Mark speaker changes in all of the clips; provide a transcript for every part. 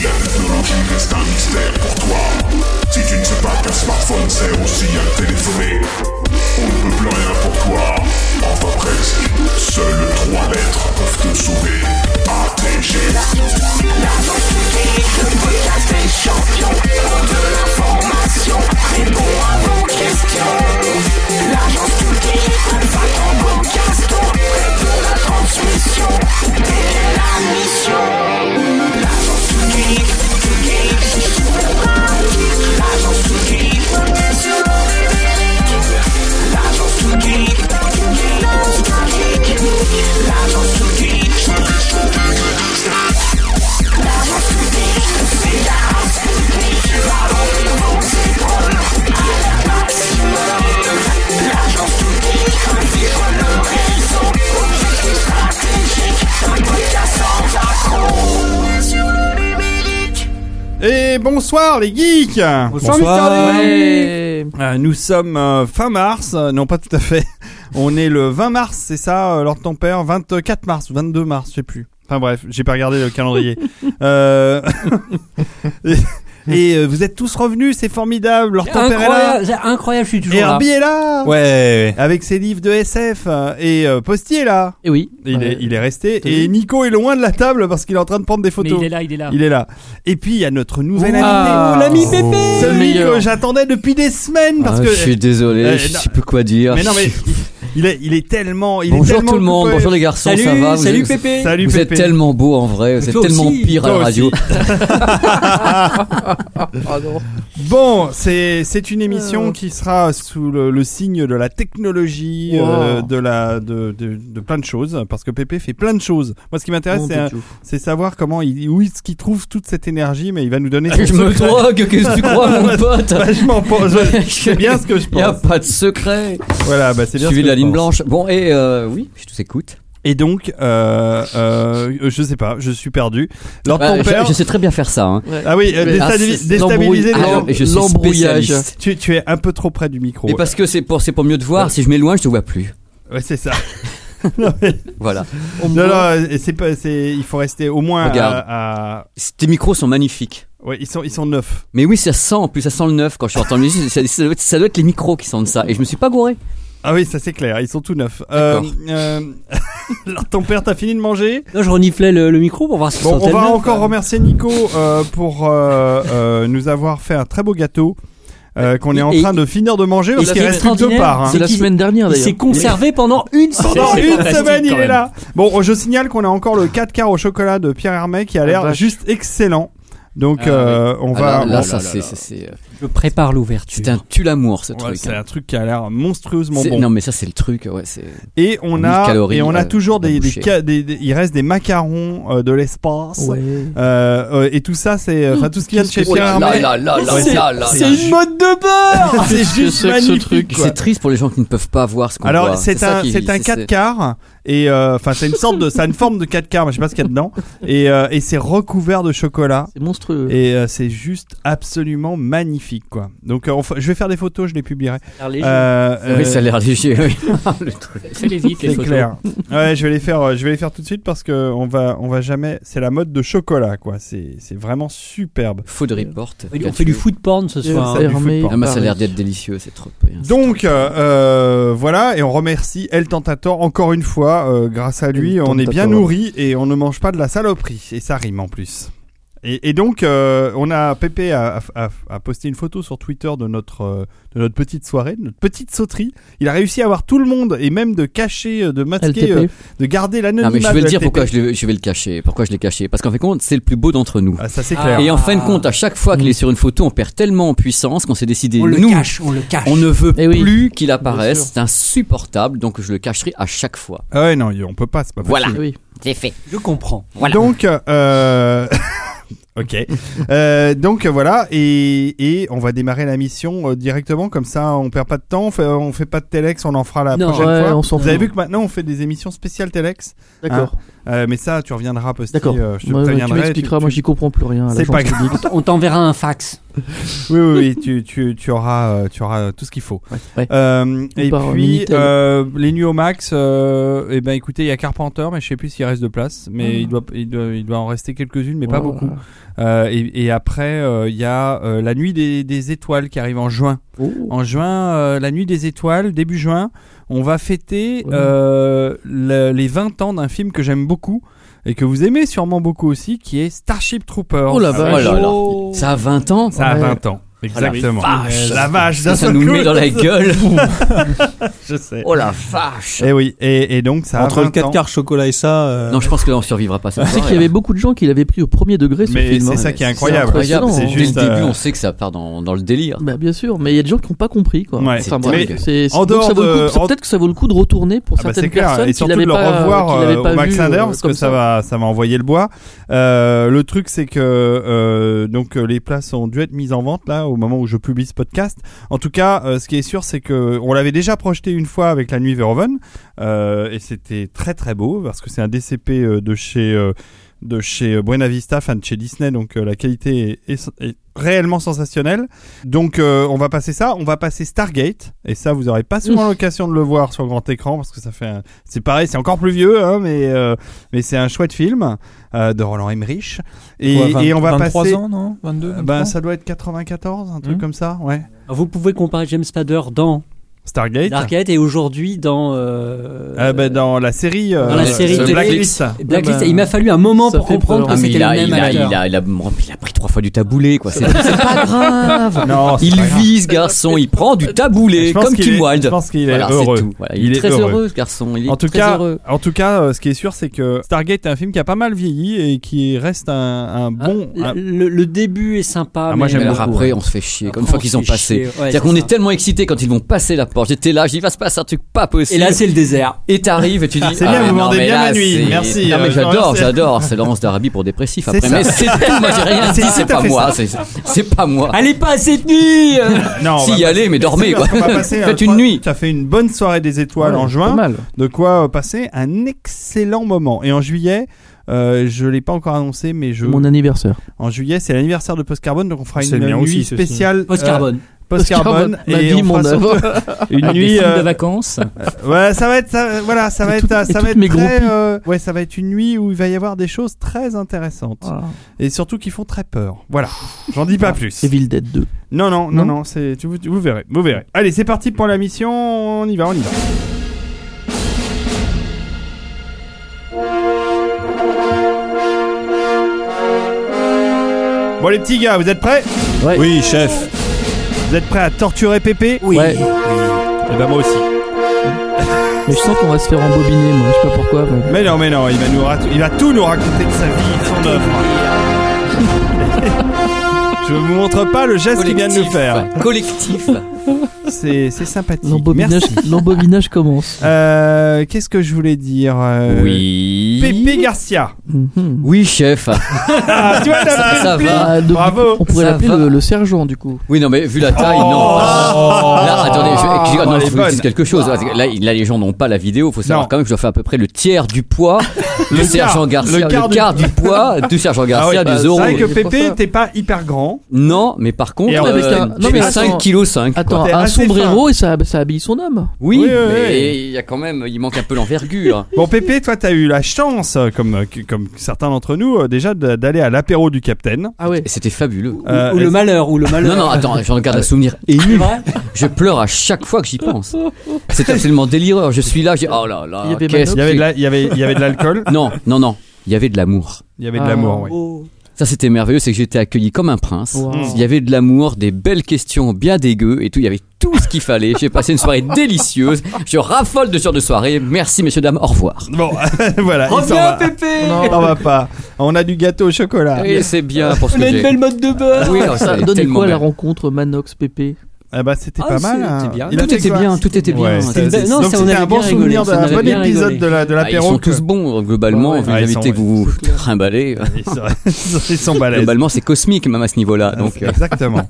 Speaker 1: technologie reste un mystère pour toi. Si tu ne sais pas qu'un smartphone sert aussi à téléphoner, on ne peut plus rien pour toi. Enfin presque, seules trois lettres peuvent te sauver. ATG.
Speaker 2: La société de podcast des champions. Pour de l'information, réponds à vos questions. L'agence culturelle va t'en bon caston. Pour la transmission, telle la mission. L'agence culturelle, culturelle, c'est sur le pratique. L'agence culturelle, c'est sur le véridique. L'agence culturelle, culturelle, c'est un geek. L'agence culturelle, c'est un geek.
Speaker 3: Et bonsoir les geeks
Speaker 4: Bonsoir.
Speaker 3: Euh, Nous sommes euh, fin mars, euh, non pas tout à fait. On est le 20 mars, c'est ça, euh, Lord ton père 24 mars ou 22 mars, je sais plus. Enfin bref, j'ai pas regardé le calendrier. Euh, et et, euh, vous êtes tous revenus, c'est formidable, Lord ton père est là
Speaker 4: Incroyable, c'est incroyable, je suis toujours là.
Speaker 3: Herbie est là
Speaker 5: Ouais.
Speaker 3: Avec ses livres de SF euh, et euh, Postier est là.
Speaker 4: Et oui.
Speaker 3: Il,
Speaker 4: Ouais.
Speaker 3: est, il est resté
Speaker 4: T'as vu
Speaker 3: et Nico est loin de la table parce qu'il est en train de prendre des
Speaker 4: Mais
Speaker 3: photos.
Speaker 4: il est là, il est là.
Speaker 3: Il est là. Et puis il y a notre nouvel
Speaker 4: Ah.
Speaker 3: ami,
Speaker 4: Oh,
Speaker 3: l'ami Pépé,
Speaker 4: le
Speaker 3: celui
Speaker 4: meilleur.
Speaker 3: que j'attendais depuis des semaines parce
Speaker 5: Ah,
Speaker 3: que
Speaker 5: je suis désolé,
Speaker 3: Euh,
Speaker 5: je
Speaker 3: non.
Speaker 5: sais plus quoi dire.
Speaker 3: mais non mais il est il est tellement il est
Speaker 5: bonjour
Speaker 3: tellement
Speaker 5: tout le monde,
Speaker 3: coupé.
Speaker 5: bonjour les garçons,
Speaker 4: Salut,
Speaker 5: ça va Vous
Speaker 4: salut
Speaker 5: êtes-
Speaker 4: Pépé.
Speaker 3: Salut
Speaker 5: Vous êtes
Speaker 3: Pépé.
Speaker 5: tellement beau en vrai, vous êtes
Speaker 4: toi
Speaker 5: tellement
Speaker 4: aussi,
Speaker 5: pire à
Speaker 3: toi
Speaker 5: la radio.
Speaker 3: Oh, Bon, c'est c'est une émission qui sera sous le, le signe de la technologie, euh, de la de, de, de plein de choses parce que Pépé fait plein de choses. Moi ce qui m'intéresse Ah, c'est
Speaker 5: Ah,
Speaker 3: un- c'est savoir comment il où est-ce qu'il trouve toute cette énergie mais il va nous donner son
Speaker 5: Je me
Speaker 3: secret.
Speaker 5: drogue, qu'est-ce que tu crois mon pote
Speaker 3: Bah, je m'en pense. Je- C'est bien ce que je
Speaker 5: Il y a
Speaker 3: pense.
Speaker 5: pas de secret.
Speaker 3: Voilà, bah c'est bien. ce que
Speaker 5: Suivi de la
Speaker 3: je
Speaker 5: ligne
Speaker 3: pense.
Speaker 5: blanche. Bon et euh, oui, je vous écoute.
Speaker 3: Et donc, euh, euh, je sais pas, je suis perdu. Lord
Speaker 5: Bah,
Speaker 3: ton
Speaker 5: je,
Speaker 3: père.
Speaker 5: je sais très bien faire ça. hein.
Speaker 3: Ah oui, euh,
Speaker 5: Ah,
Speaker 3: déstabi-
Speaker 5: c'est-
Speaker 3: déstabiliser les
Speaker 5: l'embrouille-
Speaker 3: gens.
Speaker 5: Ah, je suis
Speaker 4: L'embrouillage.
Speaker 5: spécialiste.
Speaker 3: Tu, tu es un peu trop près du micro.
Speaker 5: Et parce que c'est pour c'est pour mieux te voir. Si je m'éloigne, je te vois plus.
Speaker 3: Ouais, c'est ça. non, mais-
Speaker 5: Voilà.
Speaker 3: non, non, c'est pas, c'est, il faut rester au moins
Speaker 5: Regarde.
Speaker 3: à, à-
Speaker 5: Tes micros sont magnifiques.
Speaker 3: ouais, ils sont, ils sont neufs.
Speaker 5: Mais oui, ça sent en plus, ça sent le neuf quand je suis en train de musique. Ça, ça doit être, ça doit être les micros qui sentent ça. Et je me suis pas gouré.
Speaker 3: Ah oui, ça c'est clair, ils sont tout neufs.
Speaker 5: D'accord.
Speaker 3: euh, alors, ton père, t'as fini de manger
Speaker 4: Non, je reniflais le, le micro pour voir si
Speaker 3: Bon,
Speaker 4: sentait
Speaker 3: on
Speaker 4: le
Speaker 3: va
Speaker 4: neuf.
Speaker 3: encore remercier Nico euh, pour euh, euh, nous avoir fait un très beau gâteau euh, qu'on est en
Speaker 5: Et-
Speaker 3: train de finir de manger parce
Speaker 4: c'est
Speaker 3: qu'il reste plus que deux
Speaker 4: extraordinaire,
Speaker 3: parts. hein.
Speaker 4: C'est la semaine
Speaker 5: dernière
Speaker 4: Il s'est conservé pendant une
Speaker 3: Pendant
Speaker 4: semaine.
Speaker 3: une semaine, il est là. Bon, je signale qu'on a encore le 4 quarts au chocolat de Pierre Hermé qui a l'air juste excellent. Donc,
Speaker 5: Ah,
Speaker 3: euh, on va.
Speaker 5: là,
Speaker 3: on-
Speaker 5: ça, c'est- c'est- c'est euh,
Speaker 4: Je prépare l'ouverture.
Speaker 5: c'est un tue l'amour ce
Speaker 3: Ouais,
Speaker 5: truc.
Speaker 3: c'est
Speaker 5: hein.
Speaker 3: un truc qui a l'air monstrueusement
Speaker 5: C'est-
Speaker 3: bon.
Speaker 5: Non mais ça c'est le truc. Ouais, c'est.
Speaker 3: Et on
Speaker 5: 1000
Speaker 3: a,
Speaker 5: calories,
Speaker 3: et on a
Speaker 5: euh,
Speaker 3: toujours des,
Speaker 5: la
Speaker 3: des
Speaker 5: bouchée.
Speaker 3: ca- des- des- il reste des macarons euh, de l'espace.
Speaker 4: Ouais.
Speaker 3: Euh, euh, et tout ça, c'est, enfin, tout ce qui vient de chez
Speaker 5: Oh
Speaker 3: Pierre
Speaker 5: là
Speaker 3: Hermé.
Speaker 5: là là là
Speaker 3: Ah, C'est-
Speaker 5: là là
Speaker 3: c'est
Speaker 5: là.
Speaker 3: une
Speaker 4: mode de beurre
Speaker 3: C'est juste magnifique. quoi.
Speaker 5: C'est triste pour les gens qui ne peuvent pas voir ce qu'on voit.
Speaker 3: Alors c'est
Speaker 5: ça
Speaker 3: un
Speaker 5: qui-
Speaker 3: c'est un 4 quarts et euh, enfin c'est une sorte de ça a une forme de 4 quarts mais je sais pas ce qu'il y a dedans et euh, et c'est recouvert de chocolat
Speaker 4: C'est monstrueux.
Speaker 3: et euh, c'est juste absolument magnifique quoi. Donc euh, on fa- je vais faire des photos, je les publierai. Euh, euh,
Speaker 5: Oui, ça a l'air léger. Oui. le truc.
Speaker 4: les vite, les
Speaker 3: c'est clair. Ouais, je vais les faire euh, je vais les faire tout de suite parce que on va on va jamais c'est la mode de chocolat quoi. C'est c'est vraiment superbe.
Speaker 5: Food report.
Speaker 4: On fait du food porn ce soir.
Speaker 3: ça, du foot
Speaker 5: Ah,
Speaker 3: porn.
Speaker 5: mais ça a l'air d'être délicieux, c'est trop bien.
Speaker 3: Donc euh, euh, voilà et on remercie El Tentator encore une fois euh, grâce à lui
Speaker 6: El
Speaker 3: on est bien
Speaker 6: Tentator.
Speaker 3: nourri et on ne mange pas de la saloperie et ça rime en plus. Et, et donc euh, on a Pépé a, a- a posté une photo sur Twitter de notre euh, de notre petite soirée, de notre petite sauterie. Il a réussi à avoir tout le monde et même de cacher euh, de masquer euh,
Speaker 4: LTP.
Speaker 3: de garder
Speaker 5: Non,
Speaker 3: l'anonymat.
Speaker 5: mais je vais
Speaker 3: de
Speaker 5: le dire
Speaker 3: LTP.
Speaker 5: pourquoi je, le- je vais le cacher. Pourquoi je l'ai caché Parce qu'en fait, compte, c'est le plus beau d'entre nous.
Speaker 3: Ah, ça c'est clair.
Speaker 5: Et en fin de compte, à chaque fois qu'il
Speaker 4: Mm.
Speaker 5: est sur une photo, on perd tellement en puissance qu'on s'est décidé,
Speaker 3: Oh,
Speaker 7: On le
Speaker 5: nous,
Speaker 7: cache, on le cache.
Speaker 5: on ne veut
Speaker 4: Eh oui.
Speaker 5: plus qu'il
Speaker 4: Bien
Speaker 5: apparaisse.
Speaker 4: sûr.
Speaker 5: C'est insupportable, donc je le cacherai à chaque fois.
Speaker 3: Ah ouais non, y- on peut pas, c'est pas possible.
Speaker 5: Voilà.
Speaker 4: Oui.
Speaker 5: C'est fait.
Speaker 7: Je comprends.
Speaker 5: Voilà.
Speaker 3: Donc, euh... ok. Euh, donc voilà, et, et on va démarrer la mission euh, directement, comme ça on perd pas de temps, on fait, on fait pas de Telex, on en fera la
Speaker 4: Non,
Speaker 3: prochaine
Speaker 6: ouais,
Speaker 3: fois.
Speaker 6: on s'en
Speaker 3: Vous avez
Speaker 6: fout.
Speaker 3: vu que maintenant on fait des émissions spéciales Telex,
Speaker 6: D'accord.
Speaker 3: Euh, mais ça tu reviendras, Posty,
Speaker 6: D'accord.
Speaker 3: euh, je te
Speaker 6: Moi, tu
Speaker 3: préviendrai.
Speaker 6: m'expliqueras, moi j'y comprends plus rien. à
Speaker 3: C'est
Speaker 6: l'agence
Speaker 3: pas
Speaker 6: publique.
Speaker 7: On t- On t'enverra un fax.
Speaker 3: Oui, oui, oui, tu, tu, tu, auras, euh, tu auras tout ce qu'il faut.
Speaker 5: Ouais.
Speaker 3: Euh, et
Speaker 6: part, euh,
Speaker 3: puis,
Speaker 6: Minitel.
Speaker 3: euh, les nuits au max, euh, eh ben, écoutez, il y a Carpenter, mais je sais plus s'il reste de place.
Speaker 6: Ah.
Speaker 3: Mais il, doit, il, doit, il doit en rester quelques-unes, mais pas
Speaker 6: Voilà.
Speaker 3: beaucoup. Euh, et, et après, euh, il y a euh, la nuit des, des étoiles qui arrive en juin.
Speaker 6: Oh.
Speaker 3: En juin, euh, la nuit des étoiles, début juin, on va fêter
Speaker 6: Ouais.
Speaker 3: euh, le- les 20 ans d'un film que j'aime beaucoup et que vous aimez sûrement beaucoup aussi, qui est Starship Troopers.
Speaker 7: Ah,
Speaker 6: Oh la vache.
Speaker 5: Oh là là.
Speaker 6: Oh.
Speaker 5: Ça a 20 ans
Speaker 3: Ça a
Speaker 6: Ouais.
Speaker 3: 20 ans. Exactement.
Speaker 8: Ah,
Speaker 5: vache.
Speaker 3: La vache, d'un
Speaker 5: Ça, ça
Speaker 3: seul
Speaker 5: nous le
Speaker 3: coup.
Speaker 5: met dans la gueule.
Speaker 3: Je sais.
Speaker 5: oh la vache.
Speaker 3: Et Eh oui, et, et donc ça a
Speaker 7: Entre le
Speaker 3: 20 ans.
Speaker 7: 4 quarts chocolat et ça. euh,
Speaker 5: Non, je pense que là, on survivra pas. Ça.
Speaker 6: Tu sais qu'il y avait beaucoup de gens qui l'avaient pris au premier degré ce
Speaker 3: Mais
Speaker 6: film.
Speaker 3: c'est
Speaker 6: hein.
Speaker 3: ça qui est
Speaker 5: C'est
Speaker 3: incroyable.
Speaker 5: incroyable.
Speaker 6: C'est
Speaker 5: Dès le
Speaker 3: juste,
Speaker 5: début,
Speaker 3: euh,
Speaker 5: on sait que ça part dans, dans le délire.
Speaker 6: Bah, bien sûr, mais il y a des gens qui n'ont pas compris quoi.
Speaker 3: Ouais.
Speaker 6: Enfin,
Speaker 5: C'est
Speaker 6: bref,
Speaker 5: dingue.
Speaker 6: c'est- c'est-
Speaker 3: En
Speaker 6: donc,
Speaker 3: dehors
Speaker 6: ça vaut le coup-
Speaker 3: de-
Speaker 6: ça-
Speaker 3: en-
Speaker 6: peut-être que ça vaut le coup de retourner pour
Speaker 3: Ah bah,
Speaker 6: certaines
Speaker 3: c'est clair,
Speaker 6: personnes
Speaker 3: et
Speaker 6: qui
Speaker 3: surtout de
Speaker 6: l'avaient
Speaker 3: le
Speaker 6: pas,
Speaker 3: revoir
Speaker 6: qui
Speaker 3: euh,
Speaker 6: l'avaient pas
Speaker 3: au Max
Speaker 6: vu, euh,
Speaker 3: Linder, parce
Speaker 6: comme
Speaker 3: que ça va, ça va envoyer le bois. Euh, le truc c'est que euh, donc euh, les places ont dû être mises en vente là au moment où je publie ce podcast. En tout cas, euh, ce qui est sûr c'est que on l'avait déjà projeté une fois avec la nuit Verhoeven euh, et c'était très très beau parce que c'est un DCP euh, de chez euh, de chez euh, Buena Vista, enfin de chez Disney, donc euh, la qualité est, est- est réellement sensationnelle. Donc euh, on va passer ça, on va passer Stargate, et ça vous aurez pas souvent l'occasion de le voir sur grand écran parce que ça fait, un- c'est pareil, c'est encore plus vieux, hein, mais euh, mais c'est un chouette film euh, de Roland Emmerich, et,
Speaker 7: quoi, 20
Speaker 3: et on va
Speaker 7: 23
Speaker 3: passer.
Speaker 7: ans, non 22
Speaker 3: Ben
Speaker 7: 23?
Speaker 3: ça doit être 94, un truc
Speaker 7: Mhm.
Speaker 3: comme ça, ouais.
Speaker 4: Vous pouvez comparer James Spader dans
Speaker 3: Stargate.
Speaker 4: Darkhead et aujourd'hui dans. euh,
Speaker 3: Ah, ben, dans la série, euh,
Speaker 4: Dans la série
Speaker 3: The
Speaker 4: télé.
Speaker 3: Blacklist.
Speaker 4: Blacklist.
Speaker 6: Ah bah,
Speaker 4: il m'a fallu un moment
Speaker 6: ça
Speaker 4: pour
Speaker 6: fait
Speaker 4: comprendre
Speaker 6: peur.
Speaker 4: que
Speaker 5: Ah, mais
Speaker 4: c'était
Speaker 5: il a,
Speaker 4: le
Speaker 5: il,
Speaker 4: même
Speaker 5: a, il, a,
Speaker 4: acteur.
Speaker 5: il, a, il a pris trois fois du taboulé, quoi. C'est c'est pas grave.
Speaker 3: Non, c'est
Speaker 5: Il
Speaker 3: pas grave.
Speaker 5: vise, garçon, il prend du taboulé,
Speaker 3: Je pense
Speaker 5: comme
Speaker 3: qu'il
Speaker 5: Kim
Speaker 3: est- Je
Speaker 5: Wilde.
Speaker 3: pense qu'il est
Speaker 5: Voilà,
Speaker 3: heureux.
Speaker 5: c'est tout. Voilà, il,
Speaker 3: Il
Speaker 5: est
Speaker 3: est
Speaker 5: très
Speaker 3: heureux.
Speaker 5: heureux, ce garçon. Il est
Speaker 3: En tout,
Speaker 5: très
Speaker 3: cas,
Speaker 5: heureux.
Speaker 3: en tout cas, euh, ce qui est sûr, c'est que Stargate est un film qui a pas mal vieilli et qui reste un, un bon.
Speaker 4: Ah,
Speaker 3: un-
Speaker 4: le, le début est sympa.
Speaker 3: Ah, moi,
Speaker 4: mais-
Speaker 3: j'aime
Speaker 5: Alors
Speaker 3: beaucoup,
Speaker 5: après, on se fait Oh, chier, comme une fois qu'ils sont
Speaker 4: on se fait
Speaker 5: passés.
Speaker 4: chier, ouais,
Speaker 5: C'est-à-dire
Speaker 4: c'est
Speaker 5: qu'on
Speaker 4: ça.
Speaker 5: est tellement excité quand ils vont passer la porte. J'étais là, je dis, il va se passer un truc pas possible.
Speaker 4: Et là, c'est le désert.
Speaker 5: Et t'arrives et tu dis.
Speaker 3: C'est bien,
Speaker 5: ah,
Speaker 3: vous
Speaker 5: non,
Speaker 3: vendez
Speaker 5: mais
Speaker 3: bien
Speaker 5: là,
Speaker 3: la nuit.
Speaker 5: c'est-
Speaker 3: Merci,
Speaker 5: Non, mais
Speaker 3: euh, je vous
Speaker 5: j'adore,
Speaker 3: remercie.
Speaker 5: j'adore. C'est Laurence d'Arabie pour dépressif
Speaker 3: C'est
Speaker 5: après.
Speaker 3: ça.
Speaker 5: Mais c'est tout, moi j'ai rien dit,
Speaker 3: C'est
Speaker 5: c'est
Speaker 3: tout à
Speaker 5: pas
Speaker 3: fait
Speaker 5: moi.
Speaker 3: ça. Ah,
Speaker 5: c'est- C'est pas moi.
Speaker 4: Allez pas euh. à cette nuit
Speaker 3: Non, on
Speaker 5: Ah. Si,
Speaker 3: va
Speaker 5: y
Speaker 3: pas-
Speaker 5: aller, mais dormez,
Speaker 3: C'est
Speaker 5: quoi.
Speaker 3: parce qu'on va passer,
Speaker 5: Faites
Speaker 3: euh,
Speaker 5: une
Speaker 3: trois-
Speaker 5: nuit.
Speaker 3: Ça fait une bonne soirée des étoiles en
Speaker 6: Pas
Speaker 3: juin.
Speaker 6: mal.
Speaker 3: De quoi euh, passer un excellent moment. Et en juillet, euh, je l'ai pas encore annoncé, mais je.
Speaker 6: Mon anniversaire.
Speaker 3: En juillet, c'est l'anniversaire de Post Carbone, donc on fera
Speaker 7: C'est
Speaker 3: une
Speaker 7: le mien
Speaker 3: nuit
Speaker 7: aussi, ceci.
Speaker 3: spéciale
Speaker 4: Post
Speaker 3: euh,
Speaker 4: carbone.
Speaker 3: Post Carbone.
Speaker 6: Ma
Speaker 3: et
Speaker 6: vie,
Speaker 3: on
Speaker 6: mon
Speaker 3: fera surtout
Speaker 6: œuvre. Ah,
Speaker 3: une
Speaker 8: Des
Speaker 3: nuit.
Speaker 8: films de
Speaker 3: euh,
Speaker 8: vacances.
Speaker 3: Ouais, ça va être, ça, euh, voilà, ça va
Speaker 6: Et
Speaker 3: être,
Speaker 6: tout-
Speaker 3: ça
Speaker 6: et
Speaker 3: va
Speaker 6: toutes
Speaker 3: être
Speaker 6: mes
Speaker 3: très,
Speaker 6: groupies.
Speaker 3: euh, ouais, ça va être une nuit où il va y avoir des choses très intéressantes
Speaker 6: Voilà.
Speaker 3: et surtout qui font très peur. Voilà, j'en dis
Speaker 6: Ah,
Speaker 3: pas plus.
Speaker 6: Evil Dead 2.
Speaker 3: Non, non, non,
Speaker 6: Non
Speaker 3: non, c'est, tu, vous, tu- vous verrez, vous verrez. Allez, c'est parti pour la mission. On y va, on y va. Bon les petits gars, vous êtes prêts
Speaker 7: Oui, chef.
Speaker 3: Vous êtes prêts à torturer Pépé
Speaker 4: Oui.
Speaker 6: Ouais.
Speaker 3: Eh ben moi aussi.
Speaker 6: Mais je sens qu'on va se faire embobiner, moi. Je sais pas pourquoi. mais-
Speaker 3: Mais non, mais non, il va nous rac- il va tout nous raconter de sa vie, de son œuvre. Je vous montre pas le geste qu'il vient de nous faire.
Speaker 5: Collectif.
Speaker 3: C'est, c'est sympathique.
Speaker 6: L'embobinage,
Speaker 3: Merci.
Speaker 6: l'embobinage commence.
Speaker 3: Euh, qu'est-ce que je voulais dire euh,
Speaker 5: Oui.
Speaker 3: Pépé Garcia.
Speaker 6: Mhm.
Speaker 5: Oui, chef.
Speaker 3: Ah, tu vois, t'as pris
Speaker 5: ça
Speaker 3: le pli.
Speaker 5: va.
Speaker 6: Ah, donc,
Speaker 3: Bravo.
Speaker 6: On pourrait
Speaker 5: Ça
Speaker 6: l'appeler
Speaker 5: va.
Speaker 6: le, le sergent du coup.
Speaker 5: Oui, non, mais vu la taille, non. Là, attendez, je, je-
Speaker 3: Ah,
Speaker 5: non,
Speaker 3: Oh. elle
Speaker 5: je
Speaker 3: est
Speaker 5: vous
Speaker 3: bonne.
Speaker 5: dis quelque chose. Là, il- là, les gens n'ont pas la vidéo. faut savoir
Speaker 3: Non.
Speaker 5: quand même que je fais à peu près le tiers du poids
Speaker 3: Le
Speaker 5: du sergent
Speaker 3: quart.
Speaker 5: Garcia.
Speaker 3: Le
Speaker 5: Le
Speaker 3: quart
Speaker 5: quart,
Speaker 3: du-
Speaker 5: du... poids du sergent
Speaker 3: Ah oui,
Speaker 5: Garcia,
Speaker 3: bah,
Speaker 5: du
Speaker 3: c'est
Speaker 5: Zorro.
Speaker 3: vrai que
Speaker 6: C'est pour
Speaker 3: Pépé,
Speaker 6: ça.
Speaker 3: t'es pas hyper grand.
Speaker 5: Non, mais par contre,
Speaker 3: Et en
Speaker 6: avec un-
Speaker 5: euh,
Speaker 6: non,
Speaker 5: je
Speaker 6: mais
Speaker 5: fais
Speaker 6: attends.
Speaker 5: 5 kg 5.
Speaker 6: Attends,
Speaker 3: t'es
Speaker 6: un
Speaker 3: assez
Speaker 6: sombrero et ça, ça habille son homme.
Speaker 5: Oui,
Speaker 3: Oui, oui,
Speaker 5: mais
Speaker 3: oui.
Speaker 5: il y a quand même, il manque un peu l'envergure.
Speaker 3: Bon, Pépé, toi, t'as eu la chance, euh, comme, euh, que- comme certains d'entre nous, euh, déjà de- d'aller à l'apéro du capitaine.
Speaker 6: Ah ouais.
Speaker 5: Et c'était fabuleux.
Speaker 3: Euh,
Speaker 4: ou le
Speaker 3: est-ce-
Speaker 4: malheur, ou le malheur.
Speaker 5: Non, non, attends, j'en garde un souvenir ému. Je pleure à chaque fois que j'y pense. C'est absolument délireur. Je suis là, j'ai oh là là.
Speaker 6: Il y avait
Speaker 5: qu'est-ce
Speaker 3: Il y avait de
Speaker 5: que-
Speaker 3: la- il y avait, il y avait de l'alcool,
Speaker 5: Non, non, non. Il y avait de l'amour.
Speaker 3: il y avait de
Speaker 6: Ah.
Speaker 3: l'amour, oui.
Speaker 4: Oh.
Speaker 5: Ça, c'était merveilleux, c'est que j'étais accueilli comme un prince.
Speaker 6: Wow.
Speaker 5: Il y avait de l'amour, des belles questions bien dégueu et tout. Il y avait tout ce qu'il fallait. J'ai passé une soirée délicieuse. Je raffole de ce genre de soirée. Merci, messieurs, dames. Au revoir.
Speaker 3: Bon, voilà. il s'en
Speaker 4: Reviens,
Speaker 3: va.
Speaker 4: Pépé
Speaker 6: Non.
Speaker 3: T'en vas pas. On a du gâteau au chocolat.
Speaker 5: Ah. Et c'est bien pour ce
Speaker 4: On
Speaker 5: que
Speaker 4: a une
Speaker 5: j'ai.
Speaker 3: Ah
Speaker 4: belle mode de beurre
Speaker 5: Oui, alors,
Speaker 6: Ça
Speaker 5: c'est
Speaker 6: donne
Speaker 5: tellement
Speaker 6: quoi la
Speaker 5: bien.
Speaker 6: rencontre Manox Pépé
Speaker 3: Eh bah, c'était
Speaker 4: Ah,
Speaker 3: pas mal.
Speaker 4: c'était
Speaker 3: hein.
Speaker 4: bien.
Speaker 3: Il a
Speaker 5: Tout
Speaker 3: fait
Speaker 5: était
Speaker 3: quoi
Speaker 5: bien, tout était bien.
Speaker 3: Ouais,
Speaker 5: Ça-
Speaker 4: c'était une
Speaker 3: c'est-
Speaker 4: belle- non,
Speaker 3: donc
Speaker 4: ça, on
Speaker 3: c'était
Speaker 4: avait
Speaker 3: un bon
Speaker 4: bien
Speaker 3: souvenir
Speaker 4: rigolé, ça, on
Speaker 3: d'un
Speaker 4: avait
Speaker 3: bon
Speaker 4: bien
Speaker 3: épisode
Speaker 4: rigolé.
Speaker 3: de la de
Speaker 5: Ah, ils
Speaker 3: l'apéro.
Speaker 5: sont
Speaker 3: que-
Speaker 5: tous bons, euh, globalement,
Speaker 3: Ouais,
Speaker 5: vu
Speaker 3: ouais,
Speaker 5: les
Speaker 3: ils sont-
Speaker 5: invités que vous vous trimballez. euh,
Speaker 3: Ils sont- ils sont balèzes.
Speaker 5: Globalement, c'est cosmique, même à ce
Speaker 3: Ah,
Speaker 5: niveau-là. Donc, euh,
Speaker 3: Exactement.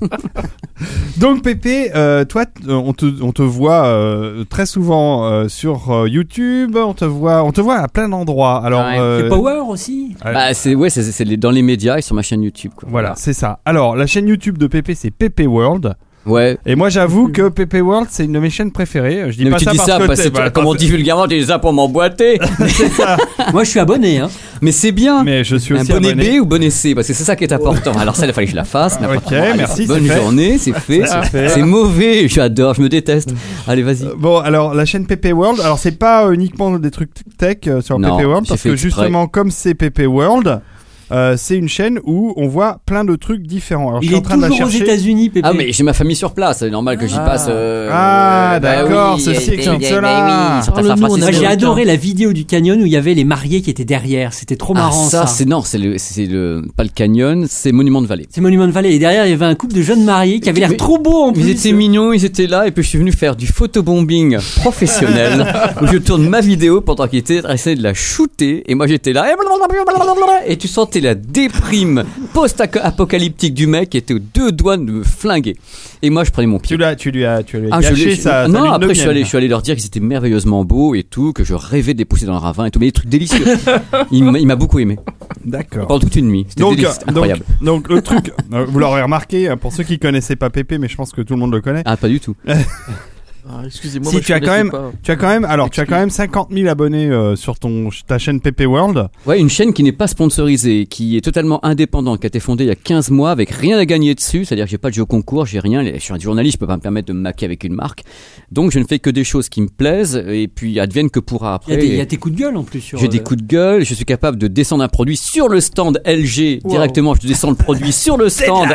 Speaker 3: donc Pépé, euh, toi, t- euh, on te, on te voit euh, très souvent euh, sur euh, YouTube, on te voit, on te voit à plein d'endroits. Alors,
Speaker 5: Ouais.
Speaker 3: euh,
Speaker 4: Et Power aussi.
Speaker 3: euh,
Speaker 5: bah, c'est, ouais, c'est, c'est les- dans les médias et sur ma chaîne YouTube, quoi.
Speaker 3: voilà, c'est ça. Alors, la chaîne YouTube de Pépé, c'est Pépé World.
Speaker 5: Ouais.
Speaker 3: Et moi,
Speaker 4: Mm.
Speaker 3: j'avoue que Pépé World, c'est une de mes chaînes préférées. Je dis
Speaker 5: Mais
Speaker 3: pas
Speaker 5: tu
Speaker 3: ça bah,
Speaker 5: dis
Speaker 3: parce
Speaker 5: ça
Speaker 3: que
Speaker 5: parce
Speaker 3: t'es-
Speaker 5: que,
Speaker 3: voilà,
Speaker 5: comme on dit vulgairement, tu dis ça pour m'emboîter.
Speaker 4: Moi, je suis abonné. Hein.
Speaker 5: mais c'est bien.
Speaker 3: Mais je suis
Speaker 5: un
Speaker 3: aussi
Speaker 5: bon
Speaker 3: abonné.
Speaker 5: B ou bon essai Parce que c'est ça qui est important. Alors, ça, il fallait que je la fasse. n'importe
Speaker 3: Ok,
Speaker 5: comment.
Speaker 4: Ah,
Speaker 5: Allez,
Speaker 3: merci,
Speaker 5: Bonne
Speaker 3: c'est fait.
Speaker 5: journée, c'est fait.
Speaker 3: C'est fait.
Speaker 5: C'est mauvais, j'adore, je me déteste. Allez, vas-y.
Speaker 3: Euh, Bon, alors la chaîne PP World, alors c'est pas euh, uniquement des trucs tech euh, sur
Speaker 5: Non,
Speaker 3: PP World,
Speaker 5: j'ai
Speaker 3: parce
Speaker 5: fait
Speaker 3: que
Speaker 5: exprès.
Speaker 3: justement, comme c'est PP World, euh, c'est une chaîne où on voit plein de trucs différents. Alors je
Speaker 4: Il
Speaker 3: suis en
Speaker 4: est
Speaker 3: train de la
Speaker 4: toujours aux
Speaker 3: chercher.
Speaker 4: États-Unis, Pépé.
Speaker 5: Ah, mais j'ai ma famille sur place, c'est normal que j'y
Speaker 4: Ah.
Speaker 5: passe. euh,
Speaker 3: Ah,
Speaker 5: euh, bah
Speaker 3: d'accord,
Speaker 5: oui,
Speaker 3: ceci
Speaker 5: eh,
Speaker 3: explique cela.
Speaker 5: eh, eh, eh, oui,
Speaker 6: Parle-nous,
Speaker 5: San Francisco.
Speaker 6: on
Speaker 4: Moi,
Speaker 6: a
Speaker 4: j'ai
Speaker 6: Américain.
Speaker 4: adoré la vidéo du canyon où il y avait les mariés qui étaient derrière. C'était trop
Speaker 5: Ah,
Speaker 4: marrant ça.
Speaker 5: c'est non, c'est le, c'est le, pas le canyon, c'est Monument de Vallée.
Speaker 4: C'est Monument de Valley. Et derrière, il y avait un couple de jeunes mariés qui avaient l'air
Speaker 5: Mais-
Speaker 4: trop beaux en plus.
Speaker 5: Ils étaient mignons, ils étaient là, et puis je suis venu faire du photobombing professionnel, où je tourne ma vidéo pendant qu'ils étaient à essayer de la shooter, et moi j'étais là, et blablabla, blablabla, et tu sentais la déprime post-apocalyptique du mec qui était aux deux doigts de me flinguer. Et moi je prenais mon pied.
Speaker 3: Tu l'as, tu lui as, tu lui as
Speaker 5: Ah, je
Speaker 3: gâché
Speaker 5: l'ai-
Speaker 3: sa- sa
Speaker 5: non,
Speaker 3: lune de
Speaker 5: après je suis,
Speaker 3: miel.
Speaker 5: allé, je suis allé leur dire qu'ils étaient merveilleusement beaux et tout, que je rêvais de les pousser dans le ravin et tout, mais des trucs délicieux. il m'a il m'a beaucoup aimé.
Speaker 3: D'accord.
Speaker 5: Pendant toute une nuit. C'était
Speaker 3: Donc,
Speaker 5: délice-
Speaker 3: euh, donc,
Speaker 5: incroyable.
Speaker 3: donc le truc, euh, vous l'aurez remarqué, euh, pour ceux qui connaissaient pas Pépé, mais je pense que tout le monde le connaît.
Speaker 5: Ah, pas du tout.
Speaker 6: Ah, Excusez-moi.
Speaker 3: Si,
Speaker 6: moi, je
Speaker 3: tu as quand
Speaker 6: connaissais
Speaker 3: même- Ah,
Speaker 6: pas.
Speaker 3: Tu as quand même, alors tu as quand même 50 000 abonnés euh, sur ton ta chaîne Pépé World.
Speaker 5: Ouais, une chaîne qui n'est pas sponsorisée, qui est totalement indépendante, qui a été fondée il y a 15 mois avec rien à gagner dessus, c'est-à-dire que j'ai pas de jeu au concours, j'ai rien, je suis un journaliste, je peux pas me permettre de me maquer avec une marque. Donc je ne fais que des choses qui me plaisent et puis advienne que pourra
Speaker 4: Il
Speaker 5: après.
Speaker 4: y, a des, il y a tes coups de gueule en plus. sur,
Speaker 5: J'ai des
Speaker 4: euh,
Speaker 5: coups de gueule, je suis capable de descendre un produit sur le stand LG directement, je descends le produit sur le stand.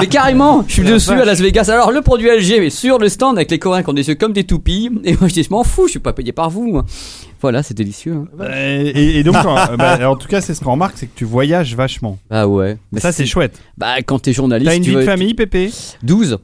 Speaker 5: mais carrément, je suis dessus à Las Vegas. Alors le produit LG mais sur le stand avec les Coréens qui ont des yeux comme des toupies et moi je dis je m'en fous, je suis pas payé par vous. moi. Voilà, c'est délicieux. hein.
Speaker 3: Et, et- et donc, en, bah, en tout cas, c'est ce qu'on remarque, c'est que tu voyages vachement.
Speaker 5: Ah ouais. Mais
Speaker 3: Ça, c'est chouette.
Speaker 5: Bah quand t'es journaliste,
Speaker 3: T'as une
Speaker 5: tu
Speaker 3: vie
Speaker 5: veux
Speaker 3: de
Speaker 5: être-
Speaker 3: famille, Pépé
Speaker 5: 12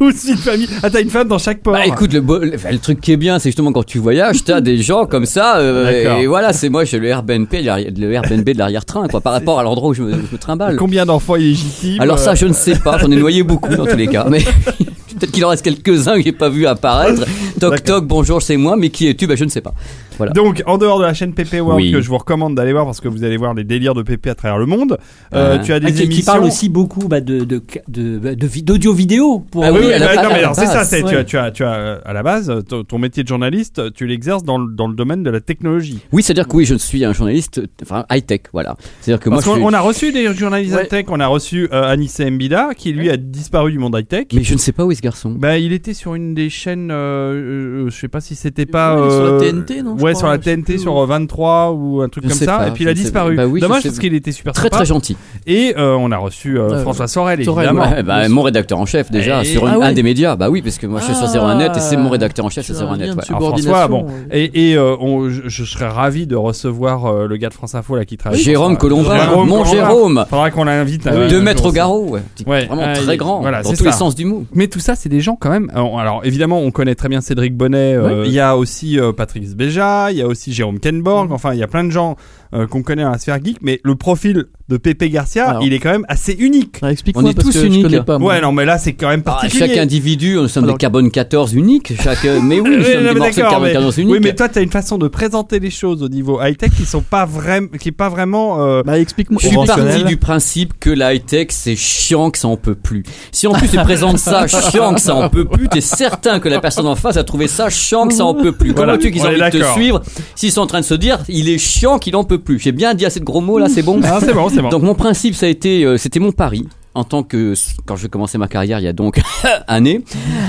Speaker 3: 12 vies de famille. Ah, t'as une femme dans chaque port.
Speaker 5: Bah écoute, le, bo- le- le truc qui est bien, c'est justement quand tu voyages, t'as des gens comme ça, euh,
Speaker 3: D'accord.
Speaker 5: et voilà, c'est moi, j'ai le Airbnb, l'arri- le Airbnb de l'arrière-train, quoi, par rapport à l'endroit où je me, je me trimballe.
Speaker 3: Combien d'enfants illégitimes euh,
Speaker 5: Alors ça, je ne sais pas, j'en ai noyé beaucoup dans tous les cas, mais peut-être qu'il en reste quelques-uns que j'ai pas vu apparaître. Toc
Speaker 3: D'accord.
Speaker 5: toc, bonjour, c'est moi, mais qui es-tu Bah je ne sais pas. Voilà.
Speaker 3: Donc, en dehors de la chaîne PP World,
Speaker 5: Oui.
Speaker 3: que je vous recommande d'aller voir parce que vous allez voir les délires de PP à travers le monde, euh,
Speaker 5: Ah.
Speaker 3: tu as des
Speaker 4: Ah, qui, qui
Speaker 3: émissions.
Speaker 4: parle aussi beaucoup bah, de, de, de, bah, de vi- d'audio-vidéo. pour
Speaker 5: Ah
Speaker 3: Oui,
Speaker 5: oui,
Speaker 3: oui,
Speaker 5: à la-
Speaker 3: bah,
Speaker 5: à
Speaker 3: non,
Speaker 5: la
Speaker 3: mais alors, c'est ça,
Speaker 5: base,
Speaker 3: c'est, tu,
Speaker 4: ouais.
Speaker 3: as, tu, as, tu as, euh, à la base, euh, ton, ton métier de journaliste, tu l'exerces dans, le- dans le domaine de la technologie.
Speaker 5: Oui, c'est-à-dire que oui, je suis un journaliste, enfin high-tech, voilà. C'est-à-dire que
Speaker 3: Parce
Speaker 5: moi,
Speaker 3: qu'on
Speaker 5: je suis-
Speaker 3: on a reçu des journalistes
Speaker 5: Ouais.
Speaker 3: tech, on a reçu euh, Anissé Mbida, qui lui a disparu du monde high-tech.
Speaker 5: Mais je ne sais pas où est ce garçon.
Speaker 3: Bah, il était sur une des chaînes, euh, euh, je sais pas si c'était pas.
Speaker 6: Il est sur la
Speaker 3: euh,
Speaker 6: TNT, non, je
Speaker 3: Ouais,
Speaker 6: crois,
Speaker 3: sur la
Speaker 6: je sais
Speaker 3: TNT,
Speaker 6: plus.
Speaker 3: sur euh, 23 ou un truc
Speaker 5: Je
Speaker 3: comme
Speaker 5: sais
Speaker 3: ça.
Speaker 5: pas,
Speaker 3: et puis il
Speaker 5: je
Speaker 3: a
Speaker 5: ne sais
Speaker 3: disparu.
Speaker 5: pas. Bah oui, je
Speaker 3: Dommage
Speaker 5: sais-
Speaker 3: parce qu'il était super
Speaker 5: Très
Speaker 3: sympa.
Speaker 5: très gentil. Ah
Speaker 3: Et euh, on a reçu euh,
Speaker 6: Euh,
Speaker 3: François Sorel,
Speaker 6: Sorel,
Speaker 3: évidemment.
Speaker 5: Ouais, bah, mon rédacteur en chef déjà
Speaker 3: Et-
Speaker 5: sur une-
Speaker 6: Ah ouais.
Speaker 5: un des médias. Bah oui, parce que moi je suis sur
Speaker 6: Ah.
Speaker 5: 01 net et c'est mon rédacteur en chef sur
Speaker 6: Tu as
Speaker 3: Ah,
Speaker 5: 01
Speaker 6: un
Speaker 5: net.
Speaker 6: lien
Speaker 5: ouais.
Speaker 6: de
Speaker 3: Alors,
Speaker 6: subordination,
Speaker 3: François, bon,
Speaker 6: euh.
Speaker 3: Et, et euh, on- je, je serais ravi de recevoir euh, le gars de France Info là qui travaille.
Speaker 5: Jérôme Colombin,
Speaker 3: Jérôme Ah
Speaker 5: mon
Speaker 3: Colombin.
Speaker 5: Jérôme, Ah
Speaker 3: Faudra qu'on l'invite. euh,
Speaker 5: deux
Speaker 3: un
Speaker 5: mètres
Speaker 3: jour
Speaker 5: au
Speaker 3: aussi.
Speaker 5: garrot, ouais.
Speaker 3: Ouais,
Speaker 5: vraiment
Speaker 3: ah,
Speaker 5: très
Speaker 3: il-
Speaker 5: grand,
Speaker 3: voilà,
Speaker 5: dans
Speaker 3: c'est
Speaker 5: tous les
Speaker 3: ça.
Speaker 5: sens du mot.
Speaker 3: Mais tout ça, c'est des gens quand même. Alors, alors, évidemment, on connaît très bien Cédric Bonnet. euh, Il y a aussi euh, Patrick Sbeja, il y a aussi Jérôme Kenborg. Enfin, il y a plein de gens euh, qu'on connaît dans la sphère geek. Mais le profil de Pépé Garcia,
Speaker 6: Alors.
Speaker 3: il est quand même assez unique.
Speaker 6: Ah, Explique-moi
Speaker 5: On est
Speaker 6: parce
Speaker 5: tous
Speaker 6: que
Speaker 5: uniques.
Speaker 6: je connais pas. moi.
Speaker 3: Ouais, non, mais là, c'est quand même
Speaker 5: bah, Ah,
Speaker 3: particulier.
Speaker 5: chaque individu, nous sommes
Speaker 6: Alors-
Speaker 5: des carbone 14 uniques. Chaque, mais oui, nous
Speaker 3: Oui,
Speaker 5: sommes
Speaker 3: non,
Speaker 5: des
Speaker 3: mais
Speaker 5: morceaux de
Speaker 3: d'accord,
Speaker 5: carbone
Speaker 3: mais-
Speaker 5: 14 uniques.
Speaker 3: Oui, mais toi, t'as une façon de présenter les choses au niveau high-tech qui sont pas vraiment, qui est pas vraiment, euh,
Speaker 6: Bah explique-moi.
Speaker 5: Je suis
Speaker 3: Conventionnel.
Speaker 5: parti du principe que la high-tech c'est chiant que ça en peut plus. Si en plus tu présentes ça chiant que ça en peut plus, t'es certain que la personne en face a trouvé ça chiant que ça en peut plus. Comment
Speaker 3: Voilà,
Speaker 5: tu qu'ils
Speaker 3: on
Speaker 5: ont
Speaker 3: est
Speaker 5: envie de te
Speaker 3: d'accord.
Speaker 5: suivre s'ils sont en train de se dire il est chiant qu'il en peut plus. J'ai bien dit assez de gros mots là, c'est bon.
Speaker 3: Ah, c'est bon, c'est bon.
Speaker 5: Donc mon principe ça a été, euh, c'était mon pari. En tant que quand je commençais ma carrière il y a donc année,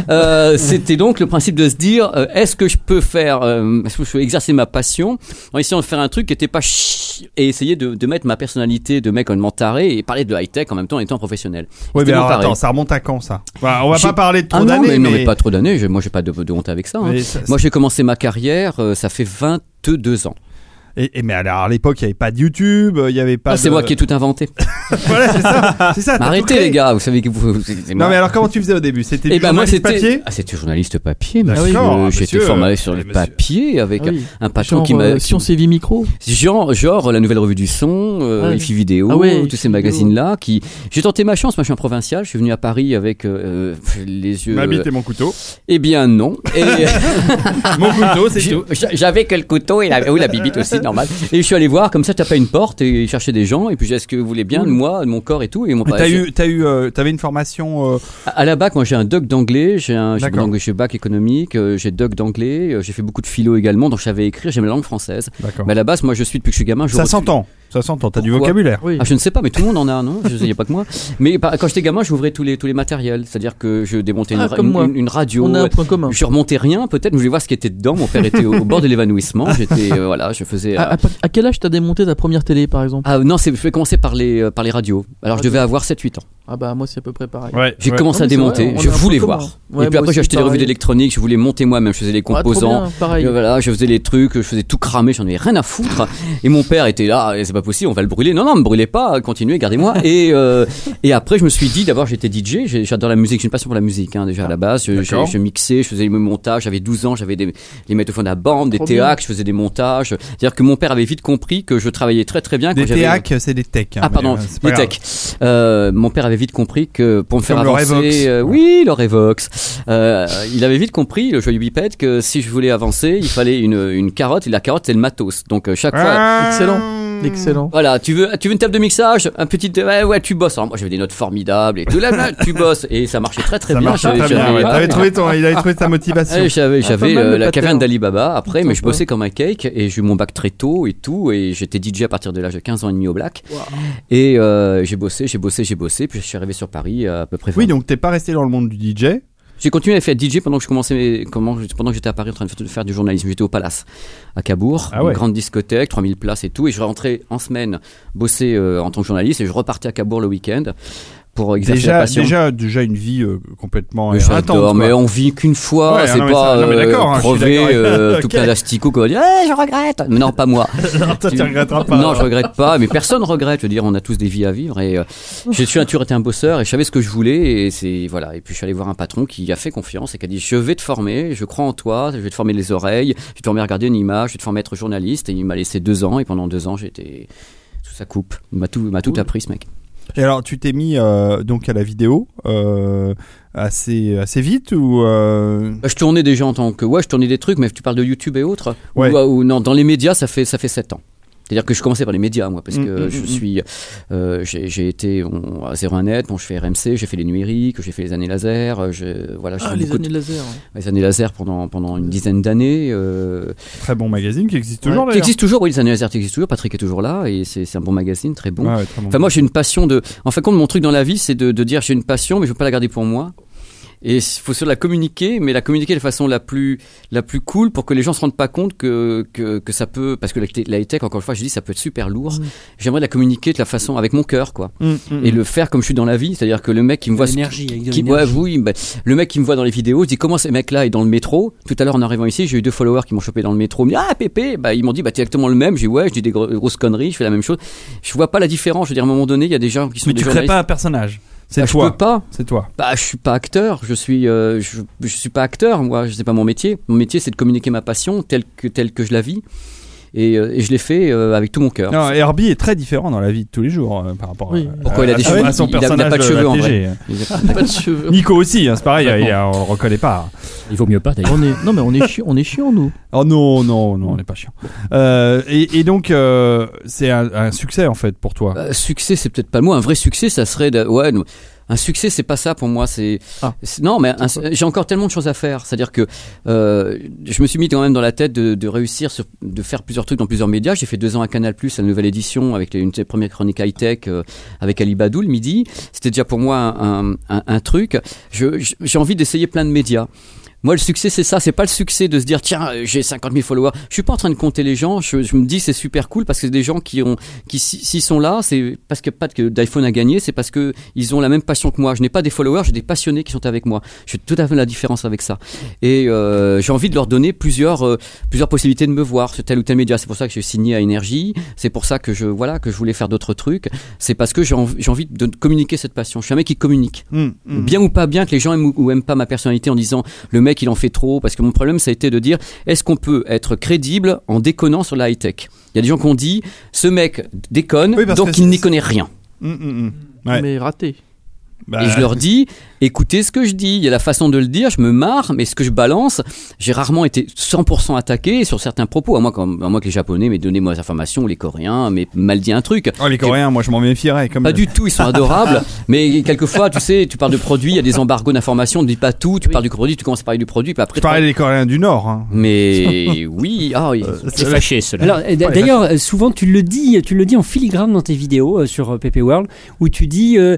Speaker 5: euh, c'était donc le principe de se dire euh, est-ce que je peux faire, euh, est-ce que je peux exercer ma passion en essayant de faire un truc qui n'était pas chi et essayer de, de mettre ma personnalité de mec complètement taré et parler de high tech en même temps en étant professionnel.
Speaker 3: oui, mais
Speaker 5: C'était mon
Speaker 3: alors,
Speaker 5: pari.
Speaker 3: attends, ça remonte à quand, ça? Bah, on va
Speaker 5: J'ai-
Speaker 3: pas parler de trop
Speaker 5: Ah non
Speaker 3: d'années,
Speaker 5: mais, non mais pas trop d'années. je- Moi j'ai pas de, de honte avec ça. hein.
Speaker 3: mais ça-
Speaker 5: Moi j'ai commencé ma carrière, euh, ça fait 22 ans.
Speaker 3: Et, et mais alors à l'époque, il n'y avait pas de YouTube, euh, il n'y avait pas.
Speaker 5: Ah, c'est
Speaker 3: de-
Speaker 5: moi qui ai tout inventé.
Speaker 3: voilà, c'est ça. C'est ça. t'as tout
Speaker 5: Arrêtez
Speaker 3: créé.
Speaker 5: les gars, vous savez que vous. c'est- c'est
Speaker 3: Non
Speaker 5: moi.
Speaker 3: mais alors comment tu faisais au début C'était
Speaker 5: Eh
Speaker 3: du
Speaker 5: ben moi
Speaker 3: journaliste
Speaker 5: c'était
Speaker 3: papier
Speaker 5: ah, c'était journaliste papier mais
Speaker 3: D'accord, ah,
Speaker 5: j'étais
Speaker 3: monsieur.
Speaker 5: formé sur le
Speaker 3: Oui, monsieur.
Speaker 5: papier avec
Speaker 6: Ah oui.
Speaker 5: un patron
Speaker 6: Genre,
Speaker 5: qui m'a
Speaker 6: euh, Science et Vie Micro.
Speaker 5: genre genre la nouvelle revue du son euh,
Speaker 6: Ah oui.
Speaker 5: IFI vidéo
Speaker 6: Ah ouais,
Speaker 5: tous
Speaker 6: IFI
Speaker 5: ces
Speaker 6: Vidéo.
Speaker 5: magazines là qui j'ai tenté ma chance moi je suis un provincial je suis venu à Paris avec euh, pff, les yeux
Speaker 3: Ma bite et mon couteau.
Speaker 5: eh bien non et
Speaker 3: Mon couteau, c'est
Speaker 5: J'ai-
Speaker 3: tout.
Speaker 5: j'a- J'avais que le couteau et la, ou la bibite aussi, normal. Et je suis allé voir, comme ça, je tapais à une porte et cherchais des gens. Et puis, j'ai dit, est-ce que vous voulez bien de moi, de mon corps et tout Et ils m'ont
Speaker 3: Mais
Speaker 5: pas-
Speaker 3: T'as eu, t'as eu, euh, t'avais une formation. euh,
Speaker 5: À- À la bac, moi, j'ai un doc d'anglais, j'ai un j'ai
Speaker 3: D'accord.
Speaker 5: donc, j'ai bac économique, euh, j'ai doc d'anglais, euh, j'ai fait beaucoup de philo également, donc je savais écrire, j'aime la langue française.
Speaker 3: D'accord.
Speaker 5: Mais à la base, moi, je suis depuis que je suis gamin. Je
Speaker 3: Ça
Speaker 5: refuse-
Speaker 3: s'entend. Ça s'entend. T'as du
Speaker 5: Pourquoi
Speaker 3: vocabulaire.
Speaker 6: Oui.
Speaker 5: Ah, je ne sais pas, mais tout le monde en a, non Je- Il n'y a pas que moi. Mais par- quand j'étais gamin, j'ouvrais tous les tous les matériels, c'est-à-dire que je démontais une
Speaker 6: Ah,
Speaker 5: ra-
Speaker 6: comme
Speaker 5: une,
Speaker 6: moi.
Speaker 5: une- une radio.
Speaker 6: On a un point commun.
Speaker 5: Je remontais rien, peut-être, mais je voulais voir ce qui était dedans. Mon père était au, au bord de l'évanouissement. J'étais, euh, voilà, je faisais. euh,
Speaker 6: À, à- à quel âge t'as démonté ta première télé, par exemple
Speaker 5: Ah non, c'est- je vais commencer par les, euh, par les radios. Alors je
Speaker 6: Radio.
Speaker 5: devais avoir 7-8 ans.
Speaker 6: Ah bah moi c'est à peu près pareil.
Speaker 3: Ouais.
Speaker 5: J'ai
Speaker 3: ouais.
Speaker 5: commencé
Speaker 6: Non, Ah,
Speaker 5: à
Speaker 6: mais c'est
Speaker 5: démonter,
Speaker 6: vrai, on
Speaker 5: je
Speaker 6: a un
Speaker 5: voulais
Speaker 6: peu commun.
Speaker 5: voir.
Speaker 6: Ouais,
Speaker 5: et puis
Speaker 6: moi
Speaker 5: après
Speaker 6: aussi,
Speaker 5: j'ai acheté des revues
Speaker 6: pareil.
Speaker 5: d'électronique, je voulais monter moi-même, je faisais les
Speaker 6: Ah, trop
Speaker 5: composants.
Speaker 6: bien, pareil.
Speaker 5: Et Euh, Voilà, je faisais les trucs, je faisais tout cramer, j'en avais rien à foutre. Et mon père était là, et c'est pas possible, on va le brûler. Non, non, me brûlez pas, continuez, gardez-moi. Et, euh, et après, je me suis dit, d'abord, j'étais DJ, j'ai- j'adore la musique, j'ai une passion pour la musique, hein, déjà à la base. Je, je,
Speaker 3: D'accord.
Speaker 5: je mixais, je faisais les montages, j'avais 12 ans, j'avais des, les métophones à bande, des
Speaker 6: Trop
Speaker 5: théâques, je faisais des montages. C'est-à-dire que mon père avait vite compris que je travaillais très très bien quand
Speaker 3: Des
Speaker 5: j'avais.
Speaker 3: TAC, c'est des techs. hein,
Speaker 5: Ah
Speaker 3: mais,
Speaker 5: pardon,
Speaker 3: euh, c'est pas
Speaker 5: les
Speaker 3: grave.
Speaker 5: techs. Euh, mon père avait vite compris que pour me faire
Speaker 3: Comme le Revox.
Speaker 5: avancer, euh, oui, le Revox. Euh, il avait vite compris, le joyeux bipède, que si je voulais avancer, il fallait une, une carotte et la carotte c'est le matos. Donc euh, chaque fois.
Speaker 3: Ah,
Speaker 6: Excellent. Excellent.
Speaker 5: Voilà, tu veux, tu veux une table de mixage, un petit, euh, ouais, ouais, tu bosses. Alors moi j'avais des notes formidables et tout là, là, tu bosses et ça marchait très très
Speaker 3: Ça
Speaker 5: bien.
Speaker 3: marche
Speaker 5: J'avais-
Speaker 3: très bien.
Speaker 5: j'avais-
Speaker 3: ouais. T'avais trouvé ton, il avait trouvé sa motivation.
Speaker 5: Ouais, j'avais j'avais,
Speaker 6: mal,
Speaker 5: euh,
Speaker 6: le
Speaker 5: la
Speaker 6: pattern.
Speaker 5: caverne d'Ali Baba après, mais je
Speaker 6: Sympa.
Speaker 5: bossais comme un cake et j'ai eu mon bac très tôt et tout. Et j'étais DJ à partir de l'âge de 15 ans et demi au black. Et euh, j'ai bossé, j'ai bossé, j'ai bossé. Puis je suis arrivé sur Paris euh, à peu près.
Speaker 3: Oui,
Speaker 5: vingt-
Speaker 3: donc t'es pas resté dans le monde du DJ.
Speaker 5: J'ai continué à faire DJ pendant que je commençais, mes- comment, pendant que j'étais à Paris en train de faire- de faire du journalisme. J'étais au Palace à Cabourg,
Speaker 3: Ah ouais.
Speaker 5: une grande discothèque, 3000 places et tout. Et je rentrais en semaine bosser euh, en tant que journaliste et je repartais à Cabourg le week-end pour exercer la
Speaker 3: Déjà,
Speaker 5: passion.
Speaker 3: déjà, déjà une vie euh, complètement
Speaker 5: Mais
Speaker 3: euh, intense.
Speaker 5: J'adore,
Speaker 3: quoi.
Speaker 5: mais on vit qu'une fois,
Speaker 3: Ouais,
Speaker 5: c'est
Speaker 3: non, mais
Speaker 5: pas
Speaker 3: ça- non, mais
Speaker 5: euh,
Speaker 3: d'accord, hein, je suis
Speaker 5: crevé,
Speaker 3: d'accord avec-
Speaker 5: euh, tout
Speaker 3: Ok.
Speaker 5: plein d'asticots qu'on va dire, Eh, je regrette. Mais non, pas moi.
Speaker 3: Toi, tu regretteras pas.
Speaker 5: non, je regrette pas, mais personne regrette. Je veux dire, on a tous des vies à vivre et euh, je suis un toujours été un bosseur et je savais ce que je voulais et c'est voilà. Et puis je suis allé voir un patron qui a fait confiance et qui a dit, je vais te former, je crois en toi, je vais te former les oreilles, je vais te former à regarder une image, je vais te former à être journaliste. Et il m'a laissé deux ans et pendant deux ans j'étais sous sa coupe. Il m'a tout, il m'a tout appris ce mec.
Speaker 3: Et alors, tu t'es mis euh, donc à la vidéo euh, assez assez vite ou euh,
Speaker 5: Bah, Je tournais déjà en tant que ouais, je tournais des trucs, mais tu parles de YouTube et autres. Ou-
Speaker 3: Ouais.
Speaker 5: Ou, non, dans les médias, ça fait ça fait sept ans. C'est-à-dire que je commençais par les médias, moi, parce
Speaker 3: Mm,
Speaker 5: que
Speaker 3: mm,
Speaker 5: je
Speaker 3: mm.
Speaker 5: suis, euh, j'ai j'ai été on, à 01net, bon, je fais RMC, j'ai fait les numériques, j'ai fait les années laser, euh, je, voilà, j'ai
Speaker 6: Ah,
Speaker 5: fait
Speaker 6: les
Speaker 5: beaucoup
Speaker 6: années laser. ouais.
Speaker 5: de- les années laser pendant pendant une dizaine d'années. Euh,
Speaker 3: très bon magazine qui existe toujours
Speaker 5: qui
Speaker 3: d'ailleurs.
Speaker 5: existe toujours, oui, les années laser, qui existe toujours. Patrick est toujours là et c'est c'est un bon magazine, très bon.
Speaker 3: Ouais, ouais, très bon.
Speaker 5: Enfin, moi, j'ai une passion de. En fin de compte, mon truc dans la vie, c'est de, de dire j'ai une passion, mais je veux pas la garder pour moi. Et il faut se la communiquer, mais la communiquer de façon la plus, la plus cool pour que les gens se rendent pas compte que, que, que ça peut. Parce que la, la high-tech, encore une fois, je dis, ça peut être super lourd.
Speaker 4: Mm.
Speaker 5: J'aimerais la communiquer de la façon avec mon cœur, quoi.
Speaker 3: Mm, mm,
Speaker 5: Et le faire comme je suis dans la vie, c'est-à-dire que le mec qui me voit.
Speaker 4: euh, l'énergie, avec de
Speaker 5: Qui, ouais,
Speaker 4: l'énergie.
Speaker 5: oui, bah, le mec qui me voit dans les vidéos, je dis comment ce mec-là est dans le métro. Tout à l'heure en arrivant ici, j'ai eu deux followers qui m'ont chopé dans le métro. Ils me disent, ah Pépé, bah, ils m'ont dit bah, t'es exactement le même. J'ai dit ouais, je dis des gros- grosses conneries, je fais la même chose. Je vois pas la différence. Je veux dire, à un moment donné, il y a des gens qui sont
Speaker 3: Mais
Speaker 5: des
Speaker 3: tu crées
Speaker 5: journalistes.
Speaker 3: pas un personnage. C'est
Speaker 5: Bah, je peux
Speaker 3: toi.
Speaker 5: pas.
Speaker 3: C'est toi.
Speaker 5: Bah, je suis pas acteur. Je suis, euh, je, je suis pas acteur. Moi, je sais pas mon métier. Mon métier, c'est de communiquer ma passion telle que telle que je la vis. Et, euh, et je l'ai fait euh, avec tout mon cœur.
Speaker 8: Ah
Speaker 3: Non, Herbie est très différent dans la vie de tous les jours euh, par rapport.
Speaker 6: Oui.
Speaker 3: À,
Speaker 5: Pourquoi
Speaker 3: à-
Speaker 5: il a des
Speaker 3: à son-
Speaker 5: cheveux
Speaker 3: à son
Speaker 5: Il a- il a
Speaker 3: personnage euh,
Speaker 5: pas de cheveux, en
Speaker 3: ATG.
Speaker 6: Pas de cheveux.
Speaker 3: Nico aussi, hein, c'est pareil,
Speaker 5: Complètement.
Speaker 3: il a- on le reconnaît pas.
Speaker 8: Il vaut mieux pas d'ailleurs.
Speaker 6: On est... Non mais on est, chi- on est chiant nous.
Speaker 3: Oh non, non, non, on n'est pas chiant. Euh, et, et donc, euh, c'est un, un succès en fait pour toi.
Speaker 5: Euh, succès, c'est peut-être pas le mot. Un vrai succès, ça serait. de- Ouais, non. un succès, c'est pas ça pour moi. C'est
Speaker 6: Ah.
Speaker 5: c'est- non, mais un- j'ai encore tellement de choses à faire. C'est-à-dire que euh, je me suis mis quand même dans la tête de, de réussir, sur- de faire plusieurs trucs dans plusieurs médias. J'ai fait deux ans à Canal Plus, la nouvelle édition avec les, une des premières chroniques high tech avec Ali Badou le midi. C'était déjà pour moi un, un- un- un truc. Je- je- J'ai envie d'essayer plein de médias. Moi, le succès, c'est ça. C'est pas le succès de se dire, tiens, euh, j'ai 50 000 followers. Je suis pas en train de compter les gens. Je, je me dis, c'est super cool parce que c'est des gens qui ont, qui si- s'ils sont là, c'est parce que pas que d'iPhone a gagné, c'est parce que ils ont la même passion que moi. Je n'ai pas des followers, j'ai des passionnés qui sont avec moi. Je fais tout à fait la différence avec ça. Et euh, j'ai envie de leur donner plusieurs, euh, plusieurs possibilités de me voir sur tel ou tel média. C'est pour ça que j'ai signé à Énergie. C'est pour ça que je, voilà, que je voulais faire d'autres trucs. C'est parce que j'ai env- j'ai envie de communiquer cette passion. Je suis un mec qui communique
Speaker 3: Hum, hum.
Speaker 5: bien ou pas bien que les gens aiment ou- ou aiment pas ma personnalité en disant le mec il en fait trop parce que mon problème ça a été de dire est-ce qu'on peut être crédible en déconnant sur la high tech il y a des gens qui ont dit ce mec déconne
Speaker 3: Oui, parce
Speaker 5: donc
Speaker 3: que
Speaker 5: il
Speaker 3: c'est-
Speaker 5: n'y connaît rien
Speaker 3: Hum, hum, hum. Ouais.
Speaker 6: Mais raté.
Speaker 3: Bah,
Speaker 5: et je leur dis écoutez ce que je dis il y a la façon de le dire je me marre mais ce que je balance j'ai rarement été 100% attaqué sur certains propos à moins, qu'en- à moins que les japonais mais donnez-moi les informations ou les coréens mais mal dit un truc
Speaker 3: Oh, les Coréens, moi je m'en méfierais. Comme
Speaker 5: Pas du tout, ils sont adorables. mais quelquefois, tu sais, tu parles de produits, il y a des embargos d'informations, ne dis pas tout, tu parles du produit, tu commences à parler du produit, puis après.
Speaker 3: Je parlais des Coréens du Nord. hein.
Speaker 5: Mais oui, ah, oui.
Speaker 8: C'est fâché, cela.
Speaker 4: Alors, euh, d-
Speaker 3: Ouais,
Speaker 4: d'ailleurs, euh, souvent tu le dis, tu le dis en filigrane dans tes vidéos euh, sur euh, PP World, où tu dis euh,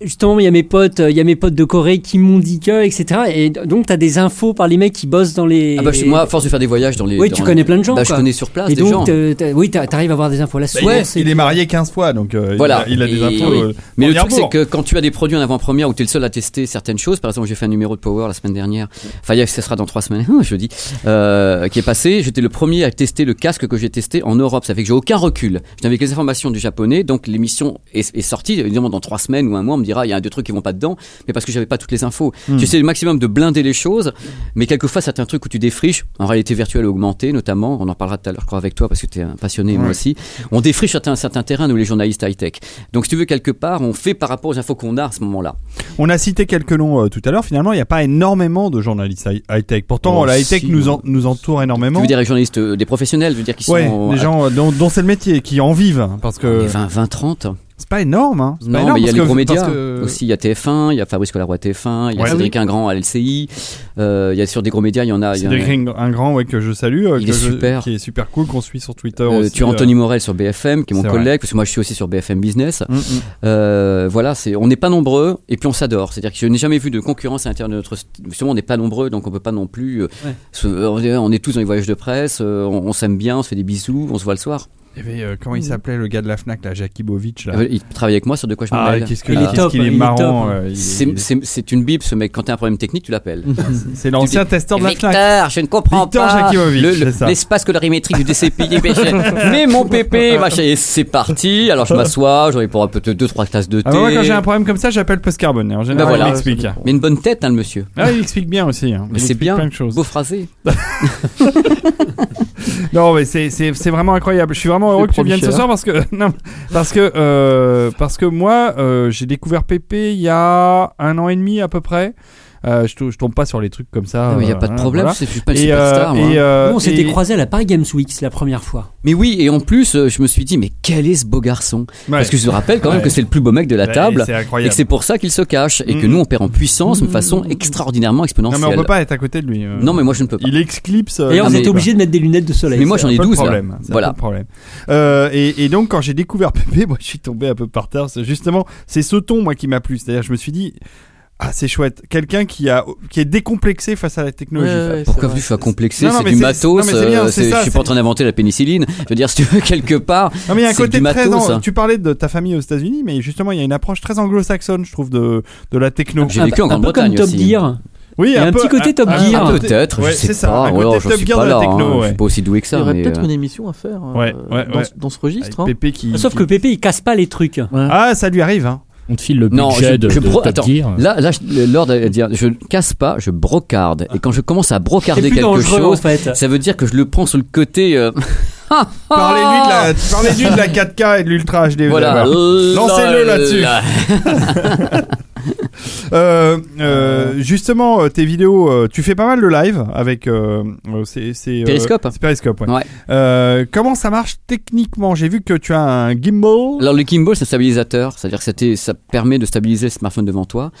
Speaker 4: justement il y a mes potes, euh, il y a mes potes de Corée qui m'ont dit que, etc. Et d- donc t'as des infos par les mecs qui bossent dans les.
Speaker 5: Ah bah, je- moi, à force de faire des voyages dans les.
Speaker 4: Oui,
Speaker 5: dans-
Speaker 4: tu connais plein de gens,
Speaker 5: Bah, je
Speaker 4: quoi.
Speaker 5: connais sur place
Speaker 4: et
Speaker 5: des gens.
Speaker 4: donc, t'as- t'as- oui, t'as- t'arrives à avoir des infos. La
Speaker 3: Bah,
Speaker 4: source,
Speaker 3: il, est, il est marié 15 fois, donc euh, il
Speaker 5: Voilà.
Speaker 3: a- il, a,
Speaker 5: Et-
Speaker 3: des infos.
Speaker 5: oui.
Speaker 3: euh,
Speaker 5: Mais le
Speaker 3: en
Speaker 5: truc, c'est
Speaker 3: Yerbourg.
Speaker 5: que quand tu as des produits en avant-première où tu es le seul à tester certaines choses, par exemple, j'ai fait un numéro de Power la semaine dernière, enfin, il y a- ce sera dans trois semaines, je dis, euh, qui est passé, j'étais le premier à tester le casque que j'ai testé en Europe. Ça fait que j'ai aucun recul. Je n'avais que les informations du japonais, donc l'émission est, est sortie. Évidemment, dans trois semaines ou un mois, on me dira, il y a deux trucs qui vont pas dedans, mais parce que j'avais pas toutes les infos. Tu sais, le maximum de blinder les choses, mais quelquefois, certains trucs où tu défriches, en réalité virtuelle augmentée, notamment, on en parlera tout à l'heure, je crois, avec toi, parce que tu es un passionné, moi aussi, on défriche certains, certains terrains, nous, les journalistes high-tech. Donc, si tu veux, quelque part, on fait par rapport aux infos qu'on a à ce moment-là.
Speaker 3: On a cité quelques noms euh, tout à l'heure. Finalement, il n'y a pas énormément de journalistes hi- high-tech. Pourtant,
Speaker 5: Oh,
Speaker 3: la high-tech
Speaker 5: si,
Speaker 3: nous,
Speaker 5: ouais.
Speaker 3: en- nous entoure énormément.
Speaker 5: Tu veux dire les journalistes, euh, des professionnels, je veux dire qui
Speaker 3: ouais,
Speaker 5: sont.
Speaker 3: les gens euh, dont, dont c'est le métier, qui en vivent, hein, parce
Speaker 5: euh,
Speaker 3: que
Speaker 5: les 20, 20, 30.
Speaker 3: c'est pas énorme. Hein. C'est pas
Speaker 5: Non,
Speaker 3: énorme,
Speaker 5: mais il y a
Speaker 3: parce
Speaker 5: les
Speaker 3: que-
Speaker 5: gros
Speaker 3: parce
Speaker 5: médias
Speaker 3: que- euh,
Speaker 5: aussi. Il y a TF1, il y a Fabrice Colaroy TF1, il y a
Speaker 3: Ouais.
Speaker 5: Cédric Ingrand à LCI. euh, il y a sur des gros médias, il y en a. il y en a-
Speaker 3: Cédric Ring- un grand ouais, que je salue, euh,
Speaker 5: Il
Speaker 3: que
Speaker 5: est
Speaker 3: je-
Speaker 5: super.
Speaker 3: qui est super cool, qu'on suit sur Twitter.
Speaker 5: euh,
Speaker 3: aussi,
Speaker 5: tu as
Speaker 3: euh.
Speaker 5: Anthony Morel sur BFM, qui est mon
Speaker 3: c'est
Speaker 5: collègue,
Speaker 3: vrai.
Speaker 5: parce que moi je suis aussi sur BFM Business.
Speaker 3: Mm, mm.
Speaker 5: Euh, voilà, c'est, on n'est pas nombreux et puis on s'adore. C'est-à-dire que je n'ai jamais vu de concurrence à l'intérieur de notre. Justement, on n'est pas nombreux, donc on peut pas non plus. euh,
Speaker 4: Ouais.
Speaker 5: se- on, est, on est tous dans les voyages de presse, euh, on, on s'aime bien, on se fait des bisous, on se voit le soir.
Speaker 3: Il y avait, euh, comment il s'appelait le gars de la Fnac, là, Jakibovic là.
Speaker 5: Euh, Il travaille avec moi sur De quoi je me
Speaker 3: Ah,
Speaker 5: mêle.
Speaker 3: qu'est-ce que-
Speaker 4: Il est
Speaker 3: qu'est-ce
Speaker 4: top,
Speaker 3: qu'il est
Speaker 4: il est
Speaker 3: marrant.
Speaker 4: top.
Speaker 3: euh, il est- il
Speaker 5: C'est,
Speaker 3: est-
Speaker 5: c'est- c'est une bible ce mec. Quand t'as un problème technique, tu l'appelles.
Speaker 6: Mhm.
Speaker 3: C'est l'ancien testeur de la Fnac.
Speaker 5: Victor, je ne comprends
Speaker 3: Victor
Speaker 5: pas
Speaker 3: Jakimovic,
Speaker 5: le- le-
Speaker 3: c'est ça.
Speaker 5: l'espace colorimétrique du DCPI. mais je- mais mon pépé, machin, et c'est parti. Alors je m'assois, j'en ai pour un peu deux, trois tasses de thé.
Speaker 3: Ah, moi, quand j'ai un problème comme ça, j'appelle Post Carbone. En
Speaker 6: Ah,
Speaker 3: général,
Speaker 5: Bah voilà.
Speaker 3: il m'explique.
Speaker 5: Mais une bonne tête, hein, le monsieur.
Speaker 3: Ah, il explique bien aussi. hein. Il
Speaker 5: Mais c'est
Speaker 3: explique
Speaker 5: bien,
Speaker 3: Plein de choses.
Speaker 5: beau phrasé.
Speaker 3: Non, mais c'est, c'est, c'est vraiment incroyable. Je suis vraiment heureux que tu viennes ce soir
Speaker 6: prodigeur.
Speaker 3: parce que non, parce que euh, parce que moi euh, j'ai découvert Pépé il y a un an et demi à peu près. Euh, je, tou- je tombe pas sur les trucs comme ça.
Speaker 5: Ah, mais il n'y a
Speaker 3: euh,
Speaker 5: pas de
Speaker 3: voilà.
Speaker 5: problème, c'est je suis pas une
Speaker 3: Et, euh,
Speaker 5: superstar. hein. moi.
Speaker 3: et, euh,
Speaker 4: Nous, on s'était
Speaker 3: et-
Speaker 4: croisés à la Paris Games Week la première fois.
Speaker 5: Mais oui, et en plus, euh, je me suis dit, mais quel est ce beau garçon Parce que je te rappelle quand même
Speaker 3: Ouais.
Speaker 5: que c'est le plus beau mec de la
Speaker 3: Ouais,
Speaker 5: table.
Speaker 3: C'est
Speaker 5: Et
Speaker 3: incroyable.
Speaker 5: que c'est pour ça qu'il se cache et que
Speaker 3: Mhm.
Speaker 5: nous on perd en puissance de façon extraordinairement
Speaker 3: non
Speaker 5: exponentielle.
Speaker 3: mais on peut pas être à côté de lui. euh.
Speaker 5: Non, mais moi je ne peux pas.
Speaker 3: il exclipse. euh,
Speaker 4: D'ailleurs,
Speaker 5: Ah,
Speaker 4: vous
Speaker 5: mais-
Speaker 4: êtes obligé de mettre des lunettes de soleil.
Speaker 5: Mais moi,
Speaker 4: ça.
Speaker 5: j'en ai
Speaker 3: pas de
Speaker 5: 12, là.
Speaker 3: problème. c'est
Speaker 5: hein. Voilà.
Speaker 3: pas de problème. Euh, et, et donc quand j'ai découvert Pépé, moi je suis tombé un peu par terre. C'est justement c'est ce ton moi qui m'a plu. C'est-à-dire je me suis dit ah c'est chouette quelqu'un qui a qui est décomplexé face à la technologie.
Speaker 5: Pourquoi tu sois complexé
Speaker 3: Non, non,
Speaker 5: C'est
Speaker 3: mais
Speaker 5: du
Speaker 3: c'est-
Speaker 5: matos.
Speaker 3: non, mais c'est bien,
Speaker 5: euh,
Speaker 3: c'est
Speaker 5: c'est-
Speaker 3: ça,
Speaker 5: je suis
Speaker 3: c'est-
Speaker 5: pas en train d'inventer la pénicilline. Je veux dire, si tu veux quelque part,
Speaker 3: Non mais il y a un
Speaker 5: C'est
Speaker 3: côté
Speaker 5: du
Speaker 3: très
Speaker 5: matos,
Speaker 3: an-
Speaker 5: hein.
Speaker 3: tu parlais de ta famille aux États-Unis mais justement il y a une approche très anglo-saxonne je trouve de de la techno.
Speaker 5: Ah, j'ai
Speaker 4: Un-
Speaker 5: vécu en
Speaker 4: un peu
Speaker 5: Grande-Bretagne
Speaker 4: comme Top
Speaker 5: aussi.
Speaker 4: Gear.
Speaker 3: Oui,
Speaker 4: Il y a un petit côté Top Gear.
Speaker 5: ah,
Speaker 4: Ah,
Speaker 5: peut-être.
Speaker 3: ouais,
Speaker 5: je sais
Speaker 3: c'est ça,
Speaker 5: pas.
Speaker 3: un
Speaker 5: ou alors,
Speaker 3: côté
Speaker 5: je
Speaker 3: Top
Speaker 5: suis
Speaker 3: Gear
Speaker 5: pas
Speaker 3: de la
Speaker 5: là.
Speaker 3: techno,
Speaker 5: hein, Je
Speaker 3: ouais.
Speaker 5: suis pas aussi doué
Speaker 6: Il
Speaker 5: que
Speaker 6: y
Speaker 5: ça.
Speaker 6: aurait
Speaker 5: mais,
Speaker 6: peut-être
Speaker 5: euh,
Speaker 6: une émission à faire euh,
Speaker 3: Ouais, ouais,
Speaker 6: dans,
Speaker 3: ouais.
Speaker 6: ce- dans ce registre. hein.
Speaker 3: Pépé qui
Speaker 5: Ah,
Speaker 4: Sauf que Pépé, il casse pas les trucs.
Speaker 3: Ah, ça lui arrive hein.
Speaker 8: On te file le budget
Speaker 5: Non, je-
Speaker 8: de,
Speaker 5: je
Speaker 8: de
Speaker 5: pro-
Speaker 8: Top
Speaker 5: attends.
Speaker 8: Gear.
Speaker 5: Là, là, je- l'ordre est de dire, je casse pas, je brocarde. Et quand je commence à
Speaker 4: C'est
Speaker 5: brocarder
Speaker 4: plus
Speaker 5: quelque
Speaker 4: dangereux en
Speaker 5: chose,
Speaker 4: fait.
Speaker 5: ça veut dire que je le prends sur le côté. euh,
Speaker 3: Parlez-lui de la parlez-lui de la 4K et de l'ultra E. HD.
Speaker 5: Ah.
Speaker 3: vous
Speaker 5: Voilà.
Speaker 3: allez voir.
Speaker 5: Euh,
Speaker 3: Lancez-le
Speaker 5: là,
Speaker 3: là-dessus.
Speaker 5: là.
Speaker 3: Euh, euh, justement, euh, tes vidéos, euh, tu fais pas mal de live avec. Euh, euh, c'est, c'est, euh,
Speaker 5: Periscope. hein.
Speaker 3: c'est Periscope, ouais.
Speaker 5: Ouais.
Speaker 3: Euh, comment ça marche techniquement J'ai vu que tu as un gimbal.
Speaker 5: Alors le gimbal c'est un stabilisateur, c'est-à-dire que c'était- ça permet de stabiliser le smartphone devant toi.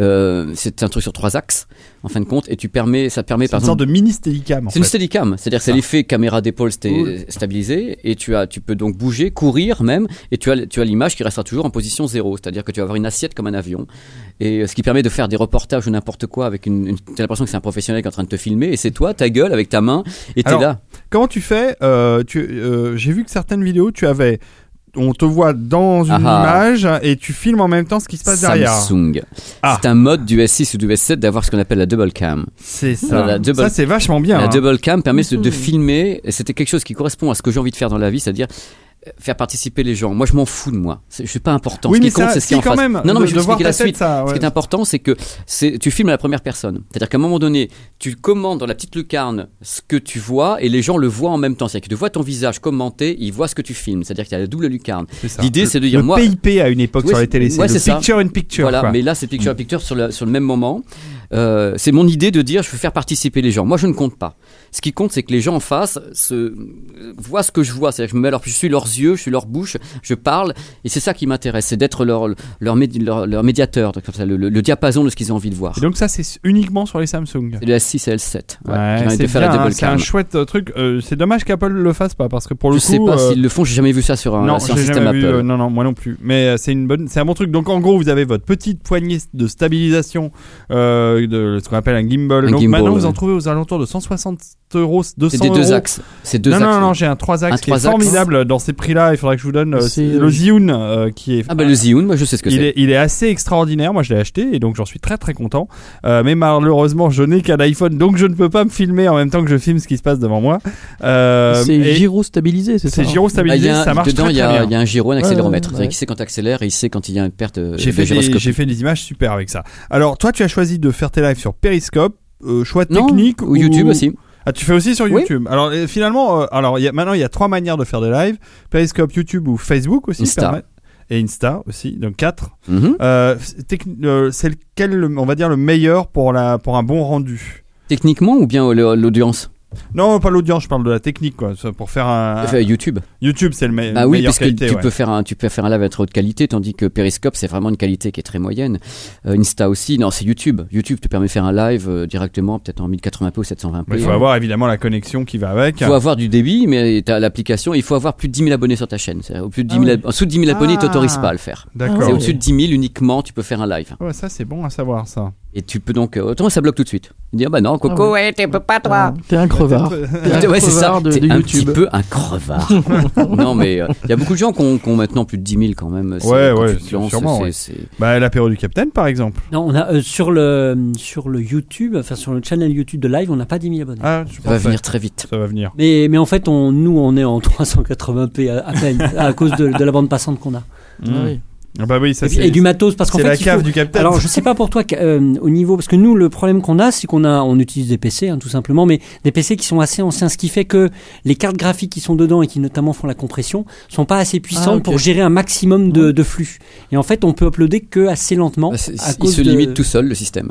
Speaker 5: Euh, c'est un truc sur trois axes. en fin de compte, et tu permets, ça permet
Speaker 3: C'est
Speaker 5: par
Speaker 3: une sorte
Speaker 5: exemple.
Speaker 3: de mini steadicam en
Speaker 5: C'est une
Speaker 3: fait. Ah.
Speaker 5: steadicam, c'est-à-dire que c'est
Speaker 3: Ça.
Speaker 5: l'effet caméra d'épaule sté-
Speaker 3: Cool.
Speaker 5: stabilisé et tu as, tu peux donc bouger, courir même, et tu as, tu as l'image qui restera toujours en position zéro, c'est-à-dire que tu vas avoir une assiette comme un avion, et euh, ce qui permet de faire des reportages ou n'importe quoi avec une, une- t'as l'impression que c'est un professionnel qui est en train de te filmer et c'est toi, ta gueule avec ta main, et t'es
Speaker 3: Alors,
Speaker 5: là.
Speaker 3: Comment tu fais euh, tu, euh, J'ai vu que certaines vidéos, tu avais. On te voit dans une
Speaker 5: Ah ah.
Speaker 3: image et tu filmes en même temps ce qui se passe derrière.
Speaker 5: Samsung.
Speaker 3: Ah.
Speaker 5: C'est un mode du S6 ou du S7 d'avoir ce qu'on appelle la double cam.
Speaker 3: C'est ça.
Speaker 5: La double-
Speaker 3: Ça, c'est vachement bien.
Speaker 5: La
Speaker 3: hein.
Speaker 5: double cam permet de, de
Speaker 8: Mhm.
Speaker 5: filmer, et c'était quelque chose qui correspond à ce que j'ai envie de faire dans la vie, c'est-à-dire euh, faire participer les gens. Moi, je m'en fous de moi. C'est- Je suis pas important.
Speaker 3: Oui,
Speaker 5: ce qui
Speaker 3: mais
Speaker 5: compte,
Speaker 3: ça,
Speaker 5: c'est ce qui est
Speaker 3: si,
Speaker 5: en
Speaker 3: quand
Speaker 5: face.
Speaker 3: même.
Speaker 5: non,
Speaker 3: de-
Speaker 5: non, mais je vais
Speaker 3: de
Speaker 5: vous
Speaker 3: voir
Speaker 5: expliquer
Speaker 3: ta
Speaker 5: la
Speaker 3: tête,
Speaker 5: suite.
Speaker 3: ça,
Speaker 5: Ce
Speaker 3: ouais.
Speaker 5: qui est important, c'est que c'est- tu filmes à la première personne. C'est-à-dire qu'à un moment donné, tu commandes dans la petite lucarne ce que tu vois et les gens le voient en même temps. C'est-à-dire qu'ils te voient ton visage commenté, ils voient ce que tu filmes. C'est-à-dire qu'il y a la double lucarne.
Speaker 3: C'est ça.
Speaker 5: L'idée, c'est de
Speaker 3: Le
Speaker 5: dire, moi,
Speaker 3: PIP à une époque
Speaker 5: Ouais,
Speaker 3: sur les
Speaker 5: c'est-
Speaker 3: télés, c'est
Speaker 5: ouais,
Speaker 3: le
Speaker 5: c'est ça.
Speaker 3: picture in picture.
Speaker 5: voilà,
Speaker 3: quoi. Mm.
Speaker 5: mais là c'est picture à picture sur le, sur le même moment. Euh, c'est mon idée de dire je veux faire participer les gens. Moi je ne compte pas. Ce qui compte c'est que les gens en face se, euh, voient ce que je vois. C'est-à-dire que je, me mets à leur- je suis leurs yeux, je suis leur bouche, je parle et c'est ça qui m'intéresse. C'est d'être leur, leur, médi- leur, leur médiateur, donc comme ça, le, le- le diapason de ce qu'ils ont envie de voir.
Speaker 3: Et donc ça, c'est uniquement sur les Samsung.
Speaker 5: C'est le S6
Speaker 3: Ouais,
Speaker 5: et L7. Ouais, qui permettent
Speaker 3: c'est
Speaker 5: de
Speaker 3: bien,
Speaker 5: faire la
Speaker 3: hein,
Speaker 5: double
Speaker 3: c'est un
Speaker 5: cam.
Speaker 3: chouette euh, truc. Euh, c'est dommage qu'Apple le fasse pas parce que pour
Speaker 5: Je
Speaker 3: le coup,
Speaker 5: sais pas
Speaker 3: euh,
Speaker 5: s'ils le font, j'ai jamais vu ça sur un,
Speaker 3: non,
Speaker 5: sur un
Speaker 3: j'ai
Speaker 5: système
Speaker 3: jamais vu,
Speaker 5: Apple.
Speaker 3: euh, non, non, moi non plus. Mais euh, c'est une bonne, c'est un bon truc. Donc en gros, vous avez votre petite poignée de stabilisation euh, de ce qu'on appelle un gimbal.
Speaker 5: Un
Speaker 3: Donc
Speaker 5: gimbal,
Speaker 3: maintenant, vous en
Speaker 5: ouais.
Speaker 3: trouvez aux alentours de 160 euros, 200
Speaker 5: c'est des deux
Speaker 3: euros.
Speaker 5: axes. C'est deux
Speaker 3: non,
Speaker 5: axes.
Speaker 3: non, non, j'ai un 3 axes
Speaker 5: Un
Speaker 3: qui est
Speaker 5: trois axes.
Speaker 3: formidable dans ces prix-là. Il faudrait que je vous donne euh,
Speaker 6: C'est-
Speaker 3: le Zhiyun euh, qui est
Speaker 5: ah bah le Zhiyun, moi je sais ce que
Speaker 3: il
Speaker 5: c'est.
Speaker 3: est, il est assez extraordinaire. Moi, je l'ai acheté et donc j'en suis très très content. Euh, mais malheureusement, je n'ai qu'un iPhone, donc je ne peux pas me filmer en même temps que je filme ce qui se passe devant moi. Euh,
Speaker 6: C'est
Speaker 3: et
Speaker 6: gyro stabilisé, c'est ça hein
Speaker 3: c'est gyro
Speaker 5: Ah, il y
Speaker 3: stabilisé,
Speaker 5: a un-
Speaker 3: ça marche
Speaker 5: dedans,
Speaker 3: très,
Speaker 5: il y a,
Speaker 3: très
Speaker 5: il
Speaker 3: bien.
Speaker 5: y a un gyro, un
Speaker 6: Ouais,
Speaker 5: accéléromètre.
Speaker 6: ouais,
Speaker 5: C'est-à-dire
Speaker 6: ouais.
Speaker 5: qu'il sait quand t'accélères et il sait quand il y a une perte euh,
Speaker 3: J'ai
Speaker 5: de
Speaker 3: fait, des,
Speaker 5: gyroscope.
Speaker 3: j'ai fait des images super avec ça. Alors, toi, tu as choisi de faire tes lives sur Periscope. euh, choix
Speaker 5: Non,
Speaker 3: technique
Speaker 5: ou YouTube aussi.
Speaker 3: Ah, tu fais aussi sur
Speaker 5: Oui.
Speaker 3: YouTube. Alors euh, finalement, euh, alors il y a, maintenant il y a trois manières de faire des lives Periscope, YouTube ou Facebook aussi.
Speaker 5: Insta.
Speaker 3: permet- Et Insta aussi, donc quatre.
Speaker 5: Mhm.
Speaker 3: Euh, techni- euh, c'est lequel, le- on va dire, le meilleur pour, la, pour un bon rendu
Speaker 5: Techniquement ou bien euh, le- l'audience
Speaker 3: Non, pas l'audience, je parle de la technique, quoi. Ça, Pour faire un.
Speaker 5: Enfin, YouTube.
Speaker 3: YouTube, c'est le me-
Speaker 5: Ah oui,
Speaker 3: meilleur
Speaker 5: parce que
Speaker 3: Ah, euh, qualité.
Speaker 5: tu
Speaker 3: ouais.
Speaker 5: peux faire un tu peux faire un live à très haute qualité, tandis que Periscope c'est vraiment une qualité qui est très moyenne. Euh, Insta aussi, non c'est YouTube. YouTube te permet de faire un live euh, directement, peut-être en 1080p ou 720p.
Speaker 3: Mais il faut avoir évidemment la connexion qui va avec.
Speaker 5: Il hein. faut avoir du débit, mais tu as l'application. Il faut avoir plus de 10 000 abonnés sur ta chaîne. C'est-à-dire, au plus de 10 000
Speaker 6: Ah
Speaker 5: ab- En dessous de 10 000 abonnés, ils t'autorisent
Speaker 3: Ah.
Speaker 5: pas à le faire.
Speaker 3: D'accord.
Speaker 5: C'est au-dessus de 10 000 uniquement, tu peux faire un live.
Speaker 3: Ouais, ça, c'est bon à savoir, ça.
Speaker 5: Et tu peux donc. euh, Autrement, ça bloque tout de suite. Dire, bah non, coco,
Speaker 6: ouais, t'es pas toi. Ah, bah, T'es un crevard.
Speaker 3: Ah
Speaker 6: T'es un
Speaker 5: Ouais, c'est ça.
Speaker 6: crevard de,
Speaker 5: C'est
Speaker 6: de
Speaker 5: un
Speaker 6: YouTube.
Speaker 5: petit peu un crevard. non, mais euh, il y a beaucoup de gens qui ont, qui ont maintenant plus de 10 000 quand même. C'est-
Speaker 3: Ouais,
Speaker 5: quand
Speaker 3: ouais,
Speaker 5: tu te lances,
Speaker 3: sûrement,
Speaker 5: c'est-
Speaker 3: ouais.
Speaker 5: c'est-
Speaker 3: Bah, l'apéro du Capitaine, par exemple.
Speaker 4: Non, on a euh, sur le sur le YouTube, enfin sur le channel YouTube de live, on n'a pas 10 000 abonnés.
Speaker 3: Ah, je
Speaker 5: Ça va
Speaker 3: pensais.
Speaker 5: venir très vite.
Speaker 3: Ça va venir.
Speaker 4: Mais, mais en fait, on, nous, on est en 380p à, à peine, à cause de, de la bande passante qu'on a.
Speaker 6: Ah
Speaker 5: Mmh.
Speaker 6: oui.
Speaker 3: Ah Bah oui, ça
Speaker 4: Et, puis-
Speaker 3: c'est.
Speaker 4: et du matos, parce qu'en
Speaker 3: c'est
Speaker 4: fait,
Speaker 3: la
Speaker 4: il
Speaker 3: cave
Speaker 4: faut-
Speaker 3: du Capitaine.
Speaker 4: Alors, je sais pas pour toi ca- euh, au niveau parce que nous le problème qu'on a c'est qu'on a on utilise des PC hein, tout simplement mais des PC qui sont assez anciens ce qui fait que les cartes graphiques qui sont dedans et qui notamment font la compression sont pas assez puissantes
Speaker 6: Ah, ok.
Speaker 4: pour gérer un maximum de, de flux. Et en fait, on peut uploader que assez lentement
Speaker 5: Bah, c'est-
Speaker 4: Ah, à
Speaker 5: il
Speaker 4: cause
Speaker 5: se
Speaker 4: de-
Speaker 5: limite tout seul, le système.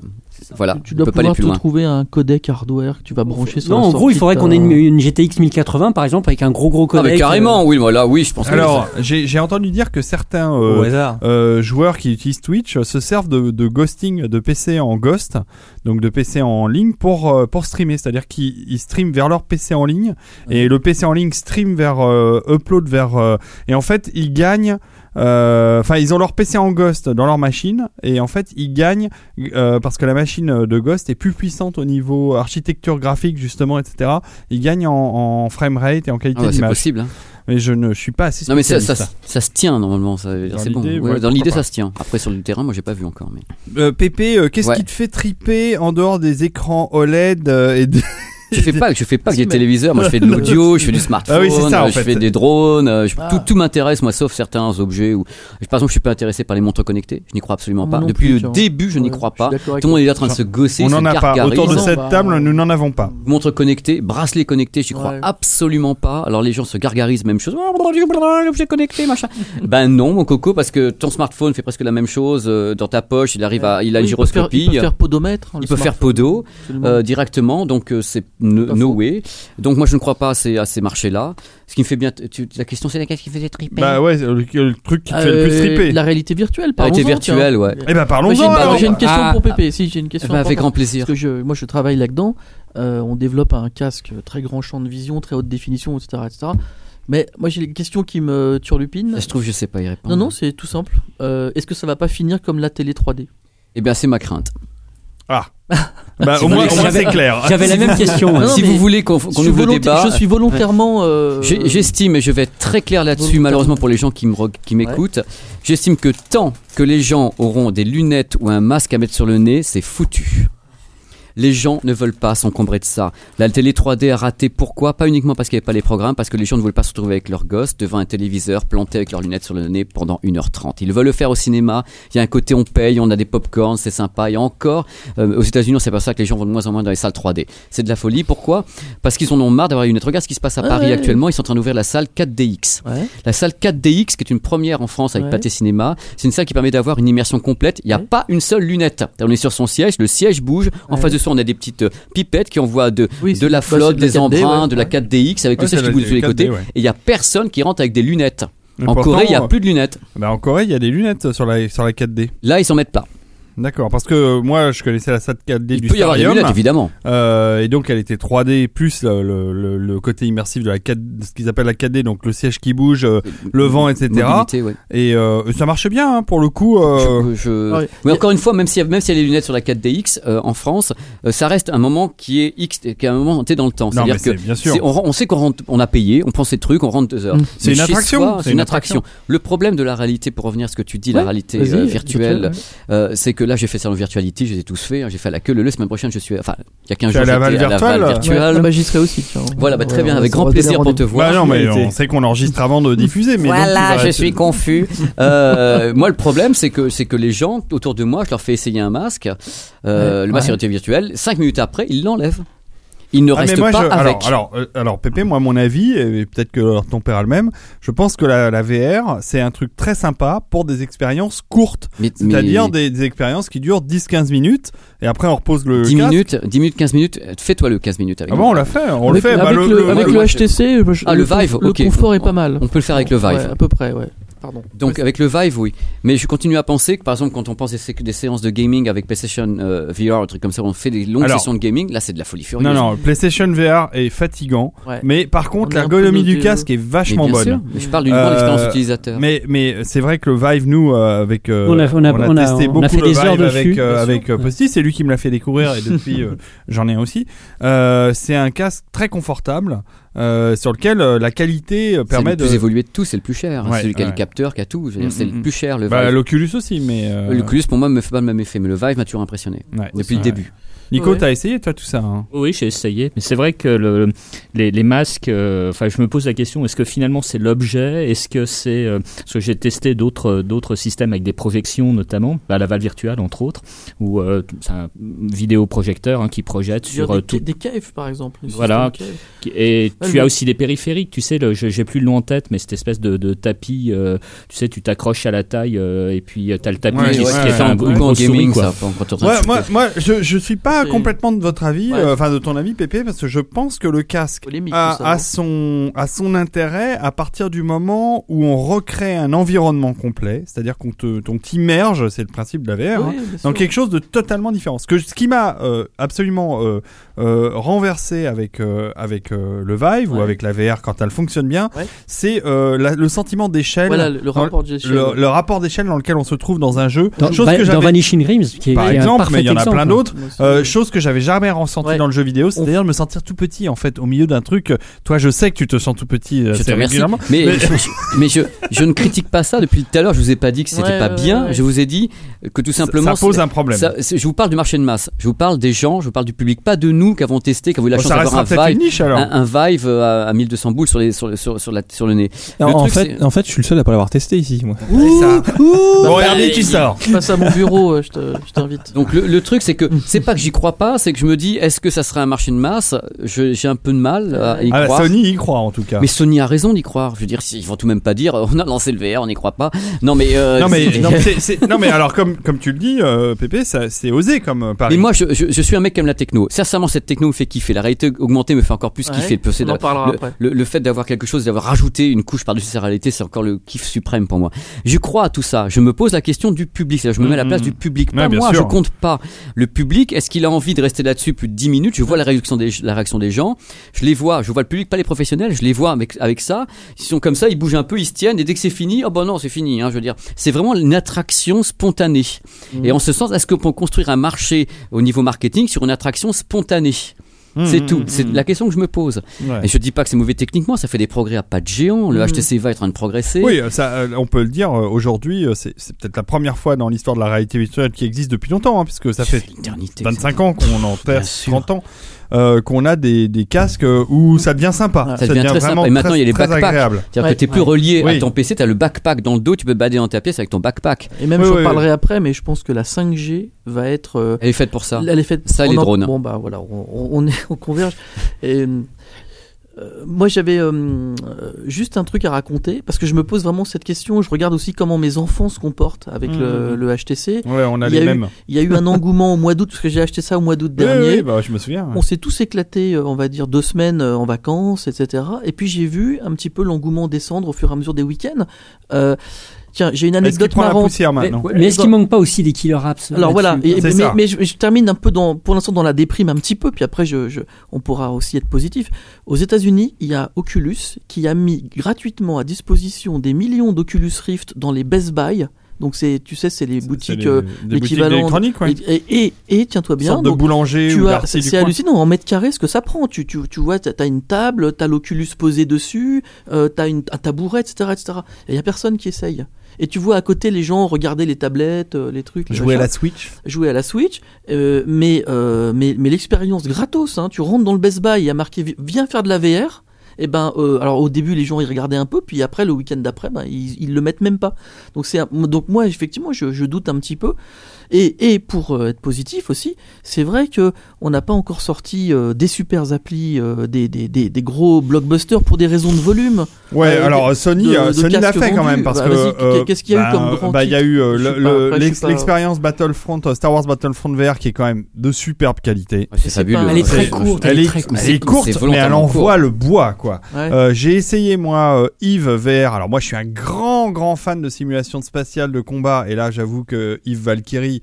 Speaker 5: Voilà,
Speaker 6: Tu
Speaker 5: on
Speaker 6: dois
Speaker 5: peut pas aller
Speaker 6: pouvoir
Speaker 5: plus
Speaker 6: te
Speaker 5: loin.
Speaker 6: trouver un codec hardware que tu vas brancher sur
Speaker 4: Non,
Speaker 6: la
Speaker 4: en gros, il
Speaker 6: sortie
Speaker 4: faudrait
Speaker 6: de
Speaker 4: qu'on
Speaker 6: ta-
Speaker 4: ait une, une GTX 1080 par exemple avec un gros gros
Speaker 5: Ah,
Speaker 4: codec.
Speaker 5: mais carrément, oui, voilà, oui, je pense que
Speaker 3: Alors, j'ai j'ai entendu dire que certains euh,
Speaker 7: Au hasard.
Speaker 3: euh, joueurs qui utilisent Twitch euh, se servent de, de ghosting de PC en ghost, donc de PC en ligne pour euh, pour streamer, c'est-à-dire qu'ils ils streament vers leur PC en ligne et le PC en ligne stream vers euh, upload vers euh, et en fait ils gagnent euh, enfin ils ont leur PC en ghost dans leur machine et en fait ils gagnent euh, parce que la machine de ghost est plus puissante au niveau architecture graphique justement etc ils gagnent en, en framerate et en
Speaker 5: Ah,
Speaker 3: qualité
Speaker 5: bah, c'est
Speaker 3: d'image
Speaker 5: possible. hein.
Speaker 3: mais je ne je suis pas assez
Speaker 5: Non, mais ça,
Speaker 3: spécialiste.
Speaker 5: ça, ça se tient normalement. Ça, veut dire,
Speaker 3: Dans
Speaker 5: c'est bon.
Speaker 3: l'idée,
Speaker 5: Ouais,
Speaker 3: ouais,
Speaker 5: dans l'idée,
Speaker 3: pourquoi pas.
Speaker 5: ça se tient. Après, sur le terrain, moi, j'ai pas vu encore. Mais...
Speaker 3: Euh, Pépé, euh, qu'est-ce
Speaker 5: Ouais.
Speaker 3: qui te fait triper en dehors des écrans OLED euh, et de-
Speaker 5: Je fais pas, je fais pas que des
Speaker 6: mais-
Speaker 5: téléviseurs. Moi, je fais de l'audio, je fais du smartphone,
Speaker 3: Ah oui, c'est ça, en
Speaker 5: euh, je
Speaker 3: fait.
Speaker 5: fais des drones. euh, je-
Speaker 6: Ah.
Speaker 5: Tout, tout m'intéresse, moi, sauf certains objets. Ou par exemple, je suis pas intéressé par les montres connectées. Je n'y crois absolument
Speaker 6: Moi
Speaker 5: pas.
Speaker 6: non
Speaker 5: Depuis
Speaker 6: plus,
Speaker 5: le
Speaker 6: tiens.
Speaker 5: début, je n'y
Speaker 6: Ouais,
Speaker 5: crois
Speaker 6: je
Speaker 5: pas.
Speaker 6: suis d'accord avec
Speaker 5: Tout le monde est là en train de se gosser,
Speaker 3: On
Speaker 5: se
Speaker 3: n'en a pas.
Speaker 5: gargariser.
Speaker 3: Autour de
Speaker 6: Non,
Speaker 3: cette
Speaker 6: bah,
Speaker 3: table,
Speaker 6: ouais.
Speaker 3: nous n'en avons pas.
Speaker 5: Montres connectées, bracelets connectés, j'y crois
Speaker 6: Ouais.
Speaker 5: absolument pas. Alors les gens se gargarisent, même chose. Oh, mon Dieu, blablabla, l'objet connecté, machin. ben non, mon coco, parce que ton smartphone fait presque la même chose euh, dans ta poche. Il arrive à, il a une
Speaker 6: Oui, il peut faire-
Speaker 5: gyroscopie.
Speaker 6: Il peut faire podomètre. hein,
Speaker 5: Il peut faire podo
Speaker 6: podo.
Speaker 5: euh, directement, donc euh, c'est no,
Speaker 6: Mmh. Pas
Speaker 5: no
Speaker 6: faux.
Speaker 5: way. Donc moi je ne crois pas à ces, à ces marchés-là. Ce qui me fait bien. tu- la question c'est laquelle qui faisait triper
Speaker 3: Bah ouais, le, le truc qui te fait le plus
Speaker 6: Euh,
Speaker 3: triper.
Speaker 6: La réalité virtuelle, par
Speaker 5: réalité virtuelle, ouais.
Speaker 3: Eh bah
Speaker 6: Moi, j'ai
Speaker 3: parlons-en
Speaker 6: une,
Speaker 5: bah,
Speaker 3: alors.
Speaker 6: j'ai une question
Speaker 5: Ah.
Speaker 6: pour Pépé. Si, j'ai une
Speaker 5: Eh
Speaker 6: question.
Speaker 5: ben, avec
Speaker 6: importante.
Speaker 5: grand plaisir.
Speaker 6: Parce que je, moi, je travaille là-dedans. Euh, on développe un casque très grand champ de vision, très haute définition, etc. etc. Mais moi, j'ai une question qui me turlupine.
Speaker 5: Ça se trouve, hein. je sais pas y répondre.
Speaker 6: Non, non, c'est tout simple. Euh, Est-ce que ça va pas finir comme la télé 3D
Speaker 5: Eh bien, c'est ma crainte.
Speaker 3: Bah,
Speaker 5: Si
Speaker 3: au
Speaker 5: vous
Speaker 3: moins,
Speaker 5: voulez-
Speaker 3: au moins,
Speaker 4: j'avais-
Speaker 3: c'est clair.
Speaker 4: euh, J'avais la même question. ouais.
Speaker 6: Ah, Non,
Speaker 5: si
Speaker 6: mais
Speaker 5: vous voulez qu'on qu'on
Speaker 6: Je suis
Speaker 5: ouvre le
Speaker 6: volonta-
Speaker 5: débat,
Speaker 6: Je suis volontairement. euh,
Speaker 5: j'ai- j'estime, et je vais être très clair là-dessus,
Speaker 6: volontairement.
Speaker 5: malheureusement pour les gens qui me re- qui m'écoutent, j'estime que tant que les gens auront des lunettes ou un masque à mettre sur le nez, c'est foutu. Les gens ne veulent pas s'encombrer de ça. La télé 3D a raté. Pourquoi Pas uniquement parce qu'il n'y avait pas les programmes, parce que les gens ne veulent pas se retrouver avec leurs gosses devant un téléviseur planté avec leurs lunettes sur le nez pendant 1h30. Ils veulent le faire au cinéma. Il y a un côté on paye, on a des pop-corns, c'est sympa. Et encore, euh, aux États-Unis, on s'aperçoit que les gens vont de moins en moins dans les salles 3D. C'est de la folie. Pourquoi Parce qu'ils en ont marre d'avoir une lunettes. Regarde ce qui se passe à
Speaker 6: Ah
Speaker 5: Paris
Speaker 6: ouais.
Speaker 5: actuellement. Ils sont en train d'ouvrir la salle 4DX.
Speaker 6: Ouais.
Speaker 5: La salle 4DX, qui est une première en France avec
Speaker 6: Ouais.
Speaker 5: Pathé Cinéma, c'est une salle qui permet d'avoir une immersion complète. Il n'y a
Speaker 6: Ouais.
Speaker 5: pas une seule lunette. On est sur son siège, le siège bouge. En
Speaker 6: Ouais.
Speaker 5: face de soi, on a des petites euh, pipettes qui envoient de,
Speaker 6: Oui,
Speaker 5: de
Speaker 6: c'est-
Speaker 5: la
Speaker 6: bah, c'est de
Speaker 5: flotte,
Speaker 6: la
Speaker 5: des
Speaker 6: 4D,
Speaker 5: embruns,
Speaker 6: ouais.
Speaker 5: de la 4DX, avec
Speaker 3: Ouais,
Speaker 5: le siège
Speaker 3: c'est
Speaker 5: qui
Speaker 3: la-
Speaker 5: bouge de tous les
Speaker 3: 4D,
Speaker 5: côtés.
Speaker 3: ouais.
Speaker 5: Et il n'y a personne qui rentre avec des lunettes.
Speaker 3: Mais
Speaker 5: en
Speaker 3: pourtant,
Speaker 5: Corée, il n'y a plus de lunettes.
Speaker 3: Bah, en Corée, il y a des lunettes sur la, sur la 4D.
Speaker 5: Là, ils s'en mettent pas.
Speaker 3: D'accord, parce que euh, moi, je connaissais la salle 4D
Speaker 5: Il
Speaker 3: du
Speaker 5: peut y avoir des
Speaker 3: Starium,
Speaker 5: lunettes, évidemment.
Speaker 3: euh, et donc elle était 3D plus le, le- le- le côté immersif de la 4, ce qu'ils appellent la 4D, donc le siège qui bouge, euh, le vent, etc.
Speaker 5: Mobilité, ouais.
Speaker 3: Et euh, ça marchait bien hein, pour le coup. euh,
Speaker 5: Je- je-
Speaker 6: Ouais.
Speaker 5: Mais encore une fois, même si même s'il y a les lunettes sur la 4DX euh, en France, euh, ça reste un moment qui est X, qui est un moment t dans le temps.
Speaker 3: Non, mais
Speaker 5: C'est-à-dire
Speaker 3: c'est
Speaker 5: que
Speaker 3: bien sûr.
Speaker 5: c'est- on, ren- on sait qu'on rentre- on a payé, on prend ses trucs, on rentre deux heures.
Speaker 6: Mm.
Speaker 5: Mais
Speaker 3: C'est une
Speaker 5: chez
Speaker 3: attraction,
Speaker 5: soi, C'est une, attraction.
Speaker 3: attraction.
Speaker 5: Le problème de la réalité, pour revenir à ce que tu dis, la
Speaker 6: Ouais,
Speaker 5: réalité
Speaker 6: Vas-y,
Speaker 5: euh, virtuelle,
Speaker 6: virtuelle,
Speaker 5: euh, c'est que là j'ai fait ça en virtualité, je les ai tous fait. hein, J'ai fait à la queue le le semaine prochaine, je suis enfin il y a 15
Speaker 3: Tu es
Speaker 5: jours
Speaker 3: à la
Speaker 5: j'étais
Speaker 3: Val
Speaker 5: à la Val
Speaker 3: Virtuelle.
Speaker 6: ouais.
Speaker 5: virtuelle.
Speaker 6: Ouais, bah, j'y serai aussi. tiens.
Speaker 5: Voilà, bah, très
Speaker 6: Ouais,
Speaker 5: bien,
Speaker 6: on
Speaker 5: avec
Speaker 6: va-
Speaker 5: grand
Speaker 6: on va donner
Speaker 5: plaisir pour te
Speaker 6: rendez-vous.
Speaker 5: voir.
Speaker 3: Bah non, mais
Speaker 7: réalité.
Speaker 3: on sait qu'on enregistre avant de diffuser, mais donc, tu
Speaker 5: voilà,
Speaker 3: vas-
Speaker 5: je suis confus. Euh, moi, le problème, c'est que c'est que les gens autour de moi, je leur fais essayer un masque, euh,
Speaker 6: Ouais,
Speaker 5: le masque
Speaker 6: ouais.
Speaker 5: de réalité virtuelle. Cinq minutes après, ils l'enlèvent. Ils ne
Speaker 3: Ah, mais
Speaker 5: restent
Speaker 3: moi,
Speaker 5: pas
Speaker 3: je-
Speaker 5: avec.
Speaker 3: alors, alors, euh, alors, Pépé, moi, mon avis, et peut-être que alors, ton père a le même, je pense que la, la VR, c'est un truc très sympa pour des expériences courtes.
Speaker 5: Mais-
Speaker 3: C'est-à-dire
Speaker 5: mais
Speaker 3: des, des expériences qui durent 10-15 minutes, et après, on repose le.
Speaker 5: 10
Speaker 3: casque.
Speaker 5: minutes, 10 minutes, 15 minutes. euh, Fais-toi le 15 minutes avec.
Speaker 3: Ah
Speaker 5: nous.
Speaker 3: bon, on l'a fait, on le
Speaker 6: Avec-
Speaker 3: fait. bah,
Speaker 6: avec
Speaker 3: le,
Speaker 6: le,
Speaker 3: le-
Speaker 6: avec
Speaker 5: moi,
Speaker 6: le
Speaker 5: je-
Speaker 6: HTC, je-
Speaker 5: Ah, le Vive,
Speaker 6: le
Speaker 5: ok.
Speaker 6: confort est pas mal.
Speaker 5: On peut le faire avec le Vive.
Speaker 6: Ouais, à peu près, ouais. Pardon.
Speaker 5: Donc avec le Vive, oui. Mais je continue à penser que par exemple quand on pense des, sé- des séances de gaming avec PlayStation euh, VR, un truc comme ça, on fait des longues
Speaker 3: Alors-
Speaker 5: sessions de gaming. Là, c'est de la folie furieuse.
Speaker 3: Non, non, PlayStation VR est fatigant,
Speaker 6: Ouais.
Speaker 3: mais par
Speaker 6: On
Speaker 3: contre,
Speaker 6: est un peu
Speaker 3: l'ergonomie du
Speaker 6: nauséeux.
Speaker 3: casque est
Speaker 5: Mais
Speaker 3: vachement
Speaker 5: bien
Speaker 3: bonne.
Speaker 5: sûr. Mais je parle uniquement
Speaker 3: Euh,
Speaker 5: de l'expérience utilisateur.
Speaker 3: Mais, mais c'est vrai que le Vive, nous, euh, avec. euh,
Speaker 4: On a- on a- on a-
Speaker 3: testé
Speaker 4: on a
Speaker 3: beaucoup
Speaker 4: fait
Speaker 3: le
Speaker 4: des
Speaker 3: Vive
Speaker 4: heures dessus,
Speaker 3: avec, euh,
Speaker 4: bien sûr.
Speaker 3: avec euh,
Speaker 4: Ouais.
Speaker 3: Posty. C'est lui qui me l'a fait découvrir et depuis, euh, j'en ai un aussi. Euh, c'est un casque très confortable euh, sur lequel euh, la qualité euh, permet
Speaker 5: c'est le
Speaker 3: de.
Speaker 5: plus évolué de tout, c'est le plus cher.
Speaker 3: Ouais,
Speaker 5: c'est celui qui a
Speaker 3: ouais.
Speaker 5: le capteur, qui a tout. Je veux dire,
Speaker 3: Mm,
Speaker 5: c'est
Speaker 3: mm,
Speaker 5: le plus cher, le
Speaker 3: Bah,
Speaker 5: Vive.
Speaker 3: L'Oculus aussi, mais. euh,
Speaker 5: L'Oculus, pour moi, me fait pas le même effet, mais le Vive m'a toujours impressionné.
Speaker 3: ouais,
Speaker 5: Depuis le
Speaker 3: ouais.
Speaker 5: début.
Speaker 3: Nico,
Speaker 6: Ouais.
Speaker 3: t'as essayé, toi, tout ça hein
Speaker 8: Oui, j'ai essayé, mais c'est vrai que le- les, les masques, euh, enfin, je me pose la question, est-ce que finalement c'est l'objet Est-ce que c'est... euh, parce que j'ai testé d'autres euh, d'autres systèmes avec des projections notamment, à la Val Virtuelle entre autres, où euh, c'est un vidéoprojecteur hein, qui projette sur euh,
Speaker 6: des,
Speaker 8: tout.
Speaker 6: des caves, par exemple. le
Speaker 8: Voilà.
Speaker 6: système cave.
Speaker 8: Et
Speaker 6: Ah,
Speaker 8: tu
Speaker 6: le-
Speaker 8: as aussi des périphériques, tu sais, le, je- j'ai plus le nom en tête, mais cette espèce de, de tapis, euh, tu sais, tu t'accroches à la taille euh, et puis tu as le tapis
Speaker 3: Ouais,
Speaker 8: qui,
Speaker 3: ouais,
Speaker 8: qui
Speaker 3: ouais,
Speaker 8: est en,
Speaker 3: ouais.
Speaker 8: en
Speaker 5: Ou en
Speaker 8: grosse souris,
Speaker 5: gaming,
Speaker 8: quoi.
Speaker 5: ça. pas en- quand on est en
Speaker 3: Ouais,
Speaker 5: train de
Speaker 3: moi,
Speaker 5: shooter.
Speaker 3: moi, je, je suis pas
Speaker 6: C'est-
Speaker 3: complètement de votre avis,
Speaker 6: Ouais.
Speaker 3: euh, enfin de ton avis, Pépé, parce que je pense que le casque
Speaker 6: Polémique, tout ça,
Speaker 3: a, a
Speaker 6: hein.
Speaker 3: son, a son intérêt à partir du moment où on recrée un environnement complet, c'est-à-dire qu'on te, on t'immerge, c'est le principe de la VR, hein,
Speaker 6: Oui, bien
Speaker 3: dans
Speaker 6: sûr.
Speaker 3: quelque chose de totalement différent. Ce, que, ce qui m'a euh, absolument euh, euh, renversé avec, euh, avec euh, le Vive ou
Speaker 6: Ouais.
Speaker 3: avec la VR quand elle fonctionne bien,
Speaker 6: Ouais.
Speaker 3: c'est euh, la- le sentiment d'échelle.
Speaker 6: Voilà, le, le
Speaker 3: dans-
Speaker 6: rapport de gestion.
Speaker 3: le, le rapport d'échelle dans lequel on se trouve dans un jeu,
Speaker 4: Dans,
Speaker 3: chose
Speaker 4: Va-
Speaker 3: que
Speaker 4: dans
Speaker 3: j'avais
Speaker 4: Vanishing Rims, qui est,
Speaker 3: par
Speaker 4: qui est un
Speaker 3: exemple,
Speaker 4: parfait
Speaker 3: mais il y en a
Speaker 4: exemple.
Speaker 3: plein d'autres.
Speaker 6: Moi aussi,
Speaker 3: Euh,
Speaker 6: oui.
Speaker 3: chose que j'avais jamais ressentie
Speaker 6: Ouais.
Speaker 3: dans le jeu vidéo, c'est-à-dire de me sentir tout petit en fait au milieu d'un truc. Toi, je sais que tu te sens tout petit euh,
Speaker 5: Je te
Speaker 3: c'est
Speaker 5: remercie.
Speaker 3: régulièrement.
Speaker 5: Mais,
Speaker 3: Mais-
Speaker 5: je, mais je, je ne critique pas ça depuis tout à l'heure. Je vous ai pas dit que c'était
Speaker 6: Ouais,
Speaker 5: pas
Speaker 6: ouais,
Speaker 5: bien.
Speaker 6: ouais.
Speaker 5: Je vous ai dit que tout simplement.
Speaker 3: ça pose
Speaker 5: c'est-
Speaker 3: un problème.
Speaker 5: ça- c'est- je vous parle du marché de masse. Je vous parle des gens, je vous parle du public, pas de nous qui avons testé, qui avons eu la
Speaker 3: Bon,
Speaker 5: chance
Speaker 3: ça
Speaker 5: d'avoir
Speaker 3: restera
Speaker 5: un
Speaker 3: peut-être une
Speaker 5: Vive,
Speaker 3: niche alors.
Speaker 5: un, un Vive à, à 1200 boules sur, les, sur, sur, sur la, sur le nez.
Speaker 7: Non,
Speaker 5: Le
Speaker 7: en,
Speaker 5: truc,
Speaker 7: fait,
Speaker 5: c'est-
Speaker 7: en fait, je suis le seul à pas l'avoir testé ici. Moi.
Speaker 3: Bon,
Speaker 6: bah,
Speaker 3: Herbie, tu sors.
Speaker 5: bah,
Speaker 6: Passe à mon bureau, euh, je te- je t'invite.
Speaker 5: Donc le, le truc, c'est que c'est pas que j'y crois pas, c'est que je me dis, est-ce que ça serait un marché de masse Je- J'ai un peu de mal à y
Speaker 3: Ah,
Speaker 5: croire.
Speaker 3: Sony y croit en tout cas.
Speaker 5: Mais Sony a raison d'y croire. Je veux dire, ils vont tout même pas dire, on a lancé le VR, on n'y croit pas. Non mais, euh,
Speaker 3: non mais,
Speaker 5: c'est-
Speaker 3: non, mais c'est- c'est- non, mais alors comme comme tu le dis, euh, Pépé, ça- c'est osé comme euh, pari.
Speaker 5: Mais moi, je, je, je suis un mec qui aime la techno. Sincèrement, cette techno me fait kiffer. La réalité augmentée me fait encore plus
Speaker 6: Ouais,
Speaker 5: kiffer. Le,
Speaker 6: on en parlera
Speaker 5: le-
Speaker 6: après.
Speaker 5: le- le fait d'avoir quelque chose, d'avoir rajouté une couche par-dessus sa réalité, c'est encore le kiff suprême pour moi. Je crois à tout ça. Je me pose la question du public. C'est-à-dire, Je me mets à la place
Speaker 3: Mhm.
Speaker 5: du public.
Speaker 3: Ouais,
Speaker 5: Pas
Speaker 3: bien
Speaker 5: moi,
Speaker 3: sûr.
Speaker 5: je compte pas. Le public, est-ce qu'il a envie de rester là-dessus plus de 10 minutes Je vois la réaction, des, la réaction des gens. Je les vois. Je vois le public, pas les professionnels. Je les vois avec, avec ça. Ils sont comme ça, ils bougent un peu, ils se tiennent. Et dès que c'est fini, oh bah non, c'est fini. hein, je veux dire, c'est vraiment une attraction spontanée.
Speaker 3: Mm-hmm.
Speaker 5: Et en ce sens, est-ce qu'on peut construire un marché au niveau marketing sur une attraction spontanée
Speaker 3: Mmh,
Speaker 5: c'est
Speaker 3: mmh,
Speaker 5: tout,
Speaker 3: mmh,
Speaker 5: c'est la question que je me pose.
Speaker 3: ouais.
Speaker 5: Et je dis pas que c'est mauvais techniquement, ça fait des progrès à pas de géant. Le HTC va être en train de progresser.
Speaker 3: Oui, euh, ça, euh, on peut le dire. euh, Aujourd'hui, euh, c'est c'est peut-être la première fois dans l'histoire de la réalité virtuelle qui existe depuis longtemps, hein, puisque ça fait
Speaker 5: l'éternité.
Speaker 3: 25 ans qu'on en perd
Speaker 5: sûr.
Speaker 3: 30 ans, euh, qu'on a des, des casques euh, où ça devient sympa.
Speaker 5: Ça devient très
Speaker 3: vraiment
Speaker 5: sympa. Et maintenant, il y a les
Speaker 3: très
Speaker 5: backpacks.
Speaker 3: agréable.
Speaker 5: C'est-à-dire
Speaker 6: Ouais,
Speaker 5: que t'es plus
Speaker 6: ouais.
Speaker 5: relié à
Speaker 3: Oui.
Speaker 5: ton PC, t'as le backpack dans le dos, tu peux te balader dans ta pièce avec ton backpack.
Speaker 6: Et même,
Speaker 3: Oui,
Speaker 6: je
Speaker 3: oui,
Speaker 6: parlerai après, mais je pense que la 5G va être. euh,
Speaker 5: Elle est faite pour ça.
Speaker 6: Elle est faite.
Speaker 5: Ça et
Speaker 6: on
Speaker 5: les
Speaker 6: en-
Speaker 5: drones.
Speaker 6: Bon, bah voilà, on, on, on est- on converge. Et, euh, moi, j'avais euh, euh, juste un truc à raconter parce que je me pose vraiment cette question. Je regarde aussi comment mes enfants se comportent avec
Speaker 3: Mmh,
Speaker 6: le, le HTC.
Speaker 3: Ouais, on a
Speaker 6: Il y
Speaker 3: les
Speaker 6: a eu-
Speaker 3: mêmes.
Speaker 6: Il y a eu un engouement au mois d'août parce que j'ai acheté ça au mois d'août
Speaker 3: Oui,
Speaker 6: dernier.
Speaker 3: oui, bah, je me souviens. ouais.
Speaker 6: On s'est tous éclatés, euh, on va dire, deux semaines euh, en vacances, etc. Et puis j'ai vu un petit peu l'engouement descendre au fur et à mesure des week-ends. Euh, tiens, j'ai une
Speaker 3: Est-ce qu'il
Speaker 6: anecdote
Speaker 3: prend la
Speaker 6: marrante.
Speaker 3: poussière maintenant
Speaker 4: Mais est-ce qu'il manque pas aussi des killer apps euh,
Speaker 6: Alors voilà,
Speaker 4: là-dessus
Speaker 6: et- bah,
Speaker 3: C'est
Speaker 6: mais,
Speaker 3: ça.
Speaker 6: mais je, je termine un peu dans, pour l'instant dans la déprime un petit peu, puis après je, je- on pourra aussi être positif. Aux États-Unis, il y a Oculus qui a mis gratuitement à disposition des millions d'Oculus Rift dans les Best Buy. Donc c'est, tu sais, c'est les
Speaker 3: C'est- c'est
Speaker 6: boutiques.
Speaker 3: les-
Speaker 6: euh,
Speaker 3: des boutiques
Speaker 6: l'équivalent-
Speaker 3: électroniques, ouais.
Speaker 6: et, et, et- et tiens-toi
Speaker 3: Une
Speaker 6: bien.
Speaker 3: sorte de
Speaker 6: donc,
Speaker 3: boulanger
Speaker 6: tu
Speaker 3: ou
Speaker 6: as,
Speaker 3: d'artisan
Speaker 6: c'est
Speaker 3: du
Speaker 6: c'est
Speaker 3: coin.
Speaker 6: hallucinant en mètre carré ce que ça prend. Tu, tu, tu vois, t'as t'as une table, t'as l'Oculus posé dessus, euh, t'as une un tabouret, etc., etc. Et y a personne qui essaye. Et tu vois à côté les gens regarder les tablettes, euh, les trucs, les
Speaker 3: Jouer à
Speaker 6: machins,
Speaker 3: la Switch.
Speaker 6: jouer à la Switch. euh, mais euh, mais mais l'expérience gratos. Hein, tu rentres dans le Best Buy, il y a marqué vi- viens faire de la VR. Et ben, euh, alors au début les gens ils regardaient un peu, puis après le week-end d'après, ben, ils, ils le mettent même pas. Donc c'est un- donc moi effectivement je, je doute un petit peu. Et, et pour euh, être positif aussi, c'est vrai que on n'a pas encore sorti euh, des super applis, euh, des, des, des, des gros blockbusters pour des raisons de volume.
Speaker 3: Ouais,
Speaker 6: Euh,
Speaker 3: alors Sony,
Speaker 6: de-
Speaker 3: euh,
Speaker 6: de
Speaker 3: Sony l'a
Speaker 6: casques
Speaker 3: fait quand
Speaker 6: vendus.
Speaker 3: même parce
Speaker 6: Bah,
Speaker 3: que
Speaker 6: vas-y, qu'est- qu'est-ce qu'il y a eu
Speaker 3: bah,
Speaker 6: comme grand
Speaker 3: bah, il y a
Speaker 6: titre
Speaker 3: eu euh,
Speaker 6: Je
Speaker 3: le-
Speaker 6: suis pas-
Speaker 3: le-
Speaker 6: après, je suis
Speaker 3: l'ex-
Speaker 6: pas-
Speaker 3: l'expérience Battlefront, euh, Star Wars Battlefront VR qui est quand même de superbe qualité.
Speaker 5: Ouais, c'est
Speaker 6: c'est
Speaker 5: fabuleux.
Speaker 6: pas-
Speaker 4: Elle est très
Speaker 5: Ouais,
Speaker 4: courte.
Speaker 3: Elle est,
Speaker 4: très courte.
Speaker 3: elle est courte,
Speaker 5: c'est
Speaker 3: mais elle
Speaker 5: volontairement
Speaker 3: envoie le bois, quoi.
Speaker 6: Ouais.
Speaker 3: Euh, j'ai essayé moi euh, Yves VR. Alors moi, je suis un grand, grand fan de simulation spatiale de combat. Et là, j'avoue que Yves Valkyrie,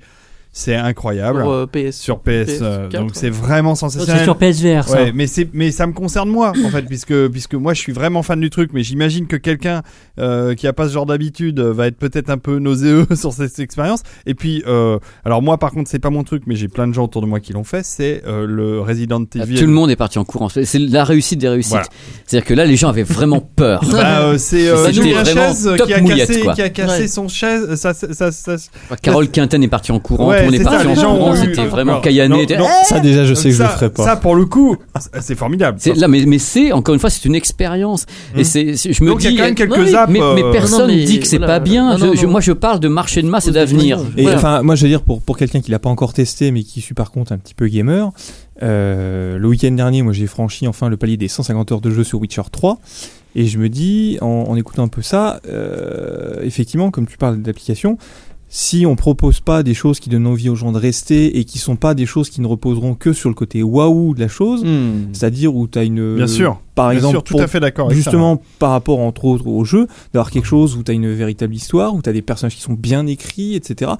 Speaker 3: c'est incroyable
Speaker 6: Pour, euh, PS.
Speaker 3: sur PS. euh,
Speaker 6: PS4,
Speaker 3: donc c'est vraiment
Speaker 4: C'est
Speaker 3: sensationnel.
Speaker 4: sur PSVR ça.
Speaker 3: Ouais, mais c'est mais ça me concerne moi en fait puisque puisque moi je suis vraiment fan du truc mais j'imagine que quelqu'un euh, qui a pas ce genre d'habitude euh, va être peut-être un peu nauséeux sur cette expérience et puis euh, alors moi par contre c'est pas mon truc mais j'ai plein de gens autour de moi qui l'ont fait c'est euh, le Resident Evil
Speaker 5: Tout le monde est parti en courant. C'est c'est la réussite des réussites.
Speaker 3: Voilà.
Speaker 5: C'est-à-dire que là, les gens avaient vraiment peur.
Speaker 3: Bah, euh, c'est
Speaker 5: C'était
Speaker 3: euh, Julien
Speaker 5: vraiment
Speaker 3: Chaise
Speaker 5: top
Speaker 3: qui a
Speaker 5: mouillette,
Speaker 3: cassé
Speaker 5: quoi.
Speaker 3: qui a cassé
Speaker 6: Ouais.
Speaker 3: son chaise ça, ça, ça, ça-
Speaker 5: Carole Quinten est partie en courant,
Speaker 3: Ouais,
Speaker 5: tout le monde est
Speaker 3: c'est ça,
Speaker 5: parti
Speaker 3: les
Speaker 5: en
Speaker 3: gens ont
Speaker 5: courant.
Speaker 3: eu-
Speaker 5: C'était vraiment
Speaker 3: Alors,
Speaker 5: caillané.
Speaker 3: non,
Speaker 5: C'était-
Speaker 3: non,
Speaker 7: Ça, déjà, je sais que je
Speaker 3: ça-
Speaker 7: le ferai pas.
Speaker 3: ça pour le coup c'est formidable
Speaker 5: C'est- là, mais, mais c'est encore une fois, c'est une expérience.
Speaker 3: Mhm.
Speaker 5: Et c'est, c'est- je me
Speaker 3: donc
Speaker 5: dis,
Speaker 3: il y a quand même
Speaker 6: non,
Speaker 3: quelques
Speaker 6: oui,
Speaker 3: apps
Speaker 5: mais, mais
Speaker 3: euh,
Speaker 5: personne
Speaker 6: non, mais
Speaker 5: dit que c'est
Speaker 6: voilà,
Speaker 5: pas bien.
Speaker 6: non, non,
Speaker 5: Je- je-
Speaker 6: non.
Speaker 5: moi, je parle de marché de masse et d'avenir.
Speaker 6: Pose des
Speaker 7: Et
Speaker 6: questions.
Speaker 7: enfin, moi, je veux dire, pour, pour quelqu'un qui l'a pas encore testé, mais qui suis par contre un petit peu gamer, euh, le week-end dernier, moi, j'ai franchi enfin le palier des 150 heures de jeu sur Witcher 3. Et je me dis, en, en écoutant un peu ça, euh, effectivement, comme tu parles d'application, si on propose pas des choses qui donnent envie aux gens de rester et qui sont pas des choses qui ne reposeront que sur le côté waouh de la chose,
Speaker 3: Hmm.
Speaker 7: c'est-à-dire où tu as une.
Speaker 3: bien sûr
Speaker 7: Par
Speaker 3: bien
Speaker 7: exemple,
Speaker 3: sûr tout
Speaker 7: pour-
Speaker 3: à fait d'accord avec ça.
Speaker 7: justement par rapport entre autres au jeu, d'avoir quelque chose où tu as une véritable histoire, où tu as des personnages qui sont bien écrits, etc.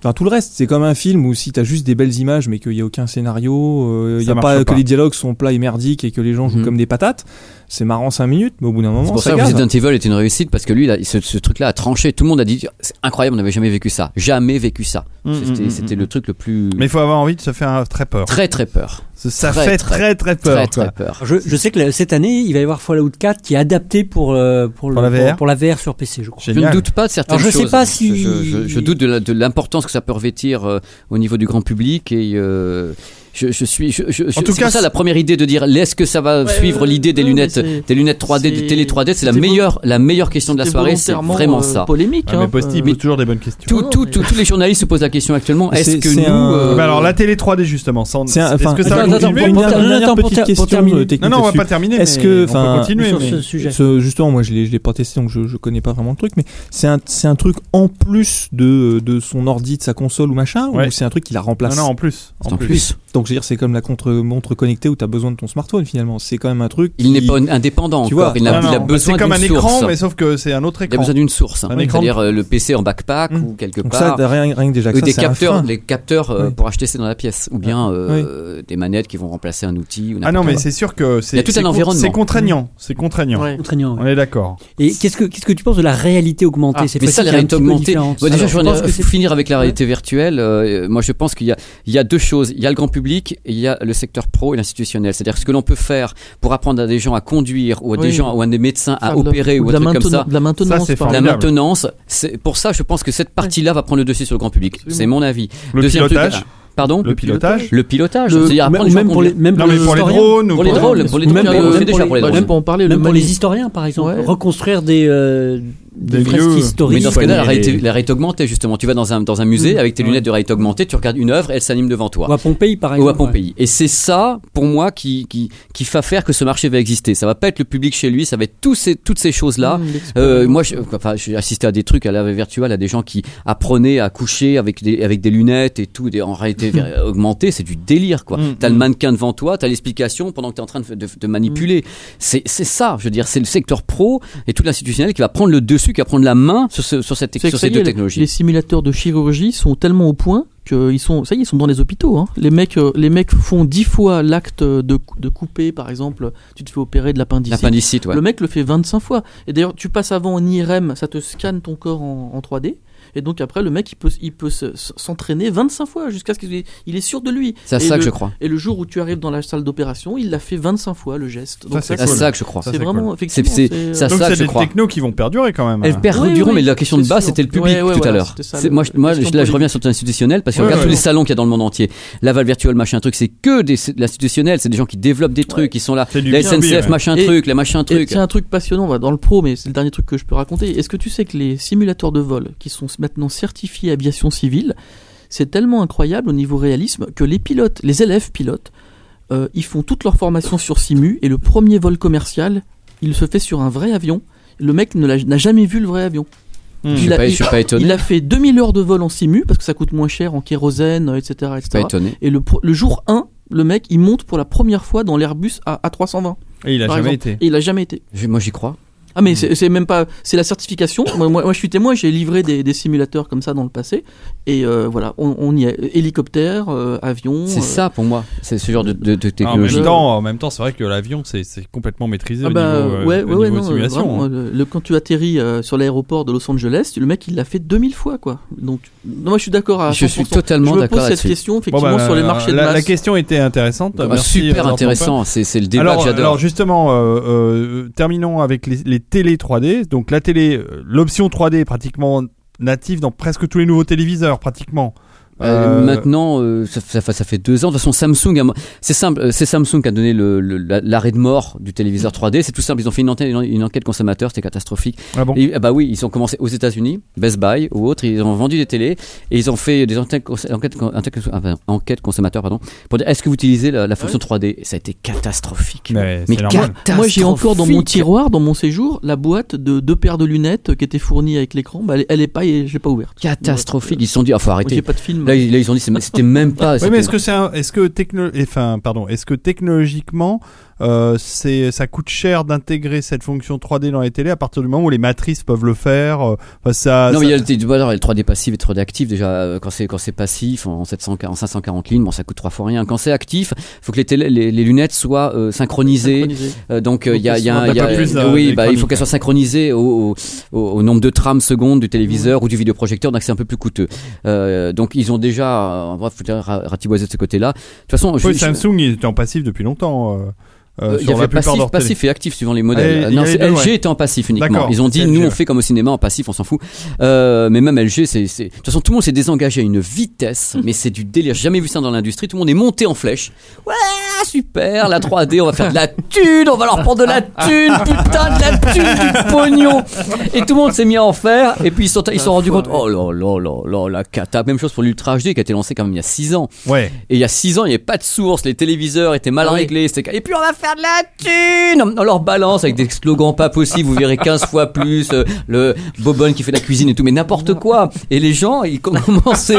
Speaker 7: Enfin, tout le reste, c'est comme un film où si t'as juste des belles images mais qu'il n'y a aucun scénario, euh,
Speaker 3: Ça
Speaker 7: il y a
Speaker 3: marche
Speaker 7: pas,
Speaker 3: pas.
Speaker 7: que les dialogues sont plats et merdiques et que les gens jouent
Speaker 5: Mhm.
Speaker 7: comme des patates, c'est marrant 5 minutes, mais au bout d'un moment,
Speaker 5: C'est pour ça
Speaker 7: ça
Speaker 5: que
Speaker 7: gave.
Speaker 5: Resident Evil est une réussite parce que lui, là, ce, ce truc-là a tranché. Tout le monde a dit c'est incroyable, on n'avait jamais vécu ça. Jamais vécu ça.
Speaker 3: Mm,
Speaker 5: C'était
Speaker 3: mm,
Speaker 5: c'était
Speaker 3: mm,
Speaker 5: le
Speaker 3: mm.
Speaker 5: truc le plus.
Speaker 3: Mais il faut avoir envie de se faire euh, très peur.
Speaker 5: Très très peur.
Speaker 3: Ça
Speaker 5: très,
Speaker 3: fait très
Speaker 5: très,
Speaker 3: très peur.
Speaker 5: très
Speaker 3: quoi.
Speaker 5: très peur.
Speaker 4: Je, je sais que la- cette année, il va y avoir Fallout 4 qui est adapté pour, euh, pour, le-
Speaker 3: Pour la VR.
Speaker 4: pour, pour la VR sur PC, je crois.
Speaker 5: Je ne
Speaker 3: Génial.
Speaker 5: doute pas de certaines
Speaker 4: Alors, je sais
Speaker 5: choses.
Speaker 4: pas si-
Speaker 5: Je, je- je doute de la- de l'importance que ça peut revêtir euh, au niveau du grand public et euh, je, je suis. Je, je- je-
Speaker 3: tout
Speaker 5: c'est
Speaker 3: cas,
Speaker 5: pour ça la première idée de dire est-ce que ça va
Speaker 6: Ouais,
Speaker 5: suivre
Speaker 6: ouais,
Speaker 5: l'idée des
Speaker 6: ouais,
Speaker 5: lunettes,
Speaker 6: mais c'est-
Speaker 5: des lunettes 3D,
Speaker 6: c'est-
Speaker 5: des télé 3D, c'est la
Speaker 6: c'était
Speaker 5: meilleure, la meilleure question de la
Speaker 6: C'était
Speaker 5: soirée. C'est
Speaker 6: volontairement,
Speaker 5: vraiment
Speaker 6: euh,
Speaker 5: ça.
Speaker 6: Polémique.
Speaker 3: Ah, mais
Speaker 6: hein,
Speaker 3: Posty
Speaker 6: euh,
Speaker 3: pose toujours des bonnes questions.
Speaker 5: Tout,
Speaker 6: Non,
Speaker 5: tout,
Speaker 6: mais-
Speaker 5: tout- tous les journalistes se posent la question actuellement. Est-ce
Speaker 7: C'est-
Speaker 5: que
Speaker 7: c'est
Speaker 5: nous,
Speaker 7: un-
Speaker 5: euh,
Speaker 3: Bah alors la télé 3D justement, sans...
Speaker 7: C'est
Speaker 3: est-ce
Speaker 7: un- enfin,
Speaker 3: que ça va
Speaker 4: attends,
Speaker 3: continuer
Speaker 4: attends,
Speaker 7: une dernière,
Speaker 4: attends,
Speaker 7: dernière
Speaker 4: attends, pour
Speaker 7: petite
Speaker 4: ter- pour
Speaker 7: question
Speaker 4: terminer.
Speaker 7: euh, technique
Speaker 3: Non, non, on va
Speaker 7: là-dessus.
Speaker 3: pas terminer.
Speaker 7: Est-ce
Speaker 3: mais
Speaker 7: que,
Speaker 3: on peut
Speaker 7: enfin,
Speaker 3: continuer
Speaker 4: sur
Speaker 3: mais-
Speaker 4: ce sujet.
Speaker 7: Ce- justement, moi je l'ai, je l'ai pas testé donc je, je connais pas vraiment le truc, mais c'est un, c'est un truc en plus de, de son ordi, de sa console ou machin,
Speaker 3: Ouais.
Speaker 7: ou c'est un truc qui la remplace
Speaker 3: Non, non, en plus.
Speaker 5: en plus,
Speaker 7: Donc je veux dire, c'est comme la contre-montre connectée où t'as besoin de ton smartphone finalement. C'est quand même un truc.
Speaker 5: il n'est
Speaker 7: qui-
Speaker 5: pas indépendant
Speaker 7: Tu
Speaker 5: encore.
Speaker 7: vois,
Speaker 5: il, a,
Speaker 3: Non,
Speaker 5: il a
Speaker 3: non, Bah,
Speaker 5: besoin
Speaker 3: C'est comme un
Speaker 5: d'une source.
Speaker 3: écran, mais sauf que c'est un autre
Speaker 5: Il a
Speaker 3: écran.
Speaker 5: besoin d'une source.
Speaker 3: Un écran.
Speaker 5: C'est-à-dire euh, le PC en backpack
Speaker 7: Mm.
Speaker 5: ou quelque
Speaker 7: Donc ça,
Speaker 5: part.
Speaker 7: t'as rien, rien que déjà. que
Speaker 5: Euh,
Speaker 7: ça,
Speaker 5: des
Speaker 7: c'est un
Speaker 5: capteurs,
Speaker 7: frein.
Speaker 5: les capteurs euh,
Speaker 7: Oui.
Speaker 5: pour acheter c'est dans la pièce, ou bien euh, des manettes qui vont remplacer un outil. Ou
Speaker 3: Ah non,
Speaker 5: n'importe
Speaker 3: mais
Speaker 5: quoi.
Speaker 3: c'est sûr que
Speaker 5: Il y
Speaker 3: c'est
Speaker 5: a tout
Speaker 3: c'est
Speaker 5: un
Speaker 3: con-
Speaker 5: environnement.
Speaker 3: C'est contraignant, c'est contraignant.
Speaker 6: ouais.
Speaker 4: Contraignant. ouais.
Speaker 3: On est d'accord.
Speaker 4: Et qu'est-ce que qu'est-ce que tu penses de la réalité augmentée
Speaker 5: Ah, mais ça, la réalité augmentée. Bon, déjà, je voudrais finir avec la réalité virtuelle. Euh, moi, je pense qu'il y a, il y a deux choses. Il y a le grand public et il y a le secteur pro et l'institutionnel. C'est-à-dire ce que l'on peut faire pour apprendre à des gens à conduire ou à des
Speaker 6: Oui.
Speaker 5: gens ou à des médecins à
Speaker 6: Enfin, de la-
Speaker 5: opérer ou
Speaker 6: de
Speaker 5: un
Speaker 6: la
Speaker 5: truc comme ça.
Speaker 6: maintenance- De la maintenance,
Speaker 3: Ça, c'est
Speaker 6: par
Speaker 5: La
Speaker 3: formidable.
Speaker 6: exemple.
Speaker 5: maintenance, c'est pour ça, je pense que cette partie-là va prendre le dessus sur le grand public. C'est mon avis.
Speaker 3: Le
Speaker 5: Deuxième truc-
Speaker 3: pilotage.
Speaker 5: pardon.
Speaker 3: Le pilotage.
Speaker 5: Le pilotage.
Speaker 4: Le-
Speaker 5: C'est-à-dire apprendre
Speaker 4: ou
Speaker 5: les gens à
Speaker 4: même pour les
Speaker 5: conduire.
Speaker 4: même
Speaker 3: Non,
Speaker 4: pour
Speaker 3: mais
Speaker 4: les
Speaker 3: pour les
Speaker 4: historiens.
Speaker 3: drones ou
Speaker 5: Pour les
Speaker 3: pour-
Speaker 5: drôles, pour les
Speaker 4: Ou
Speaker 5: drôles,
Speaker 4: même
Speaker 5: on
Speaker 4: pour-
Speaker 5: le fait
Speaker 4: même
Speaker 5: déjà
Speaker 4: pour
Speaker 5: pour
Speaker 4: les-
Speaker 5: les
Speaker 6: Bah,
Speaker 5: drôles.
Speaker 6: Même pour en parler,
Speaker 4: Même
Speaker 6: le
Speaker 4: pour
Speaker 6: money-
Speaker 4: les historiens, par exemple,
Speaker 6: Ouais.
Speaker 4: reconstruire des, euh, des,
Speaker 3: Des
Speaker 4: fresques
Speaker 3: lieux.
Speaker 4: historiques.
Speaker 5: Mais dans ce cas-là, la
Speaker 8: soigner les-
Speaker 5: réalité, la réalité augmentée, justement. Tu vas dans un, dans un musée
Speaker 3: Mmh.
Speaker 5: avec tes lunettes de réalité augmentée, tu regardes une œuvre, elle s'anime devant toi.
Speaker 4: Ou à Pompéi, par
Speaker 5: Ou
Speaker 4: exemple.
Speaker 5: à Pompéi. Et c'est ça, pour moi, qui, qui, qui fait faire que ce marché va exister. Ça va pas être le public chez lui, ça va être tous ces, toutes ces
Speaker 4: Mm.
Speaker 5: choses-là.
Speaker 6: Mmh,
Speaker 5: Euh,
Speaker 6: l'expérience.
Speaker 5: moi, je- enfin, j'ai assisté à des trucs à la virtuelle, à des gens qui apprenaient à coucher avec des, avec des lunettes et tout, des, en réalité ver- augmentée, c'est du délire, quoi.
Speaker 3: Mm.
Speaker 5: T'as le mannequin devant toi, t'as l'explication pendant que t'es en train de, de, de manipuler.
Speaker 6: Mm.
Speaker 5: C'est c'est ça, je veux dire, c'est le secteur pro et tout l'institutionnel qui va prendre le dessus, qui va prendre la main sur, ce, sur, cette,
Speaker 6: C'est
Speaker 5: sur
Speaker 6: que ça
Speaker 5: ces
Speaker 6: y
Speaker 5: deux
Speaker 6: est,
Speaker 5: technologies.
Speaker 6: Les simulateurs de chirurgie sont tellement au point que ils sont, ça y est, ils sont dans les hôpitaux. hein. Les mecs, euh, les mecs font dix fois l'acte de, cou- de couper, par exemple, tu te fais opérer de l'appendicite.
Speaker 5: L'appendicite, ouais.
Speaker 6: Le mec le fait 25 fois. Et d'ailleurs, tu passes avant en IRM, ça te scanne ton corps en, en 3D. Et donc après, le mec, il peut, il peut se- s'entraîner 25 fois jusqu'à ce qu'il ait- il est sûr de lui.
Speaker 5: C'est à
Speaker 6: Et
Speaker 5: ça
Speaker 6: le-
Speaker 5: que je crois.
Speaker 6: Et le jour où tu arrives dans la salle d'opération, il l'a fait 25 fois le geste. Donc
Speaker 3: c'est
Speaker 5: C'est à
Speaker 3: cool.
Speaker 5: ça que je crois.
Speaker 3: Ça,
Speaker 6: c'est
Speaker 3: c'est
Speaker 6: vraiment
Speaker 3: cool.
Speaker 5: C'est
Speaker 6: effectivement. euh,
Speaker 5: c'est- c'est à
Speaker 3: Donc
Speaker 5: ça que
Speaker 3: c'est
Speaker 5: je
Speaker 3: des
Speaker 5: crois.
Speaker 3: technos qui vont perdurer quand même.
Speaker 5: Elles perdureront,
Speaker 6: oui,
Speaker 5: mais la question de
Speaker 6: c'est
Speaker 5: base,
Speaker 6: sûr.
Speaker 5: c'était le public
Speaker 6: Ouais, ouais,
Speaker 5: tout à
Speaker 6: voilà,
Speaker 5: l'heure.
Speaker 6: c'était ça,
Speaker 5: C'est-
Speaker 6: le-
Speaker 5: Moi, je- moi,
Speaker 6: question
Speaker 5: je- là, je
Speaker 6: politique.
Speaker 5: reviens sur l'institutionnel parce que
Speaker 3: Ouais,
Speaker 5: regarde
Speaker 3: ouais,
Speaker 5: tous les
Speaker 3: ouais.
Speaker 5: salons qu'il y a dans le monde entier. Laval Virtual, machin truc, c'est que des- c'est de l'institutionnel, c'est des gens qui développent des trucs, qui sont là.
Speaker 3: C'est du hein.
Speaker 5: La
Speaker 3: B2B,
Speaker 5: SNCF,
Speaker 3: ouais.
Speaker 5: machin
Speaker 6: Et-
Speaker 5: truc, les machins
Speaker 6: Et
Speaker 5: truc.
Speaker 6: C'est un truc passionnant, on va dans le pro, mais c'est le dernier truc que je peux raconter. Est-ce que tu sais que les simulateurs de vol, qui sont maintenant certifiés aviation civile, c'est tellement incroyable au niveau réalisme que les pilotes, les élèves pilotes, euh, ils font toute leur formation sur Simu et le premier vol commercial, il se fait sur un vrai avion. Le mec ne l'a- n'a jamais vu le vrai avion.
Speaker 3: Hmm.
Speaker 5: Je suis
Speaker 6: il a-
Speaker 5: pas- je suis pas
Speaker 6: Il
Speaker 5: étonné.
Speaker 6: a fait 2000 heures de vol en Simu parce que ça coûte moins cher en kérosène, euh, etc.
Speaker 5: Je suis
Speaker 6: etc.
Speaker 5: Pas étonné.
Speaker 6: Et le, pro- le jour 1, le mec, il monte pour la première fois dans l'Airbus A- A320.
Speaker 3: Et il a
Speaker 6: par
Speaker 3: jamais
Speaker 6: exemple.
Speaker 3: été.
Speaker 6: Et il a jamais été.
Speaker 5: Je- Moi, j'y crois.
Speaker 6: Ah mais c'est c'est même pas c'est la certification. Moi, moi, moi, je suis témoin, j'ai livré des, des simulateurs comme ça dans le passé et euh, voilà, on, on y est hélicoptère, euh, avion.
Speaker 5: C'est
Speaker 6: euh,
Speaker 5: ça pour moi. C'est ce genre de, de- de
Speaker 3: Ah, En même
Speaker 5: technologie.
Speaker 3: temps, en même temps, c'est vrai que l'avion, c'est c'est complètement maîtrisé
Speaker 6: Ah
Speaker 3: au niveau,
Speaker 6: bah,
Speaker 3: euh,
Speaker 6: ouais,
Speaker 3: au
Speaker 6: ouais, ouais,
Speaker 3: niveau
Speaker 6: non,
Speaker 3: simulation.
Speaker 6: vraiment,
Speaker 3: hein.
Speaker 6: le, le- quand tu atterris euh, sur l'aéroport de Los Angeles, le mec il l'a fait 2000 fois quoi. Donc non, moi je suis d'accord à
Speaker 5: Je suis
Speaker 6: 100%.
Speaker 5: totalement
Speaker 6: Je me
Speaker 5: d'accord
Speaker 6: pose cette
Speaker 5: là-dessus.
Speaker 6: question
Speaker 3: Bon,
Speaker 6: effectivement
Speaker 3: bah,
Speaker 6: sur les marchés
Speaker 3: la,
Speaker 6: de masse.
Speaker 3: la question était intéressante.
Speaker 5: Ah,
Speaker 3: Merci,
Speaker 5: Super
Speaker 3: Jean-Pierre.
Speaker 5: intéressant. C'est c'est le débat que
Speaker 3: alors, alors
Speaker 5: j'adore.
Speaker 3: justement, euh, euh, terminons avec les, les télé 3D. Donc la télé, euh, l'option 3D est pratiquement native dans presque tous les nouveaux téléviseurs, pratiquement.
Speaker 5: Euh,
Speaker 3: Euh,
Speaker 5: Maintenant, euh, ça, ça fait- ça fait deux ans. De toute façon, Samsung, a- c'est simple, euh, c'est Samsung qui a donné le- le- la- l'arrêt de mort du téléviseur 3D. C'est tout simple. Ils ont fait une, enquête- une enquête consommateur, c'était catastrophique.
Speaker 3: ah bon.
Speaker 5: Et, ah bah oui, ils ont commencé aux États-Unis, Best Buy ou autres, ils ont vendu des télés et ils ont fait des enquêtes, cons- enquêtes, cons- enquêtes- ah, pardon, enquêtes consommateurs pardon, pour dire est-ce que vous utilisez la, la fonction 3D et Ça a été catastrophique.
Speaker 3: Ah Mais
Speaker 5: Mais
Speaker 3: c'est normal.
Speaker 6: Moi j'ai encore dans mon
Speaker 5: catastrophique.
Speaker 6: tiroir, dans mon séjour, la boîte de deux paires de lunettes qui était fournie avec l'écran, bah, elle, elle est pas, j'ai pas ouverte.
Speaker 5: Catastrophique. Ils se sont dit, ah, faut
Speaker 6: J'ai
Speaker 5: arrêter.
Speaker 6: pas de film.
Speaker 5: Là, ils là, ils ont dit, c'est- c'était même pas.
Speaker 3: Oui,
Speaker 5: c'était-
Speaker 3: mais est-ce que c'est un- est-ce que techno, enfin, pardon, est-ce que technologiquement, euh, c'est, ça coûte cher d'intégrer cette fonction 3D dans les télés à partir du moment où les matrices peuvent le faire. euh, Enfin, ça.
Speaker 5: non,
Speaker 3: ça-
Speaker 5: mais il y a le, t- voilà, le 3D passif et le 3D actif. Déjà, euh, quand c'est quand c'est passif, en, 700 en 540 lignes, bon, ça coûte trois fois rien. Quand c'est actif, faut que les, télé- les, les lunettes soient euh, synchronisées.
Speaker 6: Synchronisé.
Speaker 5: Euh, donc euh, il y a, il y a,
Speaker 3: On
Speaker 5: un- il y a-
Speaker 3: n'a pas plus, euh,
Speaker 5: oui, bah, il
Speaker 3: d'électronique.
Speaker 5: faut qu'elle soit synchronisée au, au, au nombre de trames secondes du téléviseur ou du vidéoprojecteur, donc c'est un peu plus coûteux. Euh, donc ils ont déjà, euh, bref, faut dire, ra- ratiboisé de ce côté-là. De toute façon, je,
Speaker 3: Oui,
Speaker 5: je-
Speaker 3: Samsung il était en passif depuis longtemps. euh, euh,
Speaker 5: Euh, Il y
Speaker 3: sur la
Speaker 5: avait
Speaker 3: plupart
Speaker 5: passif,
Speaker 3: d'entre elles.
Speaker 5: passif et actif suivant les
Speaker 3: Ah,
Speaker 5: modèles.
Speaker 3: il y
Speaker 5: non,
Speaker 3: avait
Speaker 5: c'est
Speaker 3: deux,
Speaker 5: LG
Speaker 3: ouais.
Speaker 5: était en passif uniquement.
Speaker 3: D'accord,
Speaker 5: Ils ont dit
Speaker 3: c'est
Speaker 5: nous
Speaker 3: LG,
Speaker 5: on fait comme au cinéma en passif, on s'en fout. Euh, mais même LG, c'est c'est- de toute façon tout le monde s'est désengagé à une vitesse, mais c'est du délire. J'ai Jamais vu ça dans l'industrie. Tout le monde est monté en flèche. Ouais, super, la 3D, on va faire de la thune, on va leur prendre de la thune, putain de la thune, du pognon. Et tout le monde s'est mis à en faire. Et puis ils sont ils se sont rendus compte. Oh là là là là la cata. Même chose pour l'Ultra HD qui a été lancé quand même il y a 6 ans.
Speaker 3: Ouais.
Speaker 5: Et il y a 6 ans, il n'y avait pas de source, les téléviseurs étaient mal
Speaker 6: Ah oui.
Speaker 5: réglés. c'était- Et puis on va faire de la thune On leur balance avec des slogans pas possibles, vous verrez 15 fois plus, euh, le Bobonne qui fait la cuisine et tout, mais n'importe quoi Et les gens, ils commençaient,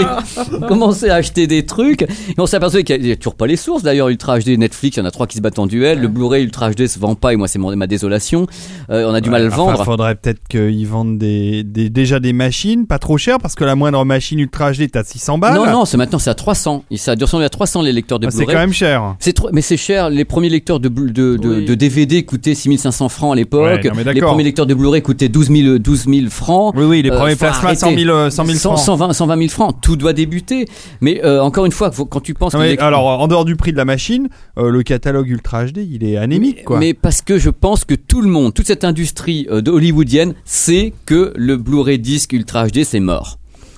Speaker 5: commençaient à acheter des trucs, et on s'est aperçu qu'il n'y a, toujours pas les sources. D'ailleurs, Ultra HD, Netflix, il y en a trois qui se battent en duel, le Blu-ray Ultra HD se vend pas, et moi c'est mon- ma désolation, Euh, on a du mal à le
Speaker 3: Enfin,
Speaker 5: vendre.
Speaker 3: faudrait peut-être qu'ils vendent des, des- déjà des machines pas trop chères parce que la moindre machine Ultra HD est à 600 balles.
Speaker 5: non, non, c'est maintenant c'est à 300, Et ça a descendu à 300 les lecteurs de
Speaker 3: Ah, c'est
Speaker 5: Blu-ray.
Speaker 3: quand même cher.
Speaker 5: C'est trop, mais c'est cher. Les premiers lecteurs de, blu- de, de,
Speaker 6: Oui.
Speaker 5: de DVD coûtaient 6500 francs à l'époque.
Speaker 3: Ouais, non, mais
Speaker 5: les
Speaker 3: d'accord.
Speaker 5: premiers lecteurs de Blu-ray coûtaient 12 000, 12 000 francs.
Speaker 3: Oui, oui, les
Speaker 5: Euh,
Speaker 3: premiers
Speaker 5: faut
Speaker 3: plasmas 100 000, euh, 100 000
Speaker 5: 100
Speaker 3: francs.
Speaker 5: 120, 120 000 francs. Tout doit débuter. Mais euh, encore une fois, faut- quand tu penses
Speaker 3: Non,
Speaker 5: que
Speaker 3: mais
Speaker 5: les-
Speaker 3: alors, en dehors du prix de la machine, euh, le catalogue Ultra HD, il est anémique, quoi.
Speaker 5: Mais parce que je pense que tout le monde, toute cette industrie euh, de hollywoodienne sait que le Blu-ray disque Ultra HD c'est mort.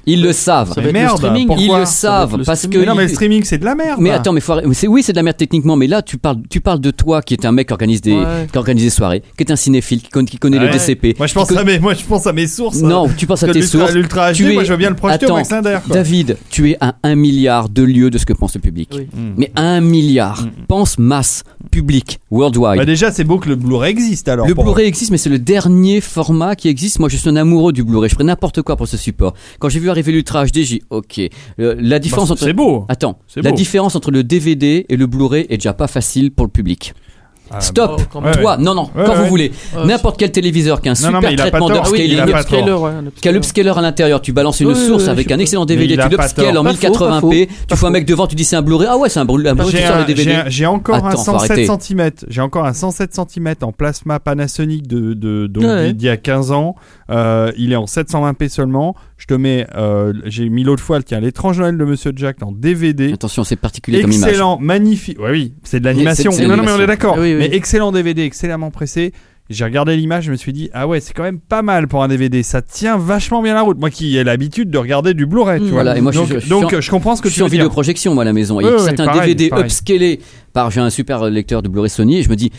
Speaker 5: Ils le savent.
Speaker 6: Ça
Speaker 3: Ah, Mais
Speaker 6: va être le
Speaker 3: merde,
Speaker 6: streaming.
Speaker 3: pourquoi
Speaker 5: Ils le
Speaker 6: Ça va être
Speaker 5: savent
Speaker 6: le
Speaker 5: parce que
Speaker 6: streaming.
Speaker 3: Mais non, mais le
Speaker 5: ils-
Speaker 3: streaming, c'est de la merde.
Speaker 5: Mais attends, mais faut arrêter- mais c'est oui, c'est de la merde techniquement, mais là tu parles, tu parles de toi qui est un mec qui organise des,
Speaker 6: Ouais.
Speaker 5: qui organise des soirées, qui est un cinéphile, qui, con- qui connaît
Speaker 3: Ouais.
Speaker 5: le DCP.
Speaker 3: Moi, je pense
Speaker 5: qui
Speaker 3: à mes, moi, je pense à mes sources.
Speaker 5: con- Non, tu penses
Speaker 3: Parce
Speaker 5: à
Speaker 3: que
Speaker 5: tes
Speaker 3: l'Ultra-
Speaker 5: sources.
Speaker 3: L'Ultra
Speaker 5: Tu
Speaker 3: HD, moi,
Speaker 5: es-
Speaker 3: je veux bien le projeter au
Speaker 5: Attends,
Speaker 3: Max Linder, quoi.
Speaker 5: David, tu es à un milliard de lieux de ce que pense le public.
Speaker 6: Oui.
Speaker 3: Mm.
Speaker 5: Mais à un milliard, pense masse, public, worldwide.
Speaker 3: Bah, déjà, c'est beau que le Blu-ray existe, alors.
Speaker 5: Le
Speaker 3: pour-
Speaker 5: Blu-ray existe, mais c'est le dernier format qui existe. Moi, je suis un amoureux du Blu-ray. Je prends n'importe quoi pour ce support. Quand j'ai vu arriver l'Ultra HD, j'ai dit, OK. Euh, la
Speaker 3: Bah,
Speaker 5: différence entre...
Speaker 3: C'est beau.
Speaker 5: Attends,
Speaker 3: C'est
Speaker 5: la
Speaker 3: beau.
Speaker 5: différence entre le DVD et le Blu-ray est déjà pas facile pour le public.
Speaker 3: Ah,
Speaker 5: Stop.
Speaker 6: Oh, quand même.
Speaker 5: Toi, non, non,
Speaker 3: Ouais,
Speaker 5: quand
Speaker 3: ouais.
Speaker 5: vous voulez.
Speaker 6: Euh,
Speaker 5: N'importe quel téléviseur qui a un
Speaker 3: Non, non,
Speaker 5: super
Speaker 3: mais il a pas
Speaker 5: traitement
Speaker 3: tort.
Speaker 5: d'upscaling,
Speaker 3: Il a
Speaker 6: un
Speaker 3: pas
Speaker 6: upscaler,
Speaker 3: tort.
Speaker 6: ouais, un upscaler.
Speaker 5: qui a l'upscaler à l'intérieur, tu balances une
Speaker 6: Oui, oui,
Speaker 5: source
Speaker 6: oui,
Speaker 5: avec
Speaker 6: je
Speaker 5: un
Speaker 6: peux-
Speaker 5: excellent
Speaker 3: Mais
Speaker 5: DVD,
Speaker 3: il a
Speaker 5: tu
Speaker 3: pas
Speaker 5: l'upscales
Speaker 6: tort.
Speaker 5: en
Speaker 6: Pas faux,
Speaker 5: 1080p,
Speaker 6: pas
Speaker 5: tu
Speaker 6: faux.
Speaker 5: fous un mec devant, tu dis c'est un Blu-ray, ah ouais c'est un Blu-ray, ah ouais tu
Speaker 3: J'ai
Speaker 5: sors le
Speaker 3: un- j'ai
Speaker 5: DVD.
Speaker 3: un- j'ai encore
Speaker 5: Attends, faut
Speaker 3: un 107
Speaker 5: arrêter.
Speaker 3: cm. J'ai encore un 107 cm en plasma Panasonic de, de, donc
Speaker 6: Ouais.
Speaker 3: d'il- d'il y a 15 ans. Euh, il est en 720p seulement. Je te mets, euh, j'ai mis l'autre fois, tiens, l'étrange Noël de Monsieur Jack en DVD.
Speaker 5: Attention c'est particulier comme image.
Speaker 3: Excellent, magnifique. Ouais, oui, c'est de l'animation.
Speaker 5: c'est- c'est de
Speaker 3: Non, non, mais on est
Speaker 5: l'animation.
Speaker 3: d'accord.
Speaker 6: Oui, oui.
Speaker 3: Mais excellent DVD, excellemment pressé. J'ai regardé l'image, je me suis dit, ah ouais, c'est quand même pas mal pour un DVD. Ça tient vachement bien la route. Moi qui ai l'habitude de regarder du Blu-ray, tu
Speaker 6: Mm.
Speaker 3: vois.
Speaker 5: Voilà, et moi, je-
Speaker 3: donc,
Speaker 5: je- je
Speaker 3: donc,
Speaker 5: suis en-
Speaker 3: je comprends ce que
Speaker 5: je
Speaker 3: tu
Speaker 5: suis en
Speaker 3: veux dire.
Speaker 5: vidéoprojection moi à la maison. Il y
Speaker 3: Ouais,
Speaker 5: a
Speaker 3: ouais,
Speaker 5: certains
Speaker 3: pareil,
Speaker 5: DVD
Speaker 3: pareil.
Speaker 5: upscalés par j'ai un super lecteur de Blu-ray Sony et je me dis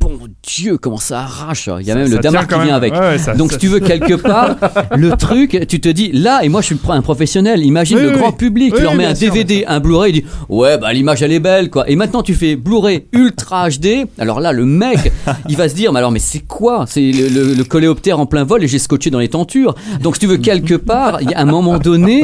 Speaker 5: bon Dieu comment ça arrache. Il y a même
Speaker 3: Ça
Speaker 5: le
Speaker 3: tient
Speaker 5: Damar
Speaker 3: quand
Speaker 5: qui
Speaker 3: même.
Speaker 5: vient avec.
Speaker 3: Ouais, ouais, ça-
Speaker 5: Donc
Speaker 3: ça-
Speaker 5: si tu veux quelque part le truc, tu te dis là et moi je suis un professionnel. Imagine
Speaker 3: Oui,
Speaker 5: le
Speaker 3: oui,
Speaker 5: grand
Speaker 3: oui.
Speaker 5: public,
Speaker 3: Oui,
Speaker 5: tu leur
Speaker 3: oui,
Speaker 5: mets un
Speaker 3: bien sûr,
Speaker 5: DVD, un Blu-ray, il dit ouais bah l'image elle est belle quoi. Et maintenant tu fais Blu-ray Ultra HD. Alors là le mec il va se dire mais alors mais c'est quoi C'est le, le- le coléoptère en plein vol et j'ai scotché dans les tentures. Donc si tu veux quelque part, il y a un moment donné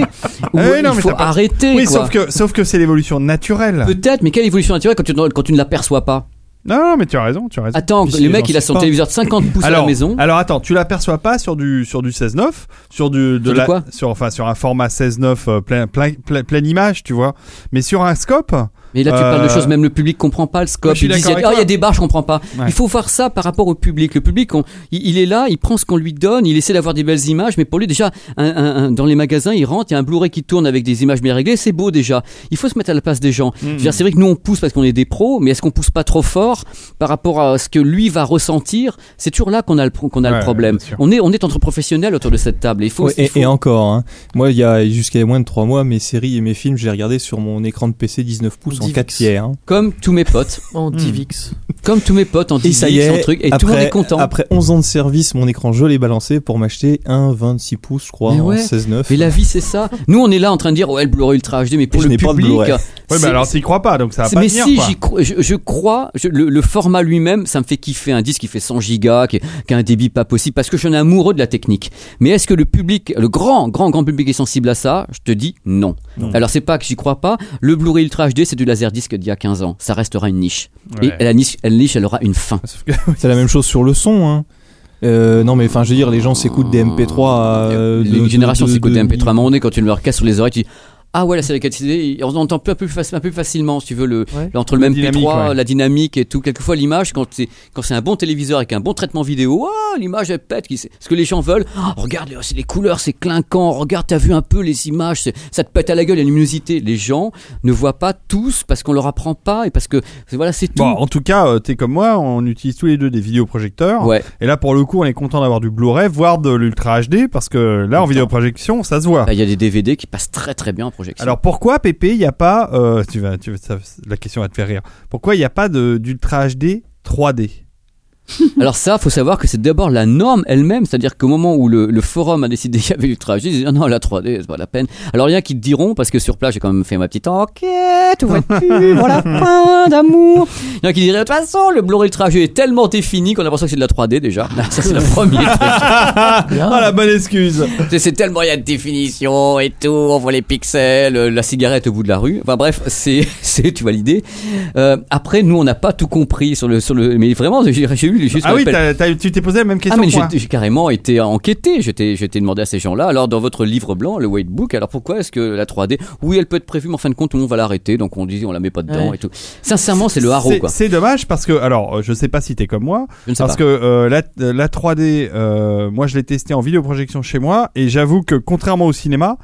Speaker 5: où
Speaker 3: Eh non,
Speaker 5: il
Speaker 3: mais
Speaker 5: faut
Speaker 3: t'as pas-
Speaker 5: arrêter
Speaker 3: Oui,
Speaker 5: quoi.
Speaker 3: sauf que, sauf que c'est l'évolution naturelle.
Speaker 5: Peut-être, mais quelle évolution naturelle quand tu, ne- quand tu ne l'aperçois pas
Speaker 3: Non, non, mais tu as raison, tu as raison.
Speaker 5: Attends,
Speaker 3: Puis
Speaker 5: le
Speaker 3: les
Speaker 5: mec
Speaker 3: gens
Speaker 5: il a
Speaker 3: savent
Speaker 5: son
Speaker 3: pas.
Speaker 5: téléviseur de 50 pouces Ah, à la maison.
Speaker 3: alors attends, tu l'aperçois pas sur du sur du 16/9, sur du de
Speaker 5: Sur du
Speaker 3: la
Speaker 5: quoi
Speaker 3: sur enfin sur un format 16/9 euh, plein, plein plein pleine image, tu vois. Mais sur un scope,
Speaker 5: Mais là, tu
Speaker 3: Euh,
Speaker 5: parles de choses, même le public comprend pas le
Speaker 3: moi,
Speaker 5: scope.
Speaker 3: je suis
Speaker 5: Ils disent,
Speaker 3: d'accord avec
Speaker 5: ah, il y
Speaker 3: toi.
Speaker 5: a des barres, je comprends pas.
Speaker 3: Ouais.
Speaker 5: Il faut voir ça par rapport au public. Le public, on- il, il est là, il prend ce qu'on lui donne, il essaie d'avoir des belles images, mais pour lui, déjà, un- un- un- dans les magasins, il rentre, il y a un Blu-ray qui tourne avec des images bien réglées, c'est beau déjà. Il faut se mettre à la place des gens.
Speaker 3: Hmm.
Speaker 5: Je veux dire, C'est vrai que nous, on pousse parce qu'on est des pros, mais est-ce qu'on pousse pas trop fort par rapport à ce que lui va ressentir C'est toujours là qu'on a le, pro- qu'on a
Speaker 3: Ouais,
Speaker 5: le problème.
Speaker 3: bien sûr.
Speaker 5: On est, on est entre professionnels autour de cette table. Et il faut,
Speaker 7: Ouais,
Speaker 5: il
Speaker 7: et,
Speaker 5: faut-
Speaker 7: et encore, hein. moi il y a jusqu'à moins de 3 mois, mes séries et mes films, j'ai regardé sur mon écran de PC 19 pouces en
Speaker 6: Divx.
Speaker 7: 4 tiers. hein.
Speaker 5: comme tous mes potes,
Speaker 6: En DivX.
Speaker 5: comme tous mes potes en
Speaker 7: Et ça y
Speaker 5: 10, en
Speaker 7: est,
Speaker 5: truc, et
Speaker 7: après,
Speaker 5: tout le monde est content.
Speaker 7: après 11 ans de service, mon écran je l'ai balancé pour m'acheter un 26 pouces, je crois,
Speaker 5: Mais
Speaker 7: en
Speaker 5: ouais.
Speaker 7: 16-9.
Speaker 5: Mais la vie, c'est ça. Nous, on est là en train de dire, ouais, le Blu-ray Ultra HD, mais pour
Speaker 7: Je
Speaker 5: le
Speaker 7: n'ai pas de
Speaker 5: public.
Speaker 7: Blu-ray.
Speaker 3: ouais,
Speaker 5: c'est-
Speaker 3: mais alors t'y crois pas, donc ça va
Speaker 5: c'est-
Speaker 3: pas
Speaker 5: mais
Speaker 3: tenir
Speaker 5: si,
Speaker 3: quoi.
Speaker 5: j'y crois- je, je crois, je- le, le format lui-même, ça me fait kiffer un disque qui fait 100 gigas, qui, qui a un débit pas possible, parce que je suis un amoureux de la technique. Mais est-ce que le public, le grand, grand, grand public est sensible à ça Je te dis non. Alors c'est pas que j'y crois pas. Le Blu-ray Ultra HD, c'est du laserdisc d'il y a 15 ans. Ça restera une niche.
Speaker 3: Ouais.
Speaker 5: Et euh, la niche, la niche, elle aura une fin.
Speaker 3: Sauf que-
Speaker 7: C'est la même chose sur le son. Hein. Euh, non, mais enfin, je veux dire, les gens s'écoute des MP3. à, euh,
Speaker 5: les
Speaker 7: de-
Speaker 5: générations
Speaker 7: de- de-
Speaker 5: s'écoutent des
Speaker 7: de-
Speaker 5: MP3 à un moment donné, quand tu le recasses sur les oreilles, tu dis Ah ouais, la série 4 CD, on entend un peu, un peu plus faci- un peu plus facilement, si tu veux, le,
Speaker 6: Ouais.
Speaker 5: entre le
Speaker 3: La
Speaker 5: même
Speaker 3: dynamique,
Speaker 5: P3,
Speaker 3: ouais.
Speaker 5: la dynamique et tout. Quelquefois, l'image, quand c'est, quand c'est un bon téléviseur avec un bon traitement vidéo, ah, l'image, elle pète. qui- c'est Ce que les gens veulent, Ah, regarde, les- c'est les couleurs, c'est clinquant, regarde, t'as vu un peu les images, c'est- ça te pète à la gueule, la luminosité. Les gens ne voient pas tous parce qu'on leur apprend pas et parce que, voilà, c'est tout.
Speaker 3: Bon, en tout cas, euh, t'es comme moi, on utilise tous les deux des vidéoprojecteurs.
Speaker 5: ouais.
Speaker 3: Et là, pour le coup, on est content d'avoir du Blu-ray, voire de l'Ultra HD, parce que là, en vidéoprojection, ça se voit.
Speaker 5: Là, Bah, Il y a des DVD qui passent très très bien en projection.
Speaker 3: Alors pourquoi Pépé, il n'y a pas euh, tu vas, tu vas, ça- la question va te faire rire. Pourquoi il n'y a pas de- d'ultra HD 3D Mm.
Speaker 5: Alors ça, faut savoir que c'est d'abord la norme elle-même, c'est-à-dire qu'au moment où le, le forum a décidé qu'il y avait l'ultra HD, ils disaient non la 3D, c'est pas la peine. Alors il y en a qui te diront parce que sur place j'ai quand même fait ma petite enquête, vois-tu, pour la fin d'amour. Il y en a qui diraient de toute façon le Blu-ray ultra HD est tellement défini qu'on a l'impression que c'est de la 3D déjà. Ça c'est le premier truc.
Speaker 3: Ah la bonne excuse.
Speaker 5: C'est- C'est tellement il y a de définition et tout, on voit les pixels, euh, la cigarette au bout de la rue. Enfin bref, c'est c'est tu vois l'idée. Euh, après nous on n'a pas tout compris sur le sur le mais vraiment j'ai j'ai eu juste
Speaker 3: Ah
Speaker 5: un
Speaker 3: oui,
Speaker 5: appel-
Speaker 3: t'as- t'as- tu t'es posé la même
Speaker 5: ah
Speaker 3: question.
Speaker 5: mais
Speaker 3: que moi.
Speaker 5: j'ai- j'ai carrément été enquêté, j'étais j'étais demandé à ces gens-là, alors dans votre livre blanc, le white book, alors pourquoi est-ce que la 3D, oui elle peut être prévue mais en fin de compte tout le monde va l'arrêter, donc on dit on la met pas dedans
Speaker 6: Ouais.
Speaker 5: et tout. Sincèrement c'est le haro
Speaker 3: C'est-
Speaker 5: quoi,
Speaker 3: C'est dommage parce que alors euh, je sais pas si t'es comme moi
Speaker 5: je ne sais
Speaker 3: parce
Speaker 5: pas.
Speaker 3: que euh, la, la 3D euh, moi je l'ai testé en vidéoprojection chez moi et j'avoue que contrairement au cinéma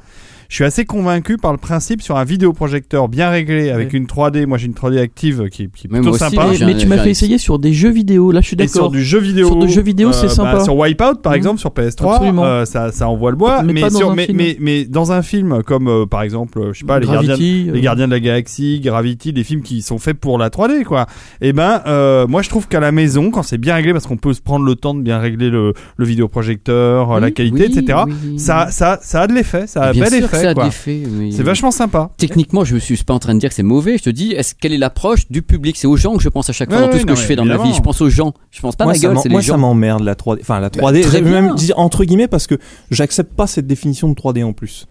Speaker 3: je suis assez convaincu par le principe sur un vidéoprojecteur bien réglé avec une 3D moi j'ai une 3D active qui, qui est
Speaker 5: Mais
Speaker 3: plutôt
Speaker 5: moi aussi,
Speaker 3: sympa
Speaker 5: mais
Speaker 6: Mais,
Speaker 5: j'ai
Speaker 6: mais
Speaker 5: un-
Speaker 6: tu m'as
Speaker 5: j'ai un-
Speaker 6: fait essayer sur des jeux vidéo, là je suis
Speaker 3: Et sur
Speaker 6: d'accord.
Speaker 3: du jeu vidéo. Euh, bah,
Speaker 6: Sur du jeu vidéo, c'est sympa.
Speaker 3: sur Wipeout, par
Speaker 6: Mm.
Speaker 3: exemple, sur PS3,
Speaker 6: Absolument.
Speaker 3: euh, ça, ça envoie le bois.
Speaker 6: Mais
Speaker 3: Mais,
Speaker 6: pas dans
Speaker 3: sur,
Speaker 6: un
Speaker 3: mais,
Speaker 6: film.
Speaker 3: mais, mais dans un film comme, euh, par exemple, euh, je sais pas, les gardiens,
Speaker 6: Gravity, euh,
Speaker 3: les Gardiens de la Galaxie, Gravity, des films qui sont faits pour la 3D, quoi. Et ben, euh, moi, je trouve qu'à la maison, quand c'est bien réglé, parce qu'on peut se prendre le temps de bien régler le, le vidéoprojecteur, euh, la qualité,
Speaker 5: Oui,
Speaker 3: etc.,
Speaker 5: oui.
Speaker 3: ça, ça, ça a de l'effet, ça a
Speaker 5: Bien
Speaker 3: bel
Speaker 5: sûr que ça
Speaker 3: effet,
Speaker 5: a de
Speaker 3: quoi.
Speaker 5: l'effet, mais-
Speaker 3: C'est vachement sympa.
Speaker 5: Techniquement, je ne suis pas en train de dire que c'est mauvais. Je te dis, est-ce quelle est l'approche du public C'est aux gens que je pense à chaque fois
Speaker 3: Ouais,
Speaker 5: dans tout
Speaker 3: ouais,
Speaker 5: ce que
Speaker 3: non,
Speaker 5: je
Speaker 3: mais
Speaker 5: fais dans ma vie.
Speaker 3: évidemment.
Speaker 5: Je pense aux gens. Je pense pas à
Speaker 7: moi,
Speaker 5: ma
Speaker 7: ça
Speaker 5: gueule,
Speaker 7: m'en-
Speaker 5: c'est les
Speaker 7: moi, ça
Speaker 5: gens. Bah,
Speaker 7: m'emmerde la 3D. Enfin, la 3D,
Speaker 5: très
Speaker 7: je vais
Speaker 5: bien.
Speaker 7: même dire entre guillemets parce que j'accepte pas cette définition de 3D en plus.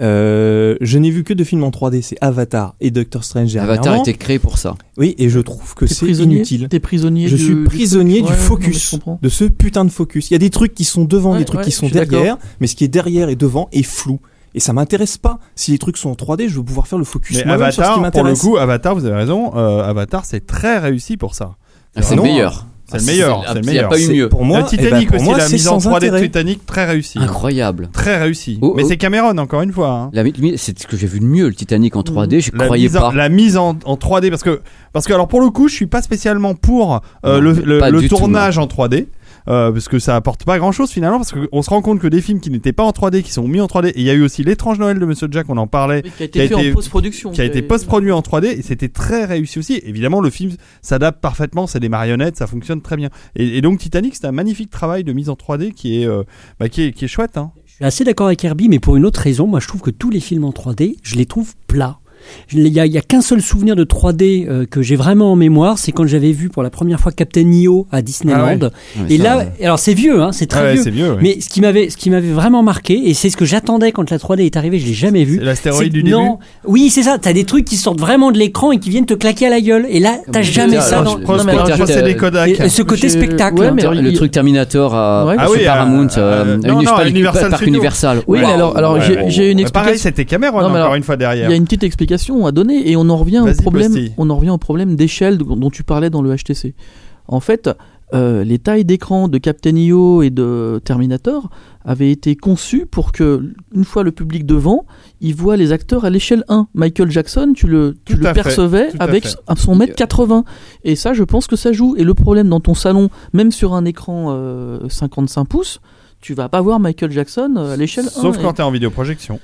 Speaker 7: Euh, je n'ai vu que deux films en 3D, c'est Avatar et Doctor Strange.
Speaker 5: Avatar a
Speaker 7: dernièrement.
Speaker 5: été créé pour ça.
Speaker 7: Oui, et je trouve que
Speaker 6: t'es
Speaker 7: c'est
Speaker 6: prisonnier-
Speaker 7: inutile.
Speaker 6: T'es prisonnier
Speaker 7: Je
Speaker 6: du-
Speaker 7: suis
Speaker 6: du-
Speaker 7: prisonnier du
Speaker 6: Ouais, ouais, non, mais je
Speaker 7: focus,
Speaker 6: comprends.
Speaker 7: de ce putain de focus. Il y a des trucs qui sont devant,
Speaker 6: Ouais,
Speaker 7: des trucs
Speaker 6: ouais,
Speaker 7: qui
Speaker 6: je
Speaker 7: sont
Speaker 6: suis d'accord.
Speaker 7: derrière, mais ce qui est derrière et devant est flou. Et ça m'intéresse pas. Si les trucs sont en 3D, je veux pouvoir faire le focus
Speaker 3: Mais
Speaker 7: moi-même sur ce qui
Speaker 3: Avatar, pour le
Speaker 7: m'intéresse.
Speaker 3: coup, Avatar, vous avez raison, euh, Avatar, c'est très réussi pour ça.
Speaker 5: Ah, C'est le
Speaker 7: vraiment-
Speaker 5: meilleur.
Speaker 3: C'est le meilleur, c'est le
Speaker 5: Il n'y a
Speaker 3: meilleur.
Speaker 5: pas eu
Speaker 7: C'est-
Speaker 5: mieux.
Speaker 7: Pour moi,
Speaker 3: le
Speaker 7: eh ben,
Speaker 3: Titanic
Speaker 7: pour
Speaker 3: aussi,
Speaker 7: moi,
Speaker 3: la
Speaker 7: c'est
Speaker 3: mise en
Speaker 7: sans
Speaker 3: 3D de
Speaker 7: intérêt.
Speaker 3: Titanic, très réussie. hein.
Speaker 5: Incroyable.
Speaker 3: Très réussi.
Speaker 5: Oh,
Speaker 3: Mais
Speaker 5: oh.
Speaker 3: c'est Cameron, encore une fois. hein.
Speaker 5: La mi- mi- C'est ce que j'ai vu de mieux, le Titanic en 3D. Je
Speaker 3: La
Speaker 5: croyais
Speaker 3: mise, en,
Speaker 5: pas.
Speaker 3: la mise en, en 3D parce que parce que alors pour le coup je suis pas spécialement pour euh,
Speaker 5: Non,
Speaker 3: le,
Speaker 5: mais
Speaker 3: le-
Speaker 5: pas
Speaker 3: le
Speaker 5: du tout,
Speaker 3: tournage en 3D euh, parce que ça apporte pas grand chose finalement parce qu'on se rend compte que des films qui n'étaient pas en 3D qui sont mis en 3D et il y a eu aussi l'étrange Noël de Monsieur Jack on en parlait
Speaker 6: Oui, Qui a
Speaker 3: qui a
Speaker 6: été fait
Speaker 3: été-
Speaker 6: en post-production.
Speaker 3: qui a été
Speaker 6: c'est-
Speaker 3: post-produit en 3D et c'était très réussi aussi évidemment le film s'adapte parfaitement c'est des marionnettes ça fonctionne très bien et, et donc Titanic c'est un magnifique travail de mise en 3D qui est euh, bah, qui est, qui est chouette hein.
Speaker 4: Je suis assez d'accord avec Herbie, mais pour une autre raison, moi je trouve que tous les films en 3D, je les trouve plats. Je l'ai- Il n'y a, il y a qu'un seul souvenir de 3D euh, que j'ai vraiment en mémoire, c'est quand j'avais vu pour la première fois Captain EO à Disneyland.
Speaker 5: Ouais,
Speaker 4: Et
Speaker 5: ça,
Speaker 4: là, alors c'est vieux, hein, c'est
Speaker 3: Ah
Speaker 4: très
Speaker 3: ouais,
Speaker 4: vieux.
Speaker 3: c'est vieux ouais.
Speaker 4: Mais ce qui m'avait, ce qui m'avait vraiment marqué, et c'est ce que j'attendais quand la 3D est arrivée, je l'ai jamais vu.
Speaker 3: C'est l'astéroïde
Speaker 4: c'est-
Speaker 3: du début
Speaker 4: Non, oui, c'est ça. T'as des trucs qui sortent vraiment de l'écran et qui viennent te claquer à la gueule. Et là, t'as
Speaker 5: Ah, mais
Speaker 4: jamais
Speaker 5: c'est-
Speaker 4: ça.
Speaker 5: alors,
Speaker 4: dans-
Speaker 5: je-
Speaker 3: Proche-
Speaker 5: non, mais
Speaker 3: proche,
Speaker 5: alors,
Speaker 3: c'est
Speaker 5: euh,
Speaker 3: des Kodak.
Speaker 4: et- et ce côté
Speaker 6: J'ai-
Speaker 4: spectacle.
Speaker 6: Ouais,
Speaker 4: hein.
Speaker 6: mais
Speaker 5: Ter-
Speaker 6: alors,
Speaker 5: le
Speaker 6: il-
Speaker 5: truc Terminator à
Speaker 6: Ouais.
Speaker 5: à-
Speaker 3: Ah
Speaker 5: sur
Speaker 3: oui,
Speaker 5: Paramount,
Speaker 3: euh,
Speaker 5: euh,
Speaker 3: euh,
Speaker 5: une-
Speaker 3: non,
Speaker 5: je sais
Speaker 3: non,
Speaker 5: pas,
Speaker 3: Universal
Speaker 5: parc
Speaker 3: Studios.
Speaker 5: Universal.
Speaker 6: Oui,
Speaker 5: Wow.
Speaker 6: mais alors, alors
Speaker 3: Ouais,
Speaker 6: j'ai
Speaker 3: ouais.
Speaker 6: j'ai une
Speaker 3: Bah, pareil
Speaker 6: explication.
Speaker 3: c'était Cameron
Speaker 6: Non, mais
Speaker 3: encore
Speaker 6: alors,
Speaker 3: une fois derrière
Speaker 6: Il y a une petite explication à donner et on en revient au
Speaker 3: Vas-y,
Speaker 6: problème.
Speaker 3: Basti.
Speaker 6: On en revient au problème d'échelle dont dont tu parlais dans le HTC. En fait, euh, les tailles d'écran de Captain EO et de Terminator avaient été conçues pour que, une fois le public devant, il voit les acteurs à l'échelle 1. Michael Jackson, tu le, tu
Speaker 3: Tout
Speaker 6: le
Speaker 3: à fait,
Speaker 6: percevais
Speaker 3: tout à
Speaker 6: avec
Speaker 3: fait. Euh,
Speaker 6: son- son mètre 80. Et ça, je pense que ça joue. Et le problème dans ton salon, même sur un écran euh, 55 pouces, tu vas pas voir Michael Jackson euh, à l'échelle 1.
Speaker 3: Sauf
Speaker 6: Et-
Speaker 3: quand t'es en vidéoprojection.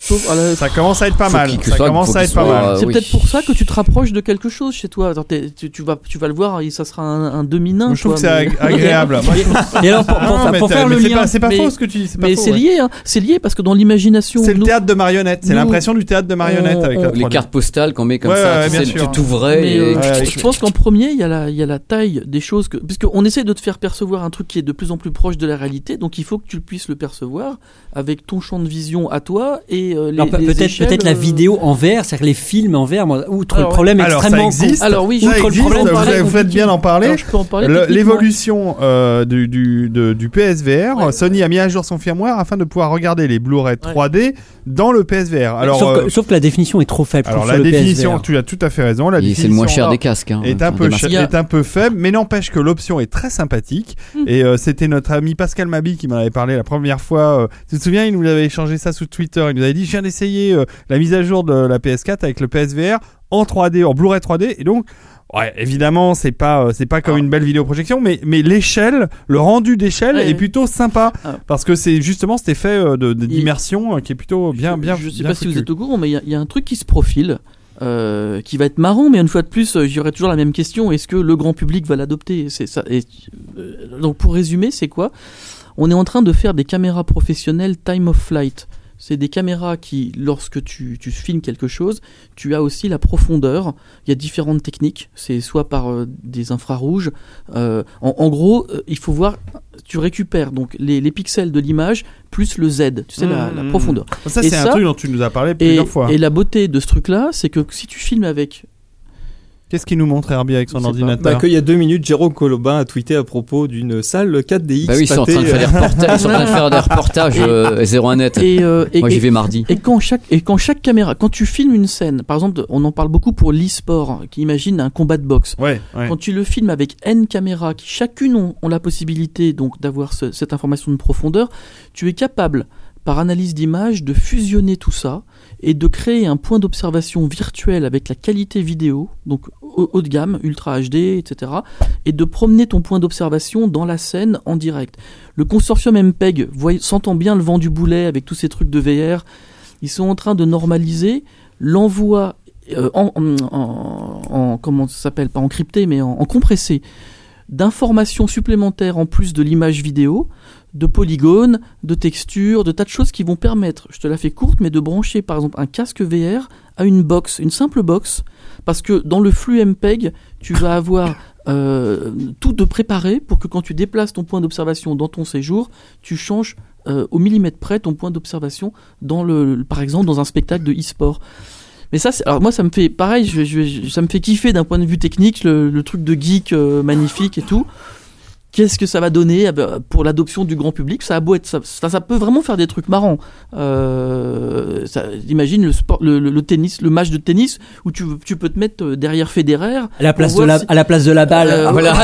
Speaker 6: sauf à la-
Speaker 3: Ça commence à être pas
Speaker 5: Faut
Speaker 3: mal.
Speaker 5: qu'il- que
Speaker 3: Ça
Speaker 5: soit-
Speaker 3: commence
Speaker 5: faut
Speaker 3: à
Speaker 5: qu'il
Speaker 3: être pas
Speaker 5: soit,
Speaker 3: mal.
Speaker 4: Ah
Speaker 5: euh,
Speaker 6: C'est
Speaker 5: oui.
Speaker 6: peut-être pour ça que tu te rapproches de quelque chose chez toi. Attends, t'es- tu, tu vas, tu vas le voir, et ça sera un, un demi-nain.
Speaker 3: Moi, je trouve
Speaker 6: quoi,
Speaker 3: que c'est
Speaker 6: mais-
Speaker 3: ag- agréable. Moi, je trouve-
Speaker 4: Et alors, pour, pour-
Speaker 3: Non, mais
Speaker 4: pour
Speaker 3: t'as-
Speaker 4: faire
Speaker 3: mais
Speaker 4: le
Speaker 3: c'est
Speaker 4: lien,
Speaker 3: pas- C'est pas
Speaker 6: mais-
Speaker 3: faux ce que tu dis. c'est pas
Speaker 6: Mais
Speaker 3: faux,
Speaker 6: c'est
Speaker 3: ouais.
Speaker 6: lié, hein. c'est lié parce que dans l'imagination.
Speaker 3: C'est le
Speaker 6: nous-
Speaker 3: théâtre de marionnettes. C'est
Speaker 6: nous-
Speaker 3: l'impression du théâtre de marionnettes
Speaker 6: on-
Speaker 3: avec la
Speaker 6: on-
Speaker 5: euh, les
Speaker 3: 3D.
Speaker 5: cartes postales qu'on met comme
Speaker 3: Ouais,
Speaker 5: ça,
Speaker 3: ouais,
Speaker 5: tu
Speaker 3: bien
Speaker 5: sais,
Speaker 3: sûr.
Speaker 5: tu t'ouvrais
Speaker 6: mais,
Speaker 5: et-
Speaker 6: euh,
Speaker 3: Ouais,
Speaker 6: je pense qu'en premier, il y, a la- il y a la taille des choses. Que, parce qu'on essaie de te faire percevoir un truc qui est de plus en plus proche de la réalité, donc il faut que tu puisses le percevoir avec ton champ de vision à toi et les, euh, les-
Speaker 4: Alors, pe-
Speaker 6: les
Speaker 4: peut-être
Speaker 6: échelles,
Speaker 4: peut-être
Speaker 6: euh,
Speaker 4: la vidéo en verre, c'est-à-dire les films en verre, moi, outre
Speaker 6: Alors,
Speaker 4: le problème
Speaker 3: Alors, ça
Speaker 4: extrêmement.
Speaker 3: existe.
Speaker 6: Alors oui,
Speaker 3: Ça
Speaker 6: outre le
Speaker 3: existe,
Speaker 6: problème
Speaker 3: vous,
Speaker 6: très
Speaker 3: avez- vous faites
Speaker 6: compliqué.
Speaker 3: bien d'en parler.
Speaker 6: Alors, je peux en parler.
Speaker 3: Le-
Speaker 6: techniquement.
Speaker 3: L'évolution euh, du, du, de- du PSVR,
Speaker 6: Ouais.
Speaker 3: Sony a mis à jour son firmware afin de pouvoir regarder les Blu-ray 3D dans le PSVR. Alors,
Speaker 4: sauf, que,
Speaker 3: euh,
Speaker 4: sauf que la définition est trop faible.
Speaker 3: alors
Speaker 4: sur
Speaker 3: la
Speaker 4: le
Speaker 3: définition,
Speaker 4: PSVR.
Speaker 3: tu as tout à fait raison. La
Speaker 5: Et c'est
Speaker 3: définition
Speaker 5: le moins cher
Speaker 3: là,
Speaker 5: des casques. Hein,
Speaker 3: est
Speaker 5: enfin,
Speaker 3: un, peu
Speaker 5: des masques.
Speaker 3: cher-
Speaker 6: Il y a-
Speaker 3: est un peu faible, mais n'empêche que l'option est très sympathique.
Speaker 6: Mm.
Speaker 3: Et euh, c'était notre ami Pascal Mabi qui m'en avait parlé la première fois. euh, tu te souviens, il nous avait échangé ça sous Twitter. Il nous avait dit Je viens d'essayer euh, la mise à jour de la PS4 avec le PSVR en 3D, en Blu-ray 3D. Et donc, ouais, évidemment, c'est pas, euh, c'est pas
Speaker 6: Ah.
Speaker 3: comme une belle vidéoprojection, mais, mais l'échelle, le rendu d'échelle
Speaker 6: Ouais,
Speaker 3: est
Speaker 6: ouais.
Speaker 3: plutôt sympa.
Speaker 6: Ah.
Speaker 3: Parce que c'est justement cet effet euh, de- de-
Speaker 6: Il-
Speaker 3: d'immersion euh, qui est plutôt bien, bien.
Speaker 6: Je sais
Speaker 3: bien
Speaker 6: pas si vous
Speaker 3: foutu.
Speaker 6: êtes au courant, mais il y a- il y, a un truc qui se profile. euh, qui va être marrant, mais une fois de plus, euh, j'aurais toujours la même question est-ce que le grand public va l'adopter C'est ça. Et, euh, donc, pour résumer, c'est quoi On est en train de faire des caméras professionnelles time of flight. C'est des caméras qui, lorsque tu, tu filmes quelque chose, tu as aussi la profondeur. Il y a différentes techniques. C'est soit par euh, des infrarouges. euh, en, en gros, euh, il faut voir. Tu récupères donc les, les pixels de l'image plus le Z. Tu sais la- la
Speaker 3: Mhm.
Speaker 6: profondeur.
Speaker 3: Ça,
Speaker 6: Et
Speaker 3: c'est un
Speaker 6: ça-
Speaker 3: truc dont tu nous as parlé
Speaker 6: Et,
Speaker 3: plusieurs fois.
Speaker 6: et la beauté de ce truc-là, c'est que si tu filmes avec.
Speaker 3: Qu'est-ce qu'il nous montre Herbie avec
Speaker 6: Je
Speaker 3: son
Speaker 6: sais pas.
Speaker 7: Bah,
Speaker 3: ordinateur
Speaker 7: qu'il y a deux minutes, Jérôme Colobin a tweeté à propos d'une salle 4DX.
Speaker 5: Bah oui, ils sont en train de
Speaker 7: euh.
Speaker 5: faire des reportages, ils sont en train de faire des reportages euh, 01 net.
Speaker 6: Et, euh, et-
Speaker 5: Moi, j'y
Speaker 6: et-
Speaker 5: vais mardi.
Speaker 6: et quand chaque et quand chaque caméra, quand tu filmes une scène, par exemple, on en parle beaucoup pour l'e-sport, hein, qui imagine un combat de boxe.
Speaker 3: Ouais, ouais.
Speaker 6: Quand tu le filmes avec n caméras, qui chacune ont, ont la possibilité donc d'avoir ce- cette information de profondeur, tu es capable, par analyse d'image, de fusionner tout ça et de créer un point d'observation virtuel avec la qualité vidéo, donc haut haut de gamme, ultra HD, etc., et de promener ton point d'observation dans la scène en direct. Le consortium E MPEG voy- sentant bien le vent du boulet avec tous ces trucs de VR, ils sont en train de normaliser l'envoi euh, en, en- en- en- comment ça s'appelle pas encrypté mais en, en compressé d'informations supplémentaires en plus de l'image vidéo de polygones de textures de tas de choses qui vont permettre je te la fais courte mais de brancher par exemple un casque VR à une box une simple box parce que dans le flux MPEG tu vas avoir euh, tout de préparé pour que quand tu déplaces ton point d'observation dans ton séjour tu changes euh, au millimètre près ton point d'observation dans le par exemple dans un spectacle de e-sport mais ça, c'est- alors moi, ça me fait pareil. Je, je- je- ça me fait kiffer d'un point de vue technique, le, le truc de geek euh, magnifique et tout. Qu'est-ce que ça va donner eh ben, pour l'adoption du grand public Ça a beau être, ça, ça, ça peut vraiment faire des trucs marrants. Euh, ça, imagine le, sport, le, le- le tennis, le match de tennis où tu, tu peux te mettre euh, derrière Federer.
Speaker 4: À la place
Speaker 6: On voit
Speaker 4: de la,
Speaker 6: si-
Speaker 4: à la place de la balle.
Speaker 6: Euh,
Speaker 4: Ah voilà.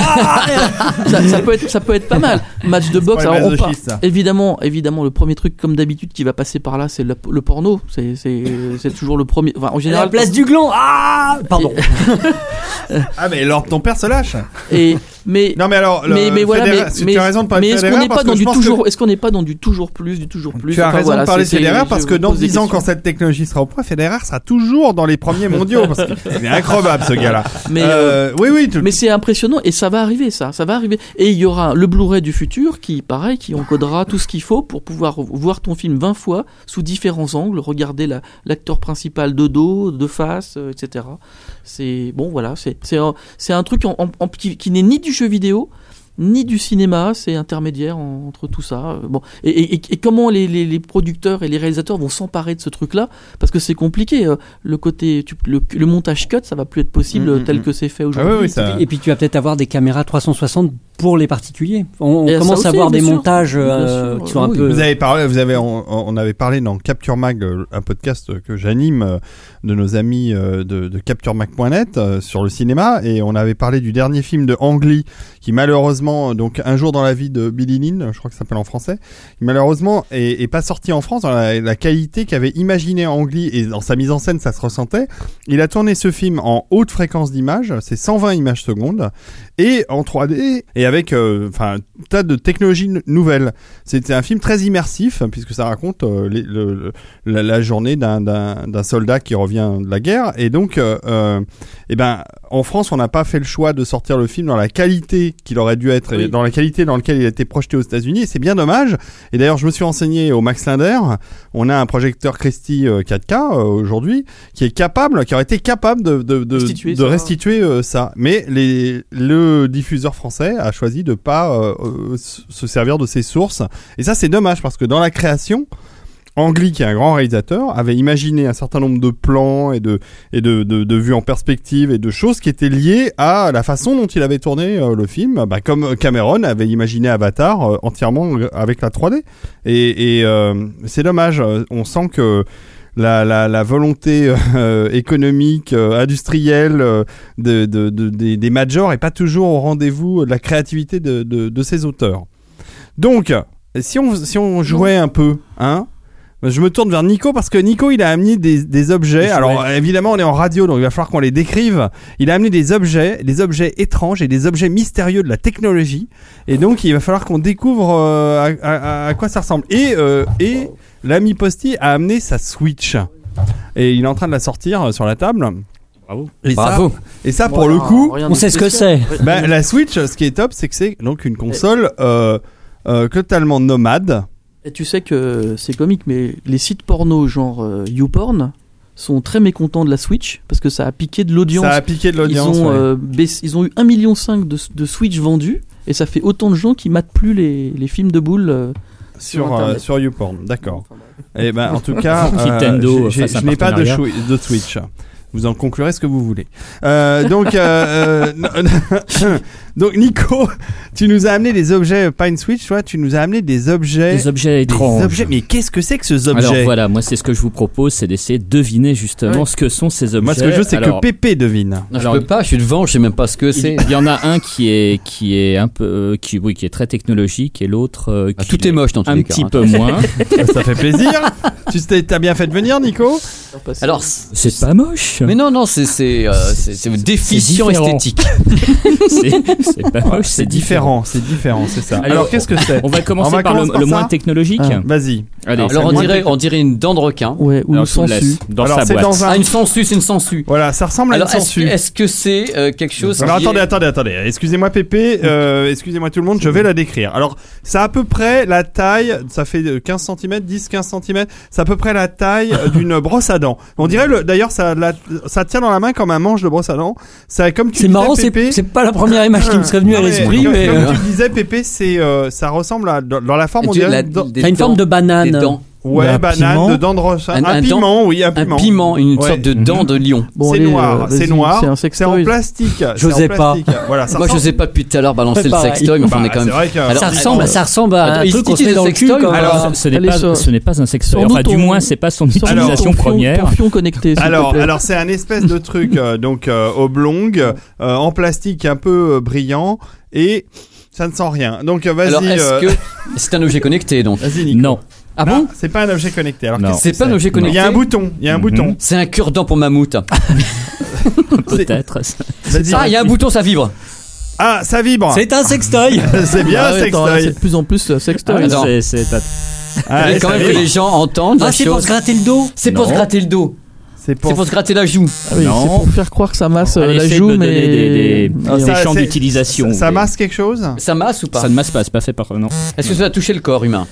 Speaker 6: ça, ça peut être, ça peut être pas mal. Match de boxe.
Speaker 3: Ouais,
Speaker 6: alors, on
Speaker 3: masochiste,
Speaker 6: part-
Speaker 3: ça.
Speaker 6: Évidemment, évidemment, le premier truc comme d'habitude qui va passer par là, c'est le, le porno. C'est, c'est, c'est toujours le premier. Enfin, en
Speaker 4: À la
Speaker 6: général,
Speaker 4: place du gland. Ah, pardon.
Speaker 3: Ah, mais alors ton père se lâche
Speaker 6: Et, mais,
Speaker 3: Non mais alors, le
Speaker 6: mais, mais voilà,
Speaker 3: Federer-
Speaker 6: mais,
Speaker 3: si
Speaker 6: mais-
Speaker 3: tu as raison de parler
Speaker 6: mais
Speaker 3: de
Speaker 6: est-ce qu'on
Speaker 3: Federer
Speaker 6: n'est
Speaker 3: parce
Speaker 6: pas
Speaker 3: que
Speaker 6: dans
Speaker 3: je
Speaker 6: du
Speaker 3: pense que-
Speaker 6: toujours, est-ce qu'on n'est pas dans du toujours plus, du toujours plus
Speaker 3: tu as
Speaker 6: Enfin,
Speaker 3: raison
Speaker 6: voilà,
Speaker 3: de parler de
Speaker 6: c'était-
Speaker 3: Federer
Speaker 6: je
Speaker 3: parce que
Speaker 6: vous
Speaker 3: dans
Speaker 6: pose des
Speaker 3: 10 ans, quand
Speaker 6: questions.
Speaker 3: cette technologie sera au point, Federer sera toujours dans les premiers mondiaux parce qu'il est incroyable ce gars-là.
Speaker 6: mais, euh,
Speaker 3: Euh, oui, oui, tout-
Speaker 6: mais c'est impressionnant et ça va arriver, ça, ça va arriver. Et il y aura le Blu-ray du futur qui, pareil, qui encodera tout ce qu'il faut pour pouvoir voir ton film 20 fois sous différents angles, regarder la- l'acteur principal de dos, de face, euh, etc. C'est bon, voilà, c'est c'est un, c'est un truc en- en- en- qui, qui n'est ni du jeu vidéo ni du cinéma, c'est intermédiaire en- entre tout ça. Euh, Bon, et, et- et- et comment les, les- les producteurs et les réalisateurs vont s'emparer de ce truc-là Parce que c'est compliqué. euh, Le côté, tu- le, le montage cut, ça va plus être possible
Speaker 3: Mm,
Speaker 6: euh,
Speaker 3: mm,
Speaker 6: tel
Speaker 3: mm.
Speaker 6: que c'est fait
Speaker 3: Ah oui,
Speaker 6: aujourd'hui.
Speaker 3: oui, ça-
Speaker 4: Et puis tu vas peut-être avoir des caméras 360 pour les particuliers. On, on
Speaker 6: Et ça
Speaker 4: commence
Speaker 6: aussi,
Speaker 4: à avoir
Speaker 6: bien
Speaker 4: des
Speaker 6: sûr.
Speaker 4: montages euh,
Speaker 6: Bien sûr,
Speaker 4: qui sont un
Speaker 6: oui.
Speaker 4: peu.
Speaker 3: Vous avez parlé, vous avez, on, on avait parlé dans Capture Mag, euh, un podcast que j'anime euh, de nos amis euh, de, de CaptureMag.net euh, sur le cinéma, et on avait parlé du dernier film de Ang Lee, qui malheureusement, euh, donc Un jour dans la vie de Billy Lynn, je crois que ça s'appelle en français, qui malheureusement est, est pas sorti en France dans la, la qualité qu'avait imaginé Ang Lee, et dans sa mise en scène ça se ressentait. Il a tourné ce film en haute fréquence d'image, c'est 120 images secondes, et en 3D, et avec euh, enfin un tas de technologies n- nouvelles. C'était un film très immersif hein, puisque ça raconte euh, les- le- le- la, la journée d'un- d'un d'un soldat qui revient de la guerre. Et donc, euh, euh, eh ben, en France, on n'a pas fait le choix de sortir le film dans la qualité qu'il aurait dû être, et
Speaker 6: Oui.
Speaker 3: dans la qualité dans laquelle il a été projeté aux États-Unis. Et c'est bien dommage. Et d'ailleurs, je me suis renseigné au Max Linder. On a un projecteur Christie euh, 4K euh, aujourd'hui qui est capable, qui aurait été capable de, de, de,
Speaker 6: Restituer
Speaker 3: de
Speaker 6: ça.
Speaker 3: restituer euh, ça. Mais les, le diffuseur français a choisi de pas euh, euh, se servir de ses sources et ça, c'est dommage parce que dans la création, Ang Lee, qui est un grand réalisateur, avait imaginé un certain nombre de plans et de et de, de, de vues en perspective et de choses qui étaient liées à la façon dont il avait tourné euh, le film, bah, comme Cameron avait imaginé Avatar euh, entièrement avec la 3D. Et, et, euh, c'est dommage, euh, on sent que la, la, la volonté euh, économique, euh, industrielle euh, de, de- de- des, des majors est pas toujours au rendez-vous de la créativité de, de, de ces auteurs. Donc, si on, si on jouait un peu, hein je me tourne vers Nico parce que Nico il a amené des, des objets.
Speaker 7: Des
Speaker 3: Alors évidemment on est en radio donc il va falloir qu'on les décrive. Il a amené des objets, des objets étranges et des objets mystérieux de la technologie. Et donc il va falloir qu'on découvre euh, à, à- à quoi ça ressemble. Et, euh, et l'ami Posti a amené sa Switch. Et il est en train de la sortir euh, sur la table.
Speaker 8: Bravo.
Speaker 3: Et
Speaker 5: Bravo.
Speaker 3: Ça, et ça Ah, pour
Speaker 6: Voilà,
Speaker 3: le coup,
Speaker 6: rien
Speaker 4: on
Speaker 6: de
Speaker 4: sait ce que
Speaker 6: spécial.
Speaker 3: bah, la Switch, ce qui est top, c'est que c'est donc une console euh, euh, totalement nomade.
Speaker 6: Et tu sais que c'est comique, mais les sites porno genre euh, YouPorn sont très mécontents de la Switch parce que ça a piqué de l'audience.
Speaker 3: Ça a piqué de
Speaker 6: Ils
Speaker 3: l'audience.
Speaker 6: ont,
Speaker 3: ouais.
Speaker 6: euh, baissé- ils ont eu 1,5 million de, de Switch vendus et ça fait autant de gens qui matent plus les, les films de boules. euh, sur
Speaker 3: sur, euh,
Speaker 6: Internet.
Speaker 3: sur YouPorn, d'accord. Et ben en tout cas, euh,
Speaker 8: Nintendo
Speaker 3: j'ai- j'ai-
Speaker 8: fasse un
Speaker 3: je n'ai pas de,
Speaker 8: partenariat.
Speaker 3: chou- de Switch. Vous en conclurez ce que vous voulez. Euh, donc, euh, euh, non- donc Nico, tu nous as amené des objets, pas une Switch, toi, tu nous as amené des objets.
Speaker 8: Des objets
Speaker 3: Eh, des
Speaker 8: étranges.
Speaker 3: objets. Mais qu'est-ce que c'est que ce objet
Speaker 8: Alors voilà, moi c'est ce que je vous propose, c'est d'essayer de deviner justement ce que sont ces objets.
Speaker 3: Moi, ce que je veux, c'est que
Speaker 8: Alors,
Speaker 3: Pépé devine.
Speaker 5: Non, je
Speaker 8: Alors,
Speaker 5: peux pas, je suis devant, je sais même pas ce que
Speaker 8: il,
Speaker 5: c'est.
Speaker 8: il y en a un qui est qui est un peu euh, qui oui qui est très technologique et l'autre euh,
Speaker 5: Ah,
Speaker 8: qui
Speaker 5: tout est moche dans tous
Speaker 8: un
Speaker 5: les cas.
Speaker 8: petit
Speaker 5: hein.
Speaker 8: peu moins.
Speaker 3: Ça fait plaisir. tu t'es- t'as bien fait de venir, Nico.
Speaker 5: Alors,
Speaker 8: C'est pas moche.
Speaker 5: mais non, non, c'est c'est euh, c'est- c'est déficient
Speaker 8: différent.
Speaker 5: esthétique.
Speaker 8: c'est c'est pas moche,
Speaker 3: C'est différent, c'est différent, c'est ça.
Speaker 8: Alors,
Speaker 3: Alors, qu'est-ce que c'est
Speaker 8: On va commencer
Speaker 3: On va
Speaker 8: par, le,
Speaker 3: commencer par
Speaker 8: le moins
Speaker 3: ça
Speaker 8: technologique.
Speaker 6: Ah.
Speaker 3: Vas-y.
Speaker 8: Allez,
Speaker 5: Alors,
Speaker 8: ça
Speaker 5: on
Speaker 8: me-
Speaker 5: dirait on dirait une dent de requin.
Speaker 6: Ouais, ou
Speaker 8: Alors,
Speaker 6: le
Speaker 8: je vous le
Speaker 6: sensu.
Speaker 8: laisse dans
Speaker 3: Alors,
Speaker 8: sa
Speaker 3: c'est
Speaker 8: boîte.
Speaker 3: dans euh, un-
Speaker 5: Ah, une sangsue, c'est une sangsue.
Speaker 3: Voilà, ça ressemble à une
Speaker 5: Alors, est-ce
Speaker 3: sangsue.
Speaker 5: est-ce que c'est euh, quelque chose
Speaker 3: Alors
Speaker 5: qui
Speaker 3: attendez,
Speaker 5: est-
Speaker 3: attendez, attendez. Excusez-moi Pépé, euh, excusez-moi tout le monde, je vais la décrire. Alors, c'est à peu près la taille, ça fait euh, 15 cm, 10 15 cm, c'est à peu près la taille euh, d'une brosse à dents. On dirait le d'ailleurs ça la- ça tient dans la main comme un manche de brosse à dents. Ça comme tu
Speaker 4: C'est
Speaker 3: disais,
Speaker 4: marrant,
Speaker 3: Pépé,
Speaker 4: c'est c'est pas la première image qui me serait venue à
Speaker 3: Non, mais
Speaker 4: l'esprit,
Speaker 3: comme-
Speaker 4: mais.
Speaker 3: comme
Speaker 4: euh,
Speaker 3: tu disais Pépé, c'est euh, ça ressemble à dans, dans la forme on
Speaker 5: tu-
Speaker 3: dirait
Speaker 5: la-
Speaker 3: une dent-
Speaker 5: des
Speaker 4: T'as une
Speaker 5: dents,
Speaker 4: forme de
Speaker 5: des
Speaker 4: banane.
Speaker 5: dents.
Speaker 3: ouais
Speaker 7: un
Speaker 3: banane
Speaker 7: piment.
Speaker 3: de dent de roche, un,
Speaker 5: Un- un
Speaker 3: piment,
Speaker 5: dent.
Speaker 3: oui, un piment.
Speaker 5: un piment, une
Speaker 3: Ouais.
Speaker 5: sorte de dent de lion.
Speaker 6: Bon,
Speaker 3: c'est
Speaker 6: allez,
Speaker 3: noir, hein,
Speaker 6: euh,
Speaker 3: c'est
Speaker 6: vas-y,
Speaker 3: noir,
Speaker 6: C'est un
Speaker 3: c'est en
Speaker 6: sextoy.
Speaker 3: plastique. c'est en
Speaker 4: J'osais pas.
Speaker 3: plastique. Voilà, ça
Speaker 5: Moi, je
Speaker 3: ressemble-
Speaker 5: sais pas depuis tout à l'heure balancer
Speaker 4: C'est
Speaker 5: le
Speaker 4: pareil.
Speaker 5: sextoy, mais enfin, on est
Speaker 3: Bah,
Speaker 5: quand
Speaker 3: c'est
Speaker 5: même.
Speaker 3: vrai que-
Speaker 5: Alors,
Speaker 4: Ça ressemble,
Speaker 5: attends.
Speaker 4: ça ressemble à un
Speaker 5: Attends,
Speaker 4: truc
Speaker 5: il
Speaker 4: qu'on se
Speaker 5: utilise
Speaker 4: met dans
Speaker 5: le
Speaker 4: le cul.
Speaker 5: sextoy,
Speaker 4: comme-
Speaker 3: alors,
Speaker 4: euh,
Speaker 8: Ce- ce n'est
Speaker 6: Allez,
Speaker 8: pas
Speaker 6: sors-
Speaker 8: ce n'est pas un sextoy.
Speaker 6: sors-nous
Speaker 8: Enfin, du
Speaker 6: ton-
Speaker 8: moins, c'est pas son
Speaker 6: Sors-nous ton
Speaker 3: Alors,
Speaker 8: utilisation
Speaker 6: fion-
Speaker 8: première.
Speaker 6: ton fion connecté. s'il te
Speaker 3: Alors,
Speaker 6: plaît.
Speaker 3: alors c'est un espèce de truc euh, donc euh, oblong, euh, en plastique un peu euh, brillant et ça ne sent rien. Donc euh,
Speaker 5: Alors,
Speaker 3: vas-y,
Speaker 5: est-ce
Speaker 3: euh,
Speaker 5: que c'est un objet connecté donc
Speaker 3: vas-y Nico.
Speaker 8: Non,
Speaker 5: Ah
Speaker 3: Non,
Speaker 5: bon
Speaker 3: c'est pas un objet connecté. Alors
Speaker 8: Non.
Speaker 3: qu'est-ce que
Speaker 5: C'est pas un objet
Speaker 3: Il y
Speaker 5: connecté.
Speaker 3: a un bouton, il y a un
Speaker 8: Mhm.
Speaker 3: bouton.
Speaker 5: C'est un cure-dent pour mammouth.
Speaker 3: C'est-
Speaker 8: peut-être.
Speaker 3: Vas-y.
Speaker 5: Ah, il y a un bouton, ça vibre.
Speaker 3: Ah, ça vibre.
Speaker 4: C'est un sextoy.
Speaker 3: C'est bien
Speaker 6: Ah ouais, attends, là,
Speaker 3: sextoy.
Speaker 6: c'est de plus en plus euh,
Speaker 8: Ah,
Speaker 6: sextoy.
Speaker 5: Attends.
Speaker 8: c'est- c'est-
Speaker 3: Ah,
Speaker 5: Et quand
Speaker 3: ça
Speaker 5: même que
Speaker 3: vibre.
Speaker 5: les gens entendent la
Speaker 4: Ah, c'est pour
Speaker 5: chose.
Speaker 4: se gratter le dos.
Speaker 5: C'est pour se
Speaker 8: Non.
Speaker 5: gratter le dos.
Speaker 3: C'est
Speaker 5: C'est pour se gratter la joue.
Speaker 6: Ah oui, c'est
Speaker 8: Non.
Speaker 6: pour faire croire que ça masse euh,
Speaker 8: Allez,
Speaker 6: la
Speaker 8: essaye de
Speaker 6: joue,
Speaker 8: me donner
Speaker 6: mais
Speaker 8: des- des-
Speaker 3: Ah,
Speaker 8: des
Speaker 3: ça-
Speaker 8: champs
Speaker 3: c'est-
Speaker 8: d'utilisation.
Speaker 3: ça, ça
Speaker 8: mais-
Speaker 3: masse quelque chose
Speaker 5: Ça masse ou pas
Speaker 8: Ça ne masse pas, c'est pas fait par. Non.
Speaker 5: Est-ce que ça a touché le corps humain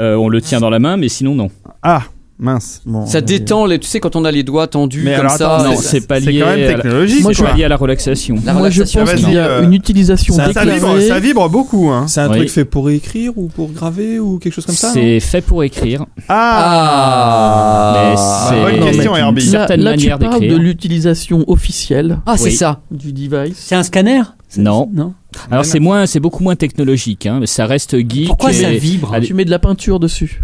Speaker 8: Euh, on le tient dans la main, mais sinon, non.
Speaker 3: Ah, mince.
Speaker 7: Oh,
Speaker 6: Bon,
Speaker 5: Ça
Speaker 6: allez.
Speaker 5: détend les. Tu sais quand on a les doigts tendus
Speaker 3: Mais
Speaker 5: comme
Speaker 3: alors,
Speaker 5: ça.
Speaker 3: attends,
Speaker 8: non,
Speaker 5: c'est-
Speaker 8: c'est pas
Speaker 3: C'est
Speaker 8: lié.
Speaker 3: quand même
Speaker 8: à la-
Speaker 3: technologique.
Speaker 8: Moi,
Speaker 6: Moi,
Speaker 8: je
Speaker 3: quoi.
Speaker 8: suis lié à la relaxation.
Speaker 5: La
Speaker 6: Moi, je
Speaker 5: relaxation.
Speaker 6: pense
Speaker 3: Vas-y,
Speaker 6: qu'il y a
Speaker 3: euh,
Speaker 6: une utilisation
Speaker 3: Ça, ça
Speaker 6: déclarée.
Speaker 3: vibre, ça vibre beaucoup. Hein.
Speaker 7: C'est un
Speaker 8: Oui.
Speaker 7: truc fait pour écrire ou pour graver ou quelque chose comme ça non
Speaker 8: C'est fait pour écrire.
Speaker 5: Ah.
Speaker 8: Mais c'est-
Speaker 3: bonne
Speaker 8: non,
Speaker 3: question,
Speaker 8: mais-
Speaker 3: Herbie.
Speaker 8: une
Speaker 6: Là,
Speaker 8: certaine
Speaker 6: là, tu
Speaker 8: manière
Speaker 6: parles
Speaker 8: d'écrire.
Speaker 6: de l'utilisation officielle
Speaker 5: Ah, c'est
Speaker 8: Oui.
Speaker 5: ça.
Speaker 6: du device.
Speaker 4: C'est un scanner
Speaker 8: Non.
Speaker 4: Non.
Speaker 8: Alors c'est moins, c'est beaucoup moins technologique. Hein. mais Ça reste geek.
Speaker 4: Pourquoi
Speaker 8: et-
Speaker 4: ça vibre
Speaker 8: Allez.
Speaker 6: Tu mets de la peinture dessus.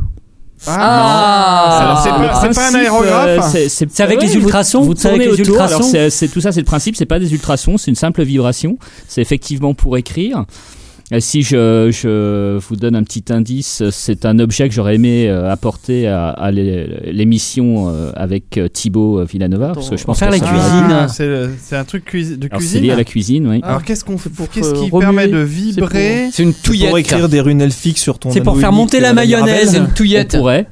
Speaker 5: Ah.
Speaker 3: Alors, c'est pas-
Speaker 8: Le
Speaker 3: c'est pas un
Speaker 8: principe,
Speaker 3: aéronef.
Speaker 8: c'est- c'est
Speaker 4: C'est avec
Speaker 8: Ouais,
Speaker 4: les
Speaker 8: vous-
Speaker 4: ultrasons
Speaker 8: Vous
Speaker 4: C'est avec
Speaker 8: tournez
Speaker 4: les
Speaker 8: autour. Alors
Speaker 4: ultrasons
Speaker 8: c'est c'est- tout ça, c'est le principe. C'est pas des ultrasons, c'est une simple vibration. C'est effectivement pour écrire. Et si je, je vous donne un petit indice, c'est un objet que j'aurais aimé euh, apporter à, à l'é- l'émission euh, avec euh, Thibaut euh, Villanova, parce que je
Speaker 4: Pour
Speaker 8: pense
Speaker 4: faire
Speaker 8: que
Speaker 4: la Ah,
Speaker 8: ça-
Speaker 4: cuisine.
Speaker 3: Ah, c'est le- c'est un truc cuisi- de
Speaker 8: Alors, c'est lié
Speaker 3: cuisine. Ah.
Speaker 8: à la cuisine, oui.
Speaker 3: Alors qu'est-ce qu'on fait
Speaker 6: pour,
Speaker 3: Qu'est-ce
Speaker 6: euh,
Speaker 3: qui
Speaker 6: remuer,
Speaker 3: permet de
Speaker 6: c'est pour-
Speaker 3: vibrer
Speaker 5: C'est une
Speaker 7: Pour
Speaker 5: touillette.
Speaker 7: écrire des runes elfiques sur ton.
Speaker 4: C'est pour
Speaker 7: anneau
Speaker 4: faire
Speaker 7: unique,
Speaker 4: monter
Speaker 7: euh,
Speaker 4: la mayonnaise.
Speaker 5: C'est une
Speaker 8: On
Speaker 5: touillette.
Speaker 8: pourrait.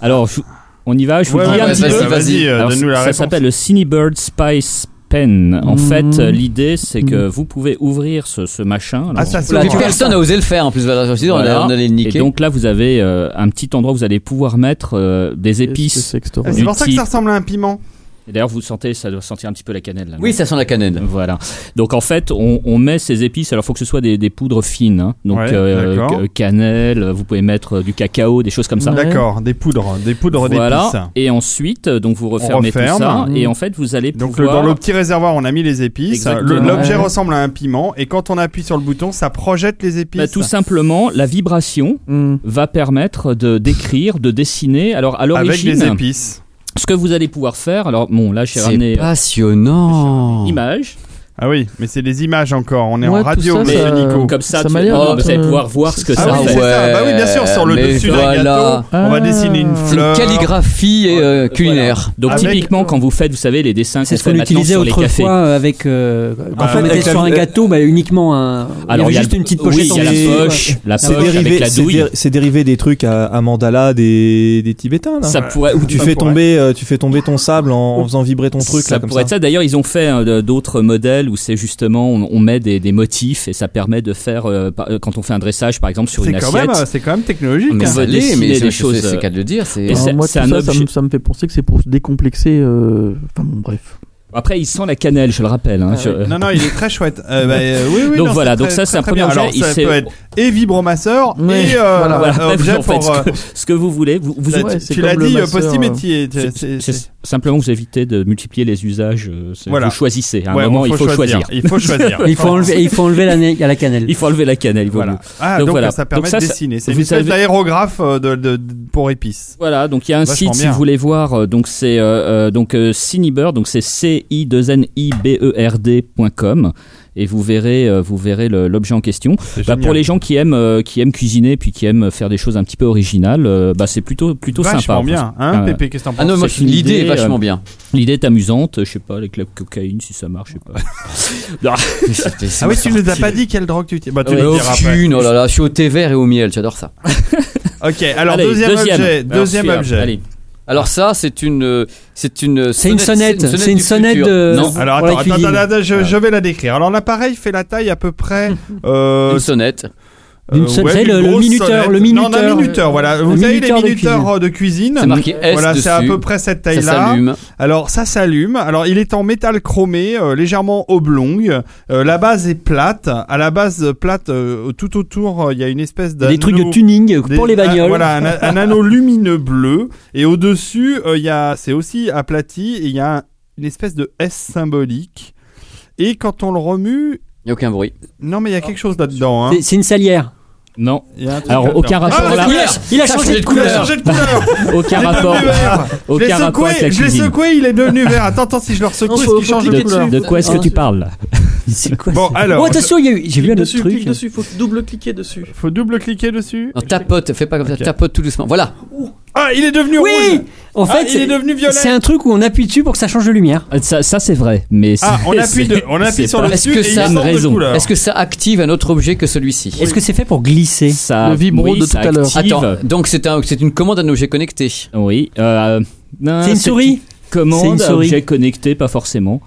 Speaker 8: Alors je- on y va. Je vous
Speaker 3: Ouais,
Speaker 8: dis
Speaker 3: ouais,
Speaker 8: un
Speaker 5: ouais,
Speaker 8: petit peu.
Speaker 5: vas-y, vas-y,
Speaker 3: euh,
Speaker 8: Alors,
Speaker 3: donne-nous la
Speaker 8: ça
Speaker 3: réponse.
Speaker 8: s'appelle le Cinebird Spice Pen. En
Speaker 4: Mhm.
Speaker 6: Mm.
Speaker 8: fait, euh, l'idée, c'est que vous pouvez ouvrir ce, ce machin.
Speaker 3: Ah,
Speaker 8: Alors,
Speaker 3: ça
Speaker 5: Mais
Speaker 3: s'ouvre.
Speaker 5: personne n'a osé le faire en plus. Voilà, je veux dire, on
Speaker 8: Voilà.
Speaker 5: a- on allait le
Speaker 8: et
Speaker 5: niquer.
Speaker 8: donc là, vous avez euh, un petit endroit où vous allez pouvoir mettre euh, des
Speaker 6: Qu'est-ce que
Speaker 8: épices.
Speaker 6: c'est que ce
Speaker 3: Ah,
Speaker 6: truc
Speaker 3: C'est pour ça que
Speaker 8: Utile.
Speaker 3: ça ressemble à un piment.
Speaker 8: Et d'ailleurs, vous sentez, ça doit sentir un petit peu la cannelle. Là, non
Speaker 5: Oui, ça sent la cannelle.
Speaker 8: Voilà. Donc en fait, on, on met ces épices. Alors, faut que ce soit des, des poudres fines. hein. Donc
Speaker 3: Ouais,
Speaker 8: euh,
Speaker 3: d'accord.
Speaker 8: que- cannelle. Vous pouvez mettre euh, du cacao, des choses comme ça.
Speaker 6: Ouais.
Speaker 3: D'accord, des poudres, des poudres d'épices.
Speaker 8: Ah Voilà. Et ensuite, euh, donc vous refermez
Speaker 3: referme.
Speaker 8: tout ça.
Speaker 3: Mmh.
Speaker 8: Et en fait, vous allez
Speaker 3: Donc le-
Speaker 8: pouvoir.
Speaker 3: dans le petit réservoir, on a mis les épices.
Speaker 8: Exactement.
Speaker 3: Le- L'objet
Speaker 6: Ouais.
Speaker 3: ressemble à un piment et quand on appuie sur le bouton, ça projette les épices.
Speaker 8: Bah, tout simplement, la vibration
Speaker 6: Hum.
Speaker 8: va permettre de décrire, de dessiner. Alors à
Speaker 3: avec
Speaker 8: l'origine,
Speaker 3: les épices.
Speaker 8: ce que vous allez pouvoir faire. Alors bon, là j'ai
Speaker 5: C'est
Speaker 8: ramené euh,
Speaker 5: passionnant.
Speaker 8: image.
Speaker 3: Ah oui, mais c'est des images encore. On est
Speaker 6: Ouais,
Speaker 3: en
Speaker 6: tout
Speaker 3: radio,
Speaker 6: ça,
Speaker 3: monsieur
Speaker 6: ça-
Speaker 3: Nico.
Speaker 8: Comme ça,
Speaker 6: Ça
Speaker 8: tu-
Speaker 6: m'a l'air
Speaker 8: oh,
Speaker 6: d'être,
Speaker 8: vous allez
Speaker 6: euh,
Speaker 8: pouvoir voir ce que
Speaker 3: Ah
Speaker 8: ça
Speaker 3: oui,
Speaker 8: fait.
Speaker 3: c'est ça. Bah oui, bien sûr, sur le
Speaker 5: mais
Speaker 3: dessus
Speaker 5: voilà.
Speaker 3: d'un gâteau, on va dessiner une
Speaker 5: C'est une
Speaker 3: fleur.
Speaker 5: calligraphie euh, culinaire.
Speaker 8: Donc
Speaker 3: Avec-
Speaker 8: typiquement quand vous faites, vous savez, les dessins
Speaker 4: C'est
Speaker 8: qu'on
Speaker 4: ce qu'on
Speaker 8: fait maintenant
Speaker 4: utilisait
Speaker 8: sur les cafés.
Speaker 4: autrefois euh, avec. euh, quand
Speaker 3: Bah,
Speaker 4: on
Speaker 3: avec
Speaker 4: mettait
Speaker 7: la-
Speaker 4: sur un gâteau, bah, uniquement un. il y
Speaker 8: a
Speaker 4: avait juste
Speaker 8: le-
Speaker 4: une petite
Speaker 8: oui,
Speaker 4: pochette
Speaker 8: il y a
Speaker 4: en
Speaker 8: la
Speaker 4: dessous,
Speaker 8: poche, la
Speaker 7: C'est
Speaker 8: poche Ah avec
Speaker 7: dérivé,
Speaker 8: la
Speaker 7: c'est
Speaker 8: douille.
Speaker 7: dé- c'est dérivé des trucs à, à mandala des, des Tibétains. Là.
Speaker 8: Ça pourrait,
Speaker 7: Où tu
Speaker 3: Ça
Speaker 7: fais
Speaker 3: pourrait.
Speaker 7: tomber, euh, tu fais tomber ton sable en, en faisant vibrer ton truc
Speaker 8: ça
Speaker 7: là comme
Speaker 8: pourrait
Speaker 7: ça.
Speaker 8: être ça. D'ailleurs, ils ont fait hein, de- d'autres modèles où c'est justement on, on met des, des motifs et ça permet de faire euh, par- euh, quand on fait un dressage par exemple sur
Speaker 3: C'est
Speaker 8: une
Speaker 3: quand
Speaker 8: assiette.
Speaker 3: même, c'est quand même technologique.
Speaker 8: Mais
Speaker 5: Mais
Speaker 3: hein.
Speaker 8: ça
Speaker 5: ça
Speaker 8: dessiner
Speaker 5: l'est,
Speaker 8: des
Speaker 5: mais c'est-
Speaker 8: choses,
Speaker 5: c'est c'est
Speaker 8: euh,
Speaker 5: qu'à le dire. c'est-
Speaker 8: Et
Speaker 6: Alors,
Speaker 8: c'est-
Speaker 6: moi, tout
Speaker 8: c'est
Speaker 6: ça,
Speaker 8: un
Speaker 6: ça
Speaker 8: objet-
Speaker 6: me, ça me fait penser que c'est pour décomplexer. euh, Enfin bon, bref.
Speaker 8: Après, il sent la cannelle, je le rappelle. hein, je-
Speaker 3: Non, non, il est très chouette. Euh, bah, euh, oui, oui,
Speaker 8: Donc
Speaker 3: non,
Speaker 8: voilà,
Speaker 3: c'est
Speaker 8: donc
Speaker 3: très-
Speaker 8: ça, c'est
Speaker 3: très,
Speaker 8: un
Speaker 3: très
Speaker 8: premier
Speaker 3: bien.
Speaker 8: objet.
Speaker 3: Alors,
Speaker 8: Il
Speaker 3: ça
Speaker 8: s'est-
Speaker 3: peut être et vibromasseur
Speaker 6: Ouais.
Speaker 3: et euh,
Speaker 6: Voilà,
Speaker 8: voilà. Après,
Speaker 3: objet
Speaker 8: vous en faites
Speaker 3: pour.
Speaker 8: ce que-
Speaker 3: euh,
Speaker 8: ce que vous voulez, vous, vous-
Speaker 3: tu-
Speaker 6: Ouais, c'est
Speaker 3: tu l'as
Speaker 6: comme le
Speaker 3: dit, euh,
Speaker 6: masseur,
Speaker 3: postimétier. tu-
Speaker 8: c'est-
Speaker 3: c'est-
Speaker 8: c'est-
Speaker 3: c'est-
Speaker 8: simplement vous évitez de multiplier les usages. euh, c'est-
Speaker 3: Voilà.
Speaker 8: Vous choisissez. À un
Speaker 3: Ouais,
Speaker 8: moment,
Speaker 3: on
Speaker 8: il faut choisir.
Speaker 3: Il faut choisir.
Speaker 4: Il faut enlever, il faut enlever la, ne- à la cannelle.
Speaker 8: Il faut enlever la cannelle. il vaut
Speaker 3: Voilà.
Speaker 8: mieux.
Speaker 3: Ah,
Speaker 8: Donc
Speaker 3: donc
Speaker 8: voilà.
Speaker 3: ça
Speaker 8: Donc
Speaker 3: permet de
Speaker 8: ça, ça-
Speaker 3: dessiner. C'est une
Speaker 8: vous
Speaker 3: espèce
Speaker 8: savez-
Speaker 3: d'aérographe euh, de- de- de- pour épices.
Speaker 8: Voilà, donc il y a un
Speaker 3: Vachement
Speaker 8: site si
Speaker 3: bien.
Speaker 8: vous voulez voir. euh, Donc c'est euh, euh, donc euh, Cinebird, donc c'est c i 2 n i b e r d.com et vous verrez euh, vous verrez le- l'objet en question.
Speaker 3: C'est
Speaker 8: Bah,
Speaker 3: génial.
Speaker 8: pour les gens qui aiment euh, qui aiment cuisiner puis qui aiment faire des choses un petit peu originales, euh, bah c'est plutôt plutôt
Speaker 3: Vachement
Speaker 8: sympa.
Speaker 3: bien, hein,
Speaker 8: Ah,
Speaker 3: Pépé, qu'est-ce que t'en
Speaker 5: Ah
Speaker 3: penses
Speaker 5: non, moi,
Speaker 8: c'est une
Speaker 5: l'idée
Speaker 8: idée,
Speaker 5: est vachement bien.
Speaker 8: L'idée est amusante, je sais pas avec la cocaïne si ça marche, je sais pas.
Speaker 3: Ah oui, tu nous as pas dit quelle drogue tu utilises. Bah, tu
Speaker 8: Ouais.
Speaker 3: le diras après.
Speaker 5: Aucune, oh là là, je suis au thé vert et au miel, j'adore ça.
Speaker 3: Ok, alors
Speaker 8: Allez,
Speaker 3: deuxième, objet.
Speaker 8: Alors,
Speaker 3: Deuxième
Speaker 8: celui-là,
Speaker 3: objet.
Speaker 8: Allez.
Speaker 5: Alors ça, c'est une, euh, c'est une.
Speaker 4: C'est une sonnette, c'est une
Speaker 5: du
Speaker 4: sonnette
Speaker 5: futur.
Speaker 4: de-
Speaker 3: Alors
Speaker 5: Non,
Speaker 4: Pour la
Speaker 3: attends, attends,
Speaker 4: cuisine.
Speaker 3: attends, attends, je, je vais la décrire. Alors l'appareil fait la taille à peu près. euh,
Speaker 5: une sonnette.
Speaker 4: D'une
Speaker 3: euh,
Speaker 4: seule-
Speaker 3: ouais,
Speaker 4: c'est
Speaker 3: d'une
Speaker 4: le- le
Speaker 3: grosse
Speaker 4: minuteur,
Speaker 3: sonnette.
Speaker 4: le
Speaker 3: Non, d'un
Speaker 4: minuteur.
Speaker 3: minuteur, voilà.
Speaker 4: Un
Speaker 3: Vous avez les
Speaker 4: minuteur de
Speaker 3: minuteurs euh, de cuisine.
Speaker 5: C'est marqué S
Speaker 3: Voilà,
Speaker 5: dessus.
Speaker 3: c'est à peu près cette
Speaker 5: ça
Speaker 3: taille-là.
Speaker 5: s'allume.
Speaker 3: Alors ça s'allume. Alors il est en métal chromé, euh, légèrement oblongue. Euh, la base est plate. À la base euh, plate, euh, tout autour, euh, il y a une espèce d'un.
Speaker 4: Des trucs de
Speaker 3: anneau-
Speaker 4: tuning
Speaker 3: Des-
Speaker 4: pour les
Speaker 3: un-
Speaker 4: bagnoles.
Speaker 3: voilà, un, un anneau lumineux bleu. Et au-dessus, euh, il y a, c'est aussi aplati et il y a un- une espèce de S symbolique. Et quand on le remue,
Speaker 5: Il n'y a aucun bruit.
Speaker 3: non mais il y a quelque chose là-dedans. Hein.
Speaker 4: C'est- C'est une salière.
Speaker 8: Non.
Speaker 3: Il y a un truc
Speaker 8: Alors
Speaker 3: là-dedans.
Speaker 8: aucun rapport
Speaker 3: Ah,
Speaker 8: là,
Speaker 3: oui,
Speaker 4: Il a, il a
Speaker 5: Ça,
Speaker 4: changé
Speaker 5: c'est
Speaker 4: de
Speaker 5: couleur.
Speaker 3: Il a
Speaker 4: couleur.
Speaker 3: changé de couleur.
Speaker 8: aucun
Speaker 3: Il est
Speaker 8: rapport
Speaker 3: devenu vert. Je l'ai
Speaker 8: aucun rapport
Speaker 3: secoué,
Speaker 8: avec la
Speaker 3: je l'ai
Speaker 8: cuisine.
Speaker 3: secoué, il est devenu vert. Attends, attends, si je le
Speaker 6: Non,
Speaker 3: ressecoue, est-ce
Speaker 6: faut-
Speaker 3: qu'il
Speaker 6: faut
Speaker 3: change de
Speaker 6: cliquer
Speaker 3: couleur
Speaker 6: dessus.
Speaker 8: De quoi est-ce que tu parles
Speaker 4: C'est quoi
Speaker 3: Bon,
Speaker 4: ça
Speaker 3: alors,
Speaker 4: Oh, attention, il y a eu- j'ai vu un autre
Speaker 6: dessus,
Speaker 4: truc.
Speaker 6: clique dessus, faut double-cliquer dessus.
Speaker 3: Faut double-cliquer dessus.
Speaker 5: Non, tapote, fais pas comme ça, tapote tout doucement. Voilà.
Speaker 3: Ah, il est devenu
Speaker 4: Oui
Speaker 3: rouge.
Speaker 4: En
Speaker 3: Ah,
Speaker 4: fait,
Speaker 3: il est devenu violet.
Speaker 4: c'est un truc où on appuie dessus pour que ça change de lumière.
Speaker 8: Euh, Ça, ça, c'est vrai, mais
Speaker 3: Ah,
Speaker 8: c'est-
Speaker 3: on appuie, de-
Speaker 8: c'est-
Speaker 3: on appuie
Speaker 8: c'est
Speaker 3: sur
Speaker 8: pas-
Speaker 3: le
Speaker 5: Est-ce
Speaker 3: dessus
Speaker 5: que
Speaker 3: et
Speaker 5: ça a
Speaker 3: il
Speaker 5: une
Speaker 3: change
Speaker 5: raison
Speaker 3: de couleur.
Speaker 5: Est-ce que ça active un autre objet que celui-ci
Speaker 4: Est-ce que c'est fait pour glisser
Speaker 8: ça
Speaker 6: Le vibro
Speaker 8: oui,
Speaker 6: de
Speaker 8: ça
Speaker 6: tout à l'heure.
Speaker 8: active.
Speaker 5: Attends, donc c'est un, c'est une commande à un objet connecté.
Speaker 8: Oui. euh, non,
Speaker 4: C'est une souris C'est une
Speaker 8: Commande,
Speaker 4: souris.
Speaker 8: objet connecté, pas forcément.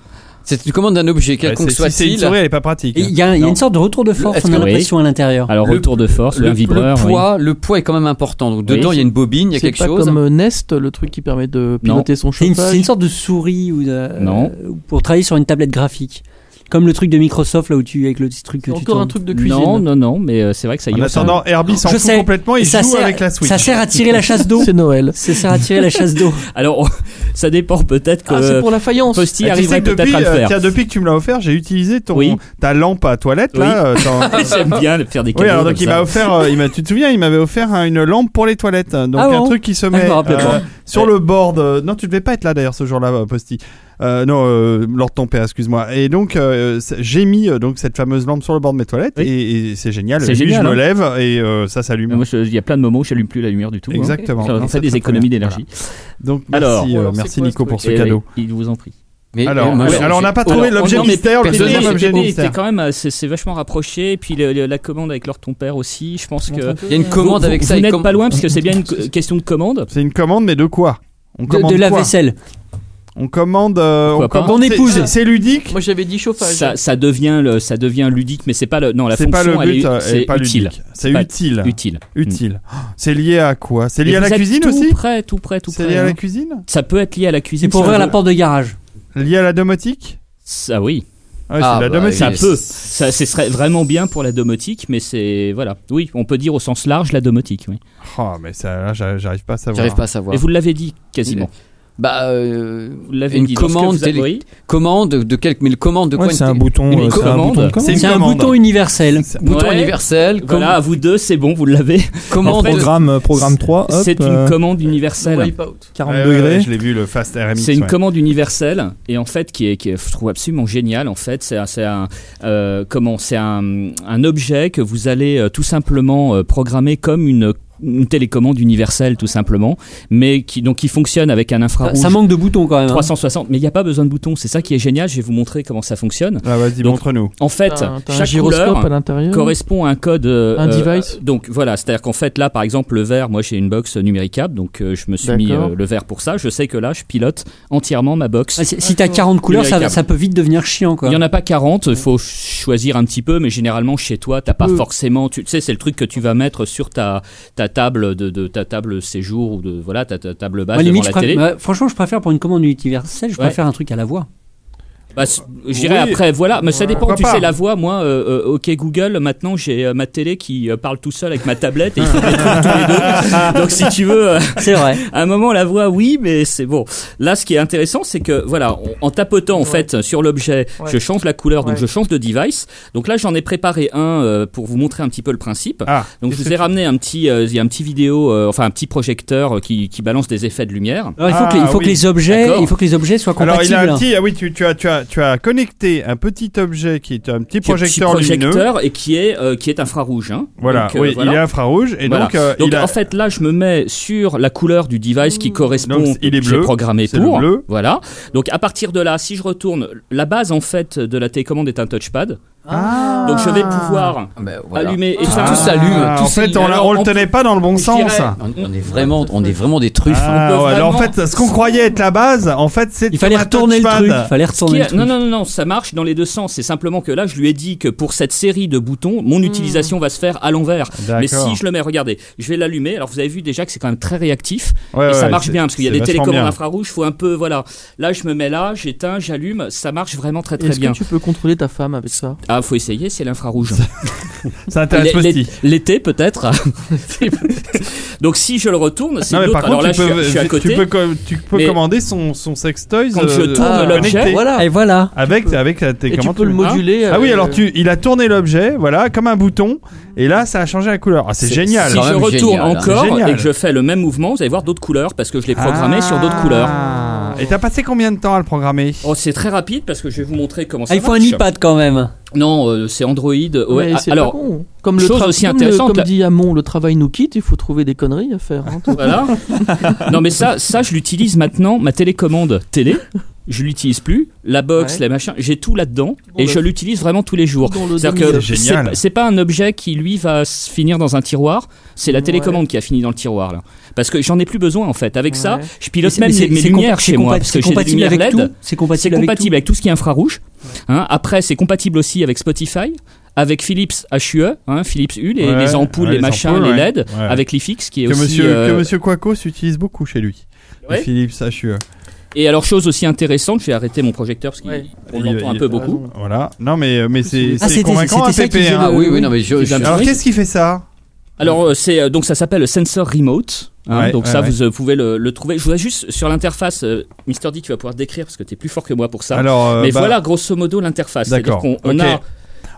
Speaker 5: C'est une commande d'un objet quelconque
Speaker 3: Ouais, c'est- si c'est une
Speaker 5: soit-il.
Speaker 3: souris, elle est pas pratique.
Speaker 4: Et Il y a, il y a
Speaker 8: Non.
Speaker 4: une sorte de retour de force,
Speaker 5: Est-ce
Speaker 4: on a
Speaker 8: que-
Speaker 4: l'impression à l'intérieur.
Speaker 8: Alors,
Speaker 5: Le-
Speaker 8: retour de force, le,
Speaker 5: le,
Speaker 8: vibreur.
Speaker 5: le
Speaker 8: oui.
Speaker 5: poids, le poids est quand même important. Donc dedans,
Speaker 8: Oui.
Speaker 5: il y a une bobine, il y a
Speaker 6: C'est
Speaker 5: quelque
Speaker 6: pas
Speaker 5: chose.
Speaker 6: comme euh, Nest, le truc qui permet de piloter son
Speaker 4: C'est une, c'est
Speaker 6: chauffage.
Speaker 4: une sorte de souris ou de-
Speaker 8: Non.
Speaker 4: euh, pour travailler sur une tablette graphique. Comme le truc de Microsoft là où tu avec le petit truc que
Speaker 6: C'est
Speaker 4: tu
Speaker 6: encore un truc
Speaker 4: tournes.
Speaker 6: de cuisine.
Speaker 8: Non, non, non, mais euh, c'est vrai que ça y
Speaker 3: En
Speaker 8: est. ça-
Speaker 3: attendant, Herbie s'en
Speaker 4: Je
Speaker 3: fout
Speaker 4: sais.
Speaker 3: complètement, il
Speaker 4: ça
Speaker 3: joue
Speaker 4: sert,
Speaker 3: avec la Switch.
Speaker 4: ça sert à tirer la chasse d'eau.
Speaker 6: C'est Noël.
Speaker 4: ça sert à tirer la chasse d'eau.
Speaker 8: Alors, ça dépend peut-être que
Speaker 6: Ah, c'est
Speaker 8: euh,
Speaker 6: pour la faïence.
Speaker 8: Posty
Speaker 3: Ah, tu sais
Speaker 8: arriverait
Speaker 3: que
Speaker 8: peut-être
Speaker 3: depuis,
Speaker 8: à le
Speaker 3: euh,
Speaker 8: faire.
Speaker 3: tiens, depuis que tu me l'as offert, j'ai utilisé ton,
Speaker 8: Oui.
Speaker 3: ta lampe à toilette, là. euh, t'en-
Speaker 8: J'aime bien faire des cadeaux.
Speaker 3: Oui, alors donc
Speaker 8: comme
Speaker 3: il
Speaker 8: ça. Ah,
Speaker 3: m'a offert, euh, il m'a, tu te souviens, il m'avait offert hein, une lampe pour les toilettes, hein, donc
Speaker 4: Ah
Speaker 3: un
Speaker 4: bon
Speaker 3: truc qui se
Speaker 4: je
Speaker 3: met
Speaker 4: me rappelais
Speaker 3: euh,
Speaker 4: pas.
Speaker 3: sur le board. euh, non, tu devais pas être là d'ailleurs ce jour-là, euh, Posty. Euh, non, euh, lors de ton père, excuse-moi. Et donc euh, c'est- j'ai mis euh, donc cette fameuse lampe sur le bord de mes toilettes
Speaker 8: Oui.
Speaker 3: et, et c'est génial.
Speaker 8: C'est
Speaker 3: La nuit,
Speaker 8: génial,
Speaker 3: Je me
Speaker 8: hein. Ah,
Speaker 3: lève et euh, ça s'allume.
Speaker 8: Moi, je- il y a plein de moments où j'allume plus la lumière du tout. hein.
Speaker 3: Exactement.
Speaker 8: Ça
Speaker 3: Non,
Speaker 8: fait
Speaker 3: c'est
Speaker 8: des
Speaker 3: très, très
Speaker 8: économies
Speaker 3: bien.
Speaker 8: d'énergie.
Speaker 3: Donc
Speaker 8: Alors,
Speaker 3: merci, euh,
Speaker 6: alors, c'est
Speaker 3: merci
Speaker 6: quoi ce
Speaker 3: Nico pour ce
Speaker 8: Eh oui,
Speaker 3: cadeau.
Speaker 8: il vous en prie.
Speaker 5: Mais,
Speaker 3: Alors,
Speaker 5: mais euh, moi,
Speaker 3: oui,
Speaker 5: j'ai-
Speaker 3: alors, on n'a pas trouvé
Speaker 8: Alors,
Speaker 3: l'objet
Speaker 8: on- non, mais
Speaker 3: mystère, le
Speaker 8: Pépé-
Speaker 3: deuxième objet
Speaker 8: Pépé était
Speaker 3: mystère.
Speaker 8: quand même, euh, c'est c'est vachement rapproché. Et puis le- le- la commande avec leur ton père aussi. Je pense que
Speaker 5: il y a une commande
Speaker 8: Vous-
Speaker 5: avec
Speaker 8: vous,
Speaker 5: ça.
Speaker 8: Vous
Speaker 5: et
Speaker 8: n'êtes
Speaker 5: comme-
Speaker 8: pas loin parce que c'est bien une co- question de commande.
Speaker 3: C'est une commande, mais de quoi On
Speaker 4: De,
Speaker 3: commande
Speaker 4: de la
Speaker 3: quoi
Speaker 4: vaisselle.
Speaker 3: On On commande. euh,
Speaker 8: Pourquoi
Speaker 3: on
Speaker 8: pas
Speaker 3: commande.
Speaker 4: Ton épouse.
Speaker 3: c'est- C'est ludique.
Speaker 6: Moi j'avais dit chauffage.
Speaker 8: Ça, ça devient le, ça devient ludique, mais c'est pas le, non, la
Speaker 3: C'est
Speaker 8: fonction,
Speaker 3: pas le
Speaker 8: elle est-
Speaker 3: but. euh,
Speaker 8: c'est
Speaker 3: pas
Speaker 8: utile.
Speaker 3: ludique. C'est
Speaker 8: pas-
Speaker 3: utile.
Speaker 8: Utile.
Speaker 3: Utile. Oh, C'est lié à quoi C'est
Speaker 8: Et
Speaker 3: lié à
Speaker 8: vous
Speaker 3: la
Speaker 8: êtes
Speaker 3: cuisine
Speaker 8: tout
Speaker 3: aussi
Speaker 8: près, tout près, tout
Speaker 3: C'est
Speaker 8: près.
Speaker 3: lié à la
Speaker 8: hein.
Speaker 3: cuisine
Speaker 8: Ça peut être lié à la
Speaker 4: C'est
Speaker 8: cuisine.
Speaker 4: pour
Speaker 8: ça
Speaker 4: ouvrir la
Speaker 8: peut-
Speaker 4: porte de garage.
Speaker 3: Lié à la domotique
Speaker 8: Ça, oui.
Speaker 3: Ouais,
Speaker 5: Ah,
Speaker 3: c'est la
Speaker 5: bah,
Speaker 3: domotique.
Speaker 8: Ça
Speaker 5: Et
Speaker 8: peut.
Speaker 5: c'est-
Speaker 8: Ça, ce serait vraiment bien pour la domotique, mais c'est voilà. Oui, on peut dire au sens large la domotique. Oui.
Speaker 3: Oh, mais ça, là, j'a- j'arrive pas à savoir.
Speaker 5: J'arrive pas à savoir.
Speaker 8: Et vous l'avez dit quasiment.
Speaker 5: Bah, euh,
Speaker 8: Vous l'avez
Speaker 5: une
Speaker 8: dit. Lorsque
Speaker 5: commande
Speaker 8: vous avez-
Speaker 5: télé-
Speaker 8: oui.
Speaker 5: commande de quelque, mais le commande de
Speaker 7: Ouais,
Speaker 5: quoi
Speaker 7: c'est
Speaker 5: une
Speaker 7: un
Speaker 5: télé-
Speaker 7: bouton.
Speaker 5: une
Speaker 7: euh, c'est un
Speaker 8: commande.
Speaker 7: bouton de commande.
Speaker 3: C'est une
Speaker 4: C'est un
Speaker 3: commande.
Speaker 4: bouton universel.
Speaker 5: bouton
Speaker 8: Ouais.
Speaker 5: universel.
Speaker 8: Voilà, à vous deux, c'est bon, vous l'avez.
Speaker 5: com-
Speaker 8: En
Speaker 5: Commande.
Speaker 8: fait,
Speaker 7: Programme, euh, programme 3, hop,
Speaker 8: C'est une
Speaker 7: euh,
Speaker 8: commande universelle.
Speaker 6: Wipeout.
Speaker 7: 40
Speaker 3: Ouais, ouais,
Speaker 7: degrés.
Speaker 3: ouais, je l'ai vu le Fast RMX.
Speaker 8: C'est une
Speaker 3: ouais.
Speaker 8: commande universelle et en fait qui est, qui est- je trouve absolument géniale en fait c'est un- c'est un euh, comment c'est un, un objet que vous allez euh, tout simplement euh, programmer comme une une télécommande universelle tout simplement mais qui donc qui fonctionne avec un infrarouge
Speaker 4: Ça manque de boutons quand même. hein.
Speaker 8: 360 mais il n'y a pas besoin de boutons c'est ça qui est génial je vais vous montrer comment ça fonctionne
Speaker 3: Ah, vas-y,
Speaker 8: Donc-
Speaker 3: montre-nous.
Speaker 8: en fait
Speaker 6: T'as un- t'as un
Speaker 8: chaque
Speaker 6: gyroscope
Speaker 8: couleur
Speaker 6: à
Speaker 4: Mm.
Speaker 6: l'intérieur.
Speaker 8: correspond à un code euh,
Speaker 6: Un
Speaker 8: euh,
Speaker 6: device.
Speaker 8: donc voilà c'est à dire qu'en fait là par exemple le vert moi j'ai une box numéricable donc euh, je me suis mis
Speaker 6: D'accord.
Speaker 8: euh, le vert pour ça je sais que là je pilote entièrement ma box
Speaker 4: Ah, Si si t'as 40 couleurs, ça,
Speaker 8: Numéricable.
Speaker 4: ça peut vite devenir chiant quoi.
Speaker 8: Il y en a pas 40, il faut ch- choisir un petit peu, mais généralement chez toi, t'as pas
Speaker 4: Peu.
Speaker 8: forcément, tu tu sais, c'est le truc que tu vas mettre sur ta, ta table de, de ta table séjour ou de voilà ta, ta table basse
Speaker 4: Moi,
Speaker 8: devant
Speaker 4: limite,
Speaker 8: la
Speaker 4: je préfère-
Speaker 8: télé.
Speaker 4: ouais, franchement, je préfère pour une commande universelle, je
Speaker 8: Ouais.
Speaker 4: préfère un truc à la voix.
Speaker 8: Bah, c- J'irai
Speaker 3: Oui.
Speaker 8: après, voilà, mais ça
Speaker 3: Ouais.
Speaker 8: dépend.
Speaker 3: Pourquoi
Speaker 8: Tu
Speaker 3: pas
Speaker 8: sais, la voix, moi, euh, euh, ok Google, maintenant j'ai euh, ma télé qui euh, parle tout seul avec ma tablette et il faut des trucs tous les deux. Donc si tu veux, euh,
Speaker 4: C'est vrai.
Speaker 8: à un moment la voix, oui, mais c'est bon. Là, ce qui est intéressant, c'est que voilà, on- en tapotant en fait sur l'objet,
Speaker 6: Ouais.
Speaker 8: je change la couleur, donc
Speaker 6: Ouais.
Speaker 8: je change de device. Donc là, j'en ai préparé un euh, pour vous montrer un petit peu le principe.
Speaker 3: Ah,
Speaker 8: Donc je vous ai ramené un petit, euh, il y a un petit vidéo, euh, enfin un petit projecteur euh, qui, qui balance des effets de lumière.
Speaker 4: Alors, il faut,
Speaker 3: Ah,
Speaker 4: que, les- il faut que
Speaker 3: oui.
Speaker 4: les objets,
Speaker 8: D'accord.
Speaker 4: il faut que les objets soient
Speaker 3: alors il
Speaker 4: compatibles.
Speaker 3: a un petit. Ah oui, tu, tu as, tu, as, tu as connecté un petit objet qui est un
Speaker 8: Qui est
Speaker 3: petit
Speaker 8: un petit
Speaker 3: projecteur, lumineux.
Speaker 8: projecteur et qui est euh, qui est infrarouge. Hein.
Speaker 3: Voilà,
Speaker 8: Donc, euh,
Speaker 3: oui,
Speaker 8: voilà.
Speaker 3: il est infrarouge et
Speaker 8: Voilà.
Speaker 3: donc, euh,
Speaker 8: Donc,
Speaker 3: il a-
Speaker 8: en fait, là, je me mets sur la couleur du device
Speaker 5: Mmh.
Speaker 8: qui correspond.
Speaker 3: Donc, il est
Speaker 8: que j'ai
Speaker 3: bleu.
Speaker 8: programmé
Speaker 3: C'est le
Speaker 8: pour.
Speaker 3: bleu.
Speaker 8: Voilà. Donc, à partir de là, si je retourne, la base en fait de la télécommande est un touchpad.
Speaker 3: Ah.
Speaker 8: Donc, je vais pouvoir
Speaker 5: Ah, bah, voilà.
Speaker 8: allumer et
Speaker 5: Tout-
Speaker 8: ça.
Speaker 5: tout s'allume.
Speaker 3: Ah,
Speaker 5: tout
Speaker 3: en
Speaker 5: s'allume.
Speaker 3: fait, on, l'a- on
Speaker 8: Alors,
Speaker 3: le
Speaker 8: on
Speaker 3: tenait pas dans le bon
Speaker 8: je
Speaker 3: sens.
Speaker 8: dirais-
Speaker 3: ça.
Speaker 5: On, on est vraiment, on est vraiment des truffes. hein.
Speaker 3: Ah,
Speaker 8: on peut
Speaker 3: ouais, alors, en
Speaker 8: vraiment-
Speaker 3: fait, ce qu'on croyait être la base, en fait, c'est
Speaker 4: Il fallait
Speaker 3: comme un
Speaker 4: retourner le
Speaker 3: touchpad.
Speaker 4: truc. Il fallait
Speaker 8: Qui
Speaker 4: retourner
Speaker 8: est-
Speaker 4: le truc.
Speaker 8: Non, non, non, non, ça marche dans les deux sens. C'est simplement que là, je lui ai dit que pour cette série de boutons,
Speaker 5: Mmh.
Speaker 8: mon utilisation va se faire à l'envers. Mais
Speaker 3: D'accord.
Speaker 8: si je le mets, regardez, je vais l'allumer. Alors, vous avez vu déjà que c'est quand même très réactif.
Speaker 3: Ouais,
Speaker 8: et ça
Speaker 3: ouais,
Speaker 8: marche
Speaker 3: c'est-
Speaker 8: bien parce qu'il y a
Speaker 3: c'est
Speaker 8: des
Speaker 3: vachement
Speaker 8: télécommandes
Speaker 3: bien.
Speaker 8: infrarouges. Faut un peu, voilà. Là, je me mets là, j'éteins, j'allume. Ça marche vraiment très très
Speaker 6: Est-ce
Speaker 8: bien.
Speaker 6: que tu peux contrôler ta femme avec ça
Speaker 8: Ah, faut essayer, c'est l'infrarouge.
Speaker 3: Ça intéresse
Speaker 8: L'é- l'é-
Speaker 3: Posty.
Speaker 8: L'été peut-être. Donc si je le retourne, c'est
Speaker 3: Non, mais
Speaker 8: l'autre.
Speaker 3: par
Speaker 8: Alors
Speaker 3: contre,
Speaker 8: là,
Speaker 3: tu
Speaker 8: je suis-
Speaker 3: peux,
Speaker 8: je suis à
Speaker 3: tu
Speaker 8: côté.
Speaker 3: peux com- tu peux
Speaker 8: Mais-
Speaker 3: commander son, son sextoy
Speaker 8: Quand je
Speaker 3: euh,
Speaker 8: tourne
Speaker 3: ah,
Speaker 8: l'objet,
Speaker 3: connecté.
Speaker 6: Voilà.
Speaker 4: Et voilà. Ah,
Speaker 3: Avec, avec la
Speaker 6: Et tu
Speaker 3: télécommande.
Speaker 6: peux le moduler.
Speaker 3: Ah oui,
Speaker 6: euh,
Speaker 3: alors tu, il a tourné l'objet, voilà, comme un bouton, et là, ça a changé la couleur. Ah, c'est génial.
Speaker 8: Si
Speaker 5: Quand
Speaker 8: je
Speaker 5: même
Speaker 8: retourne
Speaker 5: génial, hein.
Speaker 8: encore
Speaker 3: Génial.
Speaker 8: et que je fais le même mouvement, vous allez voir d'autres couleurs parce que je l'ai programmé sur d'autres couleurs.
Speaker 3: Ah. Et t'as passé combien de temps à le programmer
Speaker 8: Oh, c'est très rapide parce que je vais vous montrer comment ça
Speaker 4: Ah, il faut un
Speaker 8: marche.
Speaker 4: iPad quand même.
Speaker 8: Non, euh, c'est Android.
Speaker 6: Ouais,
Speaker 8: Ouais, ah,
Speaker 6: c'est pas
Speaker 8: alors
Speaker 6: con. hein. comme le
Speaker 8: chose
Speaker 6: tra-
Speaker 8: aussi
Speaker 6: comme le-
Speaker 8: intéressante,
Speaker 6: Comme
Speaker 8: là-
Speaker 6: dit Hamon, le travail nous quitte, il faut trouver des conneries à faire. hein.
Speaker 8: voilà. non mais ça, ça je l'utilise maintenant. Ma télécommande télé, je l'utilise plus. La box,
Speaker 6: Ouais.
Speaker 8: les machins, j'ai tout là-dedans
Speaker 4: bah,
Speaker 8: et
Speaker 6: Bon,
Speaker 8: je
Speaker 6: le-
Speaker 8: l'utilise vraiment tous les jours.
Speaker 6: Dans le
Speaker 8: C'est-à-dire que
Speaker 6: demi-
Speaker 3: C'est
Speaker 8: c'est
Speaker 3: génial.
Speaker 8: pas- c'est pas un objet qui lui va se finir dans un tiroir, c'est la
Speaker 6: Ouais.
Speaker 8: télécommande qui a fini dans le tiroir là. Parce que j'en ai plus besoin en fait. Avec ça,
Speaker 6: Ouais.
Speaker 8: je pilote
Speaker 4: C'est-
Speaker 8: même
Speaker 4: mais
Speaker 8: les-
Speaker 4: c'est-
Speaker 8: mes
Speaker 4: c'est
Speaker 8: lumières
Speaker 4: compa-
Speaker 8: chez
Speaker 4: c'est
Speaker 8: moi
Speaker 4: compa-
Speaker 8: parce
Speaker 4: c'est
Speaker 8: que j'ai des
Speaker 4: compatible
Speaker 8: lumières
Speaker 4: avec
Speaker 8: LED.
Speaker 4: tout. C'est
Speaker 8: C'est
Speaker 4: compatible avec tout.
Speaker 8: compatible avec tout ce qui est infrarouge. hein. Après, c'est compatible aussi avec Spotify, avec Philips HUE, hein, Philips U, les,
Speaker 3: Ouais,
Speaker 8: les ampoules,
Speaker 3: ouais,
Speaker 8: les,
Speaker 3: les
Speaker 8: machins,
Speaker 3: ampoules,
Speaker 8: les
Speaker 3: ouais.
Speaker 8: LED,
Speaker 3: Ouais.
Speaker 8: avec l'IFIX qui est
Speaker 3: que
Speaker 8: aussi.
Speaker 3: monsieur,
Speaker 8: euh,
Speaker 3: que monsieur Quacos utilise beaucoup chez lui.
Speaker 8: Ouais.
Speaker 3: Le Philips HUE.
Speaker 8: Et alors, chose aussi intéressante, je vais arrêter mon projecteur parce qu'on
Speaker 6: Ouais.
Speaker 8: l'entend un peu beaucoup.
Speaker 3: Voilà. Non, mais, mais c'est
Speaker 4: Ah,
Speaker 3: c'est
Speaker 4: c'était-
Speaker 3: convaincant à
Speaker 4: c'était ça
Speaker 3: PP.
Speaker 4: qui faisait
Speaker 3: hein.
Speaker 5: Ah oui, oui, non, mais je, je-
Speaker 3: Alors, qu'est-ce qui fait ça
Speaker 8: Alors, euh, c'est euh, donc ça s'appelle Sensor Remote. hein,
Speaker 3: Ouais,
Speaker 8: donc
Speaker 3: ouais,
Speaker 8: ça,
Speaker 3: ouais.
Speaker 8: vous euh, pouvez le, le trouver. Je voudrais juste sur l'interface, euh, Mister D, tu vas pouvoir décrire parce que tu es plus fort que moi pour ça.
Speaker 3: Alors, euh,
Speaker 8: Mais
Speaker 3: bah,
Speaker 8: voilà, grosso modo, l'interface.
Speaker 3: D'accord,
Speaker 8: C'est-à-dire qu'on- on
Speaker 3: ok.
Speaker 8: a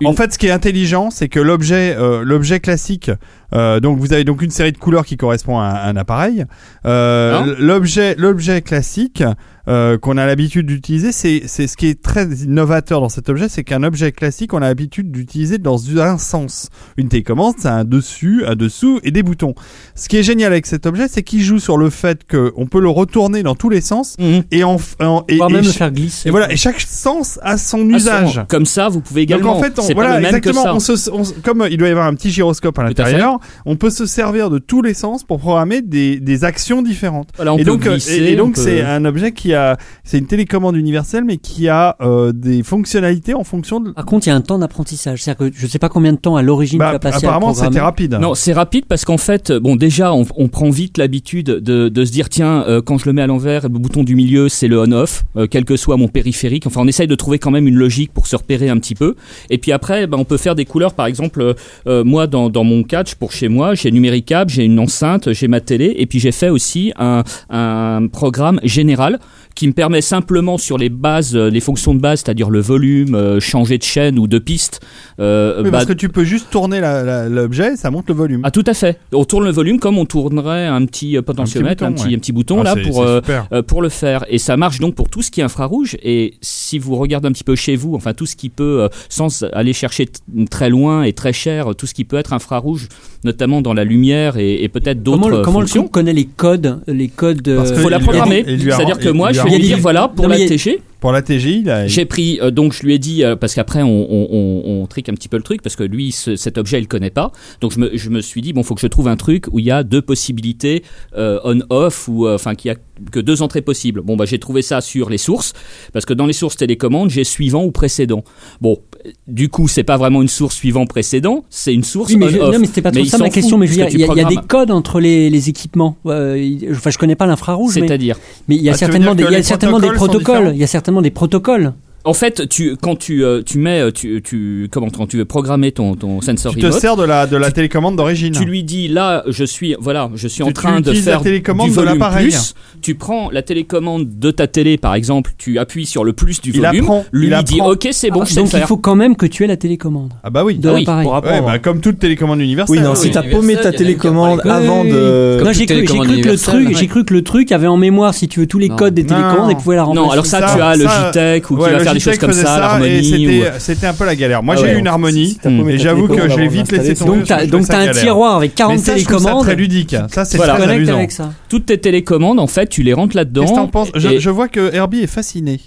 Speaker 8: une-
Speaker 3: En fait, ce qui est intelligent, c'est que l'objet, euh, l'objet classique. euh, donc, vous avez donc une série de couleurs qui correspond à un, un appareil. Euh,
Speaker 8: Hein
Speaker 3: l'objet, l'objet classique euh, qu'on a l'habitude d'utiliser, c'est c'est ce qui est très innovateur dans cet objet, c'est qu'un objet classique, on a l'habitude d'utiliser dans un sens. Une télécommande, c'est un dessus, un dessous et des boutons. Ce qui est génial avec cet objet, c'est qu'il joue sur le fait que on peut le retourner dans tous les sens
Speaker 8: Mhm.
Speaker 3: et en, f- en- et,
Speaker 4: Voire
Speaker 3: et
Speaker 4: même le
Speaker 3: ch-
Speaker 4: faire glisser.
Speaker 3: et voilà, et chaque sens a son usage.
Speaker 8: Assurément. Comme ça, vous pouvez
Speaker 3: Donc
Speaker 8: également.
Speaker 3: en fait, on,
Speaker 8: c'est pas
Speaker 3: voilà,
Speaker 8: le même que
Speaker 3: exactement.
Speaker 8: ça.
Speaker 3: on se- on se- comme euh, il doit y avoir un petit gyroscope à
Speaker 8: Tout à fait.
Speaker 3: l'intérieur, on peut se servir de tous les sens pour programmer des, des actions différentes.
Speaker 8: Voilà, on
Speaker 3: et,
Speaker 8: peut
Speaker 3: donc, euh,
Speaker 8: glisser,
Speaker 3: et, et
Speaker 8: on
Speaker 3: donc,
Speaker 8: peut-
Speaker 3: c'est euh, un objet qui qui a, c'est une télécommande universelle, mais qui a euh, des fonctionnalités en fonction de.
Speaker 4: Par contre, il y a un temps d'apprentissage. C'est-à-dire que je ne sais pas combien de temps à l'origine
Speaker 3: Bah,
Speaker 4: tu as passé à
Speaker 3: apparemment,
Speaker 4: programmer.
Speaker 3: c'était rapide.
Speaker 8: Non, c'est rapide parce qu'en fait, euh, bon, déjà, on, on prend vite l'habitude de, de se dire tiens, euh, quand je le mets à l'envers, le bouton du milieu, c'est le on/off, euh, quel que soit mon périphérique. Enfin, on essaye de trouver quand même une logique pour se repérer un petit peu. Et puis après, ben, on peut faire des couleurs. Par exemple, euh, euh, moi, dans, dans mon catch pour chez moi, j'ai numéricable, j'ai une enceinte, j'ai ma télé, et puis j'ai fait aussi un, un programme général qui me permet simplement sur les bases, euh, les fonctions de base, c'est-à-dire le volume, euh, changer de chaîne ou de piste. euh,
Speaker 3: Oui,
Speaker 8: bah,
Speaker 3: parce que tu peux juste tourner la- la- l'objet, ça monte le volume.
Speaker 8: ah tout à fait. On tourne le volume comme on tournerait un petit euh, potentiomètre,
Speaker 3: bouton,
Speaker 8: un petit, un petit,
Speaker 3: ouais.
Speaker 8: bouton
Speaker 3: Ah,
Speaker 8: là
Speaker 3: c'est-
Speaker 8: pour
Speaker 3: c'est
Speaker 8: euh,
Speaker 3: super.
Speaker 8: euh, pour le faire. Et ça marche donc pour tout ce qui est infrarouge. Et si vous regardez un petit peu chez vous, enfin tout ce qui peut, euh, sans aller chercher t- très loin et très cher, euh, tout ce qui peut être infrarouge, notamment dans la lumière et, et peut-être d'autres
Speaker 4: Comment, le-
Speaker 8: euh,
Speaker 4: comment le
Speaker 8: fonctions.
Speaker 4: couple connaît les codes, les codes euh, de-
Speaker 3: Parce que
Speaker 8: faut la
Speaker 3: Il lui a dit-
Speaker 8: programmer.
Speaker 3: il lui a-
Speaker 8: C'est-à-dire que
Speaker 3: il
Speaker 8: moi,
Speaker 3: lui
Speaker 8: je
Speaker 3: a
Speaker 8: vais lui
Speaker 4: rendu-
Speaker 8: dire voilà
Speaker 4: Non,
Speaker 8: pour
Speaker 4: mais
Speaker 8: la
Speaker 4: il y a-
Speaker 8: TG.
Speaker 3: Pour la TGI, il
Speaker 4: Ah
Speaker 3: a-
Speaker 8: J'ai pris, euh, donc je lui ai dit, euh, parce qu'après on, on, on, on trick un petit peu le truc, parce que lui, ce- cet objet, il connaît pas. Donc je me, je me suis dit, bon, faut que je trouve un truc où il y a deux possibilités euh, on-off, ou euh, enfin, qu'il y a que deux entrées possibles. Bon, bah j'ai trouvé ça sur les sources, parce que dans les sources télécommandes, j'ai suivant ou précédent. Bon, euh, du coup, c'est pas vraiment une source suivant-précédent, c'est une source
Speaker 4: Oui, mais je-
Speaker 8: on-off.
Speaker 4: non, mais c'était pas trop
Speaker 8: il
Speaker 4: ça ma
Speaker 8: s'en
Speaker 4: question.
Speaker 8: fout,
Speaker 4: Mais je veux dire,
Speaker 8: parce que
Speaker 4: il y,
Speaker 8: tu
Speaker 4: a- il y a des
Speaker 8: programmes.
Speaker 4: codes entre les, les équipements. Euh, il- enfin, je connais pas l'infrarouge, mais
Speaker 8: C'est-à-dire
Speaker 4: mais il y a
Speaker 3: Ah, tu veux
Speaker 4: certainement
Speaker 3: dire
Speaker 4: des,
Speaker 3: que
Speaker 4: il y a
Speaker 3: les
Speaker 4: certainement des
Speaker 3: protocoles sont
Speaker 4: protocoles.
Speaker 3: différents
Speaker 4: Il y a certainement des protocoles.
Speaker 8: En fait, tu, quand tu, euh, tu mets, euh, tu, tu, comment, quand tu veux programmer ton, ton sensor
Speaker 3: tu te
Speaker 8: remote,
Speaker 3: sers de la, de la télécommande d'origine.
Speaker 8: Tu lui dis là, je suis voilà, je suis en
Speaker 3: Tu- tu
Speaker 8: train de
Speaker 3: utilises
Speaker 8: faire
Speaker 3: la télécommande
Speaker 8: du
Speaker 3: de
Speaker 8: volume
Speaker 3: l'appareil.
Speaker 8: plus. Tu prends la télécommande de ta télé par exemple, tu appuies sur le plus du
Speaker 3: Il
Speaker 8: volume.
Speaker 3: apprend,
Speaker 8: Lui
Speaker 3: il
Speaker 8: dit
Speaker 3: apprend.
Speaker 8: OK, c'est bon, je sais le
Speaker 4: Donc il
Speaker 8: faire.
Speaker 4: faut quand même que tu aies la télécommande
Speaker 3: Ah bah oui.
Speaker 4: de
Speaker 8: Ah oui,
Speaker 4: l'appareil.
Speaker 7: Pour
Speaker 3: Ouais,
Speaker 7: apprendre.
Speaker 3: bah, comme toute télécommande universelle.
Speaker 7: oui, non,
Speaker 5: oui,
Speaker 7: si t'as
Speaker 5: universel,
Speaker 7: paumé
Speaker 5: il y en a
Speaker 7: ta
Speaker 5: qui apprend
Speaker 7: télécommande
Speaker 5: les codes.
Speaker 7: avant de.
Speaker 5: Comme
Speaker 4: Non, j'ai
Speaker 5: toute
Speaker 4: cru, j'ai
Speaker 5: télécommande
Speaker 4: cru que le
Speaker 5: universelle,
Speaker 4: truc,
Speaker 5: ouais.
Speaker 4: j'ai cru que le truc avait en mémoire, si tu veux, tous les
Speaker 5: Non.
Speaker 4: codes des
Speaker 3: Non.
Speaker 4: télécommandes et pouvait la remplacer.
Speaker 8: Non, alors ça,
Speaker 3: ça,
Speaker 8: tu as le
Speaker 3: ça,
Speaker 8: Logitech ou
Speaker 3: Ouais,
Speaker 8: qui va faire des choses
Speaker 3: Logitech
Speaker 8: comme
Speaker 3: E faisait
Speaker 8: ça,
Speaker 3: et
Speaker 8: l'harmonie. ou-
Speaker 3: c'était, euh, c'était un peu la galère. Moi,
Speaker 7: Ah
Speaker 3: j'ai
Speaker 7: ouais.
Speaker 3: eu une harmonie,
Speaker 7: Si t'as paumé
Speaker 3: mais
Speaker 7: ta
Speaker 3: j'avoue que
Speaker 7: télécommande
Speaker 3: je l'ai
Speaker 7: avant de
Speaker 3: vite laissé
Speaker 7: l'installer,
Speaker 3: tomber. parce que
Speaker 4: donc t'as
Speaker 3: je trouvais
Speaker 4: donc
Speaker 3: ça
Speaker 4: t'as un
Speaker 3: galère.
Speaker 4: tiroir avec 40
Speaker 3: Mais ça, je trouve ça
Speaker 4: télécommandes.
Speaker 3: très ludique. Ça, c'est
Speaker 4: Tu te
Speaker 3: très
Speaker 4: connectes
Speaker 3: amusant.
Speaker 4: avec ça.
Speaker 8: Toutes tes télécommandes en fait, tu les rentres
Speaker 3: Qu'est-ce que
Speaker 8: là-dedans.
Speaker 3: t'en penses je,
Speaker 8: et-
Speaker 3: je vois que Herbie est fasciné.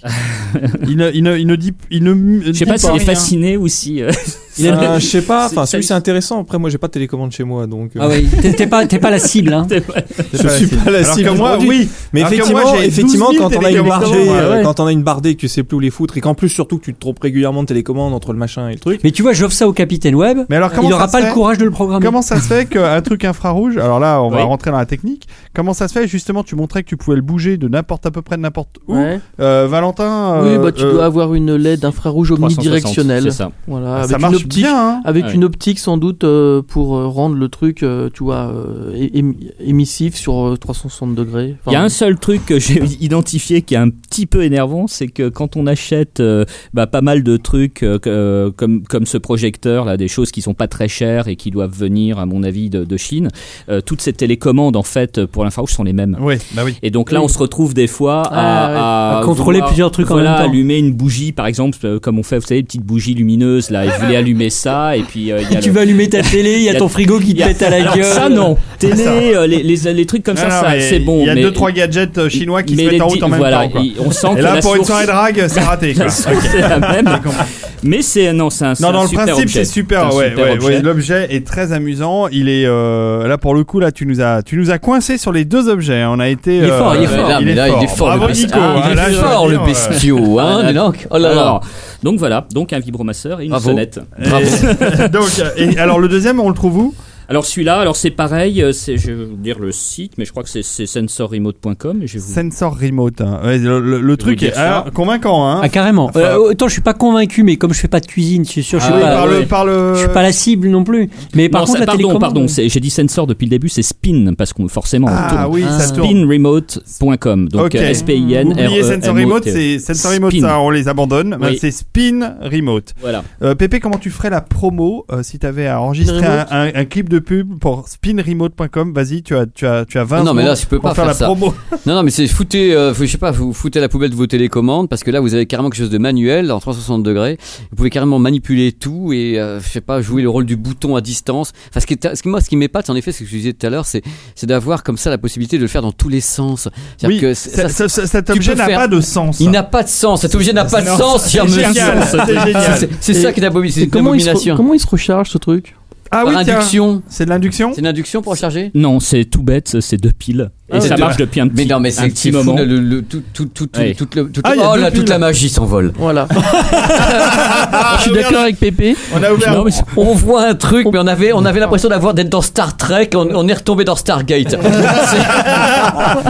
Speaker 3: il, ne, il, ne, il ne dit, il ne.
Speaker 8: Je sais pas s'il est fasciné ou si euh,
Speaker 4: Il a-
Speaker 7: Euh, je sais pas, enfin,
Speaker 8: C'est-
Speaker 7: celui c'est intéressant. Après, moi, j'ai pas de télécommande chez moi, donc. euh,
Speaker 4: Ah oui, t'es- t'es pas, t'es pas la cible. Hein.
Speaker 7: Je suis pas la cible
Speaker 3: Alors que
Speaker 7: du
Speaker 3: moi,
Speaker 7: produit.
Speaker 3: oui.
Speaker 7: Mais
Speaker 3: Alors que
Speaker 7: effectivement,
Speaker 3: moi, j'ai 12 000
Speaker 7: effectivement, quand on a une
Speaker 3: télécommandes,
Speaker 7: bardée,
Speaker 3: ouais,
Speaker 7: euh,
Speaker 3: ouais.
Speaker 7: quand on a une bardée, que tu sais plus où les foutre, et qu'en plus surtout que tu te trompes régulièrement de télécommande entre le machin et le truc.
Speaker 4: Mais tu vois, j'offre ça au capitaine web.
Speaker 3: Mais alors, comment
Speaker 4: Il
Speaker 3: ça
Speaker 4: aura
Speaker 3: se
Speaker 4: pas le
Speaker 3: fait
Speaker 4: courage de le programmer.
Speaker 3: Comment ça se fait qu'un truc infrarouge, alors là on va
Speaker 8: Oui.
Speaker 3: rentrer dans la technique, comment ça se fait justement tu montrais que tu pouvais le bouger de n'importe à peu près de n'importe où
Speaker 6: Ouais.
Speaker 3: Euh, Valentin,
Speaker 6: oui,
Speaker 3: euh,
Speaker 6: bah, tu
Speaker 3: euh,
Speaker 6: dois avoir une LED infrarouge
Speaker 8: 360,
Speaker 6: omnidirectionnelle.
Speaker 8: C'est ça.
Speaker 3: Ah,
Speaker 6: Voilà,
Speaker 3: ça
Speaker 6: avec une
Speaker 3: marche
Speaker 6: optique.
Speaker 3: bien, hein
Speaker 6: Avec
Speaker 8: Ouais.
Speaker 6: une optique sans doute euh, pour euh, rendre le truc, euh, tu vois, euh, émi- émissif sur euh, 360 degrés. Enfin,
Speaker 8: Il y a un seul truc que j'ai identifié qui est un petit peu énervant, c'est que quand on achète euh, bah, pas mal de trucs euh, que- euh, comme, comme ce projecteur, là, des choses qui sont pas très chères et qui doivent venir, à mon avis, de, de Chine, euh, toutes ces télécommandes, en fait, pour l'infrarouge sont les mêmes.
Speaker 3: Oui, bah oui.
Speaker 8: Et donc là, on se retrouve des fois à,
Speaker 6: Ah,
Speaker 4: À contrôler
Speaker 8: vouloir-
Speaker 4: plusieurs trucs en
Speaker 8: voilà,
Speaker 4: même temps.
Speaker 8: allumer une bougie, par exemple, euh, comme on fait, vous savez, une petite bougie lumineuse, là, et je voulais allumer ça, et puis euh, il y a
Speaker 4: tu
Speaker 8: le-
Speaker 4: vas allumer ta télé, il y
Speaker 8: Il y
Speaker 4: a
Speaker 8: a-
Speaker 4: ton frigo qui
Speaker 8: il y
Speaker 4: te
Speaker 8: a-
Speaker 4: pète à la
Speaker 8: Alors,
Speaker 4: gueule.
Speaker 8: ça, non. Télé,
Speaker 3: ça.
Speaker 8: euh, les, les, les trucs comme
Speaker 3: Non,
Speaker 8: ça,
Speaker 3: non,
Speaker 8: ça
Speaker 3: mais
Speaker 8: c'est bon.
Speaker 3: Il y a
Speaker 8: mais-
Speaker 3: deux trois gadgets euh, chinois qui se
Speaker 8: mais
Speaker 3: mettent
Speaker 8: les
Speaker 3: en route
Speaker 8: di-
Speaker 3: en même
Speaker 8: voilà,
Speaker 3: temps. quoi.
Speaker 8: il- on sent
Speaker 3: Et
Speaker 8: que
Speaker 3: là
Speaker 8: la
Speaker 3: pour une
Speaker 8: source-
Speaker 3: soirée drague, c'est raté. quoi.
Speaker 8: la source est la même. Mais c'est euh, non, c'est un, c'est
Speaker 3: Non,
Speaker 8: un
Speaker 3: dans le
Speaker 8: super
Speaker 3: principe,
Speaker 8: objet.
Speaker 3: c'est super.
Speaker 8: C'est un
Speaker 3: Ouais,
Speaker 8: super
Speaker 3: ouais,
Speaker 8: objet.
Speaker 3: ouais, L'objet est très amusant. Il est euh, là pour le coup. Là, tu nous as, tu nous as coincé sur les deux objets. hein. On a été. euh,
Speaker 4: Il est fort, il est
Speaker 5: Ouais,
Speaker 4: fort.
Speaker 5: Là, mais là, il est fort,
Speaker 3: Bravo,
Speaker 5: le
Speaker 3: Nico.
Speaker 5: bestiau. Ah,
Speaker 3: hein,
Speaker 5: il
Speaker 3: là,
Speaker 5: est
Speaker 3: je
Speaker 5: fort,
Speaker 3: veux
Speaker 5: le
Speaker 3: dire, euh,
Speaker 5: bestiau. Hein, dis donc. Oh là là.
Speaker 8: Alors, donc voilà, donc un vibromasseur et une
Speaker 5: Bravo.
Speaker 8: sonnette.
Speaker 3: euh, Et- Donc, euh, et alors le deuxième, on le trouve où
Speaker 8: Alors celui-là, alors c'est pareil, euh, c'est je vais vous dire le site, mais je crois que c'est- c'est sensorremote.com. et Je vais vous...
Speaker 3: Sensor Remote. hein. Ouais, le, le- le truc
Speaker 8: dire
Speaker 3: est
Speaker 8: ça.
Speaker 3: ah, convaincant. Hein.
Speaker 4: Ah carrément.
Speaker 3: Enfin-
Speaker 4: Euh, autant je suis pas convaincu, mais comme je fais pas de cuisine, je suis sûr, je suis
Speaker 8: Ah oui,
Speaker 4: pas,
Speaker 3: par,
Speaker 8: ouais.
Speaker 3: le, par le.
Speaker 4: je suis pas la cible non plus. Mais par
Speaker 8: Non,
Speaker 4: contre
Speaker 8: ça-
Speaker 4: la
Speaker 8: pardon,
Speaker 4: télécommande.
Speaker 8: pardon, c'est- j'ai dit sensor depuis le début, c'est spin parce qu'on forcément. on
Speaker 3: Ah
Speaker 8: tourne.
Speaker 3: oui,
Speaker 4: Ah.
Speaker 3: ça tourne.
Speaker 8: Spinremote.com, donc euh,
Speaker 3: Ok.
Speaker 8: S P I N R
Speaker 3: Oubliez
Speaker 8: E
Speaker 3: Sensor
Speaker 8: M O
Speaker 3: Remote,
Speaker 8: T E.
Speaker 3: c'est Sensor Remote,
Speaker 8: Spin.
Speaker 3: ça on les abandonne.
Speaker 8: Oui.
Speaker 3: Ben, C'est Spin Remote.
Speaker 8: Voilà.
Speaker 3: Euh, Pépé, comment tu ferais la promo euh, si t'avais à enregistrer
Speaker 6: Spin
Speaker 3: un,
Speaker 6: Remote
Speaker 3: un- un clip de pub pour spinremote.com Vas-y, tu as, tu as, tu as 20
Speaker 5: Non, mais là,
Speaker 3: secondes
Speaker 5: tu peux
Speaker 3: pour
Speaker 5: pas
Speaker 3: faire, la
Speaker 5: faire ça.
Speaker 3: promo.
Speaker 5: Non, non, mais c'est foutez, euh, faut- je sais pas, vous foutez à la poubelle de vos télécommandes parce que là, vous avez carrément quelque chose de manuel en 360 degrés. Vous pouvez carrément manipuler tout et, euh, je sais pas, jouer le rôle du bouton à distance. Enfin, ce qui, est- ce qui moi, ce qui m'épate, en effet, c'est ce que je disais tout à l'heure, c'est, c'est d'avoir comme ça la possibilité de le faire dans tous les sens. C'est-à-dire
Speaker 3: Oui,
Speaker 5: que c'est-
Speaker 3: ça-
Speaker 5: ça,
Speaker 3: ça- ça- cet
Speaker 5: tu
Speaker 3: objet
Speaker 5: peux
Speaker 3: n'a
Speaker 5: faire-
Speaker 3: pas de sens.
Speaker 5: il n'a pas de sens. Cet objet n'a pas de
Speaker 3: Non,
Speaker 5: sens, cher
Speaker 3: C'est
Speaker 5: monsieur.
Speaker 3: génial, c'est
Speaker 5: C'est-
Speaker 3: génial.
Speaker 5: c'est- C'est ça qui est abominable. C'est une
Speaker 6: comment, il se re-
Speaker 5: abomination.
Speaker 6: comment il se recharge ce truc
Speaker 3: Ah oui,
Speaker 5: Par
Speaker 3: tiens,
Speaker 5: induction.
Speaker 3: c'est de l'induction
Speaker 5: C'est une induction pour recharger
Speaker 8: Non, c'est tout bête, c'est deux piles.
Speaker 3: Ah,
Speaker 8: Et ça marche depuis un petit,
Speaker 5: Mais non, mais
Speaker 8: un
Speaker 5: c'est
Speaker 8: petit
Speaker 5: c'est fou,
Speaker 8: moment.
Speaker 5: le, le- le- tout, tout, tout, tout-
Speaker 8: Ouais.
Speaker 5: toute, le- toute-
Speaker 3: Ah, il y a
Speaker 5: oh
Speaker 3: deux
Speaker 5: là, toute
Speaker 3: piles.
Speaker 5: la magie s'envole.
Speaker 6: Voilà. Je suis d'accord avec Pépé.
Speaker 3: On a ouvert.
Speaker 5: Non, mais on voit un truc, mais on avait, on avait l'impression d'avoir d'être dans Star Trek, on, on est retombé dans Stargate.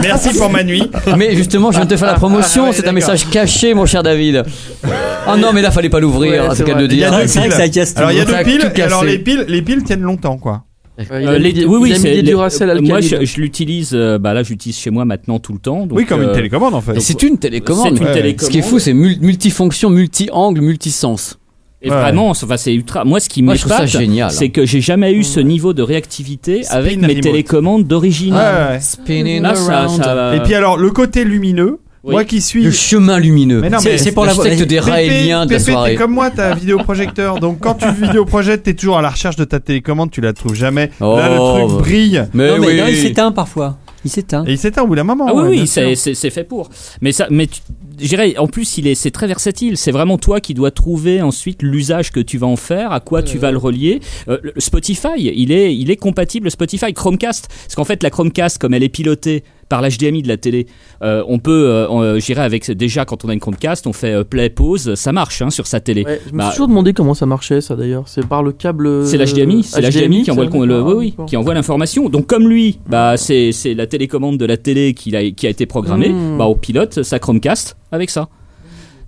Speaker 3: Merci pour ma nuit.
Speaker 5: mais justement, je viens de te faire la promotion,
Speaker 3: Ah, ouais,
Speaker 5: c'est un
Speaker 3: d'accord.
Speaker 5: message caché, mon cher David. Ah non, mais là, fallait pas l'ouvrir, hein,
Speaker 6: Ouais,
Speaker 5: c'est
Speaker 6: c'est
Speaker 5: le cas de
Speaker 6: vrai.
Speaker 5: le
Speaker 3: Il y a
Speaker 5: dire.
Speaker 3: deux
Speaker 4: c'est vrai que
Speaker 3: piles.
Speaker 4: ça casse tout.
Speaker 3: Alors il y a
Speaker 5: Ça
Speaker 3: deux
Speaker 5: a
Speaker 3: piles.
Speaker 5: tout
Speaker 3: et alors
Speaker 5: cassé.
Speaker 3: les piles, les piles tiennent longtemps quoi.
Speaker 6: Ouais, il
Speaker 8: Euh,
Speaker 6: a
Speaker 8: les-
Speaker 6: mis-
Speaker 8: oui, oui,
Speaker 6: il a mis
Speaker 8: c'est
Speaker 6: des
Speaker 8: les-
Speaker 6: Duracell
Speaker 8: euh, Moi, je,
Speaker 6: alcalines.
Speaker 8: je l'utilise. euh, bah là, j'utilise chez moi maintenant tout le temps. donc,
Speaker 3: oui, comme une
Speaker 8: euh,
Speaker 3: télécommande en fait.
Speaker 5: Et C'est une télécommande.
Speaker 8: C'est une
Speaker 3: Ouais.
Speaker 8: télécommande.
Speaker 5: Ce qui est fou, c'est mul- multifonction, multi-angle, multi-sens.
Speaker 8: Et
Speaker 3: Ouais.
Speaker 8: vraiment, c'est- enfin, c'est ultra. Moi, ce qui
Speaker 5: Moi, je trouve ça
Speaker 8: m'épate,
Speaker 5: génial. hein.
Speaker 8: c'est que j'ai jamais eu ce niveau de réactivité
Speaker 3: Spin
Speaker 8: avec mes
Speaker 3: remote.
Speaker 8: télécommandes d'origine.
Speaker 3: Ouais, ouais.
Speaker 5: Spinning
Speaker 8: Là, ça-
Speaker 5: around.
Speaker 8: ça va-
Speaker 3: Et puis alors le côté lumineux,
Speaker 8: Oui.
Speaker 3: moi qui suis
Speaker 5: euh, Le chemin lumineux.
Speaker 3: Mais non, mais-
Speaker 5: C'est c'est pour la
Speaker 4: L'architecte
Speaker 5: des
Speaker 3: Pépé,
Speaker 5: raéliens de la
Speaker 3: Pépé, t'es
Speaker 5: soirée.
Speaker 3: comme moi, t'as un vidéoprojecteur. Donc quand tu vidéoprojectes, t'es toujours à la recherche de ta télécommande, tu la trouves jamais. Là, le
Speaker 5: Oh,
Speaker 3: truc
Speaker 5: bah.
Speaker 3: brille.
Speaker 5: Mais
Speaker 4: Non, mais
Speaker 5: oui.
Speaker 4: non, il s'éteint parfois. Il s'éteint.
Speaker 3: Et il s'éteint au bout d'un moment.
Speaker 8: Ah oui,
Speaker 3: ouais, hein, bien
Speaker 8: oui, c'est-
Speaker 3: sûr.
Speaker 8: c'est c'est fait pour. Mais ça, mais tu- je dirais, en plus, il est, c'est très versatile. C'est vraiment toi qui dois trouver ensuite l'usage que tu vas en faire, à quoi tu vas le relier. Euh, le- le Spotify, il est, il est compatible Spotify, Chromecast. Parce qu'en fait, la Chromecast, comme elle est pilotée par l'HDMI de la télé, euh, on peut, euh, on- euh, je dirais, avec déjà quand on a une Chromecast, on fait euh, play pause, ça marche hein, sur sa télé.
Speaker 6: Ouais, je me
Speaker 8: Bah,
Speaker 6: suis toujours demandé comment ça marchait ça d'ailleurs. C'est par le câble. euh,
Speaker 8: C'est l'HDMI, c'est l'HDMI qui envoie le, con-
Speaker 6: Ah,
Speaker 8: le- oui, oui, qui envoie l'information. Donc comme lui, bah c'est c'est la télécommande de la télé qui a, qui a été programmée,
Speaker 6: Mm.
Speaker 8: bah on pilote sa Chromecast avec ça.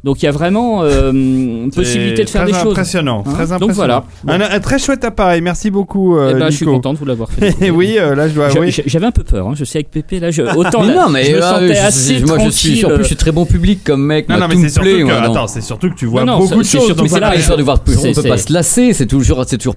Speaker 8: Donc il y a vraiment euh, une possibilité de faire
Speaker 3: très
Speaker 8: des choses.
Speaker 3: Impressionnant,
Speaker 8: Hein
Speaker 3: très impressionnant.
Speaker 8: Donc voilà.
Speaker 3: Un, un très chouette appareil. Merci beaucoup, euh,
Speaker 8: Eh ben, je suis
Speaker 3: Nico.
Speaker 8: content de vous l'avoir fait.
Speaker 3: Et oui, euh, là je dois
Speaker 8: J'a-
Speaker 3: avouer.
Speaker 8: j'a- J'avais un peu peur, hein. je suis avec Pépé là. Je, autant
Speaker 5: Mais
Speaker 8: là,
Speaker 5: non, mais
Speaker 8: je me
Speaker 5: euh,
Speaker 8: sentais
Speaker 5: je-
Speaker 8: assez
Speaker 5: je- moi, je
Speaker 8: tranquille.
Speaker 5: suis, en plus, je suis très bon public comme mec.
Speaker 3: Non,
Speaker 5: moi,
Speaker 3: non, mais
Speaker 5: tout
Speaker 3: c'est
Speaker 5: me
Speaker 3: surtout
Speaker 5: plaît,
Speaker 3: que.
Speaker 5: moi, non.
Speaker 3: Attends, c'est surtout que tu vois
Speaker 8: Non, non,
Speaker 3: beaucoup de
Speaker 8: c'est- c'est
Speaker 3: choses.
Speaker 8: surtout-
Speaker 3: donc
Speaker 5: Mais c'est
Speaker 3: voilà.
Speaker 5: là l'histoire de voir plus.
Speaker 8: C'est-
Speaker 5: On peut pas
Speaker 8: c'est-
Speaker 5: se lasser. C'est toujours, c'est toujours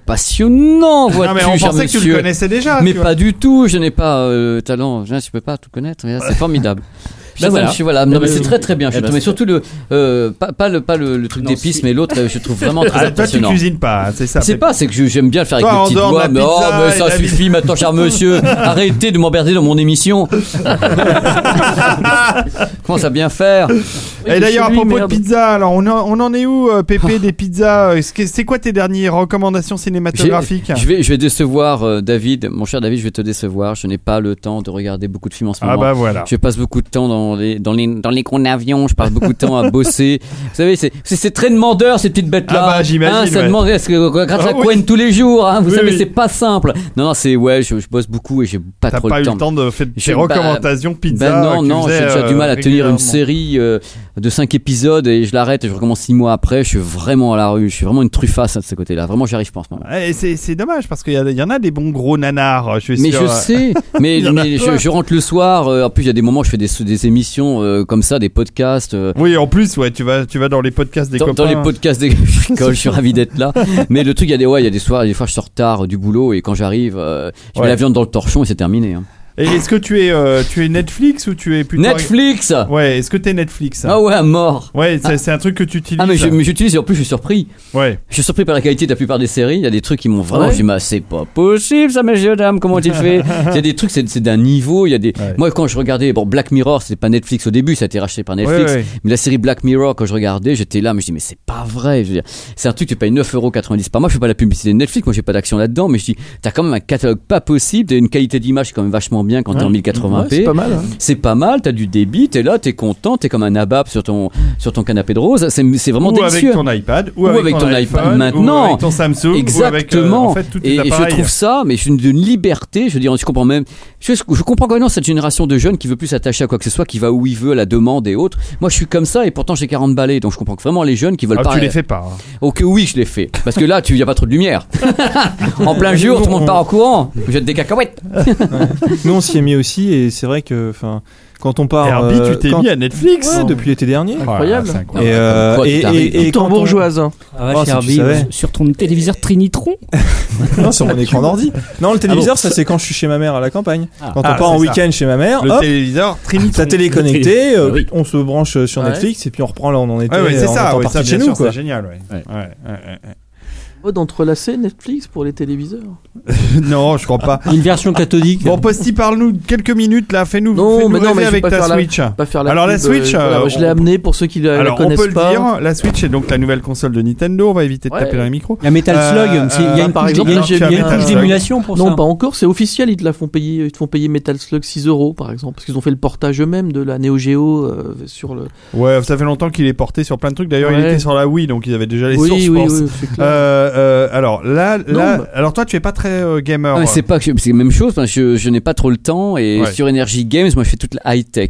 Speaker 3: Non,
Speaker 5: passionnant.
Speaker 3: mais
Speaker 5: vois-tu,
Speaker 3: on
Speaker 5: cher
Speaker 3: pensait que tu le
Speaker 5: monsieur.
Speaker 3: connaissais déjà.
Speaker 5: Mais
Speaker 3: tu vois.
Speaker 5: pas du tout, je n'ai pas euh, talent, je ne peux pas tout connaître, mais là, c'est formidable. Putain,
Speaker 8: voilà.
Speaker 5: je suis- voilà. Non,
Speaker 8: Eh
Speaker 5: mais
Speaker 8: ben,
Speaker 5: c'est
Speaker 8: oui.
Speaker 5: très très bien. Je
Speaker 8: Eh ben,
Speaker 5: trouve. mais
Speaker 8: c'est-
Speaker 5: surtout le euh, pas, pas le pas le, le truc
Speaker 8: Non,
Speaker 5: d'épices,
Speaker 8: si.
Speaker 5: mais l'autre euh, je trouve vraiment
Speaker 3: Ah,
Speaker 5: très
Speaker 3: toi, tu
Speaker 5: impressionnant.
Speaker 3: cuisines pas, c'est ça.
Speaker 5: C'est
Speaker 3: Pépé.
Speaker 5: pas, c'est que je- j'aime bien le faire avec
Speaker 3: Toi,
Speaker 5: des
Speaker 3: en
Speaker 5: petites
Speaker 3: dehors de
Speaker 5: doigts.
Speaker 3: la
Speaker 5: Mais, oh,
Speaker 3: pizza
Speaker 5: mais
Speaker 3: et
Speaker 5: ça
Speaker 3: la vie-
Speaker 5: suffit maintenant, cher monsieur. Arrêtez de m'emmerder dans mon émission. Comment ça bien faire
Speaker 3: Et d'ailleurs, à
Speaker 6: Chez lui,
Speaker 3: propos
Speaker 6: merde.
Speaker 3: de pizza, alors on, en- on en est où, euh,
Speaker 5: Ah.
Speaker 3: Pépé, des pizzas euh, est-ce que- C'est quoi tes dernières recommandations cinématographiques
Speaker 5: Je vais, je vais décevoir euh, David, mon cher David, je vais te décevoir. Je n'ai pas le temps de regarder beaucoup de films en ce
Speaker 3: Ah
Speaker 5: moment.
Speaker 3: bah voilà.
Speaker 5: Je passe beaucoup de temps dans les dans les dans les grands avions. Je passe beaucoup de temps à bosser. Vous savez, c'est c'est- c'est très demandeur ces petites bêtes là.
Speaker 3: Ah bah, j'imagine,
Speaker 5: ça
Speaker 3: ouais.
Speaker 5: demande est-ce que gratte
Speaker 3: Ah
Speaker 5: la
Speaker 3: oui.
Speaker 5: couenne tous les jours. hein, vous
Speaker 3: Oui,
Speaker 5: savez,
Speaker 3: oui.
Speaker 5: c'est pas simple. Non, non, c'est ouais, je, je bosse beaucoup et j'ai pas
Speaker 3: T'as
Speaker 5: trop
Speaker 3: pas
Speaker 5: le
Speaker 3: eu
Speaker 5: temps.
Speaker 3: le temps de faire tes
Speaker 5: J'ai- bah,
Speaker 3: recommandations pizza
Speaker 5: Ben non,
Speaker 3: euh, que tu
Speaker 5: non, j'ai
Speaker 3: faisais,
Speaker 5: déjà du
Speaker 3: euh,
Speaker 5: mal à tenir
Speaker 3: régulièrement.
Speaker 5: une série euh, de 5 épisodes et je l'arrête et je recommence 6 mois après. Je suis vraiment à la rue, je suis vraiment une trufface hein, de ce côté-là. Vraiment, j'arrive pas en ce moment.
Speaker 3: Ouais, et c'est c'est dommage parce qu'il y, a- il y en a des bons gros nanars, je suis
Speaker 5: Mais
Speaker 3: sûr.
Speaker 5: je sais, mais,
Speaker 3: Il y en a
Speaker 5: mais
Speaker 3: plein.
Speaker 5: je, je rentre le soir. euh, en plus, il y a des moments où je fais des, des émissions euh, comme ça, des podcasts. euh,
Speaker 3: Oui, en plus, ouais, tu vas, tu vas dans les podcasts des
Speaker 5: dans,
Speaker 3: copains.
Speaker 5: dans les podcasts des je rigole, je suis ravi d'être là. Mais le truc, il y a des ouais, il y a des soirs, des fois je sors tard euh, du boulot et quand j'arrive, euh, je
Speaker 3: Ouais.
Speaker 5: mets la viande dans le torchon et c'est terminé. hein.
Speaker 3: Et est-ce que tu es, euh, tu es Netflix ou tu es plutôt
Speaker 5: Netflix.
Speaker 3: Ouais, est-ce que t'es Netflix hein
Speaker 5: Ah ouais, à mort.
Speaker 3: Ouais, c'est c'est un truc que tu utilises.
Speaker 5: Ah mais je- mais j'utilise et en plus je suis surpris.
Speaker 3: Ouais.
Speaker 5: Je suis surpris par la qualité de la plupart des séries. Il y a des trucs qui m'ont vraiment.
Speaker 6: Ouais.
Speaker 5: Je dis, mais c'est pas possible, ça, messieurs, dames, comment tu fait Il y a des trucs, c'est c'est d'un niveau. Il y a des.
Speaker 3: Ouais.
Speaker 5: Moi, quand je regardais, bon, Black Mirror, c'était pas Netflix au début, ça a été racheté par Netflix.
Speaker 3: Ouais, ouais.
Speaker 5: Mais la série Black Mirror, quand je regardais, j'étais là, mais je dis, mais c'est pas vrai. Je veux dire, c'est un truc, tu payes 9,90€ par mois. Je fais pas la publicité de Netflix, moi j'ai pas d'action là-dedans, mais je dis, t'as quand même un catalogue pas possible, t'as une qualité d'image quand même vachement bien quand t'es en 1080p.
Speaker 6: Ouais, c'est pas mal. hein.
Speaker 5: C'est pas mal, t'as du débit, t'es là, t'es content, t'es comme un abab sur ton, sur ton canapé de rose. C'est c'est vraiment
Speaker 3: Ou avec
Speaker 5: délicieux.
Speaker 3: ton iPad, ou,
Speaker 5: Ou avec ton iPhone
Speaker 3: iPhone, ou
Speaker 5: maintenant.
Speaker 3: avec ton Samsung, ou avec euh,
Speaker 5: Exactement.
Speaker 3: en fait, tous tes
Speaker 5: et, et je
Speaker 3: appareils.
Speaker 5: trouve ça, mais je une d'une liberté. Je veux dire, je comprends même. Je, je comprends quand même cette génération de jeunes qui veut plus s'attacher à quoi que ce soit, qui va où il veut, à la demande et autres. Moi, je suis comme ça, et pourtant j'ai 40 balais, donc je comprends que vraiment les jeunes qui veulent
Speaker 3: Ah,
Speaker 5: pas.
Speaker 3: tu les fais pas. hein.
Speaker 5: Ok, oui, je les fais. Parce que là, tu y a pas trop de lumière. en
Speaker 3: Ah,
Speaker 5: plein jour, tout le monde part en courant. Vous êtes des cacahuètes.
Speaker 7: Nous, on s'y est mis aussi, et c'est vrai que, enfin, quand on part.
Speaker 3: Et Herbie,
Speaker 7: euh,
Speaker 3: tu t'es
Speaker 7: quand-
Speaker 3: mis à Netflix.
Speaker 7: Ouais, depuis l'été dernier.
Speaker 6: Incroyable.
Speaker 3: Ah Ouais, c'est
Speaker 7: Et, euh,
Speaker 5: Quoi,
Speaker 7: et,
Speaker 5: tu t'arrives,
Speaker 7: et- et
Speaker 6: Tout en
Speaker 7: quand on-
Speaker 6: bourgeoise. hein.
Speaker 4: Ah ouais,
Speaker 7: Ah, si
Speaker 4: chez
Speaker 7: tu
Speaker 4: Herbie,
Speaker 7: savais.
Speaker 4: ouais.
Speaker 8: euh, Sur ton téléviseur Trinitron.
Speaker 7: Non, sur mon écran d'ordi. Non, le téléviseur, ça c'est quand je suis chez ma mère à la campagne. Quand on
Speaker 3: Ah,
Speaker 7: part en
Speaker 3: c'est ça.
Speaker 7: week-end chez ma mère,
Speaker 3: Le
Speaker 7: hop,
Speaker 3: téléviseur Trinity.
Speaker 7: ta télé est connectée, euh,
Speaker 8: Ah oui.
Speaker 7: on se branche sur
Speaker 6: Ouais.
Speaker 7: Netflix et puis on reprend là où on en était.
Speaker 3: Ah, Ouais, ouais, c'est
Speaker 7: en
Speaker 3: ça,
Speaker 7: étant
Speaker 3: ouais,
Speaker 7: parti
Speaker 3: ça
Speaker 7: de
Speaker 3: bien
Speaker 7: chez nous
Speaker 3: sûr,
Speaker 7: quoi.
Speaker 3: c'est génial, ouais.
Speaker 8: Ouais.
Speaker 3: Ouais, ouais, ouais, ouais.
Speaker 6: Mode entrelacé Netflix pour les téléviseurs.
Speaker 3: non, je crois pas.
Speaker 4: Une version cathodique.
Speaker 3: Bon, Posty, parle-nous quelques minutes là. Fais-nous
Speaker 6: Non,
Speaker 3: fais-nous
Speaker 6: mais non,
Speaker 3: rêver
Speaker 6: mais je vais
Speaker 3: avec
Speaker 6: pas
Speaker 3: ta
Speaker 6: faire la-
Speaker 3: Switch.
Speaker 6: Pas faire la
Speaker 3: Alors, la
Speaker 6: pub, euh,
Speaker 3: Switch,
Speaker 6: voilà,
Speaker 3: euh,
Speaker 6: je l'ai
Speaker 3: on-
Speaker 6: amené pour ceux qui la, la
Speaker 3: Alors, on
Speaker 6: connaissent
Speaker 3: peut le
Speaker 6: pas.
Speaker 3: dire, la Switch est donc la nouvelle console de Nintendo. On va éviter de
Speaker 6: Ouais.
Speaker 3: taper dans les micros.
Speaker 4: La Metal
Speaker 3: Euh,
Speaker 4: Slug, c'est- il y a une
Speaker 6: par
Speaker 4: couche- il y a
Speaker 6: exemple,
Speaker 4: une-
Speaker 6: j'ai
Speaker 4: il y a
Speaker 6: bien-
Speaker 4: une couche d'émulation pour
Speaker 6: non,
Speaker 4: ça.
Speaker 6: pas encore, c'est officiel, ils te, la font payer, ils te font payer Metal Slug 6 euros par exemple, parce qu'ils ont fait le portage eux-mêmes de la Neo Geo euh, sur le.
Speaker 3: Ouais, ça fait longtemps qu'il est porté sur plein de trucs. D'ailleurs, il
Speaker 6: Ouais.
Speaker 3: était sur la Wii, donc ils avaient déjà les
Speaker 6: oui,
Speaker 3: sources, je
Speaker 6: oui,
Speaker 3: pense.
Speaker 6: oui, c'est clair.
Speaker 3: Euh, euh, alors là, là,
Speaker 6: mais-
Speaker 3: alors toi, tu es pas très euh, gamer.
Speaker 5: Ah, mais c'est pas que c'est la même chose. hein, je, je n'ai pas trop le temps et
Speaker 3: Ouais.
Speaker 5: sur Energy Games, moi je fais toute la high tech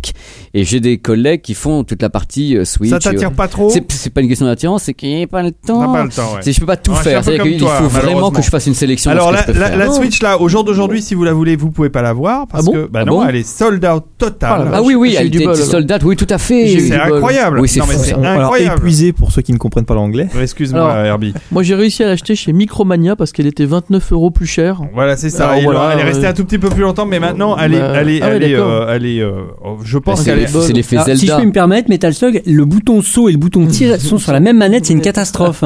Speaker 5: et j'ai des collègues qui font toute la partie euh, Switch.
Speaker 3: ça
Speaker 5: et,
Speaker 3: t'attire pas trop. Ah, bah,
Speaker 5: C'est c'est pas une question d'attirance, c'est qu'il n'y a pas le
Speaker 3: T'as
Speaker 5: temps.
Speaker 3: pas le temps. ouais.
Speaker 5: C'est- Je peux pas tout
Speaker 3: Ouais, je suis un
Speaker 5: faire.
Speaker 3: peu
Speaker 5: C'est-à-dire
Speaker 3: comme
Speaker 5: qu'il
Speaker 3: toi,
Speaker 5: faut vraiment
Speaker 3: malheureusement.
Speaker 5: que je fasse une sélection. de
Speaker 3: Alors
Speaker 5: ce
Speaker 3: la,
Speaker 5: que je peux
Speaker 3: la,
Speaker 5: faire.
Speaker 3: la Switch là, au jour d'aujourd'hui, si vous la voulez, vous pouvez pas la voir parce
Speaker 6: Ah bon
Speaker 3: que bah
Speaker 5: Ah
Speaker 3: non,
Speaker 5: bon
Speaker 3: elle est sold out
Speaker 6: Ah
Speaker 3: total.
Speaker 6: la
Speaker 5: ah oui, oui,
Speaker 6: j'ai eu
Speaker 5: elle
Speaker 6: du
Speaker 5: était
Speaker 6: bol,
Speaker 5: était
Speaker 6: alors.
Speaker 5: sold out, oui, tout à fait.
Speaker 6: J'ai eu
Speaker 3: c'est
Speaker 6: du bol.
Speaker 3: incroyable.
Speaker 5: Oui, c'est
Speaker 3: non mais
Speaker 5: fou,
Speaker 3: c'est
Speaker 5: ça.
Speaker 7: Alors,
Speaker 3: incroyable.
Speaker 7: épuisé pour ceux qui ne comprennent pas l'anglais.
Speaker 3: Ouais, Excuse-moi,
Speaker 6: Alors-
Speaker 3: Herbie.
Speaker 6: Moi j'ai réussi à l'acheter chez Micromania parce qu'elle était 29 euros plus chère.
Speaker 3: Voilà, c'est ça.
Speaker 6: Alors,
Speaker 3: Et
Speaker 6: voilà,
Speaker 3: elle est restée
Speaker 6: euh,
Speaker 3: un tout petit peu plus longtemps, mais maintenant, elle est,
Speaker 6: bah,
Speaker 3: elle est,
Speaker 6: ah ouais,
Speaker 3: elle est,
Speaker 6: d'accord.
Speaker 3: euh, elle est, euh, oh, je pense
Speaker 5: C'est
Speaker 3: qu'elle est.
Speaker 6: bonne.
Speaker 5: c'est l'effet
Speaker 4: Alors, si je
Speaker 5: Zelda.
Speaker 4: peux me permettre, Metal Slug, le bouton saut et le bouton tir sont sur la même manette, c'est une catastrophe.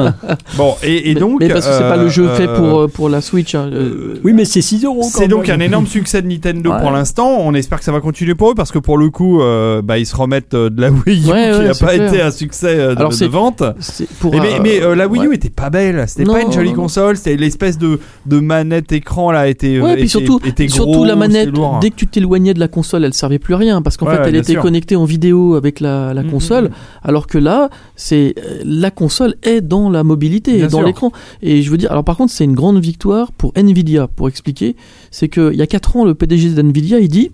Speaker 3: Bon, et, et
Speaker 6: Mais-
Speaker 3: donc.
Speaker 6: mais parce que c'est pas le jeu
Speaker 3: euh,
Speaker 6: fait pour, euh, pour la Switch. hein, euh,
Speaker 4: Oui, mais c'est 6 euros.
Speaker 3: C'est donc un énorme succès de Nintendo
Speaker 6: Ouais.
Speaker 3: pour l'instant. On espère que ça va continuer pour eux parce que pour le coup, euh, bah, ils se remettent euh, de la Wii U
Speaker 6: Ouais,
Speaker 3: qui
Speaker 6: ouais,
Speaker 3: n'a
Speaker 6: c'est
Speaker 3: pas
Speaker 6: clair.
Speaker 3: été un succès euh, de,
Speaker 6: Alors,
Speaker 3: de
Speaker 6: c'est-
Speaker 3: vente.
Speaker 6: c'est pour
Speaker 3: Mais,
Speaker 6: un-
Speaker 3: mais, mais, euh, la Wii
Speaker 6: ouais.
Speaker 3: U était pas belle, c'était
Speaker 6: Non,
Speaker 3: pas une jolie
Speaker 6: non, non.
Speaker 3: console, c'était l'espèce de, de manette écran là était, euh,
Speaker 6: Ouais,
Speaker 3: était,
Speaker 6: puis surtout,
Speaker 3: était
Speaker 6: surtout
Speaker 3: grosse,
Speaker 6: la manette,
Speaker 3: lourde.
Speaker 6: dès que tu t'éloignais de la console, elle servait plus à rien parce qu'en
Speaker 3: Ouais,
Speaker 6: fait, elle
Speaker 3: bien
Speaker 6: était
Speaker 3: sûr.
Speaker 6: connectée en vidéo avec la, la
Speaker 3: Mhm.
Speaker 6: console, alors que là, c'est euh, la console est dans la mobilité,
Speaker 3: Bien
Speaker 6: est dans
Speaker 3: sûr.
Speaker 6: l'écran. Et je veux dire, alors par contre, c'est une grande victoire pour Nvidia. Pour expliquer, c'est que il y a 4 ans, le PDG d'Nvidia, il dit,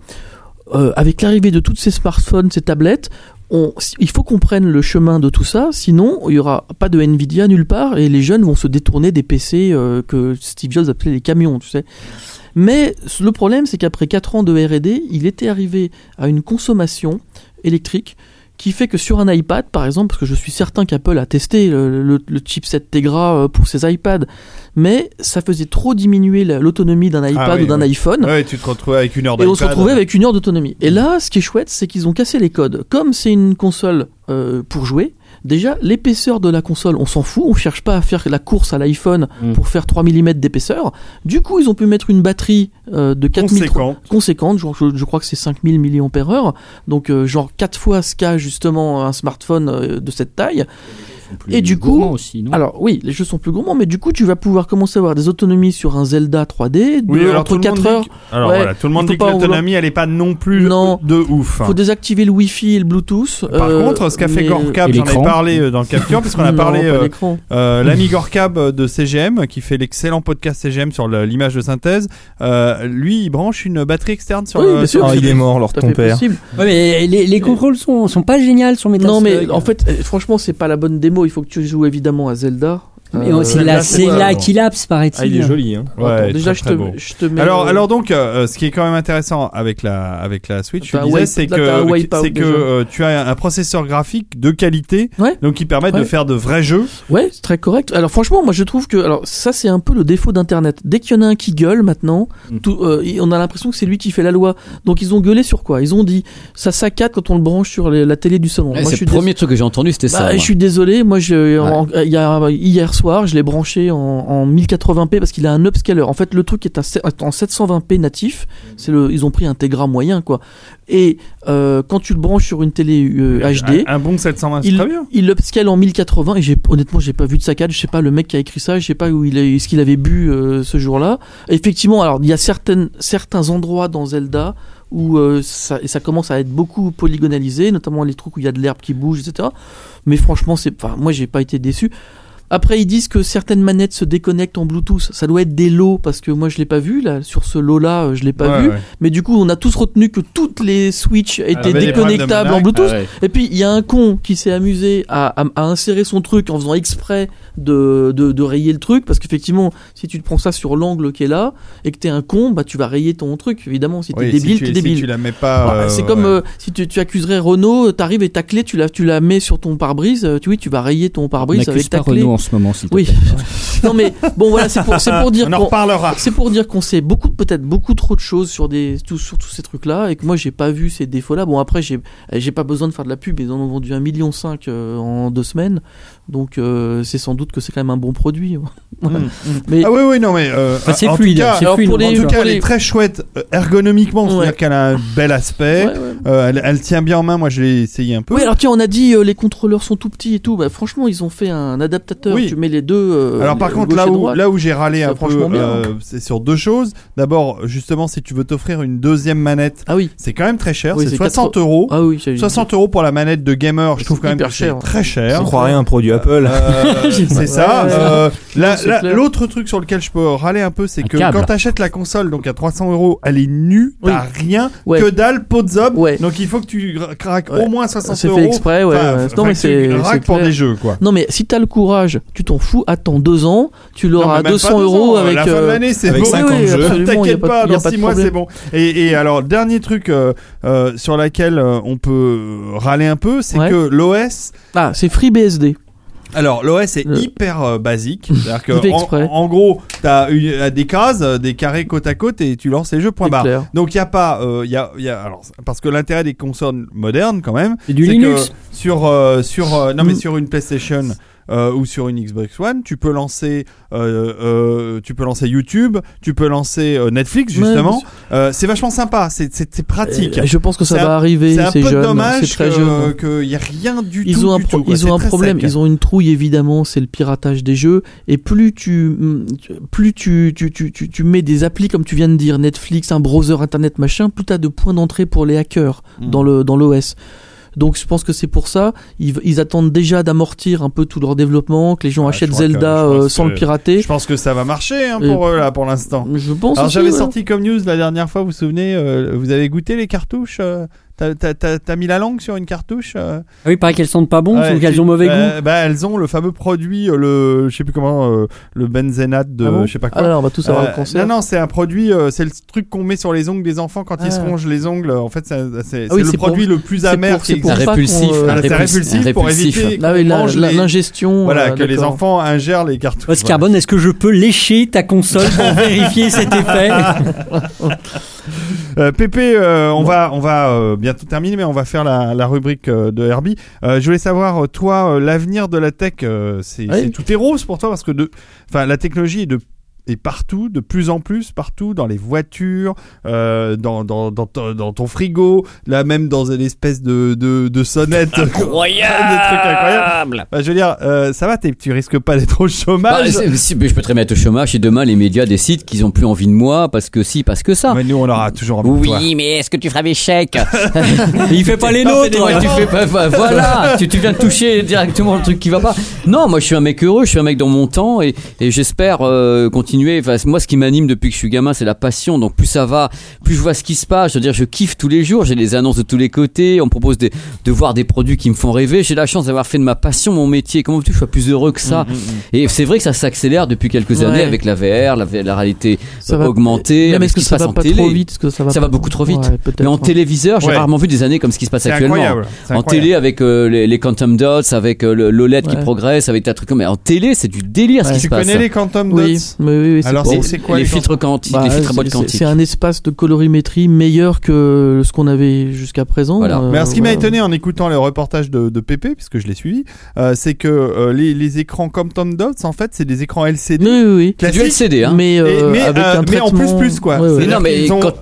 Speaker 6: euh, avec l'arrivée de toutes ces smartphones, ces tablettes. On, il faut qu'on prenne le chemin de tout ça, sinon il y aura pas de Nvidia nulle part et les jeunes vont se détourner des PC euh, que Steve Jobs appelait les camions, tu sais. Mais le problème, c'est qu'après 4 ans de RD, il était arrivé à une consommation électrique qui fait que sur un iPad, par exemple, parce que je suis certain qu'Apple a testé le, le- le chipset Tegra euh, pour ses iPads, mais ça faisait trop diminuer la- l'autonomie d'un iPad
Speaker 3: Ah oui,
Speaker 6: ou d'un
Speaker 3: oui.
Speaker 6: iPhone.
Speaker 3: Ouais, tu te retrouvais avec une heure
Speaker 6: Et on se
Speaker 3: d'iPad.
Speaker 6: retrouvait avec une heure d'autonomie. Et là, ce qui est chouette, c'est qu'ils ont cassé les codes. Comme c'est une console euh, pour jouer, déjà, l'épaisseur de la console, on s'en fout, on cherche pas à faire la course à l'iPhone
Speaker 8: Mm.
Speaker 6: pour faire 3 mm d'épaisseur. Du coup, ils ont pu mettre une batterie euh, de 4000
Speaker 3: Conséquent.
Speaker 6: conséquente, je, je- je crois que c'est 5000 mAh, donc euh, genre 4 fois ce qu'a justement un smartphone euh, de cette taille. Et du coup-
Speaker 8: gourmands aussi, non
Speaker 6: Alors oui, les jeux sont plus gourmands, mais du coup tu vas pouvoir commencer à avoir des autonomies sur un Zelda 3D de,
Speaker 3: Oui, alors
Speaker 6: entre
Speaker 3: tout le monde
Speaker 6: 4
Speaker 3: dit
Speaker 6: heures.
Speaker 3: que- Alors
Speaker 6: Ouais,
Speaker 3: voilà, tout le monde
Speaker 6: il faut
Speaker 3: dit que
Speaker 6: pas en vouloir.
Speaker 3: l'autonomie, elle est pas non plus
Speaker 6: Non.
Speaker 3: de ouf.
Speaker 6: Faut désactiver le Wi-Fi et le Bluetooth.
Speaker 3: Par
Speaker 6: euh,
Speaker 3: contre, ce qu'a fait
Speaker 6: mais-
Speaker 3: Gorkab,
Speaker 8: Et
Speaker 3: j'en ai
Speaker 8: l'écran.
Speaker 3: parlé euh, dans le Capture, puisqu'on a
Speaker 6: Non,
Speaker 3: parlé
Speaker 6: pas
Speaker 3: euh,
Speaker 6: l'écran.
Speaker 3: euh, l'ami Gorkab de CGM, qui fait l'excellent podcast CGM sur le- l'image de synthèse. Euh, lui, il branche une batterie externe sur
Speaker 6: Oui,
Speaker 3: le.
Speaker 6: bien sûr.
Speaker 3: sur
Speaker 7: Ah,
Speaker 3: le-
Speaker 7: il est mort, lors
Speaker 6: Tout à
Speaker 7: ton
Speaker 6: fait
Speaker 7: père.
Speaker 6: possible.
Speaker 4: mais les, les contrôles sont, sont pas géniales sur Metal
Speaker 6: Non
Speaker 4: Slug.
Speaker 6: mais en fait, euh, franchement, c'est pas la bonne démo. Il faut que tu joues évidemment à Zelda.
Speaker 4: Mais
Speaker 6: Euh,
Speaker 4: on- c'est
Speaker 3: là,
Speaker 4: la,
Speaker 3: c'est
Speaker 4: c'est
Speaker 3: pas
Speaker 4: la
Speaker 3: bon.
Speaker 4: Kilapse, paraît-il.
Speaker 7: Ah, il est joli, hein.
Speaker 3: Ouais,
Speaker 6: Attends,
Speaker 3: très,
Speaker 6: déjà, je,
Speaker 3: très
Speaker 6: te,
Speaker 3: beau.
Speaker 6: je te mets.
Speaker 3: Alors,
Speaker 6: euh,
Speaker 3: alors donc, euh, ce qui est quand même intéressant avec la avec la Switch, je
Speaker 6: T'as un
Speaker 3: disais,
Speaker 6: wipe-
Speaker 3: c'est
Speaker 6: là, t'as un
Speaker 3: que
Speaker 6: wipeout
Speaker 3: c'est que
Speaker 6: déjà.
Speaker 3: euh, tu as un processeur graphique de qualité,
Speaker 6: Ouais.
Speaker 3: donc qui permet de
Speaker 6: Ouais.
Speaker 3: faire de vrais jeux.
Speaker 6: Ouais, c'est très correct. Alors franchement, moi je trouve que alors ça c'est un peu le défaut d'Internet. Dès qu'il y en a un qui gueule maintenant,
Speaker 8: Mm.
Speaker 6: tout, euh, et on a l'impression que c'est lui qui fait la loi. Donc ils ont gueulé sur quoi Ils ont dit ça saccade quand on le branche sur les- la télé du salon. moi,
Speaker 5: Ouais,
Speaker 6: je
Speaker 5: C'est
Speaker 6: suis
Speaker 5: le premier truc que j'ai entendu, c'était
Speaker 6: Bah,
Speaker 5: ça.
Speaker 6: je
Speaker 5: moi.
Speaker 6: suis désolé, moi je, en- euh, il y a, hier soir je l'ai branché en, en 1080p parce qu'il a un upscaler. En fait le truc est à se- en 720p natif, c'est le, ils ont pris un Tegra moyen quoi. Et euh, quand tu le branches sur une télé euh, HD,
Speaker 3: Un, un bon 720, Ah, c'est
Speaker 6: il,
Speaker 3: très bien.
Speaker 6: il upscale en 1080 et j'ai honnêtement j'ai pas vu de saccade, je sais pas le mec qui a écrit ça, je sais pas où il est, ce qu'il avait bu euh, ce jour-là. Effectivement, alors il y a certaines certains endroits dans Zelda où euh, ça, et ça commence à être beaucoup polygonalisé, notamment les trucs où il y a de l'herbe qui bouge, etc. Mais franchement, c'est enfin moi j'ai pas été déçu. Après, ils disent que certaines manettes se déconnectent en Bluetooth. Ça doit être des lots parce que moi je l'ai pas vu là sur ce lot là, euh, je l'ai pas
Speaker 3: Ouais, Ah,
Speaker 6: vu.
Speaker 3: ouais.
Speaker 6: Mais du coup, on a tous retenu que toutes les Switch étaient
Speaker 3: Avec des problèmes de
Speaker 6: déconnectables en
Speaker 3: manette.
Speaker 6: Bluetooth.
Speaker 8: Ah ouais.
Speaker 6: Et puis il y a un con qui s'est amusé à, à- à insérer son truc en faisant exprès de, de, de rayer le truc parce qu'effectivement si tu te prends ça sur l'angle qui est là et que t'es un con bah tu vas rayer ton truc évidemment si t'es
Speaker 3: Oui,
Speaker 6: débile
Speaker 3: si tu, si
Speaker 6: t'es débile.
Speaker 3: tu la mets pas.
Speaker 6: Voilà,
Speaker 3: euh,
Speaker 6: c'est comme
Speaker 3: ouais.
Speaker 6: euh, si tu, tu accuserais Renault, t'arrives et ta clé, tu la, tu la mets sur ton pare-brise, euh, tu, oui, tu vas rayer ton pare-brise
Speaker 8: N'accuse
Speaker 6: avec ta
Speaker 8: pas
Speaker 6: clé.
Speaker 8: Renault en ce moment, s'il te
Speaker 6: Oui.
Speaker 8: plaît.
Speaker 6: non mais bon voilà, c'est pour, c'est pour dire
Speaker 3: On en
Speaker 6: qu'on-
Speaker 3: reparlera.
Speaker 6: c'est pour dire qu'on sait beaucoup peut-être beaucoup trop de choses sur des tout- sur tous ces trucs là et que moi j'ai pas vu ces défauts là. Bon après j'ai euh, j'ai pas besoin de faire de la pub, ils en ont vendu 1,5 million euh, en deux semaines. Donc euh, c'est sans doute que c'est quand même un bon produit. Voilà. Mais
Speaker 3: Ah oui, oui, non, mais. euh,
Speaker 4: Enfin, c'est
Speaker 3: en tout
Speaker 4: fluide,
Speaker 3: cas,
Speaker 4: c'est
Speaker 6: alors,
Speaker 4: fluide.
Speaker 6: hein, pour
Speaker 3: en
Speaker 6: les-
Speaker 3: tout cas, elle est très chouette euh, ergonomiquement, c'est-à-dire
Speaker 6: Ouais.
Speaker 3: qu'elle a un bel aspect.
Speaker 6: ouais, ouais.
Speaker 3: Euh, elle, elle tient bien en main. Moi, je l'ai essayé un peu.
Speaker 6: Oui, alors tiens, on a dit euh, les contrôleurs sont tout petits et tout. Bah, franchement, ils ont fait un adaptateur.
Speaker 3: Oui.
Speaker 6: Tu mets les deux. euh,
Speaker 3: Alors par
Speaker 6: le
Speaker 3: contre
Speaker 6: gauche
Speaker 3: là
Speaker 6: et
Speaker 3: où
Speaker 6: droite.
Speaker 3: là où j'ai râlé
Speaker 6: Ça,
Speaker 3: un peu
Speaker 6: franchement, bien, hein.
Speaker 3: euh, c'est sur deux choses. D'abord justement si tu veux t'offrir une deuxième manette,
Speaker 6: Ah oui.
Speaker 3: c'est quand même très cher,
Speaker 6: Oui,
Speaker 3: c'est
Speaker 6: c'est
Speaker 3: 60
Speaker 6: quatre-
Speaker 3: euros.
Speaker 6: Ah oui, j'ai-
Speaker 3: 60 euros pour la manette de gamer, je trouve quand même
Speaker 6: hyper
Speaker 3: que c'est
Speaker 6: cher. hein.
Speaker 3: très cher.
Speaker 7: On croirait un produit Apple.
Speaker 3: Euh, c'est ça.
Speaker 6: Ouais, ouais,
Speaker 3: Euh, la-
Speaker 6: c'est
Speaker 3: la-
Speaker 6: clair.
Speaker 3: L'autre truc sur lequel je peux râler un peu, c'est
Speaker 8: Un
Speaker 3: que
Speaker 8: câble.
Speaker 3: quand t'achètes la console, donc à 300 euros, elle est nue, t'as rien,
Speaker 6: Ouais.
Speaker 3: que dalle, pot de zob.
Speaker 6: Ouais.
Speaker 3: Donc il faut que tu gra- craques
Speaker 6: Ouais.
Speaker 3: au moins 60
Speaker 6: C'est
Speaker 3: euros.
Speaker 6: fait exprès, ouais.
Speaker 3: Enfin,
Speaker 6: ouais.
Speaker 3: faut
Speaker 6: Non, mais
Speaker 3: que tu
Speaker 6: c'est. c'est
Speaker 3: craques pour
Speaker 6: clair.
Speaker 3: des jeux, quoi.
Speaker 6: Non, mais si t'as le courage, tu t'en fous, attends deux ans, tu
Speaker 3: Non,
Speaker 6: l'auras
Speaker 3: mais
Speaker 6: à
Speaker 3: même pas
Speaker 6: 200
Speaker 3: deux ans,
Speaker 6: euros
Speaker 3: euh,
Speaker 6: avec.
Speaker 3: la fin de
Speaker 6: euh,
Speaker 3: l'année, c'est
Speaker 7: avec
Speaker 3: beau.
Speaker 7: 50
Speaker 6: oui, oui,
Speaker 7: jeux.
Speaker 6: absolument, y a
Speaker 3: T'inquiète
Speaker 6: pas,
Speaker 3: pas,
Speaker 6: de- y a
Speaker 3: dans
Speaker 6: pas de
Speaker 3: 6 mois
Speaker 6: problème.
Speaker 3: c'est bon. Et, et alors dernier truc euh, euh, sur laquelle euh, on peut râler un peu, c'est
Speaker 6: Ouais.
Speaker 3: que l'OS.
Speaker 6: Ah, c'est FreeBSD.
Speaker 3: Alors l'OS est
Speaker 6: Le-
Speaker 3: hyper euh, basique, c'est-à-dire que
Speaker 6: Il fait
Speaker 3: en,
Speaker 6: exprès.
Speaker 3: en gros t'as une- euh, des cases, euh, des carrés côte à côte et tu lances les jeux point
Speaker 6: C'est
Speaker 3: barre.
Speaker 6: clair.
Speaker 3: Donc il y a pas, euh, il y a, il y a- alors parce que l'intérêt des consoles modernes quand même,
Speaker 4: C'est du
Speaker 3: c'est
Speaker 4: Linux.
Speaker 3: que sur euh, sur euh, non mais
Speaker 6: Mm.
Speaker 3: sur une PlayStation euh, ou sur une Xbox One, tu peux lancer euh, euh, tu peux lancer YouTube, tu peux lancer euh, Netflix
Speaker 6: Ouais,
Speaker 3: justement.
Speaker 6: bien sûr.
Speaker 3: Euh, c'est vachement sympa, c'est c'est c'est pratique.
Speaker 6: Euh, Je pense que ça
Speaker 3: C'est
Speaker 6: va
Speaker 3: un-
Speaker 6: arriver,
Speaker 3: c'est un
Speaker 6: c'est
Speaker 3: peu
Speaker 6: jeune, c'est
Speaker 3: dommage
Speaker 6: très jeune. hein.
Speaker 3: que qu'il y a rien du tout.
Speaker 6: Ils ont un,
Speaker 3: du
Speaker 6: pro-
Speaker 3: tout, quoi.
Speaker 6: ils ont
Speaker 3: C'est
Speaker 6: un
Speaker 3: très
Speaker 6: problème,
Speaker 3: sec.
Speaker 6: ils ont une trouille évidemment, c'est le piratage des jeux. Et plus tu, mm, plus tu, tu, tu, tu, tu mets des applis comme tu viens de dire, Netflix, un browser internet machin, plus t'as de points d'entrée pour les hackers
Speaker 3: Mm.
Speaker 6: dans le dans l'OS. Donc je pense que c'est pour ça, ils, ils attendent déjà d'amortir un peu tout leur développement, que les gens
Speaker 3: Ah, je
Speaker 6: achètent
Speaker 3: crois que-
Speaker 6: Zelda
Speaker 3: je pense
Speaker 6: euh, sans
Speaker 3: que-
Speaker 6: le pirater.
Speaker 3: Je pense que ça va marcher hein,
Speaker 6: Et-
Speaker 3: pour eux là pour l'instant.
Speaker 6: Je pense.
Speaker 3: Alors
Speaker 6: aussi,
Speaker 3: j'avais
Speaker 6: ouais.
Speaker 3: sorti comme news la dernière fois, vous vous souvenez, euh, vous avez goûté les cartouches. euh, T'as t'as- t'as- t'as mis la langue sur une cartouche euh,
Speaker 4: Ah oui, pareil qu'elles sentent pas bon,
Speaker 3: Ouais,
Speaker 4: ou qu'elles
Speaker 3: tu-
Speaker 4: ont mauvais
Speaker 3: bah,
Speaker 4: goût.
Speaker 3: bah, elles ont le fameux produit, euh, le, je sais plus comment, euh, le benzenate de,
Speaker 6: Ah bon
Speaker 3: je sais pas
Speaker 6: Ah
Speaker 3: quoi.
Speaker 6: là, là, on va tous avoir
Speaker 3: Euh,
Speaker 6: le cancer.
Speaker 3: non non c'est un produit euh, c'est le truc qu'on met sur les ongles des enfants quand ils
Speaker 6: Ah.
Speaker 3: se rongent les ongles en fait c'est c'est-
Speaker 6: Ah
Speaker 3: c'est
Speaker 6: oui,
Speaker 3: le
Speaker 6: c'est pour-
Speaker 3: produit le plus
Speaker 6: c'est
Speaker 3: amer
Speaker 6: pour-
Speaker 3: qui
Speaker 6: c'est pour
Speaker 3: existe
Speaker 5: Un
Speaker 6: pas qu'on,
Speaker 5: répulsif.
Speaker 6: euh,
Speaker 5: un
Speaker 3: Voilà, Ah, c'est
Speaker 5: répulsif,
Speaker 3: répulsif pour éviter
Speaker 6: Ah oui,
Speaker 3: qu'on
Speaker 6: la-
Speaker 3: mange
Speaker 6: la-
Speaker 3: les-
Speaker 6: l'ingestion.
Speaker 3: voilà
Speaker 6: euh,
Speaker 3: que les
Speaker 6: d'accord.
Speaker 3: enfants ingèrent les cartouches
Speaker 4: Oscar Bonne, est-ce que je peux lécher ta console pour vérifier cet effet
Speaker 5: Ah.
Speaker 3: Euh, Pépé, euh, on va, on va euh, bientôt terminer, mais on va faire la, la rubrique euh, de Herbie. Euh, je voulais savoir, euh, toi, euh, l'avenir de la tech, euh,
Speaker 5: Ah
Speaker 3: c'est
Speaker 6: Oui.
Speaker 3: c'est- tout est rose pour toi parce que de, enfin, la technologie est de est partout, de plus en plus, partout, dans les voitures, euh, dans, dans, dans, ton- dans ton frigo, là même dans une espèce de, de, de sonnette.
Speaker 5: Ah,
Speaker 3: Des trucs incroyables. Bah, je veux dire, euh, ça va, t'es- tu risques pas d'être au
Speaker 5: Bah,
Speaker 3: chômage.
Speaker 5: c'est- si, mais je peux très bien être au chômage et demain les médias décident qu'ils ont plus envie de moi parce que si, parce que ça.
Speaker 3: mais nous, on aura toujours envie de toi.
Speaker 5: Oui, mais est-ce que tu feras des chèques
Speaker 4: Il fait pas les nôtres
Speaker 5: Ouais, tu fais pas- bah, voilà, tu, tu viens de toucher directement le truc qui va pas. Non, moi je suis un mec heureux, je suis un mec dans mon temps et, et j'espère euh, continuer. Enfin, moi, ce qui m'anime depuis que je suis gamin, c'est la passion. Donc plus ça va, plus je vois ce qui se passe. Je veux dire, je kiffe tous les jours. J'ai des annonces de tous les côtés. On me propose des- de voir des produits qui me font rêver. J'ai la chance d'avoir fait de ma passion mon métier. Comment veux-tu que je sois plus heureux que ça Et c'est vrai que ça s'accélère depuis quelques
Speaker 6: Ouais.
Speaker 5: années avec la VR, la, V- la réalité
Speaker 6: Ça
Speaker 5: euh,
Speaker 6: va-
Speaker 5: augmentée,
Speaker 6: Non, mais
Speaker 5: avec
Speaker 6: est-ce
Speaker 5: ce
Speaker 6: que
Speaker 5: qui se
Speaker 6: ça
Speaker 5: passe
Speaker 6: va
Speaker 5: en
Speaker 6: pas
Speaker 5: télé.
Speaker 6: trop vite Est-ce que ça va
Speaker 5: Ça
Speaker 6: pas-
Speaker 5: va beaucoup trop vite.
Speaker 6: Ouais, peut-être,
Speaker 5: Mais en
Speaker 6: ouais.
Speaker 5: téléviseur, j'ai
Speaker 3: Ouais.
Speaker 5: rarement vu des années comme ce qui se passe
Speaker 3: C'est
Speaker 5: actuellement.
Speaker 3: incroyable. c'est
Speaker 5: En
Speaker 3: incroyable.
Speaker 5: télé avec euh, les, les Quantum Dots, avec euh, le- l'OLED qui
Speaker 6: Ouais.
Speaker 5: progresse, avec ta truc. Mais en télé, c'est du délire ce
Speaker 6: Ouais.
Speaker 5: qui
Speaker 3: Tu
Speaker 5: se passe.
Speaker 3: connais les Quantum Dots
Speaker 6: Oui, mais oui, oui, c'est
Speaker 3: Alors,
Speaker 6: pour-
Speaker 3: c'est- c'est quoi
Speaker 5: les,
Speaker 3: les
Speaker 5: filtres quantiques,
Speaker 6: Bah,
Speaker 5: les filtres à
Speaker 6: c'est-
Speaker 5: mode
Speaker 6: c'est-
Speaker 5: quantique.
Speaker 6: C'est un espace de colorimétrie meilleur que ce qu'on avait jusqu'à présent.
Speaker 5: Voilà.
Speaker 6: Euh,
Speaker 3: Mais alors, ce qui m'a
Speaker 6: ouais.
Speaker 3: étonné en écoutant le reportage de, de Pépé, puisque je l'ai suivi, euh, c'est que euh, les, les écrans comme Tom Dots, en fait, c'est des écrans LCD.
Speaker 6: Oui, oui, oui.
Speaker 5: C'est du
Speaker 3: classiques.
Speaker 5: LCD, hein.
Speaker 6: Mais,
Speaker 3: Et-
Speaker 6: euh,
Speaker 3: mais,
Speaker 6: avec
Speaker 3: euh,
Speaker 6: un
Speaker 3: mais en plus
Speaker 6: traitement-
Speaker 3: plus quoi.
Speaker 6: Ouais, ouais.
Speaker 5: Mais non, mais
Speaker 3: Ils ont-
Speaker 5: quand-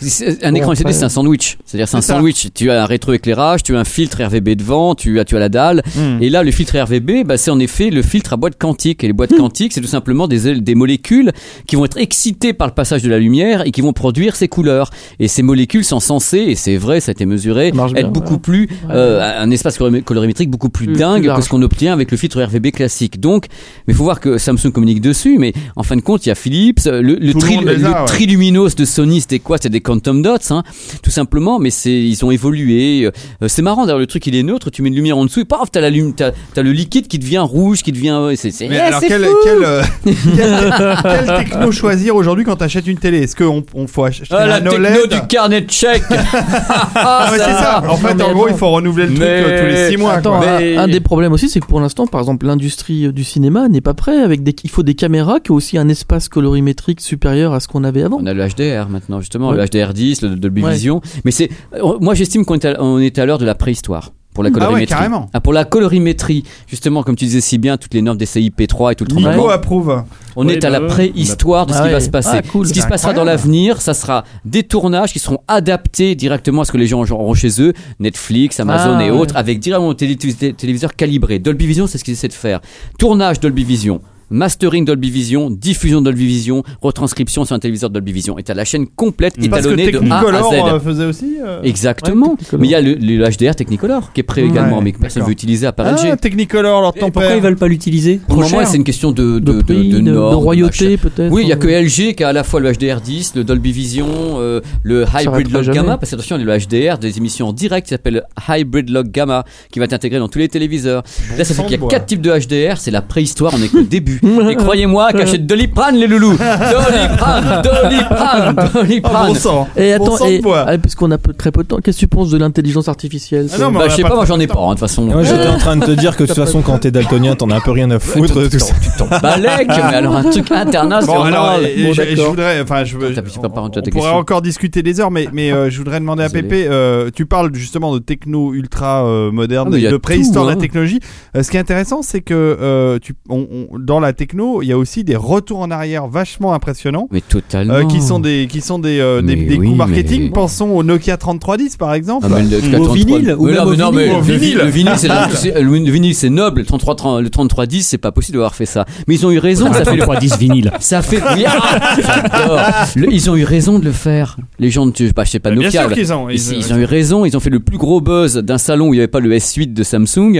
Speaker 5: C'est- Un
Speaker 6: Bon,
Speaker 5: écran LCD,
Speaker 6: après-
Speaker 5: c'est un sandwich. C'est-à-dire, c'est un
Speaker 3: C'est ça.
Speaker 5: sandwich. Tu as un rétroéclairage, tu as un filtre RVB devant, tu as, tu as la dalle.
Speaker 3: Hmm.
Speaker 5: Et là, le filtre RVB, bah, c'est en effet le filtre à boîte quantique. Et les boîtes quantiques, c'est tout simplement des, des molécules qui vont être excitées par le passage de la lumière et qui vont produire ces couleurs. Et ces molécules sont censées, et c'est vrai, ça a été mesuré,
Speaker 6: Ça marche
Speaker 5: être
Speaker 6: bien,
Speaker 5: beaucoup
Speaker 6: ouais.
Speaker 5: plus, euh, un espace colori- colorimétrique beaucoup plus,
Speaker 6: Plus-
Speaker 5: dingue
Speaker 6: plus
Speaker 5: que
Speaker 6: large.
Speaker 5: ce qu'on obtient avec le filtre RVB classique. Donc, mais faut voir que Samsung communique dessus, mais en fin de compte, il y a Philips, euh, le, le,
Speaker 3: Tout le
Speaker 5: tri-
Speaker 3: monde les a,
Speaker 5: le
Speaker 3: ouais.
Speaker 5: triluminos de Sony, c'était quoi C'était des Phantom Dots, hein, tout simplement. Mais c'est, ils ont évolué. Euh, c'est marrant d'ailleurs le truc, il est neutre. Tu mets une lumière en dessous et paf, t'as la lum- t'as, t'as le liquide qui devient rouge, qui devient. euh, C'est, c'est-
Speaker 3: Mais
Speaker 5: Eh,
Speaker 3: alors,
Speaker 5: c'est
Speaker 3: quel,
Speaker 5: fou
Speaker 3: quel, euh, quel- quelle techno choisir aujourd'hui quand t'achètes une télé Est-ce qu'on on faut acheter
Speaker 5: Ah, la
Speaker 3: un
Speaker 5: techno
Speaker 3: OLED
Speaker 5: du carnet de chèque. ah,
Speaker 3: Ah, mais c'est ça. En fait,
Speaker 6: mais
Speaker 3: en gros,
Speaker 6: attends.
Speaker 3: il faut renouveler le truc
Speaker 5: Mais-
Speaker 3: euh, tous les 6 mois.
Speaker 6: Attends,
Speaker 3: quoi.
Speaker 6: un-
Speaker 5: Mais-
Speaker 6: un, des problèmes aussi, c'est que pour l'instant, par exemple, l'industrie euh, du cinéma n'est pas prête. Avec des, il faut des caméras qui ont aussi un espace colorimétrique supérieur à ce qu'on avait avant.
Speaker 5: On a le HDR maintenant, justement,
Speaker 6: Ouais.
Speaker 5: le HDR10, le Dolby
Speaker 6: Ouais.
Speaker 5: Vision. Mais c'est, euh, moi, j'estime qu'on est à, on est à l'heure de la préhistoire pour la
Speaker 3: Ah ouais,
Speaker 5: colorimétrie.
Speaker 3: carrément.
Speaker 5: Ah, pour la colorimétrie, justement, comme tu disais si bien, toutes les normes des CIP3 et tout le tremblement.
Speaker 3: Nico approuve.
Speaker 5: On
Speaker 8: Ouais,
Speaker 5: est à
Speaker 8: bah
Speaker 5: la
Speaker 8: ouais.
Speaker 5: préhistoire de ce
Speaker 6: Ah
Speaker 5: qui va
Speaker 6: ouais.
Speaker 5: se passer.
Speaker 6: Ah, cool.
Speaker 5: ce qui
Speaker 3: C'est
Speaker 5: se passera dans
Speaker 3: incroyable.
Speaker 5: l'avenir, ça sera des tournages qui seront adaptés directement à ce que les gens auront chez eux, Netflix, Amazon
Speaker 6: Ah,
Speaker 5: et
Speaker 6: ouais.
Speaker 5: autres, avec directement au télé- télé- téléviseur calibré. Dolby Vision, c'est ce qu'ils essaient de faire. Tournage Dolby Vision. Mastering Dolby Vision, diffusion Dolby Vision, retranscription sur un téléviseur Dolby Vision. Et t'as la chaîne complète
Speaker 8: Mm.
Speaker 3: Parce que
Speaker 5: étalonnée de A à
Speaker 3: Technicolor
Speaker 5: Z.
Speaker 3: euh, faisait aussi. euh,
Speaker 5: Exactement.
Speaker 6: Ouais, Technicolor.
Speaker 5: mais il y a le, le HDR Technicolor qui est prêt également, mais que personne ne
Speaker 3: d'accord.
Speaker 5: veut utiliser à part LG.
Speaker 3: Ah, Technicolor, leur
Speaker 4: Et pourquoi
Speaker 3: tempère.
Speaker 4: ils veulent pas l'utiliser
Speaker 5: Pour
Speaker 4: Trop
Speaker 5: le moment,
Speaker 4: cher.
Speaker 5: c'est une question
Speaker 6: De,
Speaker 5: de, de,
Speaker 6: prix, de,
Speaker 5: de normes,
Speaker 6: de
Speaker 5: machin.
Speaker 6: royauté peut-être. euh,
Speaker 5: Oui, il y a que LG qui a à la fois le HDR10, le Dolby Vision, euh, le Hybrid
Speaker 6: s'arrêtera
Speaker 5: Log
Speaker 6: jamais.
Speaker 5: Gamma. Parce que attention, il y a le HDR des émissions en direct qui s'appelle Hybrid Log Gamma, qui va être intégré dans tous les téléviseurs. Là, ça fait
Speaker 3: sang
Speaker 5: qu'il y
Speaker 3: de
Speaker 5: a
Speaker 3: bois.
Speaker 5: quatre types de HDR. C'est la préhistoire, on est qu'au début. Et croyez-moi, cachez Doliprane, les loulous. Doliprane, Doliprane,
Speaker 3: Oh,
Speaker 5: Doliprane.
Speaker 3: bon sang.
Speaker 6: Et
Speaker 3: Bon
Speaker 6: attends,
Speaker 3: sang de
Speaker 6: et,
Speaker 3: bois.
Speaker 6: ah, parce qu'on a peu- très peu de temps. Qu'est-ce que tu penses de l'intelligence artificielle
Speaker 3: Ah
Speaker 6: toi
Speaker 3: non, mais on
Speaker 5: bah,
Speaker 3: a
Speaker 5: je sais
Speaker 3: pas
Speaker 5: pas, moi
Speaker 3: trop
Speaker 5: j'en ai
Speaker 3: le
Speaker 5: pas, hein, de toute façon.
Speaker 7: Moi, j'étais en train de te dire que de toute façon, quand t'es daltonien, t'en as un peu rien à foutre de tout ça.
Speaker 5: Balek, mais alors un truc international.
Speaker 3: Bon, alors, et- et
Speaker 5: Bon,
Speaker 3: je, et je
Speaker 5: d'accord.
Speaker 3: voudrais, enfin, je,
Speaker 5: Attends,
Speaker 3: je-
Speaker 5: mais j'ai
Speaker 3: on,
Speaker 5: pas parlé de ta
Speaker 3: on pourrait
Speaker 5: question.
Speaker 3: encore discuter des heures, mais, mais euh, je voudrais demander à
Speaker 5: Désolé.
Speaker 3: Pépé, euh, tu parles justement de techno ultra euh,
Speaker 5: Ah,
Speaker 3: moderne,
Speaker 5: mais il y a
Speaker 3: de préhistoire
Speaker 5: tout,
Speaker 3: de
Speaker 5: hein.
Speaker 3: la technologie. Euh, ce qui est intéressant, c'est que euh, tu, on- on- dans la techno, il y a aussi des retours en arrière vachement impressionnants.
Speaker 5: Mais totalement.
Speaker 3: euh, qui sont des qui sont des euh, des,
Speaker 5: Mais
Speaker 3: des
Speaker 5: oui,
Speaker 3: coups marketing
Speaker 5: mais-
Speaker 3: pensons au Nokia 3310 par exemple
Speaker 5: Ah, mais le 433
Speaker 4: bah, vinyle, ou
Speaker 5: Mais
Speaker 4: même
Speaker 5: non,
Speaker 4: au
Speaker 5: mais non, mais
Speaker 3: vinyle. Au
Speaker 5: le vi-
Speaker 3: vinyle.
Speaker 5: le vinyle, c'est la- c'est- le vinyle, c'est noble. Le 33, 30 le 3310, c'est pas possible d'avoir fait ça. Mais ils ont eu
Speaker 8: Ah,
Speaker 5: raison. Ça fait,
Speaker 8: 10 vinyle.
Speaker 5: ça fait. oui, ah, j'adore. Le- ils ont eu raison de le faire. Les gens, de- je sais pas, je sais pas
Speaker 3: bien
Speaker 5: bah, Nokia.
Speaker 3: sûr
Speaker 5: là.
Speaker 3: qu'ils ont
Speaker 5: Ils, ils ont eu raison. Ils ont fait le plus gros buzz d'un salon où il n'y avait pas le S8 de Samsung.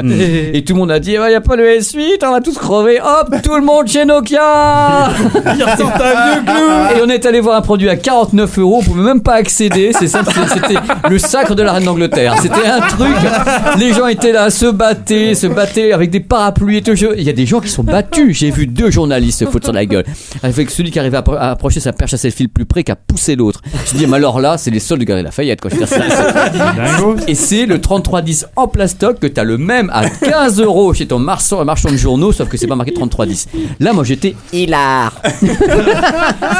Speaker 5: Et tout le monde a dit, il n'y a pas le S8, on va tous crever. Hop, tout le monde chez Nokia Et on est allé voir un produit à 49 euros, on pouvait même pas accéder. C'est simple, c'est- c'était le sacre de la reine d'Angleterre. C'était un truc. Les gens étaient là, se battaient, se battaient avec des parapluies et tout. Je- Il y a des gens qui sont battus. J'ai vu deux journalistes se foutre sur la gueule. Avec celui qui arrivait à, appro- à approcher sa perche à selfie le plus près, qui a poussé l'autre. Je dis, mais alors là, c'est les soldes de Galerie Lafayette. Quoi. Je veux dire, c'est- et c'est le 3310 en plastoc que t'as le même à 15 euros chez ton marchand, marchand de journaux, sauf que c'est pas marqué 3310. Là, moi j'étais hilar.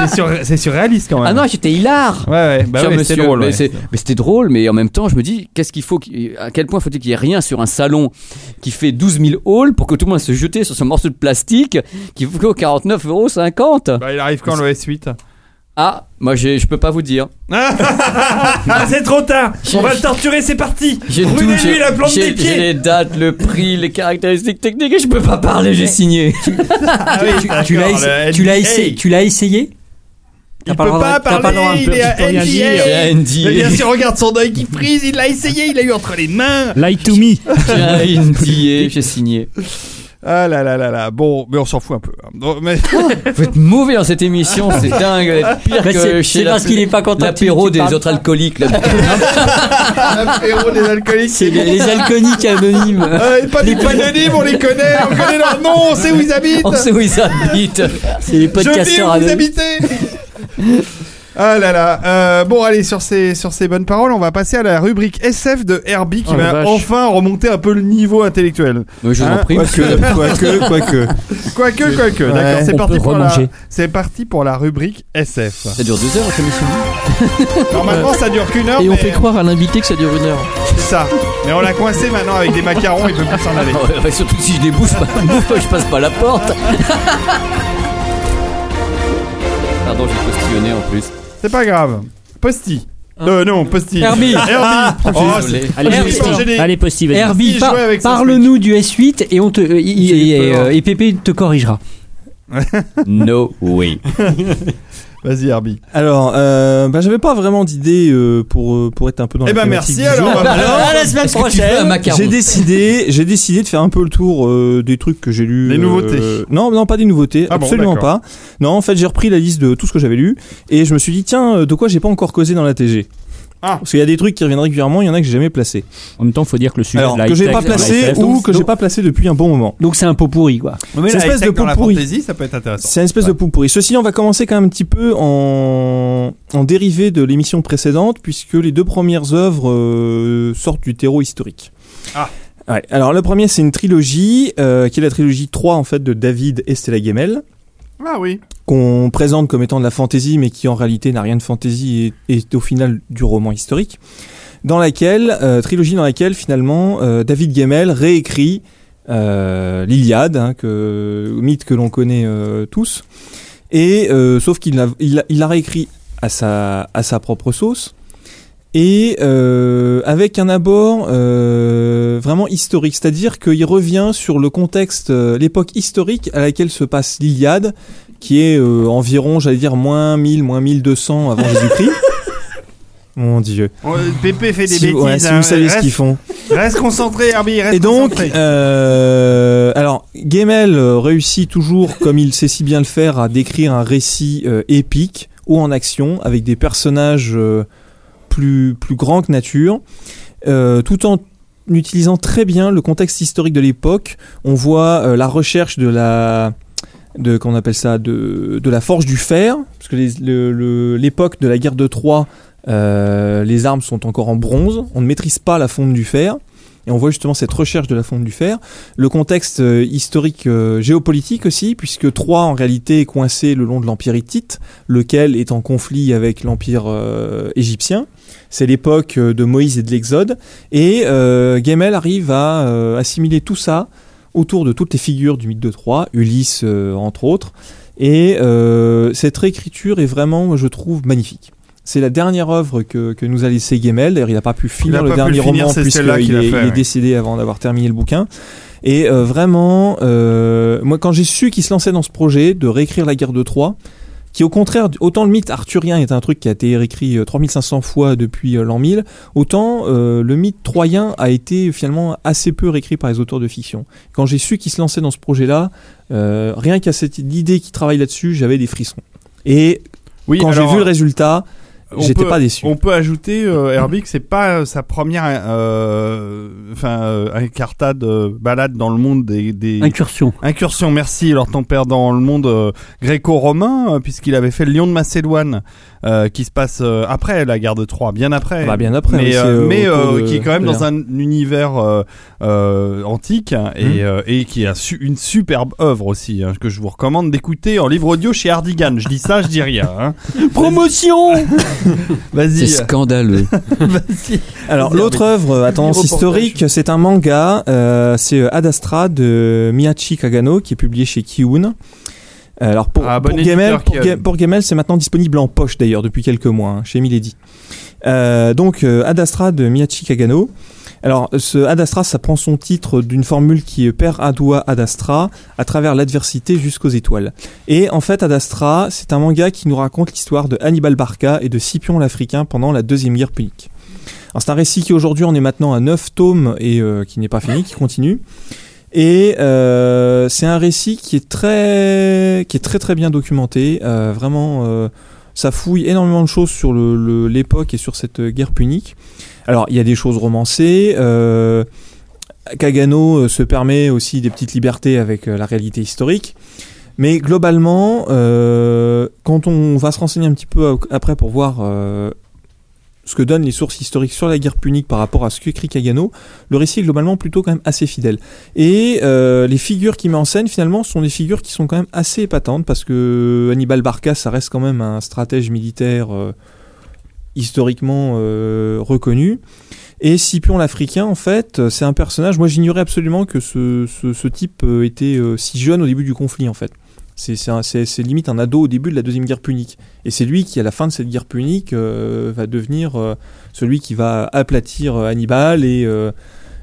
Speaker 3: c'est sur c'est surréaliste quand même
Speaker 5: Ah non, j'étais hilar.
Speaker 3: ouais ouais bah
Speaker 5: Tiens,
Speaker 3: ouais,
Speaker 5: monsieur,
Speaker 3: c'est drôle
Speaker 5: mais
Speaker 3: ouais.
Speaker 5: c'est- mais c'était drôle, mais en même temps, je me dis, qu'est-ce qu'il faut, qu'il- à quel point faut-il qu'il y ait rien sur un salon qui fait 12 000 halls pour que tout le monde se jeter sur ce morceau de plastique qui vaut 49,50 euros
Speaker 3: Bah, il arrive quand le S8
Speaker 5: Ah, moi j'ai- je peux pas vous dire.
Speaker 9: Ah, c'est trop tard On va le torturer, c'est parti
Speaker 5: J'ai tout,
Speaker 9: Brûlez-lui
Speaker 5: j'ai-
Speaker 9: la plante
Speaker 5: j'ai-
Speaker 9: des pieds
Speaker 5: j'ai les dates, le prix, les caractéristiques techniques et je peux pas parler, j'ai signé.
Speaker 3: Ah oui,
Speaker 4: Tu- tu l'as
Speaker 3: d'accord,
Speaker 4: essayé-
Speaker 3: le
Speaker 4: tu l'as
Speaker 3: NDA.
Speaker 4: essayé, tu l'as essayé T'as
Speaker 3: Il
Speaker 4: pas le
Speaker 3: peut
Speaker 4: droit
Speaker 3: pas
Speaker 4: de- t'as pas le droit
Speaker 3: parler,
Speaker 4: de-
Speaker 3: il est à
Speaker 8: peux rien dire.
Speaker 5: J'ai
Speaker 3: NDA.
Speaker 5: un NDA.
Speaker 3: Mais bien sûr, regarde son œil qui frise, il l'a essayé, il l'a eu entre les mains.
Speaker 8: Lie to me.
Speaker 5: J'ai un NDA, j'ai signé.
Speaker 3: Ah là là là là, bon, mais on s'en fout un peu. hein. Bon, mais-
Speaker 5: Vous êtes mauvais dans cette émission, c'est dingue. vous êtes Pire
Speaker 4: Bah,
Speaker 5: que
Speaker 4: c'est-
Speaker 5: chez
Speaker 4: C'est
Speaker 5: la-
Speaker 4: parce qu'il est pas content.
Speaker 5: l'apéro
Speaker 4: tu- tu
Speaker 5: des
Speaker 4: parles
Speaker 5: autres
Speaker 4: pas.
Speaker 5: alcooliques. là.
Speaker 3: L'apéro des alcooliques.
Speaker 4: C'est les, les alcooliques anonymes.
Speaker 3: Euh, et pas des panonymes, on les connaît, on connaît leur nom, on sait où ils habitent.
Speaker 5: On sait où ils habitent.
Speaker 4: C'est les
Speaker 3: Je dis
Speaker 4: podcasteurs
Speaker 3: où vous
Speaker 4: anonymes.
Speaker 3: habitez. Ah là là, euh, bon allez sur ces sur ces bonnes paroles, on va passer à la rubrique SF de Herbie qui
Speaker 6: Oh, la
Speaker 3: va
Speaker 6: vache.
Speaker 3: enfin remonter un peu le niveau intellectuel.
Speaker 5: Mais je vous en
Speaker 3: Hein,
Speaker 5: prie. monsieur.
Speaker 7: Quoique, quoique, quoique.
Speaker 3: Quoique, quoique,
Speaker 7: Ouais.
Speaker 3: d'accord, c'est
Speaker 8: On
Speaker 3: parti
Speaker 8: peut
Speaker 3: pour la
Speaker 8: remanger.
Speaker 3: c'est parti pour la rubrique SF.
Speaker 5: Ça dure deux heures, cette émission.
Speaker 3: Normalement ça dure qu'une heure,
Speaker 6: Et on
Speaker 3: mais
Speaker 6: fait croire à l'invité que ça dure une heure.
Speaker 3: c'est ça. Mais on l'a coincé maintenant avec des macarons, il peut plus s'en aller.
Speaker 5: Ouais, ouais, Surtout si je les bouffe pas, bouffe pas, je passe pas la porte. Pardon, j'ai postillonné en plus.
Speaker 3: C'est pas grave. Posti. Euh, non, Posti. Herbie. Herbie. Oh,
Speaker 5: Désolé.
Speaker 8: Allez,
Speaker 3: Herbie.
Speaker 8: Posty. Allez, Posty, vas-y.
Speaker 4: Herbie,
Speaker 3: Il
Speaker 4: par-
Speaker 3: jouait avec son
Speaker 4: parle-nous du S8 et on te euh, il-
Speaker 3: J'ai eu
Speaker 4: et,
Speaker 3: peur.
Speaker 4: euh, et Pépé te corrigera.
Speaker 5: No way.
Speaker 3: Vas-y, Herbie.
Speaker 7: Alors, euh, bah, j'avais pas vraiment d'idée euh, pour, euh, pour être un peu dans
Speaker 3: Eh
Speaker 7: la
Speaker 3: ben,
Speaker 7: thématique
Speaker 3: merci,
Speaker 7: du
Speaker 3: alors,
Speaker 7: jeu.
Speaker 3: on va-
Speaker 5: Bah, Alors,
Speaker 4: à la semaine
Speaker 5: est-ce que tu veux un
Speaker 4: prochaine.
Speaker 5: macaron
Speaker 7: J'ai décidé, j'ai décidé de faire un peu le tour euh, des trucs que j'ai lus.
Speaker 3: Des
Speaker 7: euh,
Speaker 3: nouveautés.
Speaker 7: non, non, pas des nouveautés,
Speaker 3: Ah bon,
Speaker 7: absolument
Speaker 3: d'accord.
Speaker 7: pas. Non, en fait, j'ai repris la liste de tout ce que j'avais lu et je me suis dit tiens, euh, de quoi j'ai pas encore causé dans la TG.
Speaker 3: Ah.
Speaker 7: Parce qu'il y a des trucs qui reviennent régulièrement, il y en a que j'ai jamais placé.
Speaker 8: En même temps, faut dire que le sujet
Speaker 7: Alors
Speaker 8: de la
Speaker 7: que j'ai
Speaker 8: high-tech,
Speaker 7: pas
Speaker 8: de la
Speaker 7: placé
Speaker 8: SF,
Speaker 7: ou
Speaker 8: donc-
Speaker 7: que j'ai pas placé depuis un bon moment.
Speaker 4: Donc c'est un pot pourri quoi.
Speaker 3: Mais
Speaker 7: C'est une espèce de pot
Speaker 3: dans la
Speaker 7: pourri.
Speaker 3: fantaisie, ça peut être intéressant.
Speaker 7: C'est une espèce de poum pourri. Ceci, on va commencer quand même un petit peu en, en dérivé de l'émission précédente, puisque les deux premières œuvres euh, sortent du terreau historique.
Speaker 3: Ah.
Speaker 7: Ouais. Alors, le premier, c'est une trilogie, euh, qui est la trilogie 3, en fait, de David et Stella Gemmel,
Speaker 3: Ah oui.
Speaker 7: qu'on présente comme étant de la fantaisie, mais qui en réalité n'a rien de fantaisie et est au final du roman historique. Dans laquelle, euh, trilogie dans laquelle, finalement, euh, David Gemmel réécrit euh, l'Iliade, hein, que, mythe que l'on connaît euh, tous. Et euh, sauf qu'il l'a il l'a- il l'a réécrit à sa, à sa propre sauce. Et euh, avec un abord euh, vraiment historique, c'est-à-dire qu'il revient sur le contexte, euh, l'époque historique à laquelle se passe l'Iliade, qui est euh, environ, j'allais dire, moins 1000, moins 1200 avant Jésus-Christ. Mon Dieu.
Speaker 3: Pépé fait des
Speaker 7: Si
Speaker 3: bêtises.
Speaker 7: vous- ouais, si
Speaker 3: hein,
Speaker 7: vous savez ce
Speaker 3: reste-
Speaker 7: qu'ils font.
Speaker 3: Reste concentré, Herbie, reste
Speaker 7: Et donc,
Speaker 3: concentré.
Speaker 7: euh, alors, Gemmel euh, réussit toujours, comme il sait si bien le faire, à décrire un récit euh, épique ou en action, avec des personnages euh, plus, plus grands que nature, euh, tout en utilisant très bien le contexte historique de l'époque. On voit euh, la recherche de la de qu'on appelle ça de, de la forge du fer parce que les- le- le- l'époque de la guerre de Troie euh, les armes sont encore en bronze on ne maîtrise pas la fonte du fer et on voit justement cette recherche de la fonte du fer, le contexte euh, historique euh, géopolitique aussi, puisque Troie en réalité est coincé le long de l'empire hittite, lequel est en conflit avec l'empire euh, égyptien. C'est l'époque euh, de Moïse et de l'Exode, et euh, Gemmel arrive à euh, assimiler tout ça autour de toutes les figures du mythe de Troie, Ulysse euh, entre autres, et euh, cette réécriture est vraiment, je trouve, magnifique. C'est la dernière œuvre que, que nous a laissé Gemmel. D'ailleurs, il n'a pas pu finir
Speaker 3: pas
Speaker 7: le
Speaker 3: pu
Speaker 7: dernier
Speaker 3: le finir,
Speaker 7: roman
Speaker 3: c'est
Speaker 7: puisqu'il
Speaker 3: celle-là qu'il a
Speaker 7: est,
Speaker 3: fait,
Speaker 7: il est
Speaker 3: ouais.
Speaker 7: décédé avant d'avoir terminé le bouquin. Et euh, vraiment, euh, moi, quand j'ai su qu'il se lançait dans ce projet de réécrire la guerre de Troie, qui au contraire, du- autant le mythe arthurien est un truc qui a été réécrit euh, 3500 fois depuis euh, l'an 1000, autant euh, le mythe troyen a été finalement assez peu réécrit par les auteurs de fiction. Quand j'ai su qu'il se lançait dans ce projet-là, euh, rien qu'à cette idée qu'il travaille là-dessus, j'avais des frissons. Et
Speaker 3: oui,
Speaker 7: quand j'ai
Speaker 3: alors,
Speaker 7: vu le résultat,
Speaker 3: on
Speaker 7: j'étais
Speaker 3: peut-
Speaker 7: pas déçu.
Speaker 3: On peut ajouter, euh, Herbie, que c'est pas euh, sa première euh, enfin, euh, incartade euh, balade dans le monde des, des-
Speaker 4: Incursion.
Speaker 3: incursions. Merci, alors ton père, dans le monde euh, gréco-romain, euh, puisqu'il avait fait le Lion de Macédoine, euh, qui se passe euh, après la guerre de Troie, bien après.
Speaker 7: Ah bah, bien après, oui,
Speaker 3: mais
Speaker 7: c'est,
Speaker 3: euh,
Speaker 7: euh,
Speaker 3: mais,
Speaker 7: autour
Speaker 3: euh,
Speaker 7: de-
Speaker 3: qui est quand même
Speaker 7: de
Speaker 3: dans un univers euh, euh, antique hein, et,
Speaker 7: Mhm.
Speaker 3: euh, et qui a su- une superbe œuvre aussi hein, que je vous recommande d'écouter en livre audio chez Hardigan. Je dis ça, je dis rien. hein.
Speaker 4: Promotion
Speaker 5: C'est
Speaker 3: Vas-y.
Speaker 5: scandaleux.
Speaker 3: Vas-y.
Speaker 7: Alors
Speaker 3: Vas-y,
Speaker 7: l'autre œuvre à tendance
Speaker 3: reportage.
Speaker 7: historique, c'est un manga, euh, c'est euh, Ad Astra de Miyachi Kagano qui est publié chez Kiun. Euh, Alors pour,
Speaker 3: Ah, bon
Speaker 7: pour
Speaker 3: éditeur,
Speaker 7: Gemmel, pour,
Speaker 3: Kiun.
Speaker 7: Ga- pour Gemmel, c'est maintenant disponible en poche d'ailleurs depuis quelques mois hein, chez Milady. Euh, donc euh, Ad Astra de Miyachi Kagano. Alors ce Ad Astra, ça prend son titre d'une formule qui est Père Adwa Ad Astra à travers l'adversité jusqu'aux étoiles. Et en fait Ad Astra, c'est un manga qui nous raconte l'histoire de Hannibal Barca et de Scipion l'Africain pendant la deuxième guerre punique. Alors, C'est un récit qui aujourd'hui en est maintenant à 9 tomes et euh, qui n'est pas fini, qui continue. Et euh, c'est un récit qui est très, qui est très très bien documenté. euh, vraiment, euh, ça fouille énormément de choses sur le- le- l'époque et sur cette euh, guerre punique. Alors il y a des choses romancées. euh, Kagano euh, se permet aussi des petites libertés avec euh, la réalité historique. Mais globalement, euh, quand on va se renseigner un petit peu a- après pour voir euh, ce que donnent les sources historiques sur la guerre punique par rapport à ce qu'écrit Kagano, le récit est globalement plutôt quand même assez fidèle. Et euh, les figures qu'il met en scène, finalement, sont des figures qui sont quand même assez épatantes, parce que euh, Hannibal Barca, ça reste quand même un stratège militaire euh, historiquement euh, reconnu. Et Scipion l'Africain, en fait, euh, c'est un personnage. Moi, j'ignorais absolument que ce, ce- ce type euh, était euh, si jeune au début du conflit, en fait. C'est- C'est un- c'est- c'est limite un ado au début de la deuxième guerre punique. Et c'est lui qui, à la fin de cette guerre punique, euh, va devenir euh, celui qui va aplatir euh, Hannibal et euh,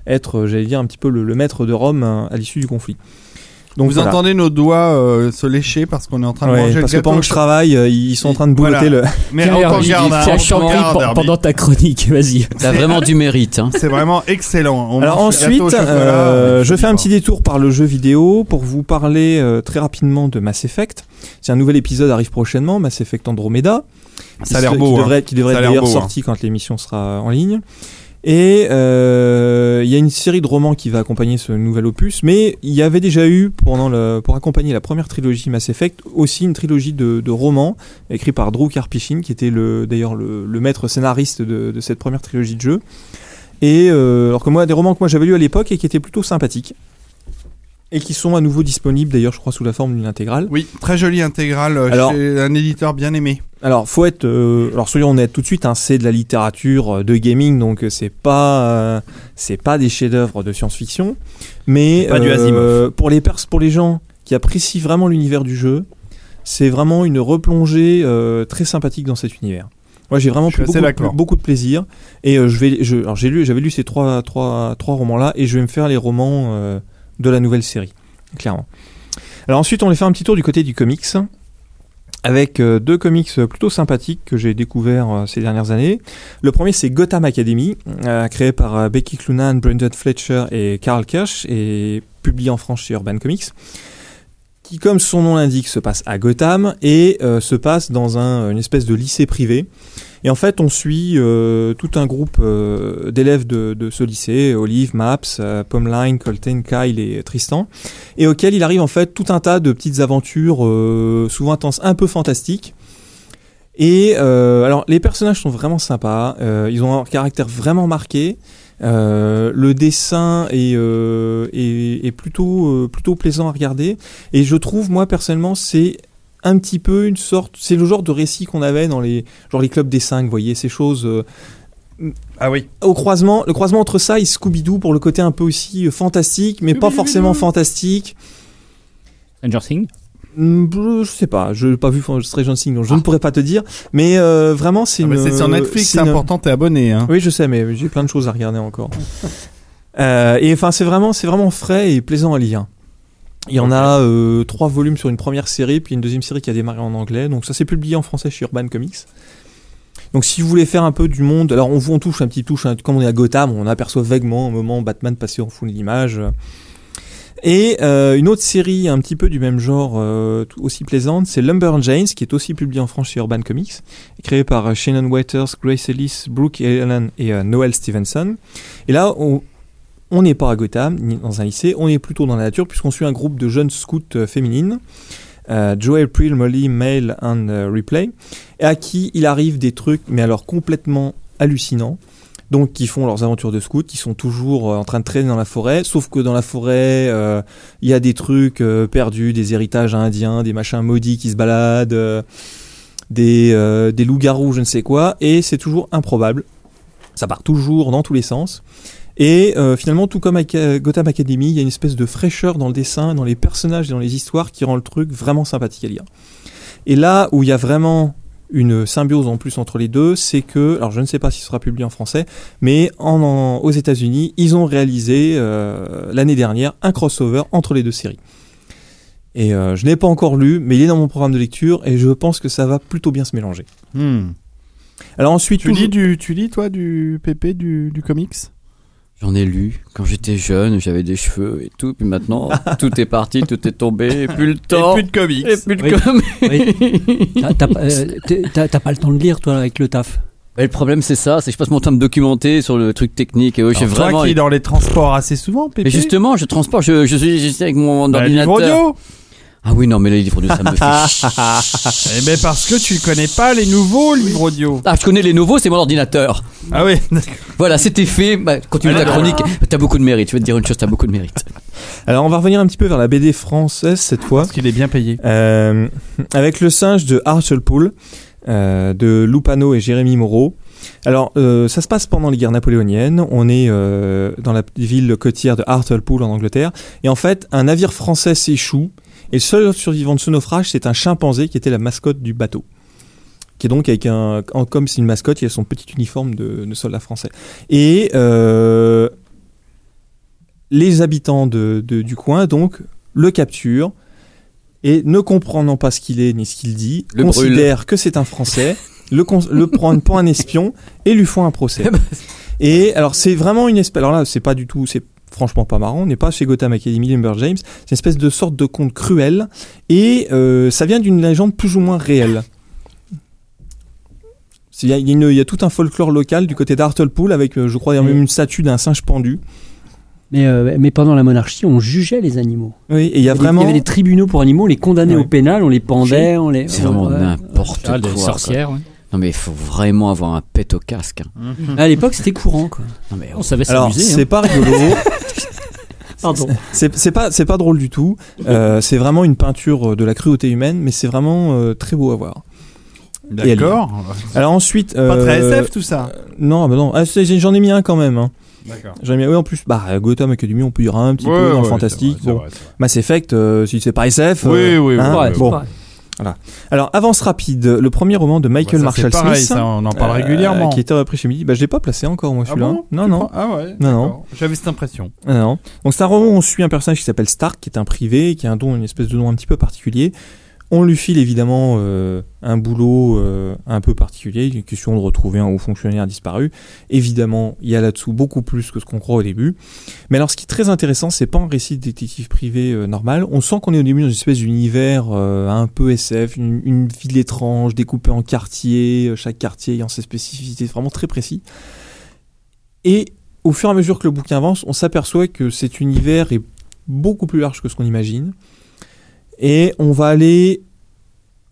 Speaker 7: être, euh, j'allais dire, un petit peu le, le maître de Rome hein, à l'issue du conflit. Donc
Speaker 3: vous
Speaker 7: voilà.
Speaker 3: entendez nos doigts euh, se lécher parce qu'on est en train de
Speaker 7: Ouais,
Speaker 3: manger
Speaker 7: parce
Speaker 3: le gâteau.
Speaker 7: que pendant que je travaille, euh, ils sont en train de
Speaker 3: Voilà.
Speaker 7: boulotter le.
Speaker 3: Mais
Speaker 8: Tiens,
Speaker 3: on t'en
Speaker 8: Herbie,
Speaker 3: garde, hein,
Speaker 8: tiens,
Speaker 3: on
Speaker 8: je t'en
Speaker 3: t'en
Speaker 8: prie,
Speaker 3: garde,
Speaker 8: pe-
Speaker 3: Herbie.
Speaker 8: pendant ta chronique, vas-y.
Speaker 5: T'as vraiment du mérite. Hein.
Speaker 3: C'est vraiment excellent. On
Speaker 7: Alors
Speaker 3: mange le
Speaker 7: ensuite,
Speaker 3: gâteau au chocolat,
Speaker 7: euh,
Speaker 3: mais
Speaker 7: je fais un
Speaker 3: pas.
Speaker 7: petit détour par le jeu vidéo pour vous parler euh, très rapidement de Mass Effect. C'est un nouvel épisode arrive prochainement, Mass Effect Andromeda.
Speaker 3: Ça a
Speaker 7: Qui
Speaker 3: l'air
Speaker 7: se-
Speaker 3: beau,
Speaker 7: Qui
Speaker 3: hein.
Speaker 7: devrait, qui devrait
Speaker 3: Ça a
Speaker 7: être
Speaker 3: l'air
Speaker 7: d'ailleurs
Speaker 3: beau, hein.
Speaker 7: sorti quand l'émission sera en ligne. Et euh, il y a une série de romans qui va accompagner ce nouvel opus, mais il y avait déjà eu, pendant le, pour accompagner la première trilogie Mass Effect, aussi une trilogie de, de romans écrits par Drew Karpyshyn, qui était le- d'ailleurs le, le maître scénariste de, de cette première trilogie de jeu. Et euh, alors que moi, des romans que moi j'avais lus à l'époque et qui étaient plutôt sympathiques. Et qui sont à nouveau disponibles d'ailleurs, je crois, sous la forme d'une intégrale.
Speaker 3: Oui, très jolie intégrale euh,
Speaker 7: Alors-
Speaker 3: chez un éditeur bien aimé.
Speaker 7: Alors, faut être. euh, alors, soyons honnêtes tout de suite, hein, c'est de la littérature euh, de gaming, donc euh, c'est pas, euh, c'est pas des chefs-d'œuvre de science-fiction, mais euh,
Speaker 9: C'est pas du Asimov.
Speaker 7: pour les pers- pour les gens qui apprécient vraiment l'univers du jeu, c'est vraiment une replongée euh, très sympathique dans cet univers. Moi, j'ai vraiment
Speaker 3: Je suis
Speaker 7: pris
Speaker 3: assez
Speaker 7: beaucoup,
Speaker 3: d'accord.
Speaker 7: pl- beaucoup de plaisir, et euh, je vais, je, alors j'ai lu, j'avais lu ces trois, trois, trois romans là, et je vais me faire les romans euh, de la nouvelle série, clairement. Alors ensuite, on les fait un petit tour du côté du comics avec euh, deux comics plutôt sympathiques que j'ai découverts euh, ces dernières années. Le premier, c'est Gotham Academy, euh, créé par euh, Becky Clunan, Brendan Fletcher et Carl Cash, et publié en France chez Urban Comics, qui, comme son nom l'indique, se passe à Gotham et euh, se passe dans un- une espèce de lycée privé. Et en fait, on suit euh, tout un groupe euh, d'élèves de, de ce lycée, Olive, Maps, euh, Pomeline, Colton, Kyle et Tristan, et auquel il arrive en fait tout un tas de petites aventures, euh, souvent intenses, un peu fantastiques. Et euh, alors, les personnages sont vraiment sympas, euh, ils ont un caractère vraiment marqué. euh, le dessin est, euh, est, est plutôt, euh, plutôt plaisant à regarder. Et je trouve, moi personnellement, c'est un petit peu une sorte. C'est le genre de récit qu'on avait dans les, genre les clubs des cinq, vous voyez, ces choses. euh,
Speaker 3: Ah oui.
Speaker 7: au croisement, le croisement entre ça et Scooby-Doo pour le côté un peu aussi euh, fantastique, mais pas forcément fantastique.
Speaker 8: Stranger Things
Speaker 7: Hmm, Je sais pas, je n'ai pas vu Stranger Things, donc je ne pourrais pas te dire. Mais euh, vraiment, c'est
Speaker 3: Ah bah,
Speaker 7: une.
Speaker 3: C'est sur Netflix, c'est
Speaker 7: une-
Speaker 3: important, t'es abonné. Hein.
Speaker 7: Oui, je sais, mais j'ai plein de choses à regarder encore. Euh, et enfin, c'est vraiment, c'est vraiment frais et plaisant à lire. Il y en a euh, trois volumes sur une première série, puis une deuxième série qui a démarré en anglais. Donc ça s'est publié en français chez Urban Comics. Donc si vous voulez faire un peu du monde, alors on, on touche un petit touche, hein, comme on est à Gotham, on aperçoit vaguement un moment Batman passer en full d'image. Et euh, une autre série un petit peu du même genre, euh, tout aussi plaisante, c'est Lumberjanes, qui est aussi publiée en France chez Urban Comics créé par euh, Shannon Waters, Grace Ellis, Brooke Allen et euh, Noel Stevenson. Et là, on on n'est pas à Gotham, ni dans un lycée, on est plutôt dans la nature, puisqu'on suit un groupe de jeunes scouts euh, féminines, euh, Joy, April, Molly, Mail and euh, Replay, et à qui il arrive des trucs, mais alors complètement hallucinants. Donc, qui font leurs aventures de scouts, qui sont toujours euh, en train de traîner dans la forêt, sauf que dans la forêt, euh, il y a des trucs euh, perdus, des héritages indiens, des machins maudits qui se baladent, euh, des, euh, des loups-garous, je ne sais quoi, et c'est toujours improbable. Ça part toujours dans tous les sens. Et euh, finalement, tout comme avec, euh, Gotham Academy, il y a une espèce de fraîcheur dans le dessin, dans les personnages et dans les histoires qui rend le truc vraiment sympathique à lire. Et là où il y a vraiment une symbiose en plus entre les deux, c'est que, alors je ne sais pas si ce sera publié en français, mais en, en- aux États-Unis, ils ont réalisé euh, l'année dernière un crossover entre les deux séries. Et euh, je n'ai pas encore lu, mais il est dans mon programme de lecture et je pense que ça va plutôt bien se mélanger.
Speaker 3: Hmm.
Speaker 7: Alors ensuite,
Speaker 3: Tu
Speaker 7: toujours-
Speaker 3: lis du, tu lis toi du PP du, du comics
Speaker 5: J'en ai lu. Quand j'étais jeune, j'avais des cheveux et tout. Puis maintenant, tout est parti, tout est tombé. Et plus le temps.
Speaker 3: de comics.
Speaker 5: Et plus de
Speaker 4: Oui.
Speaker 5: com.
Speaker 4: T'as- T'as pas- euh, t'es- t'as- t'as pas le temps de lire, toi, avec le taf.
Speaker 5: Et le problème, c'est ça. C'est que je passe mon temps à me documenter sur le truc technique. Et ouais, j'ai
Speaker 3: Alors, toi
Speaker 5: vraiment.
Speaker 3: qui es dans les transports assez souvent, PP.
Speaker 5: Mais justement, je transporte. Je, je suis j'étais avec mon
Speaker 3: Bah, livre
Speaker 5: ordinateur.
Speaker 3: audio.
Speaker 5: Ah oui, non, mais les livres audio, ça me fait chier.
Speaker 3: Eh ben parce que tu connais pas les nouveaux livres audio.
Speaker 5: Ah, je connais les nouveaux, c'est mon ordinateur.
Speaker 3: Ah oui.
Speaker 5: Voilà, c'était fait. Bah, continue ta chronique. T'as beaucoup de mérite. Je vais te dire une chose, t'as beaucoup de mérite.
Speaker 3: Ah,
Speaker 7: alors on va revenir un petit peu vers la BD française cette fois,
Speaker 3: Parce qu'il est bien payé.
Speaker 7: euh, avec le singe de Hartlepool, euh, de Lupano et Jérémy Moreau. Alors euh, ça se passe pendant les guerres napoléoniennes. On est euh, dans la ville côtière de Hartlepool en Angleterre, et en fait un navire français s'échoue. Et le seul survivant de ce naufrage, c'est un chimpanzé qui était la mascotte du bateau. Qui est donc avec un. en- Comme c'est une mascotte, il a son petit uniforme de, de soldat français. Et euh, les habitants de, de- du coin, donc, le capture et ne comprenant pas ce qu'il est ni ce qu'il dit,
Speaker 5: Le
Speaker 7: considère que c'est un Français, le, cons- le prend pour un espion et lui font un procès. et alors c'est vraiment une espèce. Alors là, c'est pas du tout. C'est franchement pas marrant. On n'est pas chez Gotham Academy d'Ember James. C'est une espèce de sorte de conte cruel et euh, ça vient d'une légende plus ou moins réelle. C'est- Il y, a- il y a une- il y a tout un folklore local du côté d'Hartlepool avec, euh, je crois, il y a même une statue d'un singe pendu.
Speaker 4: Mais, euh, mais pendant la monarchie, on jugeait les animaux.
Speaker 7: Oui, et il y a
Speaker 4: Il y, avait-
Speaker 7: vraiment.
Speaker 4: il y avait des tribunaux pour animaux, on les condamnait
Speaker 7: Ouais.
Speaker 4: au pénal, on les pendait, on les.
Speaker 5: C'est vraiment
Speaker 4: Ouais.
Speaker 5: n'importe
Speaker 8: Ah,
Speaker 5: quoi.
Speaker 8: des
Speaker 5: Oh, quoi.
Speaker 8: sorcières. ouais.
Speaker 5: Non mais il faut vraiment avoir un pet au casque. hein.
Speaker 4: Mmh. À l'époque, c'était courant, quoi.
Speaker 5: Non mais
Speaker 8: On savait
Speaker 7: Alors,
Speaker 8: s'amuser. hein.
Speaker 7: c'est pas rigolo.
Speaker 4: Pardon.
Speaker 7: C'est c'est pas, c'est pas drôle du tout. Euh, c'est vraiment une peinture euh, de la cruauté humaine, mais c'est vraiment euh, très beau à voir. Et à
Speaker 3: D'accord.
Speaker 7: Alors ensuite,
Speaker 3: Pas très
Speaker 7: euh,
Speaker 3: SF tout ça.
Speaker 7: Non, bah non. Ah, c'est- j'ai- j'en ai mis un quand même. Hein.
Speaker 3: D'accord.
Speaker 7: J'en ai mis. Oui, en plus, bah Gotham Academy, on peut y avoir un petit peu dans le fantastique. bon, Mass Effect, euh, si c'est pas SF.
Speaker 3: Oui,
Speaker 7: euh,
Speaker 3: oui, oui,
Speaker 7: hein,
Speaker 3: oui, oui.
Speaker 7: bon. Alors, avance rapide. Le premier roman de Michael
Speaker 3: Bah, ça, c'est
Speaker 7: Marshall
Speaker 3: pareil,
Speaker 7: Smith,
Speaker 3: ça, on en parle
Speaker 7: euh,
Speaker 3: régulièrement.
Speaker 7: qui était repris chez Midi. Bah, je l'ai pas placé encore moi
Speaker 3: Ah
Speaker 7: celui-là.
Speaker 3: bon
Speaker 7: non,
Speaker 3: Tu
Speaker 7: non.
Speaker 3: crois- Ah ouais.
Speaker 7: Non, non.
Speaker 3: d'accord. J'avais cette impression.
Speaker 7: Ah Non. Donc c'est un roman où on suit un personnage qui s'appelle Stark, qui est un privé, qui a un don, une espèce de don un petit peu particulier. On lui file évidemment euh, un boulot euh, un peu particulier, il est question de retrouver un haut fonctionnaire disparu. Évidemment, il y a là-dessous beaucoup plus que ce qu'on croit au début. Mais alors ce qui est très intéressant, c'est pas un récit de détective privé euh, normal. On sent qu'on est au début dans une espèce d'univers euh, un peu SF, une, une ville étrange, découpée en quartiers, euh, chaque quartier ayant ses spécificités, c'est vraiment très précis. Et au fur et à mesure que le bouquin avance, on s'aperçoit que cet univers est beaucoup plus large que ce qu'on imagine. Et on va aller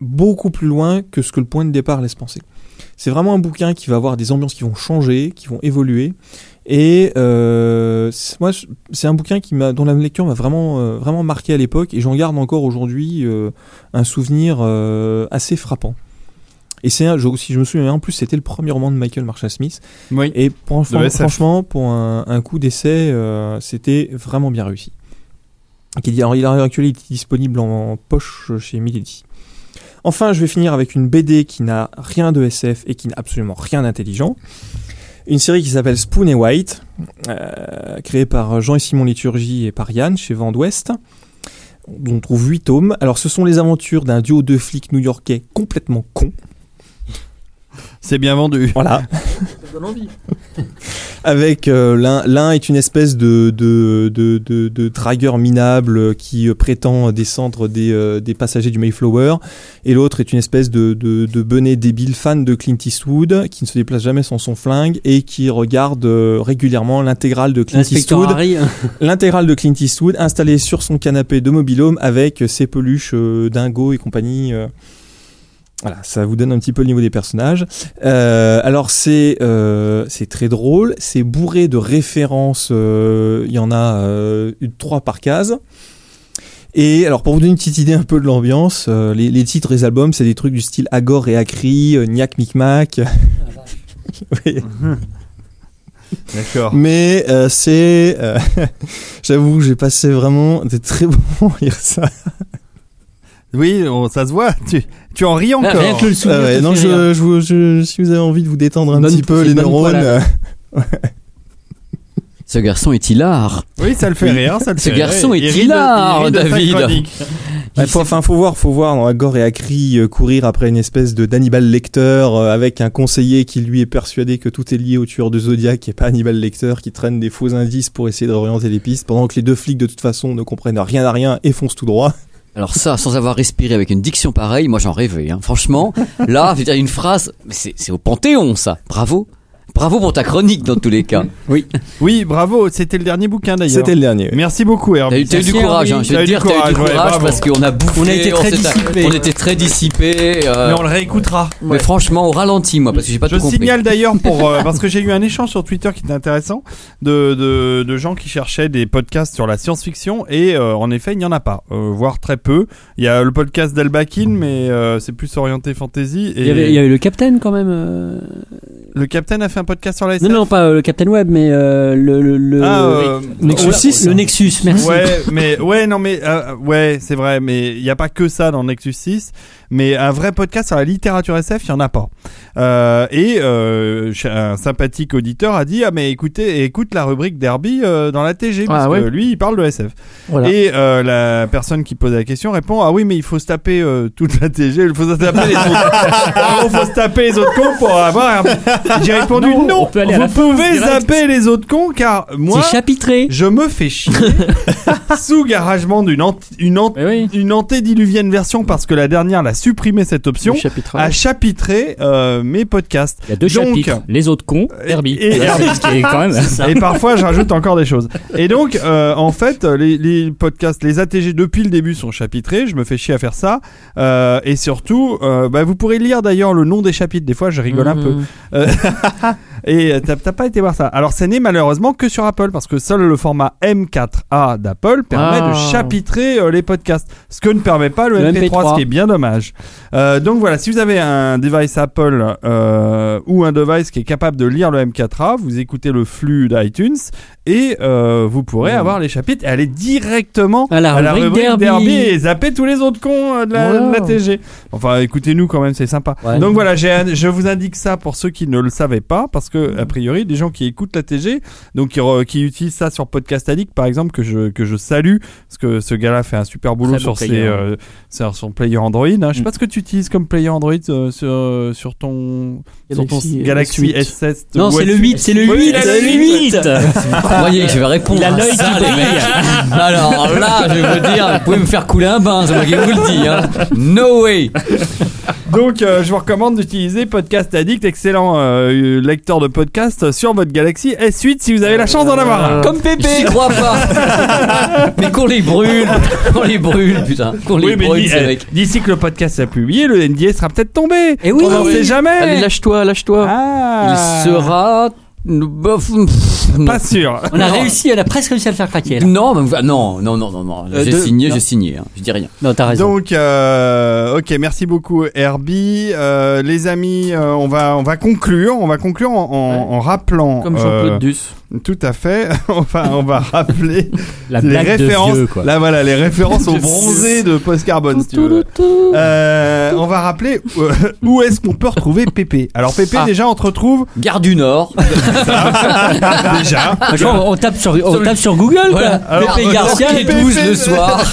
Speaker 7: beaucoup plus loin que ce que le point de départ laisse penser. C'est vraiment un bouquin qui va avoir des ambiances qui vont changer, qui vont évoluer. Et euh, c'est- moi, je- c'est un bouquin qui m'a, dont la lecture m'a vraiment, euh, vraiment marqué à l'époque. Et j'en garde encore aujourd'hui euh, un souvenir euh, assez frappant. Et c'est, un- je- si je me souviens bien, en plus, c'était le premier roman de Michael Marshall Smith.
Speaker 3: Oui.
Speaker 7: Et franchement,
Speaker 3: De SF.
Speaker 7: franchement, pour un, un coup d'essai, euh, c'était vraiment bien réussi. Donc, il, y a- alors, il est à l'heure actuelle, il est disponible en, poche chez Milady. Enfin, je vais finir avec une BD qui n'a rien de SF et qui n'a absolument rien d'intelligent. Une série qui s'appelle Spoon et White, euh, créée par Jean et Simon Liturgie et par Yann chez Vent d'Ouest, dont on trouve 8 tomes. Alors, ce sont les aventures d'un duo de flics new-yorkais complètement cons.
Speaker 3: C'est bien vendu.
Speaker 7: Voilà.
Speaker 6: Ça donne envie.
Speaker 7: Avec euh, l'un, l'un est une espèce de de, de, de, de dragueur minable qui euh, prétend descendre des, euh, des passagers du Mayflower, et l'autre est une espèce de de, de benet débile fan de Clint Eastwood qui ne se déplace jamais sans son flingue et qui regarde euh, régulièrement l'intégrale de Clint
Speaker 4: L'inspecteur
Speaker 7: Eastwood,
Speaker 4: Harry. hein.
Speaker 7: l'intégrale de Clint Eastwood installée sur son canapé de mobilhome avec ses peluches euh, Dingo et compagnie. euh. Voilà, ça vous donne un petit peu le niveau des personnages. Euh, alors c'est euh, c'est très drôle, c'est bourré de références. euh, Il y en a euh, une- trois par case. Et alors pour vous donner une petite idée un peu de l'ambiance, euh, les, les titres des albums, c'est des trucs du style Agor et Acri, euh, Niac Micmac. Oui.
Speaker 3: D'accord.
Speaker 7: Mais euh, c'est, euh, j'avoue, que j'ai passé vraiment des très bons moments à lire ça.
Speaker 3: Oui, on- ça se voit. Tu, tu en ris encore.
Speaker 4: Rien que le souvenir.
Speaker 7: Ah ouais,
Speaker 4: te
Speaker 7: non,
Speaker 4: fait hein. rire.
Speaker 7: je, je vous- je- si vous avez envie de vous détendre un
Speaker 4: Bonne-
Speaker 7: petit peu
Speaker 4: c'est
Speaker 7: les
Speaker 4: bonne
Speaker 7: neurones,
Speaker 4: poêle à-
Speaker 7: euh,
Speaker 5: Ce garçon est hilar.
Speaker 3: Oui, ça le fait rire. Ça le
Speaker 5: Ce
Speaker 3: fait
Speaker 5: garçon
Speaker 3: rire.
Speaker 5: est
Speaker 3: Il rit de-
Speaker 5: hilar,
Speaker 3: il rit de sa
Speaker 5: David.
Speaker 3: chronique.
Speaker 7: Ouais, faut, enfin, faut voir, faut voir dans Agor et Acri euh, courir après une espèce de d'Hannibal Lecter euh, avec un conseiller qui lui est persuadé que tout est lié au tueur de Zodiac et pas Hannibal Lecter qui traîne des faux indices pour essayer de réorienter les pistes pendant que les deux flics de toute façon ne comprennent rien à rien et foncent tout droit.
Speaker 5: Alors ça, sans avoir respiré avec une diction pareille, moi j'en rêvais. hein. Franchement, là, je veux dire, une phrase, mais c'est c'est au Panthéon ça. Bravo. Bravo pour ta chronique dans tous les cas. Oui.
Speaker 3: Oui, bravo. C'était le dernier bouquin d'ailleurs.
Speaker 4: hein.
Speaker 7: C'était le dernier.
Speaker 3: Merci beaucoup,
Speaker 5: T'as
Speaker 3: Herbie.
Speaker 5: eu, t'as eu du
Speaker 4: Merci,
Speaker 5: courage, hein.
Speaker 4: Henri.
Speaker 5: je vais
Speaker 3: T'as
Speaker 5: te
Speaker 3: eu
Speaker 5: dire,
Speaker 3: du
Speaker 5: t'as eu du
Speaker 3: courage, ouais,
Speaker 5: courage
Speaker 3: bravo.
Speaker 5: parce qu'on a bouffé,
Speaker 4: On a été très
Speaker 5: s'est-
Speaker 4: dissipés.
Speaker 5: on était très dissipés. euh,
Speaker 3: Mais on le réécoutera.
Speaker 5: Mais franchement, au ralenti, moi, parce que j'ai pas
Speaker 3: Je
Speaker 5: tout compris.
Speaker 3: signale d'ailleurs pour euh, parce que j'ai eu un échange sur Twitter qui était intéressant de, de, de gens qui cherchaient des podcasts sur la science-fiction et euh, en effet il n'y en a pas, euh, voire très peu. Il y a le podcast d'Albakin mais euh, c'est plus orienté fantasy et
Speaker 4: Il y, avait, il y a eu le capitaine quand même. euh,
Speaker 3: le Capitaine a fait un podcast sur la
Speaker 4: Non,
Speaker 3: SF
Speaker 4: non, pas euh, le Captain Web, mais euh, le, le, le-
Speaker 3: Ah, euh,
Speaker 4: Nexus
Speaker 3: oh,
Speaker 4: 6. Le Nexus, merci.
Speaker 3: Ouais, mais ouais, non, mais euh, ouais, c'est vrai, mais il n'y a pas que ça dans Nexus 6. Mais un vrai podcast sur la littérature SF, il y en a pas. Euh, et euh, ch- un sympathique auditeur a dit ah mais écoutez, écoute la rubrique Derby euh, dans la TG parce
Speaker 6: Ah,
Speaker 3: que
Speaker 6: ouais.
Speaker 3: lui il parle de SF.
Speaker 6: Voilà.
Speaker 3: Et euh, la personne qui pose la question répond ah oui mais il faut se taper euh, toute la TG, il faut se taper les autres, il faut se taper les autres cons pour avoir. un- J'ai répondu non,
Speaker 8: Non, on peut aller à
Speaker 3: vous
Speaker 8: la fin,
Speaker 3: pouvez
Speaker 8: direct.
Speaker 3: zapper les autres cons car moi
Speaker 4: C'est chapitré.
Speaker 3: je me fais chier sous GarageBand une, ant- une, ant-
Speaker 8: Eh oui.
Speaker 3: une antédiluvienne version parce que la dernière l'a supprimé cette option
Speaker 6: Le chapitre.
Speaker 3: à chapitrer euh, mes podcasts.
Speaker 8: Il y a deux
Speaker 3: Donc,
Speaker 8: chapitres. Les autres cons, Herbie.
Speaker 3: et-
Speaker 8: Voilà, c'est ce qui est quand même.
Speaker 3: Et parfois, je rajoute encore des choses. Et donc, euh, en fait, les, les podcasts, les ATG depuis le début sont chapitrés. Je me fais chier à faire ça. Euh, et surtout, euh, bah, vous pourrez lire d'ailleurs le nom des chapitres. Des fois, je rigole
Speaker 4: Mmh.
Speaker 3: un peu. Euh, et euh, t'as t'as pas été voir ça. Alors, ça n'est malheureusement que sur Apple parce que seul le format M4A d'Apple permet
Speaker 6: Ah.
Speaker 3: de chapitrer euh, les podcasts, ce que ne permet pas le,
Speaker 4: Le
Speaker 3: MP3,
Speaker 4: MP3,
Speaker 3: ce qui est bien dommage. Euh, donc voilà, si vous avez un device Apple euh, ou un device qui est capable de lire le M4A, vous écoutez le flux d'iTunes et euh, vous pourrez avoir les chapitres et aller directement
Speaker 4: À la rubrique Derby.
Speaker 3: et zapper tous les autres cons euh, de la,
Speaker 6: Voilà.
Speaker 3: de la TG. Enfin, écoutez-nous quand même, c'est sympa.
Speaker 5: Ouais.
Speaker 3: Donc voilà, j'ai un- je vous indique ça pour ceux qui ne le savaient pas, parce que a priori, des gens qui écoutent la TG, donc qui, re- qui utilisent ça sur Podcast Addict, par exemple, que je que je salue, parce que ce gars-là fait un super boulot
Speaker 8: bon
Speaker 3: sur ses
Speaker 8: player.
Speaker 3: euh, sur son player Android. hein. Je
Speaker 4: Mm.
Speaker 3: sais pas ce que tu utilises comme player Android euh, sur euh, sur ton sur ton
Speaker 6: Galaxy
Speaker 3: Galaxy
Speaker 6: S8.
Speaker 3: S7.
Speaker 4: Non,
Speaker 3: ou
Speaker 4: c'est le
Speaker 3: S8.
Speaker 4: 8, c'est le 8.
Speaker 3: Oui, la
Speaker 4: c'est le
Speaker 3: suite.
Speaker 4: 8.
Speaker 5: Vous croyez que je vais répondre
Speaker 8: Il a
Speaker 5: à
Speaker 8: l'œil
Speaker 5: Oh, ça,
Speaker 8: qui
Speaker 5: les mecs Alors là, je veux dire, vous pouvez me faire couler un bain, c'est moi qui vous le dis. hein. No way
Speaker 3: Donc, euh, je vous recommande d'utiliser Podcast Addict, excellent euh, lecteur de podcast sur votre Galaxy S8 si vous avez la chance d'en avoir un.
Speaker 5: Comme Pépé J'y crois pas Mais qu'on les brûle Qu'on les brûle, putain Qu'on les
Speaker 3: Oui, mais
Speaker 5: brûle,
Speaker 3: dis-
Speaker 5: ces
Speaker 3: euh,
Speaker 5: mecs
Speaker 3: d'ici que le podcast sera publié, le NDA sera peut-être tombé.
Speaker 4: Et oui,
Speaker 3: On n'en
Speaker 5: oui.
Speaker 3: sait
Speaker 6: Allez,
Speaker 3: jamais.
Speaker 6: lâche-toi, lâche-toi.
Speaker 3: Ah.
Speaker 5: Il sera... Bof, pff, non.
Speaker 3: pas sûr.
Speaker 4: on a réussi, on a presque réussi à le faire craquer. là.
Speaker 5: Non, mais vous- ah, non, non, non, non, non.
Speaker 4: Euh,
Speaker 5: J'ai
Speaker 4: de-
Speaker 5: signé,
Speaker 4: non.
Speaker 5: j'ai signé. hein. Je dis rien.
Speaker 4: Non, t'as raison.
Speaker 3: Donc, euh, ok, merci beaucoup Herbie. Euh, les amis, euh, on va on va conclure, on va conclure en, en- en rappelant.
Speaker 6: Comme Jean-Claude
Speaker 3: euh,
Speaker 6: Duss.
Speaker 3: Tout à fait. on va on va rappeler
Speaker 8: La
Speaker 3: les
Speaker 8: blague
Speaker 3: références.
Speaker 8: de vieux, quoi.
Speaker 3: Là voilà, les références au bronzé de Post Carbone, si tu veux. Euh, on va rappeler euh, où est-ce qu'on peut retrouver Pépé. Alors Pépé,
Speaker 6: Ah.
Speaker 3: déjà, on te retrouve
Speaker 5: Gare du Nord.
Speaker 3: déjà.
Speaker 4: Franchement, on tape sur, on
Speaker 5: Sur-
Speaker 4: tape sur Google.
Speaker 5: Voilà.
Speaker 4: quoi.
Speaker 3: Alors,
Speaker 5: Pépé
Speaker 3: euh,
Speaker 5: Garcia, les
Speaker 3: Pépé,
Speaker 5: 12
Speaker 3: Pépé.
Speaker 5: le soir.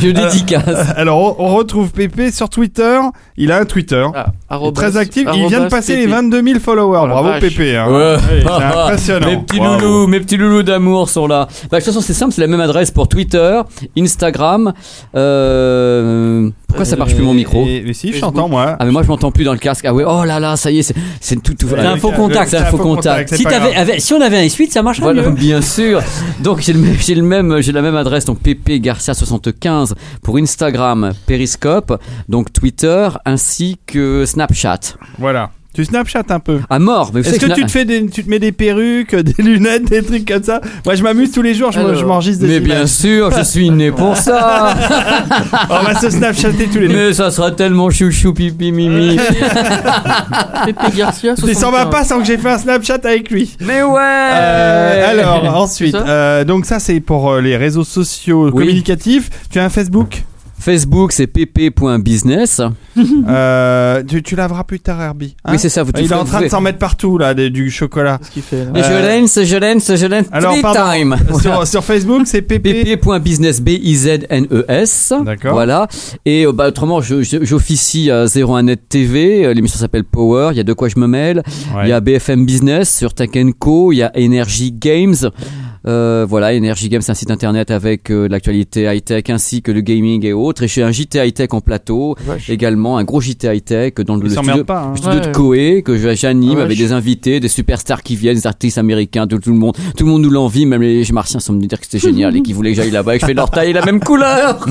Speaker 5: Je dédicace.
Speaker 3: Alors, on on retrouve Pépé sur Twitter. Il a un Twitter.
Speaker 6: Ah,
Speaker 3: Il est
Speaker 6: arrobas-
Speaker 3: très actif. Il vient de
Speaker 6: arrobas
Speaker 3: passer
Speaker 6: TP.
Speaker 3: les 22 000 followers.
Speaker 6: Oh la
Speaker 3: Bravo
Speaker 6: vache.
Speaker 3: Pépé. hein.
Speaker 5: Ouais.
Speaker 3: c'est impressionnant.
Speaker 5: Mes petits
Speaker 3: Euh, Bravo.
Speaker 5: loulous, mes petits loulous d'amour sont là. Bah, de toute façon, c'est simple, c'est la même adresse pour Twitter, Instagram. euh, Pourquoi ça marche plus mon micro
Speaker 3: Et, et si, je
Speaker 6: Facebook.
Speaker 3: t'entends moi.
Speaker 5: Ah mais moi je m'entends plus dans le casque. Ah ouais, oh là là, ça y est, c'est- c'est tout tout.
Speaker 3: C'est
Speaker 5: Ah,
Speaker 4: un faux
Speaker 3: le-
Speaker 4: contact,
Speaker 3: c'est
Speaker 5: un faux contact.
Speaker 3: c'est
Speaker 4: Si,
Speaker 3: pas
Speaker 4: t'avais-
Speaker 3: grave.
Speaker 4: avait- si on avait un suite, ça marcherait
Speaker 5: Voilà,
Speaker 4: mieux.
Speaker 5: bien sûr. Donc j'ai le, même- j'ai le même, j'ai la même adresse donc PP Garcia 75 pour Instagram, Periscope, donc Twitter ainsi que Snapchat.
Speaker 3: Voilà. Tu Snapchat un peu.
Speaker 5: À mort. Mais vous
Speaker 3: Est-ce
Speaker 5: savez
Speaker 3: que tu
Speaker 5: Sna-
Speaker 3: te fais des, tu te mets des perruques, des lunettes, des trucs comme ça Moi, je m'amuse tous les jours. Je me-
Speaker 6: Alors.
Speaker 3: je m'enregistre des
Speaker 5: Mais bien
Speaker 3: images.
Speaker 5: sûr, je suis né pour ça.
Speaker 3: On va se Snapchatter tous les deux.
Speaker 5: Mais ça sera tellement chouchou pipi mimi.
Speaker 6: Pépé Garcia.
Speaker 3: Il s'en va
Speaker 6: 75.
Speaker 3: pas sans que j'ai fait un Snapchat avec lui.
Speaker 5: Mais ouais.
Speaker 3: Euh, alors ensuite,
Speaker 6: C'est ça
Speaker 3: euh, donc ça c'est pour euh, les réseaux sociaux
Speaker 5: Oui.
Speaker 3: communicatifs. Tu as un Facebook
Speaker 5: Facebook, c'est pp.business.
Speaker 3: Hein Euh, Tu, tu laveras plus tard, Herbie. hein
Speaker 5: Mhm. oui, c'est ça. Vous
Speaker 3: Il est en train de
Speaker 5: vous-
Speaker 3: s'en mettre partout là, des- du chocolat.
Speaker 6: Qu'est-ce qu'il fait là
Speaker 5: Je
Speaker 3: Euh,
Speaker 5: lance, je lance, je lance.
Speaker 3: alors,
Speaker 5: three
Speaker 3: pardon.
Speaker 5: time.
Speaker 3: Sur, euh, sur Facebook, c'est PP.
Speaker 5: pp.business b i z n e s
Speaker 3: D'accord.
Speaker 5: voilà et euh, bah, autrement je- je- j'officie à 01net TV euh, l'émission s'appelle Power il y a de quoi je me mêle
Speaker 3: Ouais.
Speaker 5: il y a BFM Business sur Tech Co il y a Energy Games Euh, voilà, Energy Games, c'est un site internet avec euh, de l'actualité high-tech ainsi que le gaming et autres. Et j'ai un JT high-tech en plateau,
Speaker 6: Vache.
Speaker 5: également un gros JT high-tech dans le,
Speaker 3: Il
Speaker 5: le
Speaker 3: s'emmerde
Speaker 5: studio,
Speaker 3: pas. hein.
Speaker 5: le studio de
Speaker 6: Ouais.
Speaker 5: Koei que j'a- j'anime
Speaker 6: Ah ouais,
Speaker 5: avec
Speaker 6: je-
Speaker 5: des invités, des superstars qui viennent, des artistes américains, tout, tout le monde. Tout le monde nous l'envie, même les martiens sont venus dire que c'était génial et qui voulaient que j'aille là-bas et que je fais de leur taille la même couleur.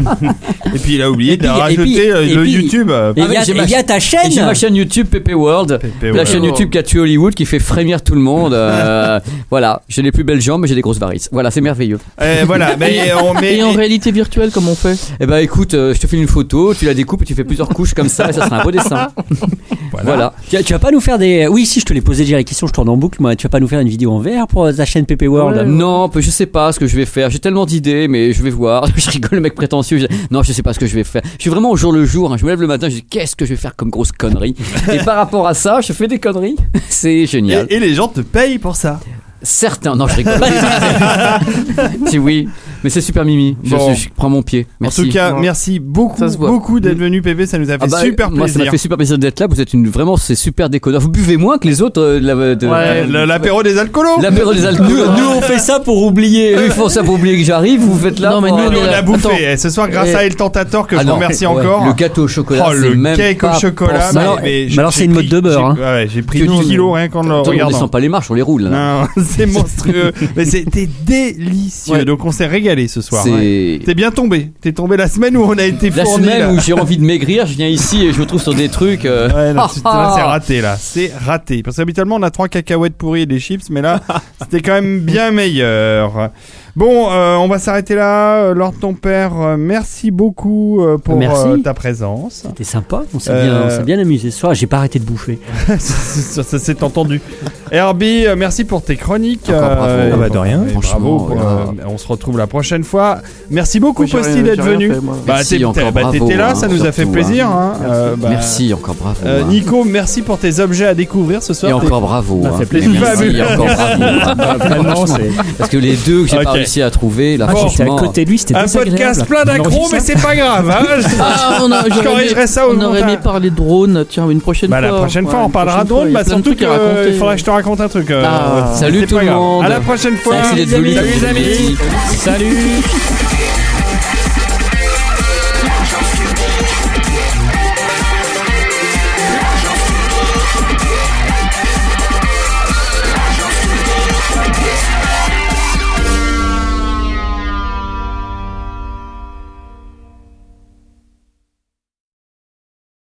Speaker 3: Et puis il a oublié
Speaker 5: Et
Speaker 3: de
Speaker 5: puis- et
Speaker 3: rajouter
Speaker 5: puis-
Speaker 3: euh,
Speaker 5: et
Speaker 3: le
Speaker 5: puis-
Speaker 3: YouTube. euh,
Speaker 4: Et
Speaker 5: Ah
Speaker 4: il y, a-
Speaker 5: oui, j'ai ma
Speaker 4: et il y a ta
Speaker 5: Et j'ai
Speaker 4: chaîne.
Speaker 5: ma chaîne YouTube PP World.
Speaker 3: PP,
Speaker 5: La
Speaker 3: ouais.
Speaker 5: chaîne YouTube qui a tué Hollywood, qui fait frémir tout le monde. Euh, voilà, j'ai les plus belles jambes, mais j'ai des grosses Varys. Voilà, c'est merveilleux.
Speaker 3: Eh, voilà, mais on met.
Speaker 6: Et en réalité virtuelle, comment on fait
Speaker 5: Eh ben écoute, euh, je te file une photo, tu la découpes, et tu fais plusieurs couches comme ça, et ça sera un beau dessin. voilà.
Speaker 4: Tu, vas- tu vas pas nous faire des. Oui, si je te l'ai posé déjà la question, je tourne en boucle. Moi, tu vas pas nous faire une vidéo en VR pour euh, ta chaîne PP World
Speaker 5: Non, peu- je sais pas ce que je vais faire. J'ai tellement d'idées, mais je vais voir. Je rigole, le mec prétentieux. Je- Non, je sais pas ce que je vais faire. Je suis vraiment au jour le jour. hein. Je me lève le matin, je dis qu'est-ce que je vais faire comme grosse connerie. Et par rapport à ça, je fais des conneries. C'est génial.
Speaker 3: Et, et les gens te payent pour ça.
Speaker 5: Certains. Non, je rigole. si oui, mais c'est super mimi. Je,
Speaker 3: Bon.
Speaker 5: je prends mon pied. Merci.
Speaker 3: En tout cas, merci beaucoup,
Speaker 5: Ça se voit.
Speaker 3: beaucoup d'être venu, PB. Ça nous a fait
Speaker 5: Ah bah,
Speaker 3: super
Speaker 5: moi, ça m'a
Speaker 3: plaisir.
Speaker 5: fait super plaisir d'être là. Vous êtes une vraiment, c'est super déconneur. Vous buvez moins que les autres. euh, de la- de-
Speaker 3: Ouais, le- l'apéro des alcoolos.
Speaker 5: L'apéro des alcools.
Speaker 4: Nous, nous, on fait ça pour oublier.
Speaker 5: Eux, ils font ça pour oublier que j'arrive, vous faites là.
Speaker 6: Non, mais
Speaker 5: pour-
Speaker 6: nous,
Speaker 3: Ah, nous, on
Speaker 6: euh,
Speaker 3: l'a
Speaker 6: attends.
Speaker 3: bouffé. Eh, Ce soir, grâce
Speaker 5: Et-
Speaker 3: à El Tentator, que
Speaker 5: Ah
Speaker 3: je vous
Speaker 5: non,
Speaker 3: remercie
Speaker 5: ouais,
Speaker 3: encore.
Speaker 5: Le gâteau au chocolat,
Speaker 3: oh,
Speaker 5: c'est
Speaker 3: le
Speaker 5: même
Speaker 3: cake au
Speaker 5: pas
Speaker 3: chocolat.
Speaker 5: pensable.
Speaker 3: mais-
Speaker 5: Alors,
Speaker 3: mais
Speaker 4: mais
Speaker 3: j'ai-
Speaker 4: alors, c'est
Speaker 3: j'ai
Speaker 4: une
Speaker 3: pris-
Speaker 4: mode de beurre,
Speaker 3: j'ai- ouais, J'ai pris
Speaker 5: hein. Que
Speaker 3: 10
Speaker 5: nous-
Speaker 3: kilos rien qu'en le
Speaker 5: Attends, on
Speaker 3: regardant.
Speaker 5: descend pas les marches, on les roule. là.
Speaker 3: Non, c'est monstrueux. Mais c'était délicieux.
Speaker 5: Ouais.
Speaker 3: Donc on s'est régalé ce soir.
Speaker 5: C'est
Speaker 3: T'es bien tombé. T'es tombé la semaine où on a été
Speaker 5: la
Speaker 3: fourni.
Speaker 5: semaine
Speaker 3: là.
Speaker 5: où j'ai envie de maigrir, je viens ici et je me trouve sur des trucs. euh,
Speaker 3: Ouais, non, c'est là, c'est raté là, c'est raté. Parce qu'habituellement on a trois cacahuètes pourries et des chips, mais là c'était quand même bien meilleur. Bon, euh, on va s'arrêter là. Euh, Lord ton père, euh, merci beaucoup euh, pour
Speaker 4: Merci.
Speaker 3: euh, ta présence.
Speaker 4: C'était sympa. On s'est
Speaker 3: Euh,
Speaker 4: bien, on s'est bien amusé ce soir. J'ai pas arrêté de bouffer.
Speaker 3: ça, ça- ça s'est entendu. Herbie, euh, merci pour tes chroniques. euh,
Speaker 5: Encore bravo.
Speaker 7: Ah bah, de rien.
Speaker 3: et
Speaker 5: Franchement,
Speaker 3: bravo,
Speaker 5: voilà.
Speaker 3: euh, on se retrouve la prochaine fois. Merci beaucoup
Speaker 6: Moi, j'ai
Speaker 3: Posty
Speaker 6: rien-
Speaker 3: d'être
Speaker 6: j'ai rien
Speaker 3: venu.
Speaker 6: fait, moi.
Speaker 3: Bah,
Speaker 5: Merci
Speaker 3: t'es-
Speaker 5: encore,
Speaker 3: t'es- bah,
Speaker 5: bravo,
Speaker 3: t'étais là,
Speaker 5: hein,
Speaker 3: ça nous a fait
Speaker 5: surtout,
Speaker 3: plaisir. hein. Euh, bah,
Speaker 5: Merci, encore bravo.
Speaker 3: Euh,
Speaker 5: hein.
Speaker 3: Nico, merci pour tes objets à découvrir ce soir.
Speaker 5: Et encore bravo.
Speaker 8: Ça
Speaker 5: hein.
Speaker 8: fait plaisir.
Speaker 5: Merci,
Speaker 3: Fabuleux.
Speaker 5: encore bravo. hein.
Speaker 8: Vraiment, c'est.
Speaker 5: Parce que les deux que j'ai pas
Speaker 3: Ok.
Speaker 5: réussi à trouver, là,
Speaker 9: Ah, j'étais à
Speaker 5: franchement.
Speaker 9: côté de lui, c'était
Speaker 3: Un
Speaker 9: désagréable.
Speaker 3: podcast plein
Speaker 9: On
Speaker 3: d'accro,
Speaker 9: enregistre
Speaker 3: mais c'est pas grave. hein.
Speaker 6: Ah, on a-
Speaker 3: Je
Speaker 6: j'aurais
Speaker 3: corrigerai
Speaker 6: aimé-
Speaker 3: ça au
Speaker 6: On aurait
Speaker 3: montage.
Speaker 6: aimé parler de drones, tiens, une prochaine
Speaker 3: Bah,
Speaker 6: fois.
Speaker 3: la prochaine fois,
Speaker 6: Ouais,
Speaker 3: on
Speaker 6: une
Speaker 3: parlera
Speaker 6: prochaine
Speaker 3: de drone.
Speaker 6: fois,
Speaker 3: Bah,
Speaker 6: il y a plein de
Speaker 3: surtout
Speaker 6: trucs à
Speaker 3: que-
Speaker 6: raconter.
Speaker 3: il faudra que je te raconte un truc. euh,
Speaker 6: Ah.
Speaker 3: c'est
Speaker 5: Salut
Speaker 3: pas
Speaker 5: tout le
Speaker 3: grave.
Speaker 5: monde.
Speaker 3: À la prochaine fois.
Speaker 5: Merci d'être venu.
Speaker 3: Salut les amis.
Speaker 5: Salut.